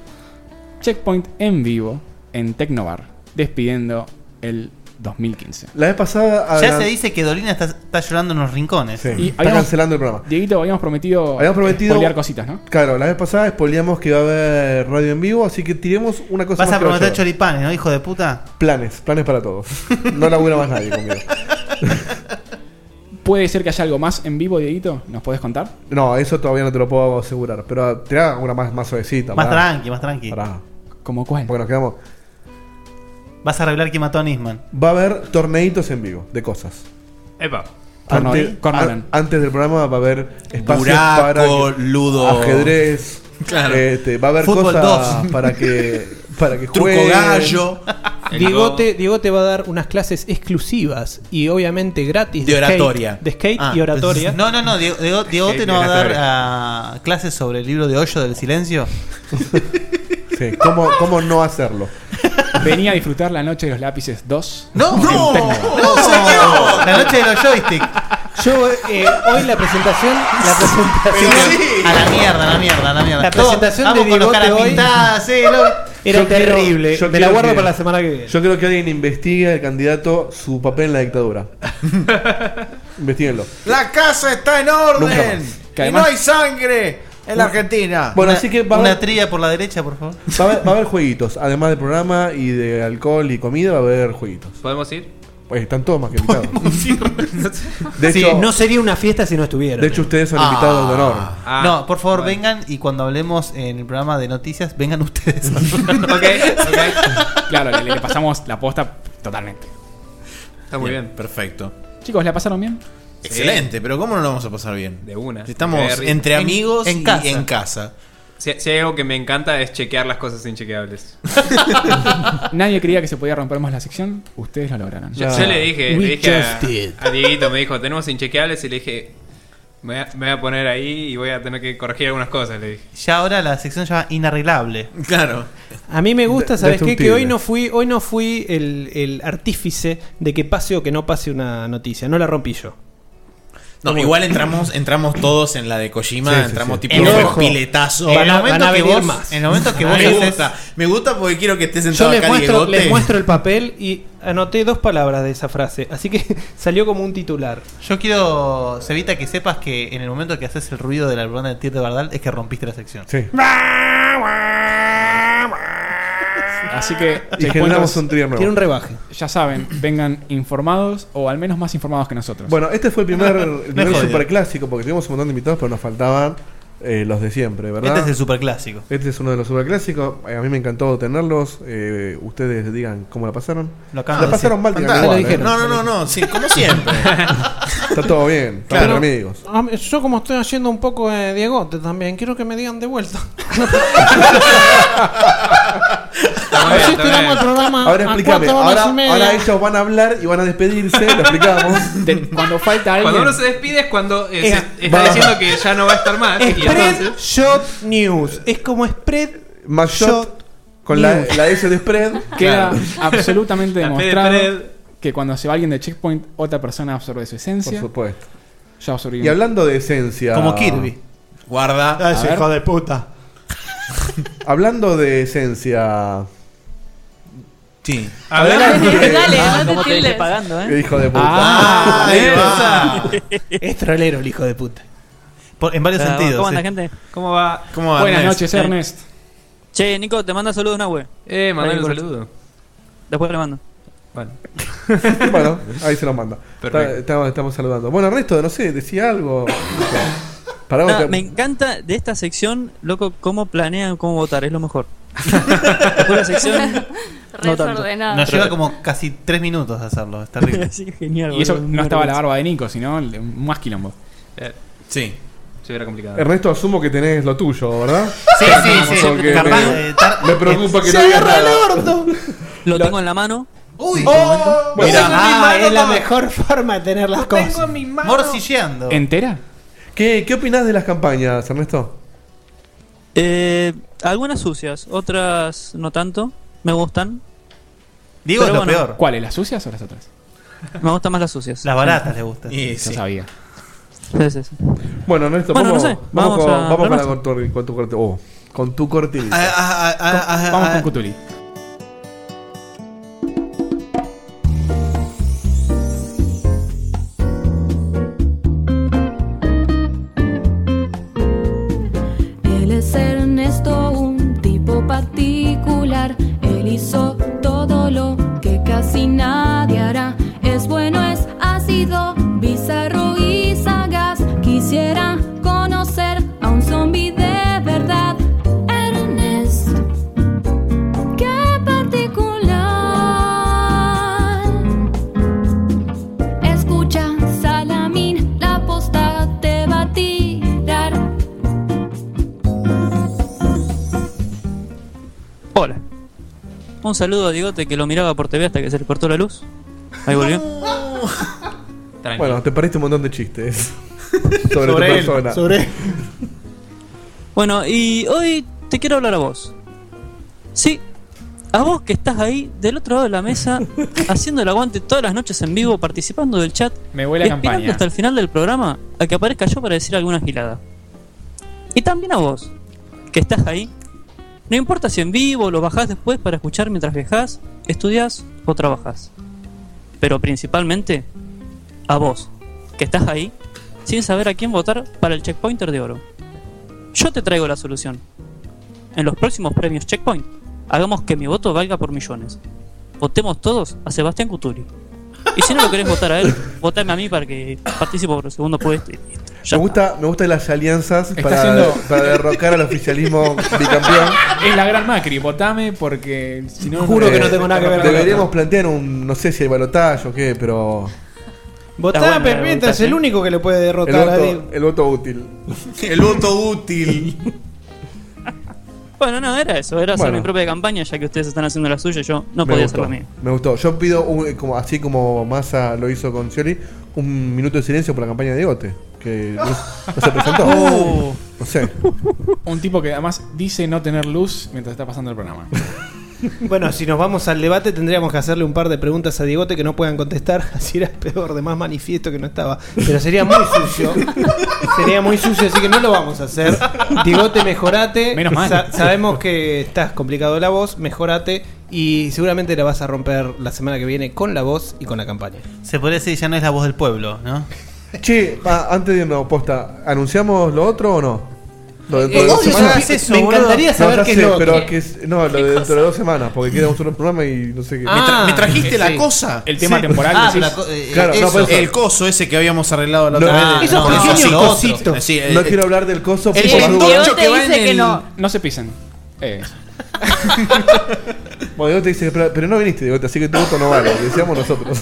[SPEAKER 10] Checkpoint en vivo en Tecnobar, despidiendo el 2015.
[SPEAKER 7] La vez pasada.
[SPEAKER 4] Ya se dice que Dolina está, está llorando en los rincones.
[SPEAKER 10] Y
[SPEAKER 7] está
[SPEAKER 10] habíamos-
[SPEAKER 7] cancelando el programa.
[SPEAKER 10] Dieguito, habíamos prometido.
[SPEAKER 7] Habíamos prometido.
[SPEAKER 10] spoilear cositas, ¿no?
[SPEAKER 7] Claro, la vez pasada spoileamos que va a haber radio en vivo, así que tiremos una cosa
[SPEAKER 4] Vas
[SPEAKER 7] más
[SPEAKER 4] a
[SPEAKER 7] que va
[SPEAKER 4] prometer
[SPEAKER 7] llegar.
[SPEAKER 4] choripanes, ¿no, hijo de puta?
[SPEAKER 7] Planes, planes para todos. No labura más nadie conmigo.
[SPEAKER 10] *laughs* ¿Puede ser que haya algo más en vivo, Dieguito? ¿Nos podés contar?
[SPEAKER 7] No, eso todavía no te lo puedo asegurar. Pero te hago una más, más suavecita.
[SPEAKER 4] Más
[SPEAKER 7] pará.
[SPEAKER 4] tranqui, más tranqui.
[SPEAKER 7] Pará.
[SPEAKER 10] ¿Cómo cuál?
[SPEAKER 7] Porque nos quedamos.
[SPEAKER 4] Vas a arreglar que mató a Nisman.
[SPEAKER 7] Va a haber torneitos en vivo de cosas.
[SPEAKER 9] Epa.
[SPEAKER 4] Corno-
[SPEAKER 7] Antes,
[SPEAKER 4] Cornolan.
[SPEAKER 7] a- antes del programa va a haber espacios
[SPEAKER 3] Buraco,
[SPEAKER 7] para que-
[SPEAKER 3] ludo.
[SPEAKER 7] ajedrez.
[SPEAKER 3] *laughs* Claro.
[SPEAKER 7] Este, va a haber
[SPEAKER 3] Fútbol
[SPEAKER 7] *laughs* cosas
[SPEAKER 3] dos.
[SPEAKER 7] para que para que
[SPEAKER 3] Truco
[SPEAKER 7] jueguen.
[SPEAKER 4] *laughs*
[SPEAKER 3] gallo.
[SPEAKER 9] El
[SPEAKER 5] Diegote, Diegote va a dar unas clases exclusivas y obviamente gratis.
[SPEAKER 4] De
[SPEAKER 5] skate-
[SPEAKER 4] oratoria.
[SPEAKER 5] de skate
[SPEAKER 4] Ah,
[SPEAKER 5] y oratoria.
[SPEAKER 4] No, no, no. Diego, Diego- Diego te nos va a dar ah, clases sobre el libro de hoyo del silencio.
[SPEAKER 7] Sí, ¿cómo, cómo no hacerlo?
[SPEAKER 10] Venía a disfrutar la noche de los lápices 2.
[SPEAKER 4] ¡No!
[SPEAKER 10] ¡No!
[SPEAKER 4] La noche de los joysticks.
[SPEAKER 5] Yo eh, hoy la presentación.
[SPEAKER 4] *laughs*
[SPEAKER 5] La presentación.
[SPEAKER 4] A la mierda, a la mierda, a la mierda.
[SPEAKER 5] La presentación
[SPEAKER 4] Todo-
[SPEAKER 5] de
[SPEAKER 4] vamos con los
[SPEAKER 5] Diegote
[SPEAKER 4] caras
[SPEAKER 5] hoy-
[SPEAKER 4] pintadas, sí, no.
[SPEAKER 5] Era
[SPEAKER 7] Yo quiero-
[SPEAKER 5] terrible.
[SPEAKER 7] yo
[SPEAKER 5] Me la
[SPEAKER 7] quiero
[SPEAKER 5] guardo para la semana que viene.
[SPEAKER 7] Yo creo que alguien investigue al candidato su papel en la
[SPEAKER 3] *laughs*
[SPEAKER 7] dictadura. Investíguenlo.
[SPEAKER 28] La casa está en
[SPEAKER 7] Nunca
[SPEAKER 28] orden.
[SPEAKER 7] más.
[SPEAKER 28] Y
[SPEAKER 7] Que además-
[SPEAKER 28] no hay sangre en la Argentina.
[SPEAKER 7] Bueno, así que va a
[SPEAKER 4] Una
[SPEAKER 7] haber-
[SPEAKER 4] trilla por la derecha, por favor.
[SPEAKER 7] Va a, haber, va a haber jueguitos. Además del programa y de alcohol y comida, va a haber jueguitos.
[SPEAKER 9] ¿Podemos ir?
[SPEAKER 7] Pues están todos más que invitados.
[SPEAKER 3] *laughs*
[SPEAKER 7] De
[SPEAKER 5] Sí,
[SPEAKER 7] hecho,
[SPEAKER 5] no sería una fiesta si no estuviera. Ah.
[SPEAKER 7] De hecho, ustedes son invitados de honor.
[SPEAKER 10] Ah,
[SPEAKER 4] no, por favor, vengan y cuando hablemos en el programa de noticias,
[SPEAKER 10] *laughs*
[SPEAKER 4] vengan ustedes.
[SPEAKER 10] Claro, le, le pasamos la posta totalmente.
[SPEAKER 3] Está
[SPEAKER 10] muy
[SPEAKER 3] bien. Perfecto.
[SPEAKER 10] Chicos, ¿la pasaron bien?
[SPEAKER 3] Excelente, pero ¿cómo no lo vamos a pasar bien?
[SPEAKER 9] De una.
[SPEAKER 3] Si estamos entre amigos y en casa.
[SPEAKER 9] Si, si hay algo que me encanta es chequear las cosas inchequeables.
[SPEAKER 10] Nadie creía que se podía romper más la sección. Ustedes lo lograron.
[SPEAKER 9] Yo, yo le dije, le dije a, a Dieguito, me dijo, tenemos inchequeables y le dije, me voy, a, me voy a poner ahí y voy a tener que corregir algunas cosas, le dije.
[SPEAKER 4] Ya ahora la sección se llama inarreglable.
[SPEAKER 3] Claro.
[SPEAKER 5] A mí me gusta,
[SPEAKER 4] De-
[SPEAKER 7] este
[SPEAKER 5] ¿sabes qué? Que
[SPEAKER 4] destructible.
[SPEAKER 5] hoy no fui, hoy no fui el, el artífice de que pase o que no pase una noticia. No la rompí yo.
[SPEAKER 3] No,
[SPEAKER 5] ¿Cómo?
[SPEAKER 3] igual
[SPEAKER 5] *laughs*
[SPEAKER 3] entramos, entramos todos en la de Kojima,
[SPEAKER 5] Sí, sí,
[SPEAKER 3] entramos
[SPEAKER 5] sí.
[SPEAKER 3] tipo
[SPEAKER 5] En
[SPEAKER 3] un
[SPEAKER 5] ojo.
[SPEAKER 3] piletazo.
[SPEAKER 5] Van a- Van a van a venir
[SPEAKER 3] vos,
[SPEAKER 5] más.
[SPEAKER 3] En el momento que vos me gusta, me gusta porque quiero que estés
[SPEAKER 5] Yo
[SPEAKER 3] sentado
[SPEAKER 5] les
[SPEAKER 3] acá
[SPEAKER 5] muestro,
[SPEAKER 3] Diegote.
[SPEAKER 5] les muestro el papel y anoté dos palabras de esa frase. Así que *laughs* salió como un titular.
[SPEAKER 4] Yo quiero, Cevita, que sepas que en el momento que haces el ruido de la broma de Tir de Bardal es que rompiste la sección.
[SPEAKER 7] Sí.
[SPEAKER 10] Así que
[SPEAKER 5] Ah,
[SPEAKER 7] Y
[SPEAKER 10] checkpointers,
[SPEAKER 7] generamos un trigger nuevo. Tiene un
[SPEAKER 5] rebaje.
[SPEAKER 10] Ya saben, vengan informados o al menos más informados que nosotros.
[SPEAKER 7] Bueno, este fue el *laughs* primer, el
[SPEAKER 10] *laughs* No
[SPEAKER 7] primer
[SPEAKER 10] es jodido.
[SPEAKER 7] superclásico, porque tuvimos un montón de invitados, pero nos faltaban eh, los de siempre, ¿verdad?
[SPEAKER 4] Este es el superclásico.
[SPEAKER 7] Este es uno de los superclásicos. Eh, A mí me encantó tenerlos. Eh, ustedes digan cómo la pasaron.
[SPEAKER 4] Lo acaban
[SPEAKER 7] la
[SPEAKER 4] de
[SPEAKER 7] pasaron
[SPEAKER 4] decir.
[SPEAKER 7] mal, digan
[SPEAKER 23] Ah,
[SPEAKER 4] Fantástico.
[SPEAKER 7] igual,
[SPEAKER 4] Ya lo
[SPEAKER 7] ¿eh?
[SPEAKER 4] dijeron.
[SPEAKER 3] No, no, no, no, sí, como siempre.
[SPEAKER 7] *laughs* Está todo bien, estamos
[SPEAKER 3] Claro.
[SPEAKER 7] amigos.
[SPEAKER 23] A mí- Ah, Yo como estoy haciendo un poco de Diegote también, quiero que me digan de vuelta. Así tiramos el programa
[SPEAKER 7] Ahora
[SPEAKER 23] a
[SPEAKER 7] explícame,
[SPEAKER 23] cuatro horas
[SPEAKER 7] ahora,
[SPEAKER 23] y media.
[SPEAKER 7] ahora ellos van a hablar y van a despedirse, lo explicamos.
[SPEAKER 23] *laughs*
[SPEAKER 10] cuando falta
[SPEAKER 9] Cuando uno se despide es cuando eh, se-
[SPEAKER 5] Eh,
[SPEAKER 9] está
[SPEAKER 7] va.
[SPEAKER 9] diciendo que ya no va a estar más. y entonces-
[SPEAKER 5] Spread Shot News. Es como Spread
[SPEAKER 7] Más shot con la,
[SPEAKER 10] News.
[SPEAKER 7] la S de spread.
[SPEAKER 5] *laughs*
[SPEAKER 10] Queda
[SPEAKER 7] Claro.
[SPEAKER 10] absolutamente
[SPEAKER 7] La P de
[SPEAKER 10] demostrado
[SPEAKER 7] Fred.
[SPEAKER 10] que cuando se va alguien de checkpoint, otra persona absorbe su esencia.
[SPEAKER 7] Por supuesto.
[SPEAKER 10] Yo absorbí.
[SPEAKER 7] Y hablando de esencia.
[SPEAKER 10] Como Kirby.
[SPEAKER 3] Guarda.
[SPEAKER 10] Ah, ese A ver. hijo
[SPEAKER 29] de puta.
[SPEAKER 7] Hablando de esencia.
[SPEAKER 3] Sí.
[SPEAKER 7] Hablando de.
[SPEAKER 14] ¿Cómo te dije pagando, eh?
[SPEAKER 7] Hijo de puta.
[SPEAKER 14] Ah,
[SPEAKER 7] Ah,
[SPEAKER 14] ahí
[SPEAKER 7] va.
[SPEAKER 5] Es trolero el hijo de puta.
[SPEAKER 4] en varios
[SPEAKER 14] Claro,
[SPEAKER 4] sentidos. eh.
[SPEAKER 14] ¿cómo anda,
[SPEAKER 4] sí.
[SPEAKER 14] gente?
[SPEAKER 9] ¿Cómo va?
[SPEAKER 4] ¿Cómo va,
[SPEAKER 14] Buenas
[SPEAKER 4] Ernest?
[SPEAKER 14] noches,
[SPEAKER 4] Eh.
[SPEAKER 14] Ernest. Che, Nico, te manda saludos, Nahue.
[SPEAKER 9] Eh, mandale
[SPEAKER 14] Dale,
[SPEAKER 9] un
[SPEAKER 14] Nico.
[SPEAKER 9] saludo.
[SPEAKER 14] Después le mando.
[SPEAKER 9] Bueno.
[SPEAKER 7] Ah, bueno, ahí se lo manda.
[SPEAKER 9] Perfecto.
[SPEAKER 7] Está- estamos, estamos saludando. Bueno, Ernesto, no sé, decía algo. Pará, vos
[SPEAKER 14] No,
[SPEAKER 7] te-
[SPEAKER 14] Me encanta de esta sección, loco, cómo planean cómo votar, es lo mejor. Después
[SPEAKER 4] *laughs*
[SPEAKER 14] la sección. no tanto.
[SPEAKER 4] Nos lleva como casi tres minutos hacerlo, es terrible.
[SPEAKER 14] Así que genial,
[SPEAKER 10] Y eso
[SPEAKER 14] boludo,
[SPEAKER 10] no
[SPEAKER 14] muy
[SPEAKER 10] estaba la
[SPEAKER 14] hermoso.
[SPEAKER 10] barba de Nico, sino el- más quilombo.
[SPEAKER 3] Sí.
[SPEAKER 9] Se hubiera complicado.
[SPEAKER 7] Ernesto, asumo que tenés lo
[SPEAKER 10] *laughs*
[SPEAKER 7] tuyo, ¿verdad?
[SPEAKER 14] Sí, sí, sí.
[SPEAKER 7] Porque
[SPEAKER 14] Capaz,
[SPEAKER 7] me,
[SPEAKER 14] eh, tar-
[SPEAKER 7] me preocupa que
[SPEAKER 14] Se
[SPEAKER 7] no digas
[SPEAKER 14] agarra el
[SPEAKER 7] nada.
[SPEAKER 14] Lo tengo en la mano.
[SPEAKER 4] Uy,
[SPEAKER 7] Mira.
[SPEAKER 5] Ah, Oh, es la
[SPEAKER 14] papá.
[SPEAKER 5] mejor forma de tener las cosas.
[SPEAKER 4] Morcilleando.
[SPEAKER 10] ¿Entera?
[SPEAKER 7] ¿Qué, ¿Qué opinás de las campañas, Ernesto?
[SPEAKER 14] Eh, algunas sucias, otras no tanto. Me gustan.
[SPEAKER 4] Diego
[SPEAKER 14] Pero
[SPEAKER 4] es lo peor.
[SPEAKER 10] ¿Cuáles? ¿Las sucias o las otras?
[SPEAKER 14] Me gustan más las sucias.
[SPEAKER 4] Las baratas le gustan.
[SPEAKER 10] Yo sabía.
[SPEAKER 14] Sí, sí, sí.
[SPEAKER 7] Bueno, Ernesto,
[SPEAKER 14] Bueno,
[SPEAKER 7] vamos,
[SPEAKER 14] no sé,
[SPEAKER 7] vamos,
[SPEAKER 14] vamos
[SPEAKER 7] con-
[SPEAKER 14] a
[SPEAKER 7] vamos
[SPEAKER 14] hablar
[SPEAKER 7] para con tu, con tu corte. oh, con tu cortinita.
[SPEAKER 5] Ah,
[SPEAKER 10] Vamos con Cutuli.
[SPEAKER 1] Él es Ernesto, un tipo particular. Él hizo todo lo que casi nadie hará. Es bueno, es ácido, bizarro y sagaz. Quisiera conocer a un zombie de verdad. Ernest, qué particular. Escucha, Salamín, la posta te va a tirar.
[SPEAKER 14] Hola. Un saludo a Diegote que lo miraba por TV hasta que se le cortó la luz. Ahí volvió. *laughs*
[SPEAKER 7] Bueno, te perdiste un montón de chistes. *laughs*
[SPEAKER 14] Sobre
[SPEAKER 7] sobre tu
[SPEAKER 14] él,
[SPEAKER 7] persona.
[SPEAKER 14] sobre él. Bueno, y hoy te quiero hablar a vos. Sí, a vos que estás ahí del otro lado de la
[SPEAKER 10] *laughs*
[SPEAKER 14] mesa, haciendo el aguante todas las noches en vivo, participando del chat.
[SPEAKER 10] Me huele a
[SPEAKER 14] esperando
[SPEAKER 10] campaña.
[SPEAKER 14] hasta el final del programa a que aparezca yo para decir alguna gilada. Y también a vos, que estás ahí. No importa si en vivo lo bajás después para escuchar mientras viajás, estudias o trabajás. Pero principalmente a vos, que estás ahí sin saber a quién votar para el checkpointer de oro. Yo te traigo la solución. En los próximos premios checkpoint, hagamos que mi voto valga por millones. Votemos todos a Sebastián Cutuli. Y si no lo querés votar
[SPEAKER 3] *laughs*
[SPEAKER 14] a él, votame a mí para que participe por el segundo puesto. y listo.
[SPEAKER 7] Me gusta, me gustan las alianzas
[SPEAKER 14] Está
[SPEAKER 7] para,
[SPEAKER 14] haciendo-
[SPEAKER 7] para derrocar al oficialismo bicampeón.
[SPEAKER 10] Es la gran Macri, votame porque si no.
[SPEAKER 7] Eh, Deberíamos plantear un, no sé si hay balotaje o qué, pero.
[SPEAKER 5] Votar a Pepita es el único que le puede
[SPEAKER 7] El
[SPEAKER 5] derrotar a Diego.
[SPEAKER 7] voto, el voto
[SPEAKER 5] *laughs*
[SPEAKER 7] útil.
[SPEAKER 3] El voto útil.
[SPEAKER 14] Bueno, no, era eso, era hacer
[SPEAKER 7] Bueno.
[SPEAKER 14] mi propia campaña, ya que ustedes están haciendo la suya, yo no
[SPEAKER 7] Me
[SPEAKER 14] podía
[SPEAKER 7] gustó,
[SPEAKER 14] hacer la mía.
[SPEAKER 7] Me gustó. Yo pido, un- como, así como Massa lo hizo con Scioli, un minuto de silencio por la campaña de Gote, que no, no se presentó.
[SPEAKER 10] Oh.
[SPEAKER 7] No sé.
[SPEAKER 10] Un tipo que además dice no tener luz mientras está pasando el programa.
[SPEAKER 5] *laughs* Bueno, si nos vamos al debate, tendríamos que hacerle un par de preguntas a Diegote que no puedan contestar. *laughs* Así era peor, de más manifiesto que no estaba. Pero sería muy sucio. sería muy sucio, así que no lo vamos a hacer. Diegote, mejorate.
[SPEAKER 10] Menos mal.
[SPEAKER 5] sabemos que estás complicado de la voz, mejorate. Y seguramente la vas a romper la semana que viene con la voz y con la campaña.
[SPEAKER 4] Se podría decir que ya no es la voz del pueblo, ¿no?
[SPEAKER 7] Che, pa- antes de irnos, posta, ¿anunciamos lo otro o no? Lo dentro
[SPEAKER 4] Eh,
[SPEAKER 7] de dos
[SPEAKER 4] obvio,
[SPEAKER 7] semanas.
[SPEAKER 4] hagas eso, Me boludo. encantaría saber
[SPEAKER 7] no, ya
[SPEAKER 4] qué es
[SPEAKER 7] sé,
[SPEAKER 4] lo otro.
[SPEAKER 7] pero que es- No, lo de dentro de dos semanas, porque queda un solo programa y no sé qué.
[SPEAKER 3] Ah, Me tra- me trajiste la sí. cosa. El tema temporal, Ah, decís. la co- eh, eso, el coso ese que habíamos arreglado la otra vez. Esos pequeños cositos. Sí, el-
[SPEAKER 7] no
[SPEAKER 3] el-
[SPEAKER 7] quiero hablar del coso.
[SPEAKER 3] el
[SPEAKER 7] por las
[SPEAKER 3] pentocho
[SPEAKER 7] dudas.
[SPEAKER 3] que va en Diego te dice el- que no.
[SPEAKER 10] No se pisen. Eh,
[SPEAKER 7] Bueno, Diego te dice, pero, pero no viniste, Diego, así que tu voto no vale. lo
[SPEAKER 4] *laughs*
[SPEAKER 7] Decíamos nosotros.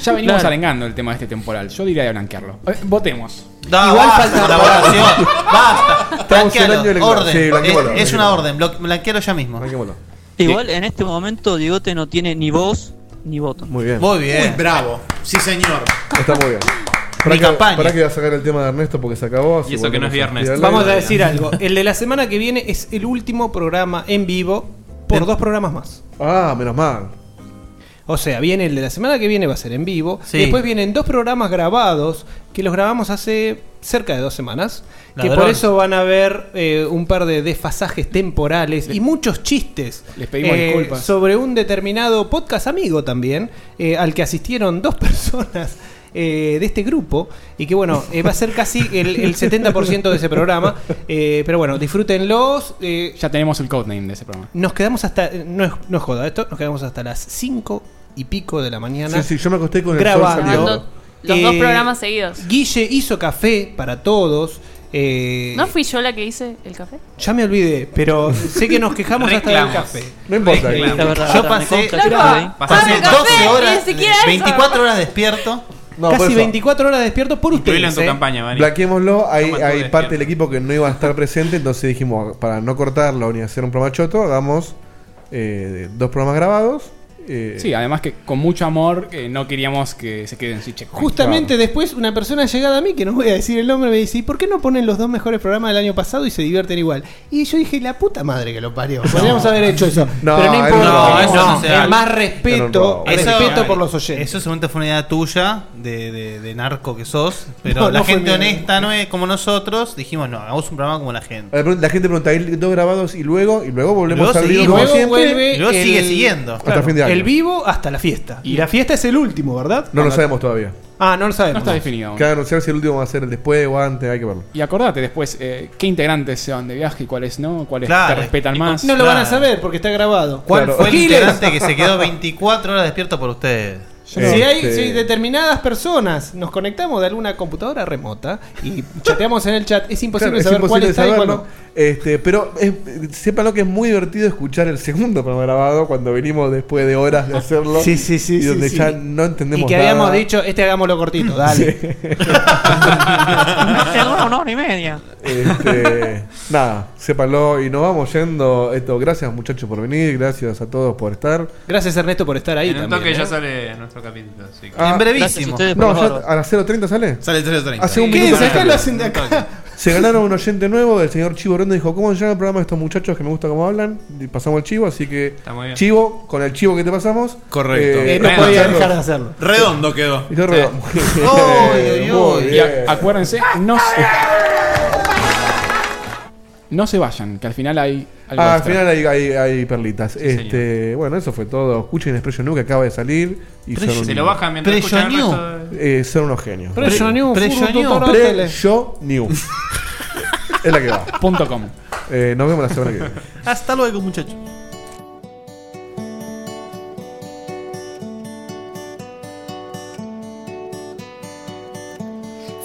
[SPEAKER 10] ya venimos
[SPEAKER 7] Claro.
[SPEAKER 10] arengando el tema de este temporal. Yo diría de blanquearlo. Eh, votemos.
[SPEAKER 4] Igual falta la votación. Basta.
[SPEAKER 10] Estamos en el año
[SPEAKER 4] Blanquealo.
[SPEAKER 10] electoral.
[SPEAKER 4] Orden.
[SPEAKER 10] Sí, blanqueémoslo,
[SPEAKER 4] es, es
[SPEAKER 10] blanqueémoslo.
[SPEAKER 4] una orden. blo- Blanquealo ya mismo.
[SPEAKER 14] Igual en este momento Diegote no tiene ni voz ni voto.
[SPEAKER 7] Muy bien.
[SPEAKER 4] Muy bien.
[SPEAKER 3] Muy bravo. Sí, señor.
[SPEAKER 7] Está muy bien.
[SPEAKER 14] Mi
[SPEAKER 7] que,
[SPEAKER 14] campaña.
[SPEAKER 7] pará que voy a sacar el tema de Ernesto porque se acabó. así
[SPEAKER 9] Y eso que no es
[SPEAKER 7] volvemos a
[SPEAKER 9] viernes.
[SPEAKER 7] tirar
[SPEAKER 5] Vamos a
[SPEAKER 7] aire.
[SPEAKER 5] decir
[SPEAKER 7] *laughs*
[SPEAKER 5] algo. El de la semana que viene es el último programa en vivo por dos programas más.
[SPEAKER 7] Ah, menos mal.
[SPEAKER 5] O sea, viene el de la semana que viene, va a ser en vivo.
[SPEAKER 4] Sí.
[SPEAKER 5] Después vienen dos programas grabados que los grabamos hace cerca de dos semanas. Que
[SPEAKER 4] Ladrón.
[SPEAKER 5] por eso van a ver eh, un par de desfasajes temporales y muchos chistes.
[SPEAKER 10] Les pedimos
[SPEAKER 5] eh,
[SPEAKER 10] disculpas.
[SPEAKER 5] Sobre un determinado podcast amigo también, eh, al que asistieron dos *laughs* personas. eh, de este grupo y que bueno eh, va a ser casi el,
[SPEAKER 7] *laughs*
[SPEAKER 5] el 70% de ese programa Eh, pero bueno disfrútenlos
[SPEAKER 10] ya tenemos el codename de ese programa
[SPEAKER 5] nos quedamos hasta eh, no es, no es joda esto nos quedamos hasta las 5 y pico de la mañana
[SPEAKER 7] Sí, sí, yo me acosté con el sol
[SPEAKER 5] grabando Eh,
[SPEAKER 7] saliendo.
[SPEAKER 11] Los dos programas seguidos.
[SPEAKER 5] Guille hizo café para todos. eh,
[SPEAKER 11] ¿No fui yo la que hice el café?
[SPEAKER 5] Ya me olvidé, pero sé que nos quejamos hasta del
[SPEAKER 4] Reclamos.
[SPEAKER 5] café.
[SPEAKER 4] No importa. Reclamos. La verdad,
[SPEAKER 5] Yo
[SPEAKER 4] me
[SPEAKER 5] pasé,
[SPEAKER 4] consta que Loco, por ahí- pasé
[SPEAKER 5] pasé
[SPEAKER 4] café,
[SPEAKER 5] 12
[SPEAKER 4] ni
[SPEAKER 5] horas,
[SPEAKER 4] siquiera eso.
[SPEAKER 5] 24 horas despierto.
[SPEAKER 7] por
[SPEAKER 5] Casi
[SPEAKER 7] eso.
[SPEAKER 5] 24 horas despierto por ustedes.
[SPEAKER 9] en tu
[SPEAKER 5] ¿eh?
[SPEAKER 9] campaña, Vani.
[SPEAKER 7] Blanqueémoslo, hay,
[SPEAKER 9] mantuve
[SPEAKER 7] hay
[SPEAKER 9] despierto.
[SPEAKER 7] parte del equipo que no iba a estar presente, entonces dijimos, para no cortarlo ni hacer un programa choto, hagamos eh, dos programas grabados. eh,
[SPEAKER 10] Sí, además que con mucho amor eh, no queríamos que se queden sin checkpoint.
[SPEAKER 5] Justamente después una persona llegada a mí, que no voy a decir el nombre, me dice, ¿y por qué no ponen los dos mejores programas del año pasado y se divierten igual? Y yo dije, la puta madre que lo parió. Podríamos haber hecho eso.
[SPEAKER 4] No,
[SPEAKER 5] pero no
[SPEAKER 4] eso
[SPEAKER 5] importa.
[SPEAKER 4] no, eso no se
[SPEAKER 5] es
[SPEAKER 4] hace.
[SPEAKER 5] más respeto, respeto por los oyentes.
[SPEAKER 4] Eso seguramente fue una idea tuya de, de- de narco que sos. Pero
[SPEAKER 5] No,
[SPEAKER 4] la
[SPEAKER 5] no fue
[SPEAKER 4] gente
[SPEAKER 5] mía.
[SPEAKER 4] honesta, no es como nosotros, dijimos, no, hagamos un programa como la gente.
[SPEAKER 7] a ver, La gente pregunta, ¿hay dos grabados y luego? Y luego volvemos
[SPEAKER 4] Luego
[SPEAKER 7] al vivo
[SPEAKER 4] seguimos.
[SPEAKER 7] como
[SPEAKER 4] Luego
[SPEAKER 7] siempre.
[SPEAKER 4] vuelve Luego el- sigue siguiendo.
[SPEAKER 7] Hasta
[SPEAKER 5] Claro,
[SPEAKER 7] fin de año.
[SPEAKER 5] El vivo hasta la fiesta. Y la fiesta es el último, ¿verdad?
[SPEAKER 7] No lo sabemos todavía.
[SPEAKER 5] Ah, no lo sabemos.
[SPEAKER 7] Cada anunciar si el último va a ser el después o antes, hay que verlo.
[SPEAKER 10] Y acordate después eh, qué integrantes se van de viaje y cuáles no, cuáles
[SPEAKER 7] Claro.
[SPEAKER 10] te respetan más.
[SPEAKER 5] No lo van a saber porque está grabado.
[SPEAKER 4] ¿Cuál fue el
[SPEAKER 5] Giles.
[SPEAKER 4] integrante que se quedó 24 horas despierto por ustedes?
[SPEAKER 5] Si hay si
[SPEAKER 7] Este-
[SPEAKER 5] hay determinadas personas, nos conectamos de alguna computadora remota y chateamos en el chat, es
[SPEAKER 7] Claro,
[SPEAKER 5] imposible
[SPEAKER 7] es
[SPEAKER 5] saber cuál
[SPEAKER 7] imposible
[SPEAKER 5] está y cuál
[SPEAKER 7] saberlo.
[SPEAKER 5] no.
[SPEAKER 7] Este, pero es- sépanlo que es muy divertido escuchar el segundo programa grabado cuando venimos después de horas de hacerlo.
[SPEAKER 5] Sí, sí, sí,
[SPEAKER 7] Y
[SPEAKER 5] sí,
[SPEAKER 7] donde
[SPEAKER 5] sí.
[SPEAKER 7] ya no entendemos
[SPEAKER 5] Y que
[SPEAKER 7] nada.
[SPEAKER 5] habíamos dicho, este hagámoslo
[SPEAKER 7] *laughs*
[SPEAKER 5] cortito, dale.
[SPEAKER 14] Te dura una hora y media.
[SPEAKER 7] Este, nada, Sépalo y nos vamos yendo. Esto, gracias muchachos por venir, gracias a todos por estar.
[SPEAKER 5] Gracias Ernesto por estar ahí.
[SPEAKER 9] En un
[SPEAKER 5] también,
[SPEAKER 9] toque
[SPEAKER 5] ¿eh?
[SPEAKER 9] ya sale nuestro capítulo. así que-
[SPEAKER 7] Ah, No, ya a las 0.30 sale.
[SPEAKER 3] Sale 0.30.
[SPEAKER 7] Hace un
[SPEAKER 3] ¿Qué?
[SPEAKER 7] minuto.
[SPEAKER 3] ¿Sacá
[SPEAKER 7] sale.
[SPEAKER 3] lo hacen de acá?
[SPEAKER 7] Se ganaron un oyente nuevo, el señor Chivo Rondo dijo, ¿cómo se llama el programa de estos muchachos que me gusta cómo hablan? Y pasamos el chivo, así que
[SPEAKER 3] muy bien.
[SPEAKER 7] Chivo, con el chivo que te pasamos.
[SPEAKER 3] Correcto.
[SPEAKER 7] eh,
[SPEAKER 3] Eh, no podía
[SPEAKER 7] escucharlos.
[SPEAKER 3] dejar de hacerlo. Redondo quedó.
[SPEAKER 7] Y quedó
[SPEAKER 3] Sí.
[SPEAKER 7] redondo. *laughs*
[SPEAKER 10] Uy, uy,
[SPEAKER 7] Muy
[SPEAKER 10] uy. Y
[SPEAKER 7] bien.
[SPEAKER 10] a- acuérdense, no se... No se vayan, que al final hay algo
[SPEAKER 7] Ah, al
[SPEAKER 10] extra.
[SPEAKER 7] final hay, hay- hay perlitas. este, bueno, eso fue todo. Escuchen Expression New que acaba de salir. Y
[SPEAKER 9] Pero
[SPEAKER 7] son
[SPEAKER 9] se
[SPEAKER 7] un-
[SPEAKER 9] lo bajan mientras Pero escuchan el yo resto
[SPEAKER 7] Eh, son unos genios.
[SPEAKER 9] Pero yo new,
[SPEAKER 7] Pre-
[SPEAKER 9] furro,
[SPEAKER 7] yo
[SPEAKER 9] totoro,
[SPEAKER 7] new. Pre-
[SPEAKER 9] tele.
[SPEAKER 7] yo
[SPEAKER 3] *laughs*
[SPEAKER 7] new. es la que va.
[SPEAKER 10] Punto com.
[SPEAKER 7] Eh, nos vemos la semana que viene.
[SPEAKER 4] Hasta luego, muchachos.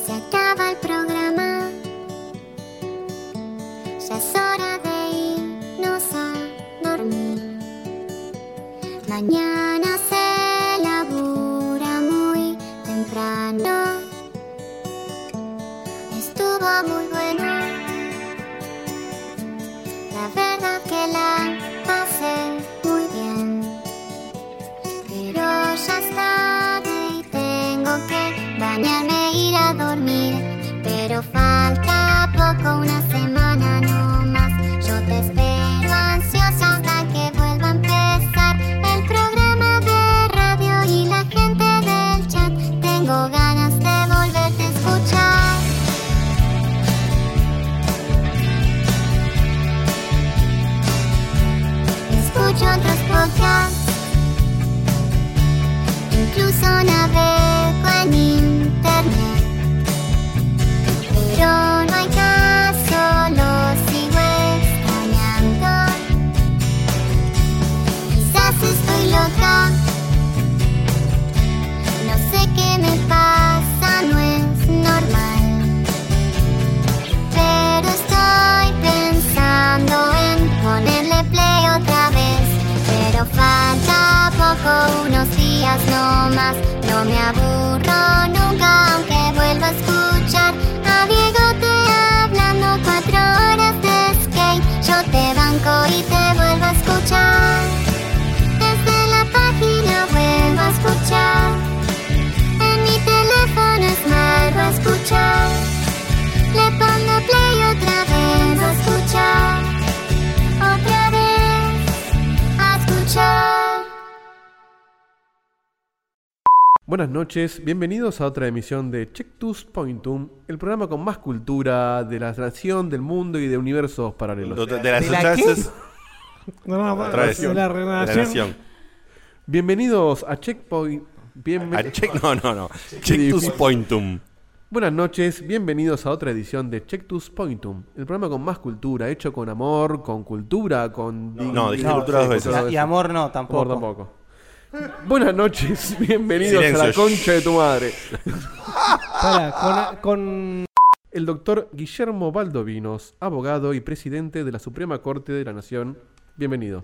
[SPEAKER 12] Se acaba el programa. Ya es hora de irnos a dormir. Mañana se labura muy temprano. Estuvo muy bueno. La verdad que la pasé muy bien. Pero ya es tarde y tengo que bañarme e ir a dormir. Pero falta poco, una semana no más. Yo te espero ansiosa hasta que vuelva a empezar el programa de radio y la gente del chat. Tengo ganas de volverte a escuchar. Escucho otros podcasts. Incluso navego en internet Pero no hay caso, lo sigo extrañando Quizás estoy loca No sé qué me pasa, no es normal Pero estoy pensando en ponerle play otra vez pero falta poco, unos días no más. No me aburro nunca, aunque vuelva a escuchar a Diego te hablando cuatro horas de skate. Yo te banco y te vuelvo a escuchar. Desde la página vuelvo a escuchar. En mi teléfono smart vuelvo a escuchar. Le pongo play otra vez a escuchar. Otra vez a escuchar.
[SPEAKER 7] Buenas noches, bienvenidos a otra emisión de Chectus Pointum, el programa con más cultura de la nación, del mundo y de universos paralelos.
[SPEAKER 8] De- de las ¿De la sustancias-
[SPEAKER 18] No, no,
[SPEAKER 8] Otra vez.
[SPEAKER 18] de la relación.
[SPEAKER 7] Bienvenidos a Checkpoint. bienven-
[SPEAKER 8] A check- no, no, no. Chectus Pointum.
[SPEAKER 7] Buenas noches, bienvenidos a otra edición de Chectus Pointum, el programa con más cultura, hecho con amor, con cultura, con... dig-
[SPEAKER 8] no, dije cultura dos veces.
[SPEAKER 23] Y- y amor no, tampoco.
[SPEAKER 7] Amor tampoco. Buenas noches, *laughs* bienvenidos a la
[SPEAKER 8] Silencio.
[SPEAKER 7] concha de tu madre.
[SPEAKER 5] Pará,
[SPEAKER 7] El doctor Guillermo Baldovinos, abogado y presidente de la Suprema Corte de la Nación. Bienvenido.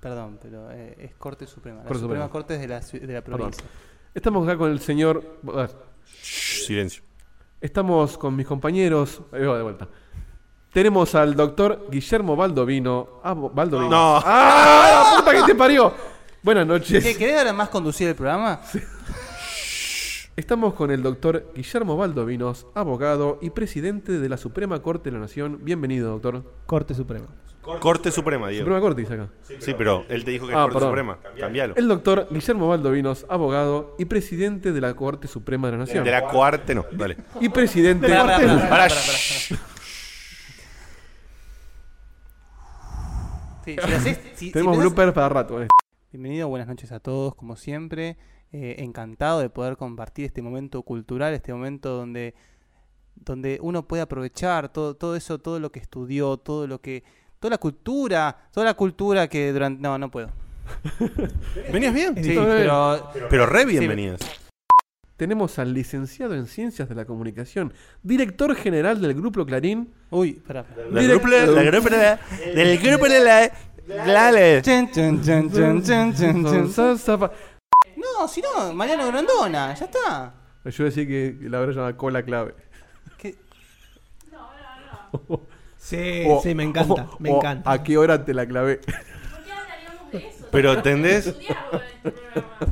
[SPEAKER 23] Perdón, pero eh, es Corte Suprema. La
[SPEAKER 7] Corte
[SPEAKER 23] Suprema
[SPEAKER 7] Suprema.
[SPEAKER 23] Corte es de la, ciu- de la
[SPEAKER 7] Perdón.
[SPEAKER 23] provincia.
[SPEAKER 7] Estamos acá con el señor... a ver,
[SPEAKER 8] Silencio.
[SPEAKER 7] Estamos con mis compañeros... Ahí va, de vuelta. Tenemos al doctor Guillermo Baldovino. abo- Baldovino.
[SPEAKER 8] No.
[SPEAKER 7] ¡Ah, la puta que te parió! Buenas noches.
[SPEAKER 23] ¿Qué, ¿Querés ahora más conducir el programa?
[SPEAKER 7] Estamos con el doctor Guillermo Baldovinos, abogado y presidente de la Suprema Corte de la Nación. Bienvenido, doctor.
[SPEAKER 5] Corte Suprema.
[SPEAKER 8] Corte Suprema, Diego.
[SPEAKER 7] Suprema Corte dice acá.
[SPEAKER 8] Sí, pero él te dijo que es
[SPEAKER 7] Ah,
[SPEAKER 8] Corte
[SPEAKER 7] perdón.
[SPEAKER 8] Suprema. Cambialo.
[SPEAKER 7] El doctor Guillermo Baldovinos, abogado y presidente de la Corte Suprema de la Nación.
[SPEAKER 8] De la cuarte, no. Dale.
[SPEAKER 7] Y presidente.
[SPEAKER 8] Pará, pará, pará, pará, pará,
[SPEAKER 23] Sí,
[SPEAKER 5] *laughs*
[SPEAKER 23] si haces- si- si
[SPEAKER 7] Tenemos
[SPEAKER 23] tenés-
[SPEAKER 7] bloopers para rato. eh.
[SPEAKER 23] Bienvenido, buenas noches a todos, como siempre. Eh, encantado de poder compartir este momento cultural, este momento donde, donde uno puede aprovechar todo, todo eso, todo lo que estudió, todo lo que. toda la cultura, toda la cultura que durante. No,
[SPEAKER 7] *laughs*
[SPEAKER 23] no puedo.
[SPEAKER 8] ¿Venías bien?
[SPEAKER 23] Sí, pero.
[SPEAKER 8] Pero re
[SPEAKER 23] sí,
[SPEAKER 8] bienvenidas.
[SPEAKER 7] Tenemos al licenciado en Ciencias de la Comunicación, director general del Grupo Clarín.
[SPEAKER 23] Uy, pará.
[SPEAKER 8] Del grupo- del grupo de la- del grupo de la- Lale.
[SPEAKER 23] Chun, chun, chun, chun, chun, chun, chun.
[SPEAKER 7] Son zapa-
[SPEAKER 23] No, si no, Mariano Grandona, ya está.
[SPEAKER 7] *laughs* Yo decía que la verdad llamada cola clave.
[SPEAKER 23] ¿Qué?
[SPEAKER 5] Sí, sí, me encanta, me encanta.
[SPEAKER 7] ¿A qué hora te la clavé?
[SPEAKER 8] Pero entendés.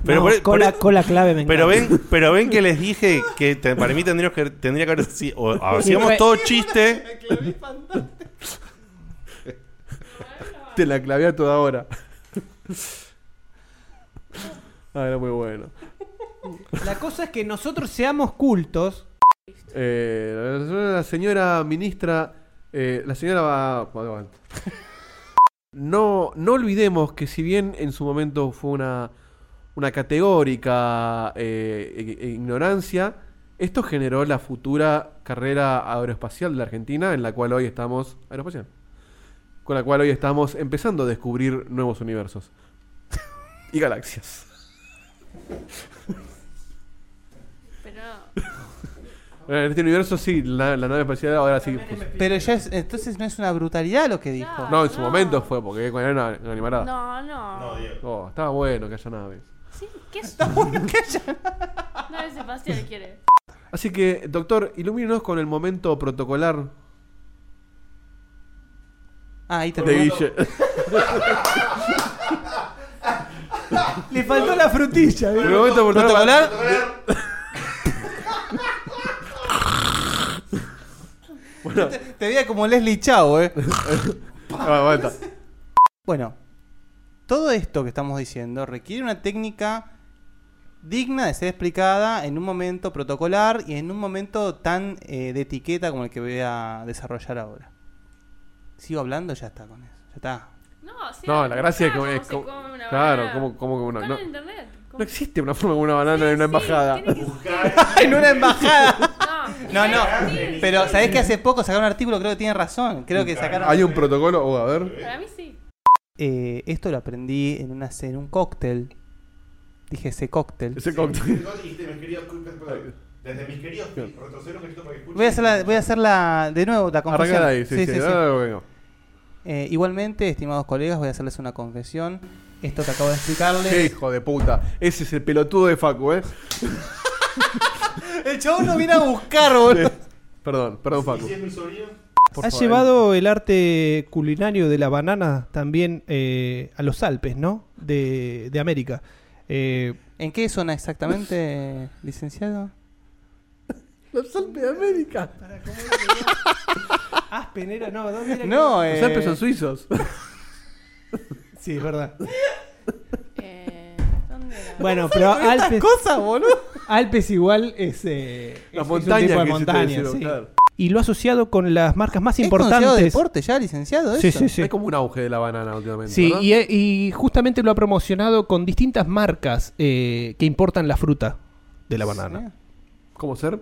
[SPEAKER 5] No,
[SPEAKER 8] e-
[SPEAKER 5] con la- con la clave me
[SPEAKER 8] Pero
[SPEAKER 5] encanta.
[SPEAKER 8] ven, pero ven que les dije que te- para mí tendríamos que, tendría que haber si- o hacíamos
[SPEAKER 7] fue-
[SPEAKER 8] todo chiste.
[SPEAKER 7] Te la clavé a toda hora. Ah, era muy bueno.
[SPEAKER 5] La cosa es que nosotros seamos cultos.
[SPEAKER 7] Eh, la- la señora ministra, eh, la señora va... bueno, bueno. No, no olvidemos que si bien en su momento fue una, una categórica eh, i- ignorancia, esto generó la futura carrera aeroespacial de la Argentina, en la cual hoy estamos... Aeroespacial. Con la cual hoy estamos empezando a descubrir nuevos universos. *laughs* y galaxias. Bueno, En este universo sí, la, la nave espacial ahora sí...
[SPEAKER 4] Pero ya es, entonces no es una brutalidad lo que dijo.
[SPEAKER 7] No, en su momento fue, porque cuando era una, una animalada.
[SPEAKER 11] No, no. No,
[SPEAKER 7] Oh, estaba bueno que haya naves.
[SPEAKER 11] Sí, ¿qué es? No, no, se pasea, quiere.
[SPEAKER 7] Así que, doctor, ilumínenos con el momento protocolar
[SPEAKER 4] Ah, ahí
[SPEAKER 7] de
[SPEAKER 4] terminó.
[SPEAKER 7] Guille.
[SPEAKER 23] *laughs*
[SPEAKER 5] Le faltó la frutilla.
[SPEAKER 7] El momento protocolar.
[SPEAKER 4] Yo Te, te veía como Leslie Chao, eh.
[SPEAKER 7] Ah,
[SPEAKER 4] bueno, todo esto que estamos diciendo requiere una técnica digna de ser explicada en un momento protocolar y en un momento tan eh, de etiqueta como el que voy a desarrollar ahora. Sigo hablando, ya está con eso. Ya está.
[SPEAKER 11] No, sí,
[SPEAKER 7] No, la gracia es que. es
[SPEAKER 11] se
[SPEAKER 7] como-
[SPEAKER 11] come una
[SPEAKER 7] claro,
[SPEAKER 11] banana.
[SPEAKER 7] como, como que una.
[SPEAKER 11] Con
[SPEAKER 7] No,
[SPEAKER 11] el internet. con-
[SPEAKER 7] no existe una forma como una banana en una
[SPEAKER 4] *laughs*
[SPEAKER 7] embajada. *laughs*
[SPEAKER 4] en una embajada.
[SPEAKER 11] No,
[SPEAKER 4] No, no. Pero ¿sabés que hace poco sacaron un artículo? Creo que tienen razón. Creo que sacaron.
[SPEAKER 7] Ah, Hay un protocolo. Oh, a ver.
[SPEAKER 11] Para mí sí.
[SPEAKER 4] Eh, esto lo aprendí en, una, en un cóctel. Dije ese cóctel.
[SPEAKER 7] Ese cóctel.
[SPEAKER 8] Desde mis queridos retroceros que para que
[SPEAKER 4] Voy a hacerla, voy a hacerla de nuevo, la confesión.
[SPEAKER 7] Arrancala ahí, sí, sí, ahora vengo.
[SPEAKER 4] Eh, igualmente, estimados colegas, voy a hacerles una confesión. Esto que acabo de explicarles.
[SPEAKER 7] Qué hijo de puta. Ese es el pelotudo de Facu, eh.
[SPEAKER 4] El chabón lo viene a buscar, boludo.
[SPEAKER 7] Perdón, perdón, Facu. Por
[SPEAKER 5] Ha
[SPEAKER 7] favor.
[SPEAKER 5] llevado el arte culinario de la banana también eh, a los Alpes, ¿no? De, de América. Eh,
[SPEAKER 4] ¿En qué zona exactamente, licenciado?
[SPEAKER 7] Los Alpes de América.
[SPEAKER 5] Ah, Penera, no, ¿dónde era que-
[SPEAKER 4] No, eh.
[SPEAKER 7] Los Alpes son suizos.
[SPEAKER 5] Sí, es verdad. *laughs*
[SPEAKER 4] *laughs* ¿Cómo salen con estas cosas, boludo?
[SPEAKER 5] Alpes igual es, eh,
[SPEAKER 7] La
[SPEAKER 5] es- es un
[SPEAKER 7] montaña
[SPEAKER 5] tipo de
[SPEAKER 7] que se te
[SPEAKER 5] montaña,
[SPEAKER 7] decía,
[SPEAKER 5] sí.
[SPEAKER 7] claro.
[SPEAKER 5] Y lo ha asociado con las marcas más
[SPEAKER 4] considerado
[SPEAKER 5] importantes.
[SPEAKER 4] deporte ya, licenciado?
[SPEAKER 5] Sí,
[SPEAKER 4] eso?
[SPEAKER 5] sí, sí.
[SPEAKER 7] Hay como un auge de la banana últimamente.
[SPEAKER 5] Sí,
[SPEAKER 7] ¿verdad?
[SPEAKER 5] y, y justamente lo ha promocionado con distintas marcas eh, que importan la fruta de la banana.
[SPEAKER 7] ¿Cómo ser?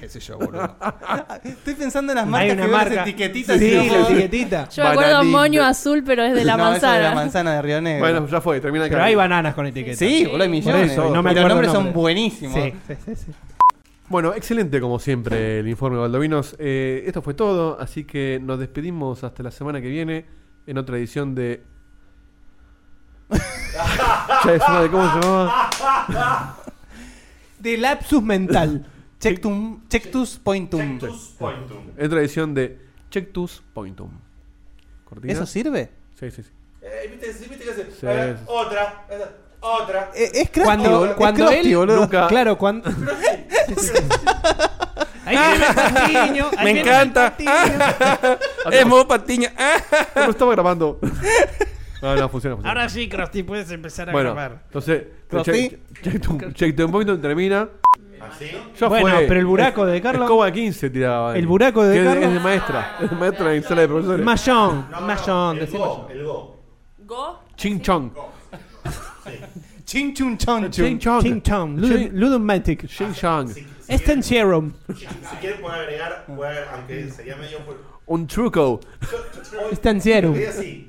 [SPEAKER 5] Qué sé yo, boludo.
[SPEAKER 4] Estoy pensando en las marcas que veo las etiquetitas.
[SPEAKER 5] Sí,
[SPEAKER 4] y
[SPEAKER 5] la
[SPEAKER 4] *laughs* los-
[SPEAKER 11] *laughs*
[SPEAKER 5] etiquetita.
[SPEAKER 11] Yo me acuerdo moño azul, pero es de la
[SPEAKER 4] No, esa
[SPEAKER 11] manzana.
[SPEAKER 4] es de la manzana de Río Negro.
[SPEAKER 7] Bueno, ya fue, termina
[SPEAKER 5] Pero hay bananas con etiqueta.
[SPEAKER 4] Sí, boludo, hay millones.
[SPEAKER 5] Por eso, no me acuerdo
[SPEAKER 4] Pero los nombres
[SPEAKER 5] el
[SPEAKER 4] son
[SPEAKER 5] nombre.
[SPEAKER 4] buenísimos.
[SPEAKER 5] Sí, sí, sí, sí.
[SPEAKER 7] *laughs* Bueno, excelente como siempre el informe Baldovinos. Eh, esto fue todo, así que nos despedimos hasta la semana que viene en otra edición de. Ya es hora de- ¿Cómo se llamaba?
[SPEAKER 4] *laughs*
[SPEAKER 5] De lapsus mental.
[SPEAKER 4] Chectum, chectus pointum. pointum.
[SPEAKER 7] En otra edición de Chectus Pointum. ¿Cortina?
[SPEAKER 4] ¿Eso sirve?
[SPEAKER 7] Sí, sí, sí.
[SPEAKER 19] Eh, ¿viste, sí, viste qué hace?
[SPEAKER 7] Sí,
[SPEAKER 19] A ver,
[SPEAKER 7] sí.
[SPEAKER 19] Otra, esa, otra.
[SPEAKER 4] es
[SPEAKER 5] Cuando, cuando él.
[SPEAKER 7] *laughs* Nunca-
[SPEAKER 5] Claro, cuando.
[SPEAKER 19] *laughs*
[SPEAKER 4] *laughs*
[SPEAKER 5] Ahí viene
[SPEAKER 7] *laughs*
[SPEAKER 5] Patiño, ahí
[SPEAKER 8] Me
[SPEAKER 5] viene
[SPEAKER 8] encanta. es modo
[SPEAKER 5] *laughs*
[SPEAKER 8] patiño.
[SPEAKER 7] No estaba grabando. No, no, funciona, funciona.
[SPEAKER 23] Ahora sí, Krusty, puedes empezar a
[SPEAKER 7] bueno,
[SPEAKER 23] grabar.
[SPEAKER 7] entonces,
[SPEAKER 23] Crosby.
[SPEAKER 7] Check- Checktum- Checktum Pointum termina. Ya
[SPEAKER 5] Bueno,
[SPEAKER 7] fue.
[SPEAKER 5] pero el buraco de Carlos-
[SPEAKER 7] Escoba 15 tiraba.
[SPEAKER 5] El buraco de
[SPEAKER 7] Que es
[SPEAKER 5] Carlos-
[SPEAKER 7] Es de maestra. Es de maestra en sala de profesores.
[SPEAKER 5] Mayón, Mayón, decí Mayón.
[SPEAKER 19] El go.
[SPEAKER 11] ¿Go?
[SPEAKER 7] Ching chong.
[SPEAKER 4] Ching chun
[SPEAKER 5] *laughs*
[SPEAKER 4] chong.
[SPEAKER 5] Ching chong. Ching Ah, chong. Ludum- Ludumatic.
[SPEAKER 7] Ching chong.
[SPEAKER 5] Stencherum.
[SPEAKER 19] Si, si quieren pueden agregar, pueden, aunque sería medio...
[SPEAKER 7] Un truco.
[SPEAKER 5] Estanciero.
[SPEAKER 19] Sería así.